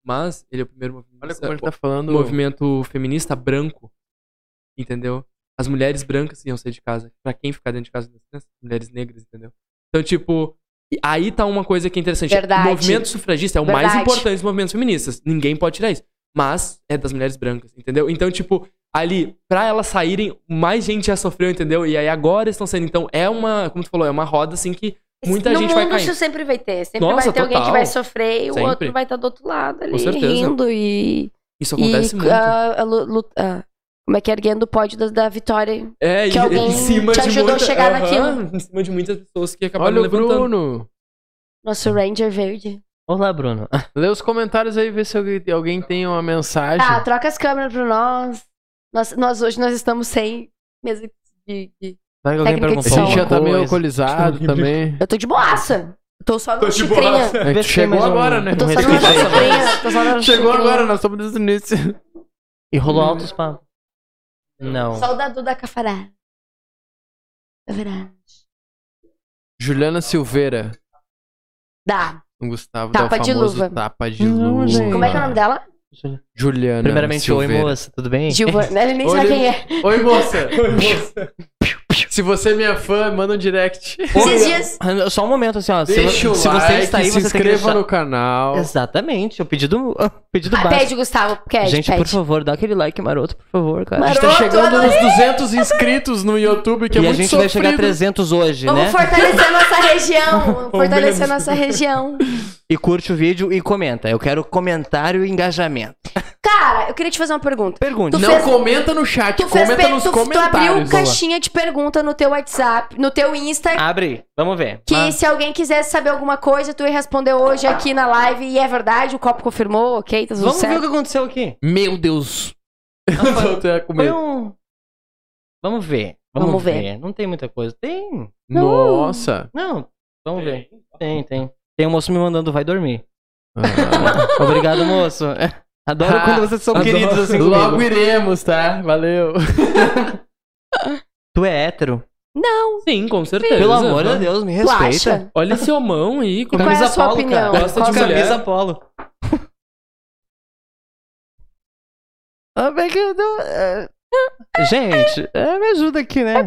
Speaker 3: Mas ele é o primeiro movimento.
Speaker 1: Olha como ele tá falando.
Speaker 3: o movimento feminista branco, entendeu? As mulheres brancas iam sair de casa. Pra quem ficar dentro de casa das crianças? Mulheres negras, entendeu? Então, tipo, e aí tá uma coisa que é interessante.
Speaker 6: Verdade.
Speaker 3: O movimento sufragista é o mais
Speaker 6: Verdade.
Speaker 3: importante dos movimentos feministas. Ninguém pode tirar isso. Mas é das mulheres brancas, entendeu? Então, tipo, ali, pra elas saírem, mais gente já sofreu, entendeu? E aí agora estão saindo. Então, é uma, como tu falou, é uma roda assim que muita
Speaker 6: no
Speaker 3: gente
Speaker 6: mundo
Speaker 3: vai caindo.
Speaker 6: isso sempre vai ter. Sempre
Speaker 3: Nossa,
Speaker 6: vai ter alguém que
Speaker 3: total.
Speaker 6: vai sofrer e o
Speaker 3: Sempre.
Speaker 6: outro vai estar do outro lado ali,
Speaker 3: certeza.
Speaker 6: rindo e.
Speaker 3: Isso acontece
Speaker 6: e
Speaker 3: muito.
Speaker 6: ah, a lu- lu- ah, como é que é erguendo o pódio da, da vitória?
Speaker 3: é,
Speaker 6: que
Speaker 3: e-
Speaker 6: alguém
Speaker 3: em cima
Speaker 6: te
Speaker 3: de
Speaker 6: ajudou a
Speaker 3: muita-
Speaker 6: chegar
Speaker 3: Aham,
Speaker 6: naquilo.
Speaker 3: Em cima de muitas pessoas que acabaram
Speaker 1: Olha o
Speaker 3: levantando.
Speaker 1: Bruno.
Speaker 6: Nosso Ranger Verde.
Speaker 2: Olá, Bruno.
Speaker 1: Lê os comentários aí, vê se alguém, alguém tem uma mensagem.
Speaker 6: Tá, troca as câmeras pra nós. Nós, nós hoje nós estamos sem mesa de. de-
Speaker 2: Será que alguém
Speaker 6: Técnica de
Speaker 1: a
Speaker 2: perguntou
Speaker 6: som.
Speaker 1: gente
Speaker 2: alguma
Speaker 1: já tá meio
Speaker 2: coisa?
Speaker 1: alcoolizado
Speaker 2: <laughs>
Speaker 1: também.
Speaker 6: Eu tô de boaça. Eu tô só no
Speaker 3: Tô de
Speaker 6: xicrinha.
Speaker 3: boaça.
Speaker 1: É que
Speaker 2: Vê
Speaker 1: tu
Speaker 2: se tem
Speaker 1: chegou
Speaker 2: mais algum.
Speaker 1: agora, né?
Speaker 6: Eu um tô só
Speaker 1: Com
Speaker 6: no
Speaker 1: respeito.
Speaker 6: xicrinha. Tô só
Speaker 1: Chegou
Speaker 6: no xicrinha.
Speaker 1: agora, nós estamos desde o início.
Speaker 2: E rolou altos papos. Não.
Speaker 6: Só o da Duda Cafará. Cafará.
Speaker 1: Juliana Silveira.
Speaker 6: Dá.
Speaker 1: O Gustavo
Speaker 6: Tapa
Speaker 1: dá o
Speaker 6: de
Speaker 1: famoso
Speaker 6: luva.
Speaker 1: tapa de
Speaker 2: Não,
Speaker 1: luva.
Speaker 2: gente.
Speaker 6: Como é que é o nome dela?
Speaker 1: Juliana
Speaker 2: Primeiramente, oi,
Speaker 1: Silveira.
Speaker 2: moça, tudo bem? <laughs>
Speaker 6: Gilvan. Ele nem
Speaker 1: Olha-
Speaker 6: sabe quem é.
Speaker 1: Oi, moça. Se você é minha fã, manda um direct.
Speaker 6: Esses dias.
Speaker 2: Ah, Só um momento, assim, ó. Se,
Speaker 1: Deixa o
Speaker 2: se
Speaker 1: like,
Speaker 2: você está aí,
Speaker 1: se
Speaker 2: você tem que
Speaker 1: inscreva
Speaker 2: deixar...
Speaker 1: no canal.
Speaker 2: Exatamente, o pedido, o pedido
Speaker 6: Ah,
Speaker 2: básico.
Speaker 6: pede, Gustavo. Pede,
Speaker 2: Gente,
Speaker 6: pede.
Speaker 2: por favor, dá aquele like maroto, por favor, cara.
Speaker 1: A gente tá
Speaker 6: Maroto,
Speaker 1: chegando
Speaker 6: adorei!
Speaker 1: nos 200 inscritos no YouTube, que é
Speaker 2: e a
Speaker 1: muito
Speaker 2: gente vai
Speaker 1: sofrido.
Speaker 2: chegar a 300 hoje,
Speaker 6: Vamos
Speaker 2: né?
Speaker 6: fortalecer nossa região. Vamos fortalecer nossa região.
Speaker 2: E curte o vídeo e comenta. Eu quero comentário e engajamento.
Speaker 6: Cara, eu queria te fazer uma pergunta.
Speaker 2: Pergunte.
Speaker 6: Tu
Speaker 1: Não
Speaker 6: fez-
Speaker 1: comenta no chat,
Speaker 6: Tu fez
Speaker 1: comenta
Speaker 6: pe-
Speaker 1: nos
Speaker 6: tu, tu abriu
Speaker 1: comentários.
Speaker 6: caixinha de pergunta no teu WhatsApp, no teu Insta.
Speaker 2: Abre aí, vamos ver. Ah.
Speaker 6: Que
Speaker 2: Mas-
Speaker 6: se alguém quisesse saber alguma coisa, tu ia responder hoje aqui na live. E é verdade, o copo confirmou, ok? Tá tudo
Speaker 2: Vamos ver o
Speaker 6: certo.
Speaker 2: que
Speaker 1: <laughs>
Speaker 2: aconteceu aqui. Ah,
Speaker 1: Meu Deus.
Speaker 2: foi-
Speaker 1: Tô até com
Speaker 2: Foi
Speaker 1: medo.
Speaker 2: um... Vamos ver. Vamos,
Speaker 6: Vamos ver.
Speaker 2: ver. Não tem muita coisa. Tem.
Speaker 1: Nossa.
Speaker 2: Não, vamos ver. Tem, tem. Tem um moço me mandando, vai <laughs> dormir.
Speaker 1: Ah.
Speaker 2: Obrigado, <laughs> moço. Adoro
Speaker 1: Ah,
Speaker 2: quando vocês são
Speaker 3: adoro.
Speaker 2: queridos assim comigo.
Speaker 1: Logo iremos, tá? Valeu.
Speaker 2: Tu é hétero?
Speaker 6: Não,
Speaker 3: Sim, com certeza.
Speaker 2: Pelo amor
Speaker 3: Aham.
Speaker 2: de Deus, me
Speaker 6: tu
Speaker 2: respeita.
Speaker 6: acha?
Speaker 3: Olha esse homão aí.
Speaker 6: E
Speaker 3: Como...
Speaker 6: qual é a sua
Speaker 2: polo,
Speaker 6: opinião?
Speaker 2: cara.
Speaker 3: Gosta
Speaker 2: Gosta de
Speaker 3: de mulher?
Speaker 2: camisa polo. <laughs> Ah, bem que eu não- é. Gente, é, me ajuda aqui, né?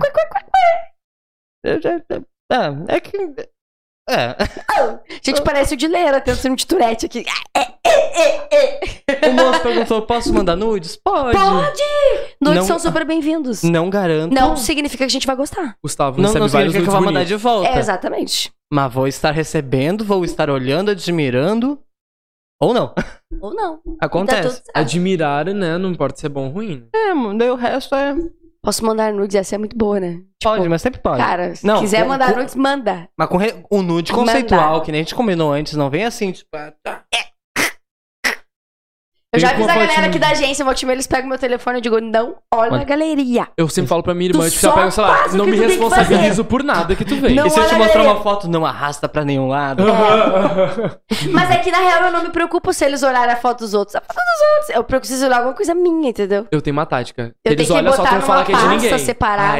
Speaker 2: Eu já- Ah, é que. É.
Speaker 6: Gente, parece o de Leira, tem um síndrome de Tourette aqui. É,
Speaker 2: O moço perguntou: posso mandar nudes? Pode.
Speaker 6: Pode! Noites
Speaker 2: Não-
Speaker 6: são super bem-vindos.
Speaker 2: Não garanto.
Speaker 6: Não significa que a gente vai gostar.
Speaker 3: Gustavo
Speaker 2: Não,
Speaker 3: recebe
Speaker 2: não
Speaker 3: vários
Speaker 2: significa que eu vou mandar
Speaker 3: nudes
Speaker 2: de volta.
Speaker 6: É, exatamente.
Speaker 2: Mas vou estar recebendo, vou estar olhando, admirando. Ou não.
Speaker 6: Ou não. E Tá tudo
Speaker 2: Acontece.
Speaker 6: certo.
Speaker 3: Admirar, né? Não importa ser bom ou ruim. né?
Speaker 2: É, mano, daí o resto é.
Speaker 6: Posso mandar nudes, essa é muito boa, né?
Speaker 2: Pode, mas sempre pode.
Speaker 6: Cara, se
Speaker 2: Não,
Speaker 6: quiser
Speaker 2: com-
Speaker 6: mandar
Speaker 2: com-
Speaker 6: nudes, manda.
Speaker 2: Mas com re- um nude
Speaker 6: Mandar.
Speaker 2: conceitual, que nem a gente combinou antes, não vem assim, tipo, ah, tá.
Speaker 6: Eu já
Speaker 3: Tem
Speaker 6: aviso
Speaker 3: uma
Speaker 6: a galera
Speaker 3: fotinho.
Speaker 6: aqui da agência, volta e meia, eles pegam meu telefone e digo, não olha
Speaker 3: Olha.
Speaker 6: a galeria.
Speaker 3: Eu sempre falo pra minha irmã,
Speaker 6: Tu
Speaker 3: tipo, ela
Speaker 6: só
Speaker 3: pega, sei lá,
Speaker 6: faz o
Speaker 3: não
Speaker 6: que
Speaker 3: me
Speaker 6: tu tem que
Speaker 3: responsabilizo por nada que tu fez.
Speaker 6: Não
Speaker 2: e se eu te
Speaker 6: olha,
Speaker 2: mostrar
Speaker 6: galera.
Speaker 2: uma foto, não arrasta pra nenhum lado.
Speaker 3: Ah.
Speaker 6: Mas é que, na real, eu não me preocupo se eles olharem a foto dos outros. A foto dos outros. Eu preciso olhar alguma coisa minha, entendeu?
Speaker 3: <laughs> Eu tenho uma tática.
Speaker 6: Eu
Speaker 3: Eles
Speaker 6: tenho que
Speaker 3: olham só, tu
Speaker 6: botar
Speaker 3: não fala
Speaker 6: numa
Speaker 3: que é de
Speaker 6: pasta
Speaker 3: ninguém.
Speaker 6: separado.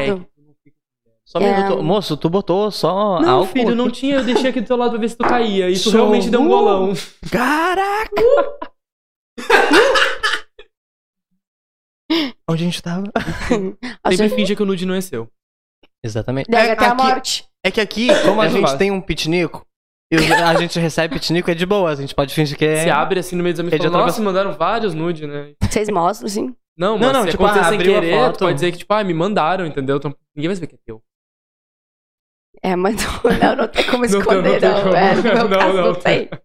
Speaker 3: Ah, é que-
Speaker 2: Só um minuto. Moço, tu botou só
Speaker 3: Não,
Speaker 2: álcool?
Speaker 3: filho, não tinha. Eu deixei aqui do teu lado pra ver se tu caía. E tu
Speaker 2: Sou
Speaker 3: realmente deu um
Speaker 6: Uh!
Speaker 2: burro.
Speaker 3: golão.
Speaker 2: Caraca! Onde a gente tava?
Speaker 6: Ó,
Speaker 3: Sempre
Speaker 6: gente,
Speaker 3: finge que o nude não é seu.
Speaker 2: Exatamente.
Speaker 6: Nega até a
Speaker 2: aqui-
Speaker 6: morte.
Speaker 2: É que aqui, como a
Speaker 3: É
Speaker 2: gente
Speaker 3: provável.
Speaker 2: tem um pitinico, e os- a gente recebe pitinico, é de boa. A gente pode fingir que é.
Speaker 3: Se abre assim no meio dos amigos
Speaker 2: É
Speaker 3: e
Speaker 2: de
Speaker 3: fala,
Speaker 2: outra
Speaker 3: nossa, mandaram vários nude, né?
Speaker 6: Vocês mostram, sim.
Speaker 3: Não,
Speaker 2: Não,
Speaker 3: mas
Speaker 2: não,
Speaker 3: se
Speaker 2: tipo,
Speaker 3: acontecer
Speaker 2: ah,
Speaker 3: sem
Speaker 2: abriu a
Speaker 3: querer,
Speaker 2: foto.
Speaker 3: tu pode dizer que, tipo, ah, me mandaram, entendeu? Então ninguém vai saber que é teu.
Speaker 6: É, mas não, <laughs> não, não tem como
Speaker 3: Não tem- não
Speaker 6: esconder,
Speaker 3: tem
Speaker 6: não.
Speaker 3: como. <laughs>
Speaker 6: É, no meu
Speaker 3: Não,
Speaker 6: caso, não,
Speaker 3: não
Speaker 6: tem.
Speaker 3: tem.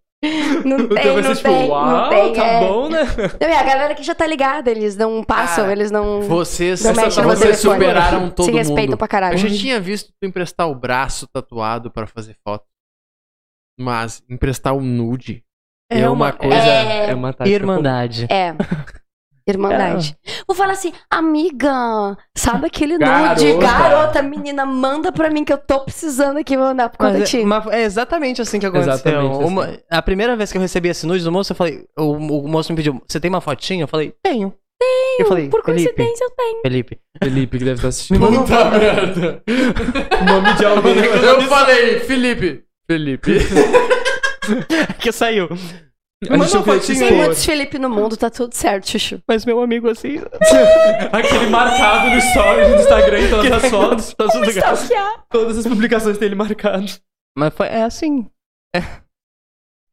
Speaker 6: Não
Speaker 3: Então
Speaker 6: tem,
Speaker 3: vai ser,
Speaker 6: não
Speaker 3: tipo,
Speaker 6: tem. Não
Speaker 3: uau,
Speaker 6: tem,
Speaker 3: tá
Speaker 6: é.
Speaker 3: bom, Ah, né?
Speaker 6: Não, e a galera que já tá ligada, eles não passam,
Speaker 1: Cara,
Speaker 6: eles não.
Speaker 1: Vocês,
Speaker 6: Não mexe no meu
Speaker 1: vocês
Speaker 6: telefone.
Speaker 1: superaram todo
Speaker 6: se
Speaker 1: mundo.
Speaker 6: respeitam pra caralho.
Speaker 1: Eu já tinha visto tu emprestar o braço tatuado pra fazer foto. Mas emprestar o
Speaker 2: <laughs>
Speaker 1: nude é, uma coisa.
Speaker 6: É.
Speaker 3: uma tática.
Speaker 2: Irmandade.
Speaker 6: É. Irmandade. Vou falar assim, amiga, sabe aquele nude?
Speaker 1: Garota.
Speaker 6: Garota, menina, manda pra mim que eu tô precisando aqui mandar por conta de
Speaker 2: Mas é,
Speaker 6: ti.
Speaker 2: mas é exatamente assim que aconteceu.
Speaker 3: Exatamente assim.
Speaker 2: Uma- a primeira vez que eu recebi esse nude do moço, eu falei, o, o moço me pediu, você tem uma fotinha? Eu falei, tenho. Eu falei,
Speaker 6: por
Speaker 2: Felipe,
Speaker 6: coincidência, eu tenho.
Speaker 2: <laughs> Felipe,
Speaker 3: Felipe, que deve estar assistindo.
Speaker 1: Puta merda!
Speaker 3: O nome de
Speaker 1: Eu falei, Felipe!
Speaker 3: <laughs>
Speaker 1: Felipe.
Speaker 2: <laughs> que saiu.
Speaker 3: A
Speaker 2: Manda uma
Speaker 3: gente não queria te
Speaker 2: fotinha
Speaker 6: Tem
Speaker 3: expor.
Speaker 6: muitos Felipe no mundo, tá tudo certo, Chuchu.
Speaker 2: Mas meu amigo assim,
Speaker 3: Aquele marcado no stories do Instagram, em todas <laughs> as fotos,
Speaker 2: tá tudo legal.
Speaker 6: Então,
Speaker 3: todas as publicações tem ele marcado.
Speaker 2: Mas foi, é assim.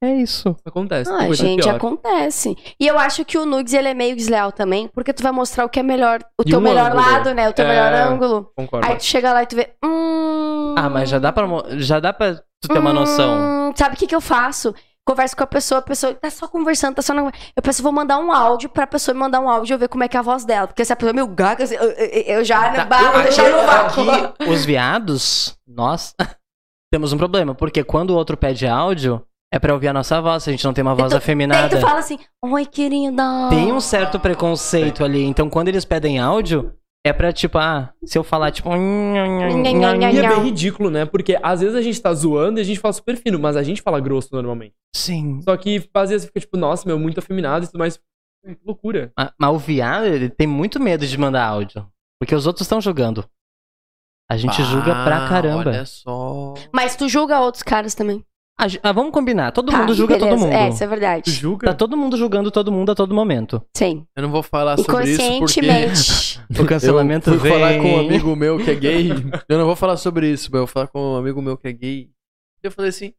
Speaker 2: É, é isso.
Speaker 3: Acontece,
Speaker 6: Ah,
Speaker 3: coisa
Speaker 6: gente,
Speaker 3: pior.
Speaker 6: acontece. E eu acho que o Nugs, ele é meio desleal também, porque tu vai mostrar o que é melhor, o
Speaker 3: E
Speaker 6: teu
Speaker 3: um
Speaker 6: melhor
Speaker 3: ângulo.
Speaker 6: lado, né? O teu
Speaker 3: É.
Speaker 6: melhor ângulo.
Speaker 3: Concordo.
Speaker 6: Aí tu chega lá e tu vê, hum...
Speaker 2: Ah, mas já dá pra, mo- já dá pra tu ter uma noção.
Speaker 6: Hum, sabe o que, que eu faço? Converso com a pessoa, a pessoa tá só conversando, tá só na... Eu penso, vou mandar um áudio pra pessoa me mandar um áudio e eu ver como é que é a voz dela. Porque se a pessoa me gaga, assim, eu, eu- eu já,
Speaker 2: Tá,
Speaker 6: bah, vou deixar no vácuo.
Speaker 2: Aqui, os viados, nós, <laughs> temos um problema. Porque quando o outro pede áudio, é pra ouvir a nossa voz. A gente não tem uma voz
Speaker 6: Então, Daí tu
Speaker 2: afeminada.
Speaker 6: fala assim, oi, querida.
Speaker 2: Tem um certo preconceito ali. Então, quando eles pedem áudio, é pra tipo, ah, se eu falar tipo.
Speaker 3: E é bem
Speaker 6: Não.
Speaker 3: ridículo, né? Porque às vezes a gente tá zoando e a gente fala super fino, mas a gente fala grosso normalmente.
Speaker 2: Sim.
Speaker 3: Só que às vezes fica tipo, nossa, meu, muito afeminado e tudo mais. É, Que loucura.
Speaker 2: Ma- Ah, Mas o viado, ele tem muito medo de mandar áudio. Porque os outros estão julgando. A gente julga pra
Speaker 1: Ah,
Speaker 2: caramba.
Speaker 1: Olha só.
Speaker 6: Mas tu julga outros caras também.
Speaker 2: A ge- ah, vamos combinar. Todo
Speaker 6: Tá,
Speaker 2: mundo julga
Speaker 6: beleza.
Speaker 2: todo mundo.
Speaker 6: É, isso é
Speaker 3: Tu
Speaker 6: verdade.
Speaker 3: julga?
Speaker 2: Tá todo mundo julgando todo mundo a todo momento.
Speaker 6: Sim.
Speaker 1: Eu não vou falar sobre isso porque.
Speaker 6: Inconscientemente.
Speaker 2: <laughs> O cancelamento
Speaker 1: eu fui
Speaker 2: vem.
Speaker 1: falar com um amigo meu que é gay. eu não vou falar sobre isso, mas eu vou falar com um amigo meu que é gay. E eu falei assim,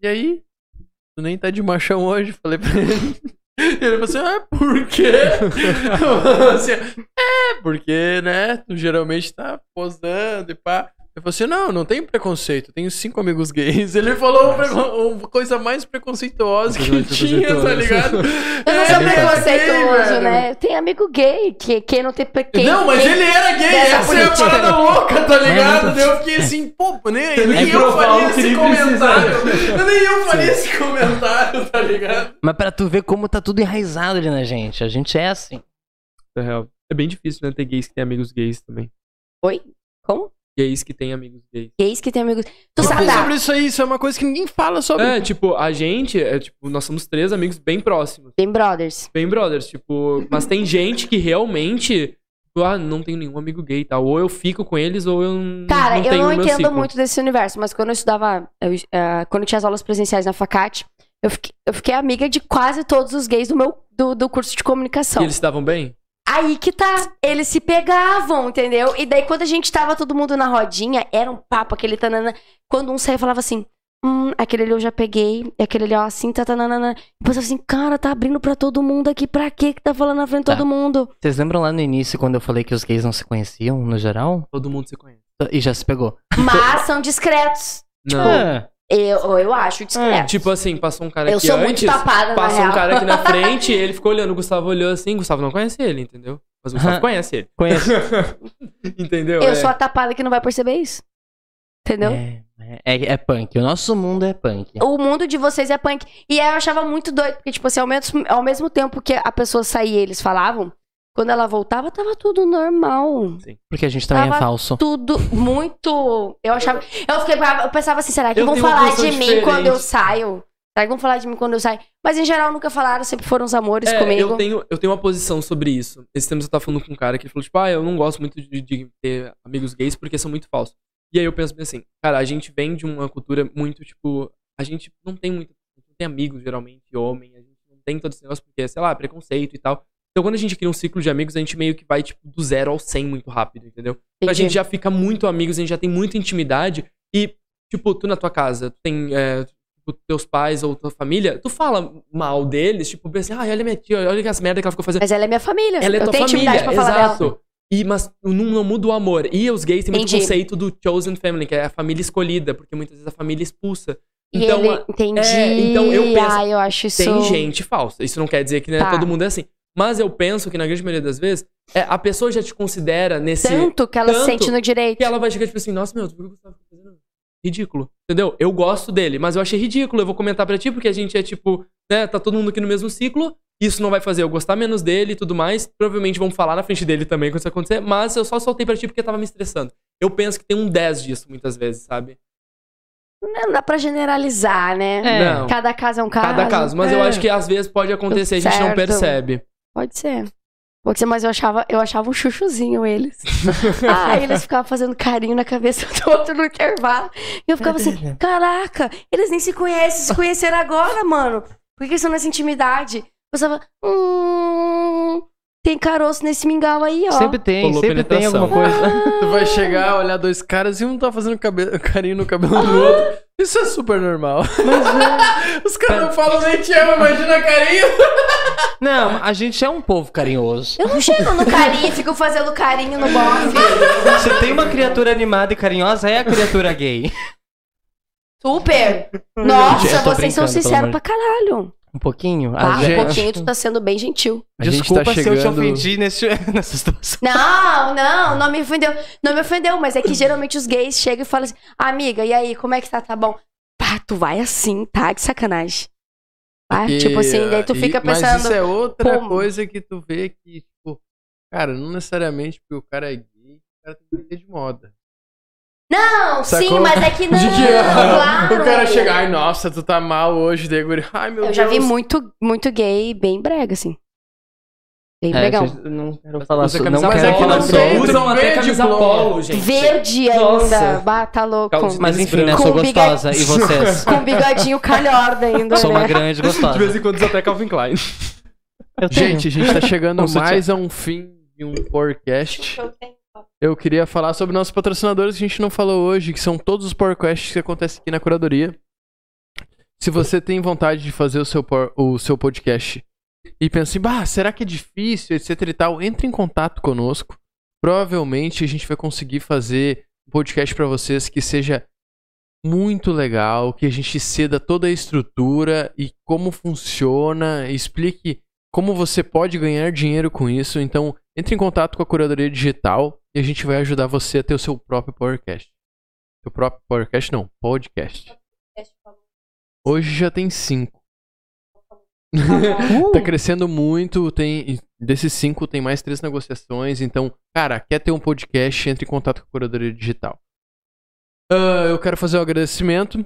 Speaker 1: e aí? Tu nem tá de machão hoje? Falei pra ele. E ele falou assim, ah, por quê? Eu falei assim, é, porque, né, tu geralmente tá posando e pá. Eu falei assim, não, não tem preconceito, tenho cinco amigos gays. Ele falou um precon- uma coisa mais preconceituosa
Speaker 3: Uma coisa
Speaker 1: que
Speaker 3: mais
Speaker 1: tinha, tá
Speaker 3: preconceituosa.
Speaker 1: ligado?
Speaker 6: Eu não
Speaker 1: É,
Speaker 6: sou
Speaker 1: ele tá gay,
Speaker 6: preconceituoso,
Speaker 1: velho.
Speaker 6: né? Tem amigo gay, que, que não tem... pre- Quem,
Speaker 1: não, mas
Speaker 6: quem-
Speaker 1: ele era gay,
Speaker 6: dessa
Speaker 1: essa é a
Speaker 6: política.
Speaker 1: parada louca, tá ligado?
Speaker 2: Mas-
Speaker 1: Daí eu fiquei assim, pô, nem, nem
Speaker 3: que
Speaker 1: eu
Speaker 3: provar
Speaker 1: faria
Speaker 3: o que
Speaker 1: esse
Speaker 3: ele
Speaker 1: comentário. Nem eu faria esse comentário, tá ligado?
Speaker 2: Mas pra tu ver como tá tudo enraizado ali na gente. A gente é assim.
Speaker 3: É real. É bem difícil, né? Ter gays que têm amigos gays também.
Speaker 6: Oi? Como?
Speaker 3: Gays que têm amigos gays.
Speaker 6: Gays que tem amigos... Tu sabe...
Speaker 1: Fala sobre isso aí, isso é uma coisa que ninguém fala sobre.
Speaker 3: É, tipo, a gente, é, tipo, nós somos três amigos bem próximos.
Speaker 6: Tem brothers.
Speaker 3: Bem brothers, tipo, mas tem gente que realmente. tipo, Ah, não tenho nenhum amigo gay e tal. Ou eu fico com eles, ou eu n- não
Speaker 6: Cara, eu
Speaker 3: tenho
Speaker 6: não
Speaker 3: no meu
Speaker 6: entendo
Speaker 3: ciclo.
Speaker 6: muito desse universo, mas quando eu estudava, eu, eh, quando tinha as aulas presenciais na facate, eu fiquei, eu fiquei amiga de quase todos os gays do meu do, do curso de comunicação.
Speaker 3: E eles se davam bem?
Speaker 6: Aí que tá, eles se pegavam, entendeu? E daí quando a gente tava todo mundo na rodinha, era um papo, aquele tanana. Quando um saía, falava assim, hum, aquele ali eu já peguei, e aquele ali, ó, assim, tá, tanana. E pensava assim, cara, tá abrindo pra todo mundo aqui, pra quê que tá falando na frente de
Speaker 2: Tá.
Speaker 6: todo
Speaker 3: <laughs>
Speaker 6: mundo?
Speaker 2: Vocês lembram lá no início quando eu falei que os gays não se conheciam, no geral?
Speaker 3: Todo mundo se conhece.
Speaker 2: E já se pegou.
Speaker 6: Mas são discretos.
Speaker 3: Não.
Speaker 2: Ah,
Speaker 6: Eu, eu acho discreto.
Speaker 3: Tipo assim, passou um cara
Speaker 6: É. eu
Speaker 3: aqui
Speaker 6: sou muito
Speaker 3: antes,
Speaker 6: tapada, na
Speaker 3: passou
Speaker 6: real.
Speaker 3: um cara
Speaker 6: <laughs>
Speaker 3: aqui na frente, ele ficou olhando, o Gustavo olhou assim, o Gustavo não conhece ele, entendeu? Mas o Gustavo <laughs>
Speaker 2: Aham.
Speaker 3: conhece ele,
Speaker 2: Conheço.
Speaker 6: <laughs>
Speaker 3: entendeu?
Speaker 6: Eu
Speaker 3: É.
Speaker 6: sou a tapada que não vai perceber isso. Entendeu?
Speaker 2: É, é, é punk. O nosso mundo é punk.
Speaker 6: O mundo de vocês é punk. E aí eu achava muito doido, porque, tipo assim, ao mesmo, ao mesmo tempo que a pessoa saía e eles falavam, quando ela voltava, tava tudo normal.
Speaker 2: Porque a gente também
Speaker 6: Tava-
Speaker 2: é falso.
Speaker 6: Tudo muito. Eu achava. Eu, fiquei, brava, eu pensava assim, será que
Speaker 3: Eu
Speaker 6: vão
Speaker 3: tenho uma
Speaker 6: falar de
Speaker 3: posição
Speaker 6: mim
Speaker 3: diferente.
Speaker 6: quando eu saio? Será que vão falar de mim quando eu saio? Mas em geral nunca falaram, sempre foram os amores
Speaker 3: É,
Speaker 6: comigo.
Speaker 3: Eu tenho, eu tenho uma posição sobre isso. Esses tempos eu tava falando com um cara que ele falou, tipo, ah, eu não gosto muito de, de ter amigos gays porque são muito falsos. E aí eu penso bem assim, cara, a gente vem de uma cultura muito, tipo, a gente não tem muito, não tem amigos, geralmente, homem, a gente não tem todo esse negócio porque, sei lá, preconceito e tal. Então quando a gente cria um ciclo de amigos, a gente meio que vai, tipo, do zero ao 100 muito rápido, entendeu? Então a
Speaker 6: Entendi.
Speaker 3: gente já fica muito amigos, a gente já tem muita intimidade. E, tipo, tu na tua casa, tu tem é, tipo, teus pais ou tua família, tu fala mal deles, tipo, pensa assim, ai, olha minha tia, olha que as merda que ela ficou fazendo.
Speaker 6: Mas ela é minha família.
Speaker 3: ela é
Speaker 6: eu
Speaker 3: tua
Speaker 6: tenho
Speaker 3: família,
Speaker 6: intimidade pra falar dela.
Speaker 3: exato. E, mas não, não muda o amor. E os gays têm muito
Speaker 6: Entendi.
Speaker 3: conceito do chosen family, que é a família escolhida, porque muitas vezes a família expulsa.
Speaker 6: E
Speaker 3: Então,
Speaker 6: ele, entendi.
Speaker 3: então eu penso,
Speaker 6: ah, eu acho isso.
Speaker 3: Tem gente falsa. Isso não quer dizer que né,
Speaker 6: Tá.
Speaker 3: todo mundo é assim. Mas eu penso que, na grande maioria das vezes, é, a pessoa já te considera nesse.
Speaker 6: tanto que ela se
Speaker 3: tanto
Speaker 6: sente no direito.
Speaker 3: que ela vai chegar tipo assim, nossa, meu, tu viu o que o Gustavo tá fazendo? Ridículo. Entendeu? Eu gosto dele, mas eu achei ridículo. Eu vou comentar pra ti, porque a gente é tipo, né, tá todo mundo aqui no mesmo ciclo. Isso não vai fazer eu gostar menos dele e tudo mais. Provavelmente vão falar na frente dele também quando isso acontecer, mas eu só soltei pra ti porque tava me estressando. Eu penso que tem um 10 disso muitas vezes, sabe?
Speaker 6: Não dá pra generalizar, né?
Speaker 2: É.
Speaker 3: Não.
Speaker 6: Cada caso é um caso.
Speaker 3: Cada caso. Mas eu
Speaker 2: É.
Speaker 3: acho que às vezes pode acontecer, a gente não
Speaker 6: Certo.
Speaker 3: percebe.
Speaker 6: Pode ser. Pode ser, mas eu achava, eu achava um chuchuzinho eles.
Speaker 2: <laughs>
Speaker 6: ah, eles ficavam fazendo carinho na cabeça do outro no intervalo. E eu ficava assim, caraca, eles nem se conhecem, se conheceram agora, mano. Por que que estão nessa intimidade? Eu pensava, hum, tem caroço nesse mingau aí, ó.
Speaker 2: Sempre tem,
Speaker 3: Rolou
Speaker 2: sempre tem
Speaker 3: penetração.
Speaker 2: alguma
Speaker 6: <laughs>
Speaker 2: coisa.
Speaker 1: Tu vai chegar, olhar dois caras e um tá fazendo cabe- carinho no cabelo do outro. Isso é super normal. <laughs> Os caras não falam nem te amo, imagina carinho.
Speaker 2: Não, a gente é um povo carinhoso.
Speaker 6: Eu não chego no carinho, fico fazendo carinho no bofe.
Speaker 2: <laughs> Se tem uma criatura animada e carinhosa, é a criatura gay. <laughs>
Speaker 6: Super!
Speaker 2: Gente,
Speaker 6: Nossa,
Speaker 2: eu tô
Speaker 6: vocês são
Speaker 2: brincando, pelo
Speaker 6: sinceros
Speaker 2: amor
Speaker 6: pra caralho.
Speaker 2: Um pouquinho?
Speaker 6: Tá,
Speaker 2: A
Speaker 1: gente-
Speaker 6: um pouquinho tu tá sendo bem gentil.
Speaker 2: Desculpa se eu te ofendi nesse, <laughs> nessa situação.
Speaker 6: Não, não, não me ofendeu. Não me ofendeu, mas é que geralmente os gays chegam e falam assim: amiga, e aí, como é que tá? Tá bom. Pá, tu vai assim, tá? Que sacanagem. Ah, tipo assim, daí tu
Speaker 1: E-
Speaker 6: fica
Speaker 1: Mas
Speaker 6: pensando.
Speaker 1: isso é outra
Speaker 6: pô.
Speaker 1: coisa que tu vê que, tipo, cara, não necessariamente porque o cara é gay, o cara tem que entender de moda.
Speaker 6: Não, sim,
Speaker 1: Sacou?
Speaker 6: mas é que <laughs> não.
Speaker 1: de que <laughs> ah,
Speaker 6: claro.
Speaker 1: o cara chega, ai, nossa, tu tá mal hoje, daí o guri, ai, meu
Speaker 6: Eu
Speaker 1: Deus.
Speaker 6: já vi muito, muito gay bem brega, assim. Bem
Speaker 2: É,
Speaker 6: bregão.
Speaker 2: não quero falar
Speaker 3: Usa
Speaker 2: sobre
Speaker 3: camisa
Speaker 2: não
Speaker 1: mas é
Speaker 2: quero
Speaker 1: que
Speaker 2: falar
Speaker 1: não
Speaker 2: sobre
Speaker 1: tem,
Speaker 2: isso.
Speaker 1: tu
Speaker 3: Usam até
Speaker 1: verde,
Speaker 3: camisa
Speaker 1: pô.
Speaker 3: polo, gente.
Speaker 6: Verde ainda.
Speaker 3: Nossa.
Speaker 6: Bah, tá louco.
Speaker 3: Caldo de-
Speaker 2: Mas enfim, né?
Speaker 6: Com
Speaker 2: Sou
Speaker 6: biga-
Speaker 2: gostosa. E vocês?
Speaker 6: Com bigodinho calhorda ainda,
Speaker 2: Sou
Speaker 6: <laughs>
Speaker 2: uma
Speaker 6: né?
Speaker 2: grande gostosa.
Speaker 3: De vez em quando usa até Calvin Klein.
Speaker 2: Eu tenho.
Speaker 1: Gente, a
Speaker 3: <laughs>
Speaker 1: gente tá chegando
Speaker 2: Um sutiã.
Speaker 1: mais a um fim de um podcast. Eu queria falar sobre nossos patrocinadores que a gente não falou hoje, que são todos os podcasts que acontecem aqui na curadoria. Se você tem vontade de fazer o seu, por- o seu podcast e pensa assim, bah, será que é difícil, etc e tal, entre em contato conosco. Provavelmente a gente vai conseguir fazer um podcast pra vocês que seja muito legal, que a gente ceda toda a estrutura e como funciona, explique como você pode ganhar dinheiro com isso. Então, entre em contato com a Curadoria Digital e a gente vai ajudar você a ter o seu próprio podcast. Seu próprio podcast não, podcast. Hoje já tem cinco. tá crescendo muito, tem e desses cinco tem mais três negociações. Então, cara, quer ter um podcast, entre em contato com a Curadoria Digital. Ah, eu quero fazer um agradecimento.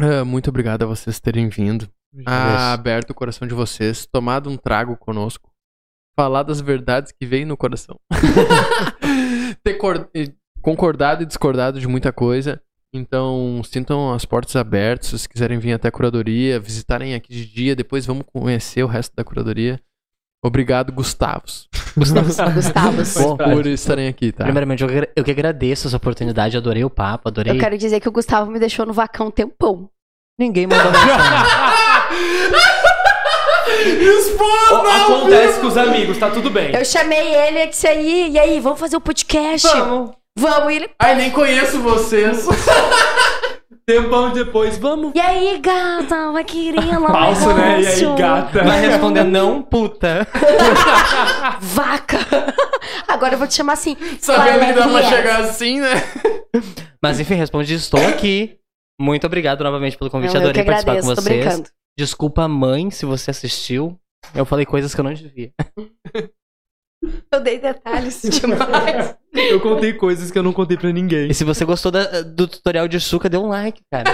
Speaker 1: Ah, muito obrigado a vocês terem vindo ah, aberto o coração de vocês, tomado um trago conosco, falar das verdades que vem no coração. Ter cor- eh, concordado e discordado de muita coisa. Então, sintam as portas abertas, se vocês quiserem vir até a curadoria, visitarem aqui de dia, depois vamos conhecer o resto da curadoria. Obrigado, Gustavos, <laughs>
Speaker 6: <laughs>
Speaker 1: Tá,
Speaker 6: Gustavos.
Speaker 2: Bom,
Speaker 1: por estarem aqui, tá?
Speaker 2: Primeiramente, eu, agra- eu que agradeço essa oportunidade, adorei o papo, adorei.
Speaker 6: Eu quero dizer que o Gustavo me deixou no vacão um tempão.
Speaker 2: Ninguém mandou mensagem.
Speaker 3: Acontece com os amigos, tá tudo bem.
Speaker 6: Eu chamei ele e disse aí, e aí, vamos fazer um podcast? Vamos. E ele,
Speaker 1: Ai, nem conheço vocês.
Speaker 3: Tempão depois, vamos.
Speaker 6: E aí, gata? Vai querer lá
Speaker 3: Falso,
Speaker 6: um
Speaker 3: né? E
Speaker 6: negócio?
Speaker 3: aí, gata?
Speaker 2: Vai responder não, puta.
Speaker 6: <laughs> Vaca! <laughs> Agora eu vou te chamar assim.
Speaker 1: Sabendo Tá que dá pra
Speaker 6: Valeria.
Speaker 1: chegar assim, né? <laughs>
Speaker 2: Mas enfim, responde, estou aqui. Muito obrigado novamente pelo convite,
Speaker 6: Não, eu que
Speaker 2: adorei participar com
Speaker 6: agradeço, tô
Speaker 2: vocês.
Speaker 6: brincando.
Speaker 2: Desculpa, mãe, se você assistiu. Eu falei coisas que eu não devia.
Speaker 6: Eu dei detalhes tipo, demais.
Speaker 3: Eu contei coisas que eu não contei pra ninguém.
Speaker 2: E se você gostou da- do tutorial de Suca, dê um like, cara.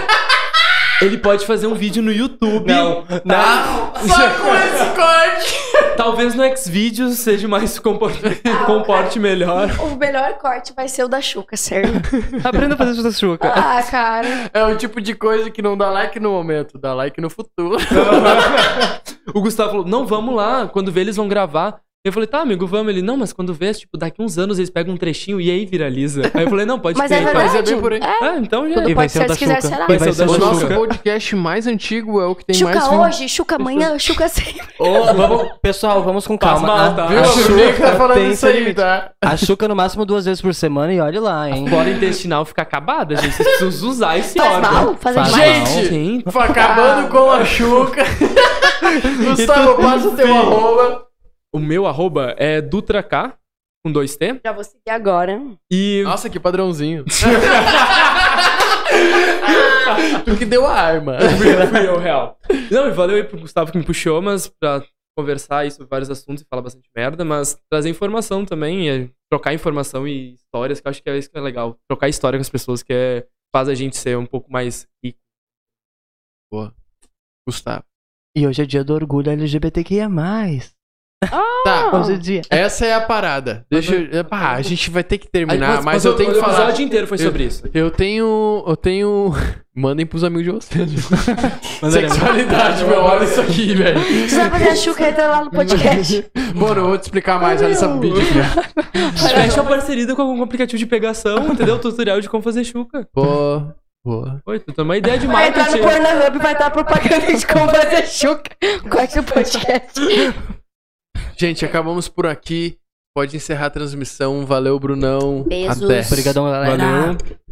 Speaker 3: Ele pode fazer um vídeo no YouTube. Tá?
Speaker 2: Não,
Speaker 3: não.
Speaker 1: Só com esse corte.
Speaker 3: Talvez no Xvideos seja mais comporte, comporte melhor.
Speaker 6: o melhor corte vai ser o da Chuca, sério.
Speaker 2: Aprenda a fazer isso da Suca.
Speaker 6: Ah, cara.
Speaker 1: <laughs> É o tipo de coisa que não dá like no momento, dá like no futuro.
Speaker 3: O Gustavo falou: não, vamos lá, quando vê eles vão gravar. Eu falei, tá, amigo, vamos. Ele, não, mas quando vê, tipo, daqui uns anos eles pegam um trechinho e aí viraliza. Aí eu falei, não, pode
Speaker 6: Mas
Speaker 3: ter,
Speaker 6: é
Speaker 3: então.
Speaker 6: verdade.
Speaker 1: é bem por aí.
Speaker 6: É.
Speaker 3: Ah, então já.
Speaker 6: Tudo
Speaker 2: E vai
Speaker 6: pode
Speaker 2: ser o
Speaker 6: ser,
Speaker 2: da
Speaker 6: se quiser,
Speaker 2: Xuca.
Speaker 6: será?
Speaker 3: Vai ser
Speaker 1: O
Speaker 3: Xuca.
Speaker 1: nosso podcast mais antigo é o que tem
Speaker 6: Chuca
Speaker 1: mais
Speaker 6: hoje, Chuca amanhã, Chuca sempre.
Speaker 2: Ô, vamos, pessoal, vamos com
Speaker 3: Faz
Speaker 2: calma.
Speaker 3: mal, tá?
Speaker 2: A-
Speaker 1: Viu?
Speaker 2: a
Speaker 1: O Chuca
Speaker 2: Xuca
Speaker 1: tá falando
Speaker 2: tem
Speaker 1: isso
Speaker 2: seu
Speaker 1: aí,
Speaker 2: limite.
Speaker 1: tá?
Speaker 2: A Xuca no máximo duas vezes por semana e olha lá, hein?
Speaker 3: Fora intestinal fica acabada, gente. Vocês precisam usar esse
Speaker 6: Faz
Speaker 3: órgão.
Speaker 6: mal? Fazer
Speaker 2: Faz
Speaker 6: demais?
Speaker 2: mal.
Speaker 1: Gente,
Speaker 3: Sim.
Speaker 1: Acabando com <laughs> a Chuca. Gustavo, passa o teu arroba.
Speaker 3: O meu arroba é DutraK, com dois T.
Speaker 6: Já vou seguir agora.
Speaker 3: E
Speaker 1: Nossa, que <laughs> padrãozinho. tu que deu a arma.
Speaker 3: fui, fui eu, real. Não, e valeu aí pro Gustavo que me puxou, mas pra conversar aí sobre vários assuntos e falar bastante merda, mas trazer informação também, e trocar informação e histórias, que eu acho que é isso que é legal. Trocar história com as pessoas que é, faz a gente ser um pouco mais rico.
Speaker 1: Gustavo.
Speaker 2: E hoje é dia do orgulho LGBTQIA.
Speaker 1: Tá,
Speaker 2: Hoje é dia.
Speaker 1: essa é a parada. Deixa eu... Ah, a gente vai ter que terminar, mas, eu tenho que
Speaker 3: O
Speaker 1: falar.
Speaker 3: episódio inteiro foi sobre
Speaker 1: sobre
Speaker 3: <laughs> isso.
Speaker 1: Eu tenho. Eu tenho. <laughs> Mandem pros amigos de vocês. <laughs>
Speaker 3: Mandaremos.
Speaker 1: Sexualidade, meu. Olha isso aqui, velho.
Speaker 6: Você vai fazer a Xuca entra lá no podcast.
Speaker 1: Mano, eu vou te explicar mais. Olha essa vídeo aqui.
Speaker 3: Fecha a parceria com algum aplicativo de pegação, entendeu? Tutorial de como fazer chuca.
Speaker 1: Boa. Boa.
Speaker 3: Oi, tu tem uma ideia de
Speaker 6: Vai entrar no
Speaker 3: marketing.
Speaker 6: Pornhub e vai estar propaganda de como fazer Xuca. Corte do podcast.
Speaker 1: Gente, acabamos por aqui. Pode encerrar a transmissão. Valeu, Brunão.
Speaker 6: Beijos.
Speaker 1: Até.
Speaker 2: Obrigadão, galera.
Speaker 3: Valeu.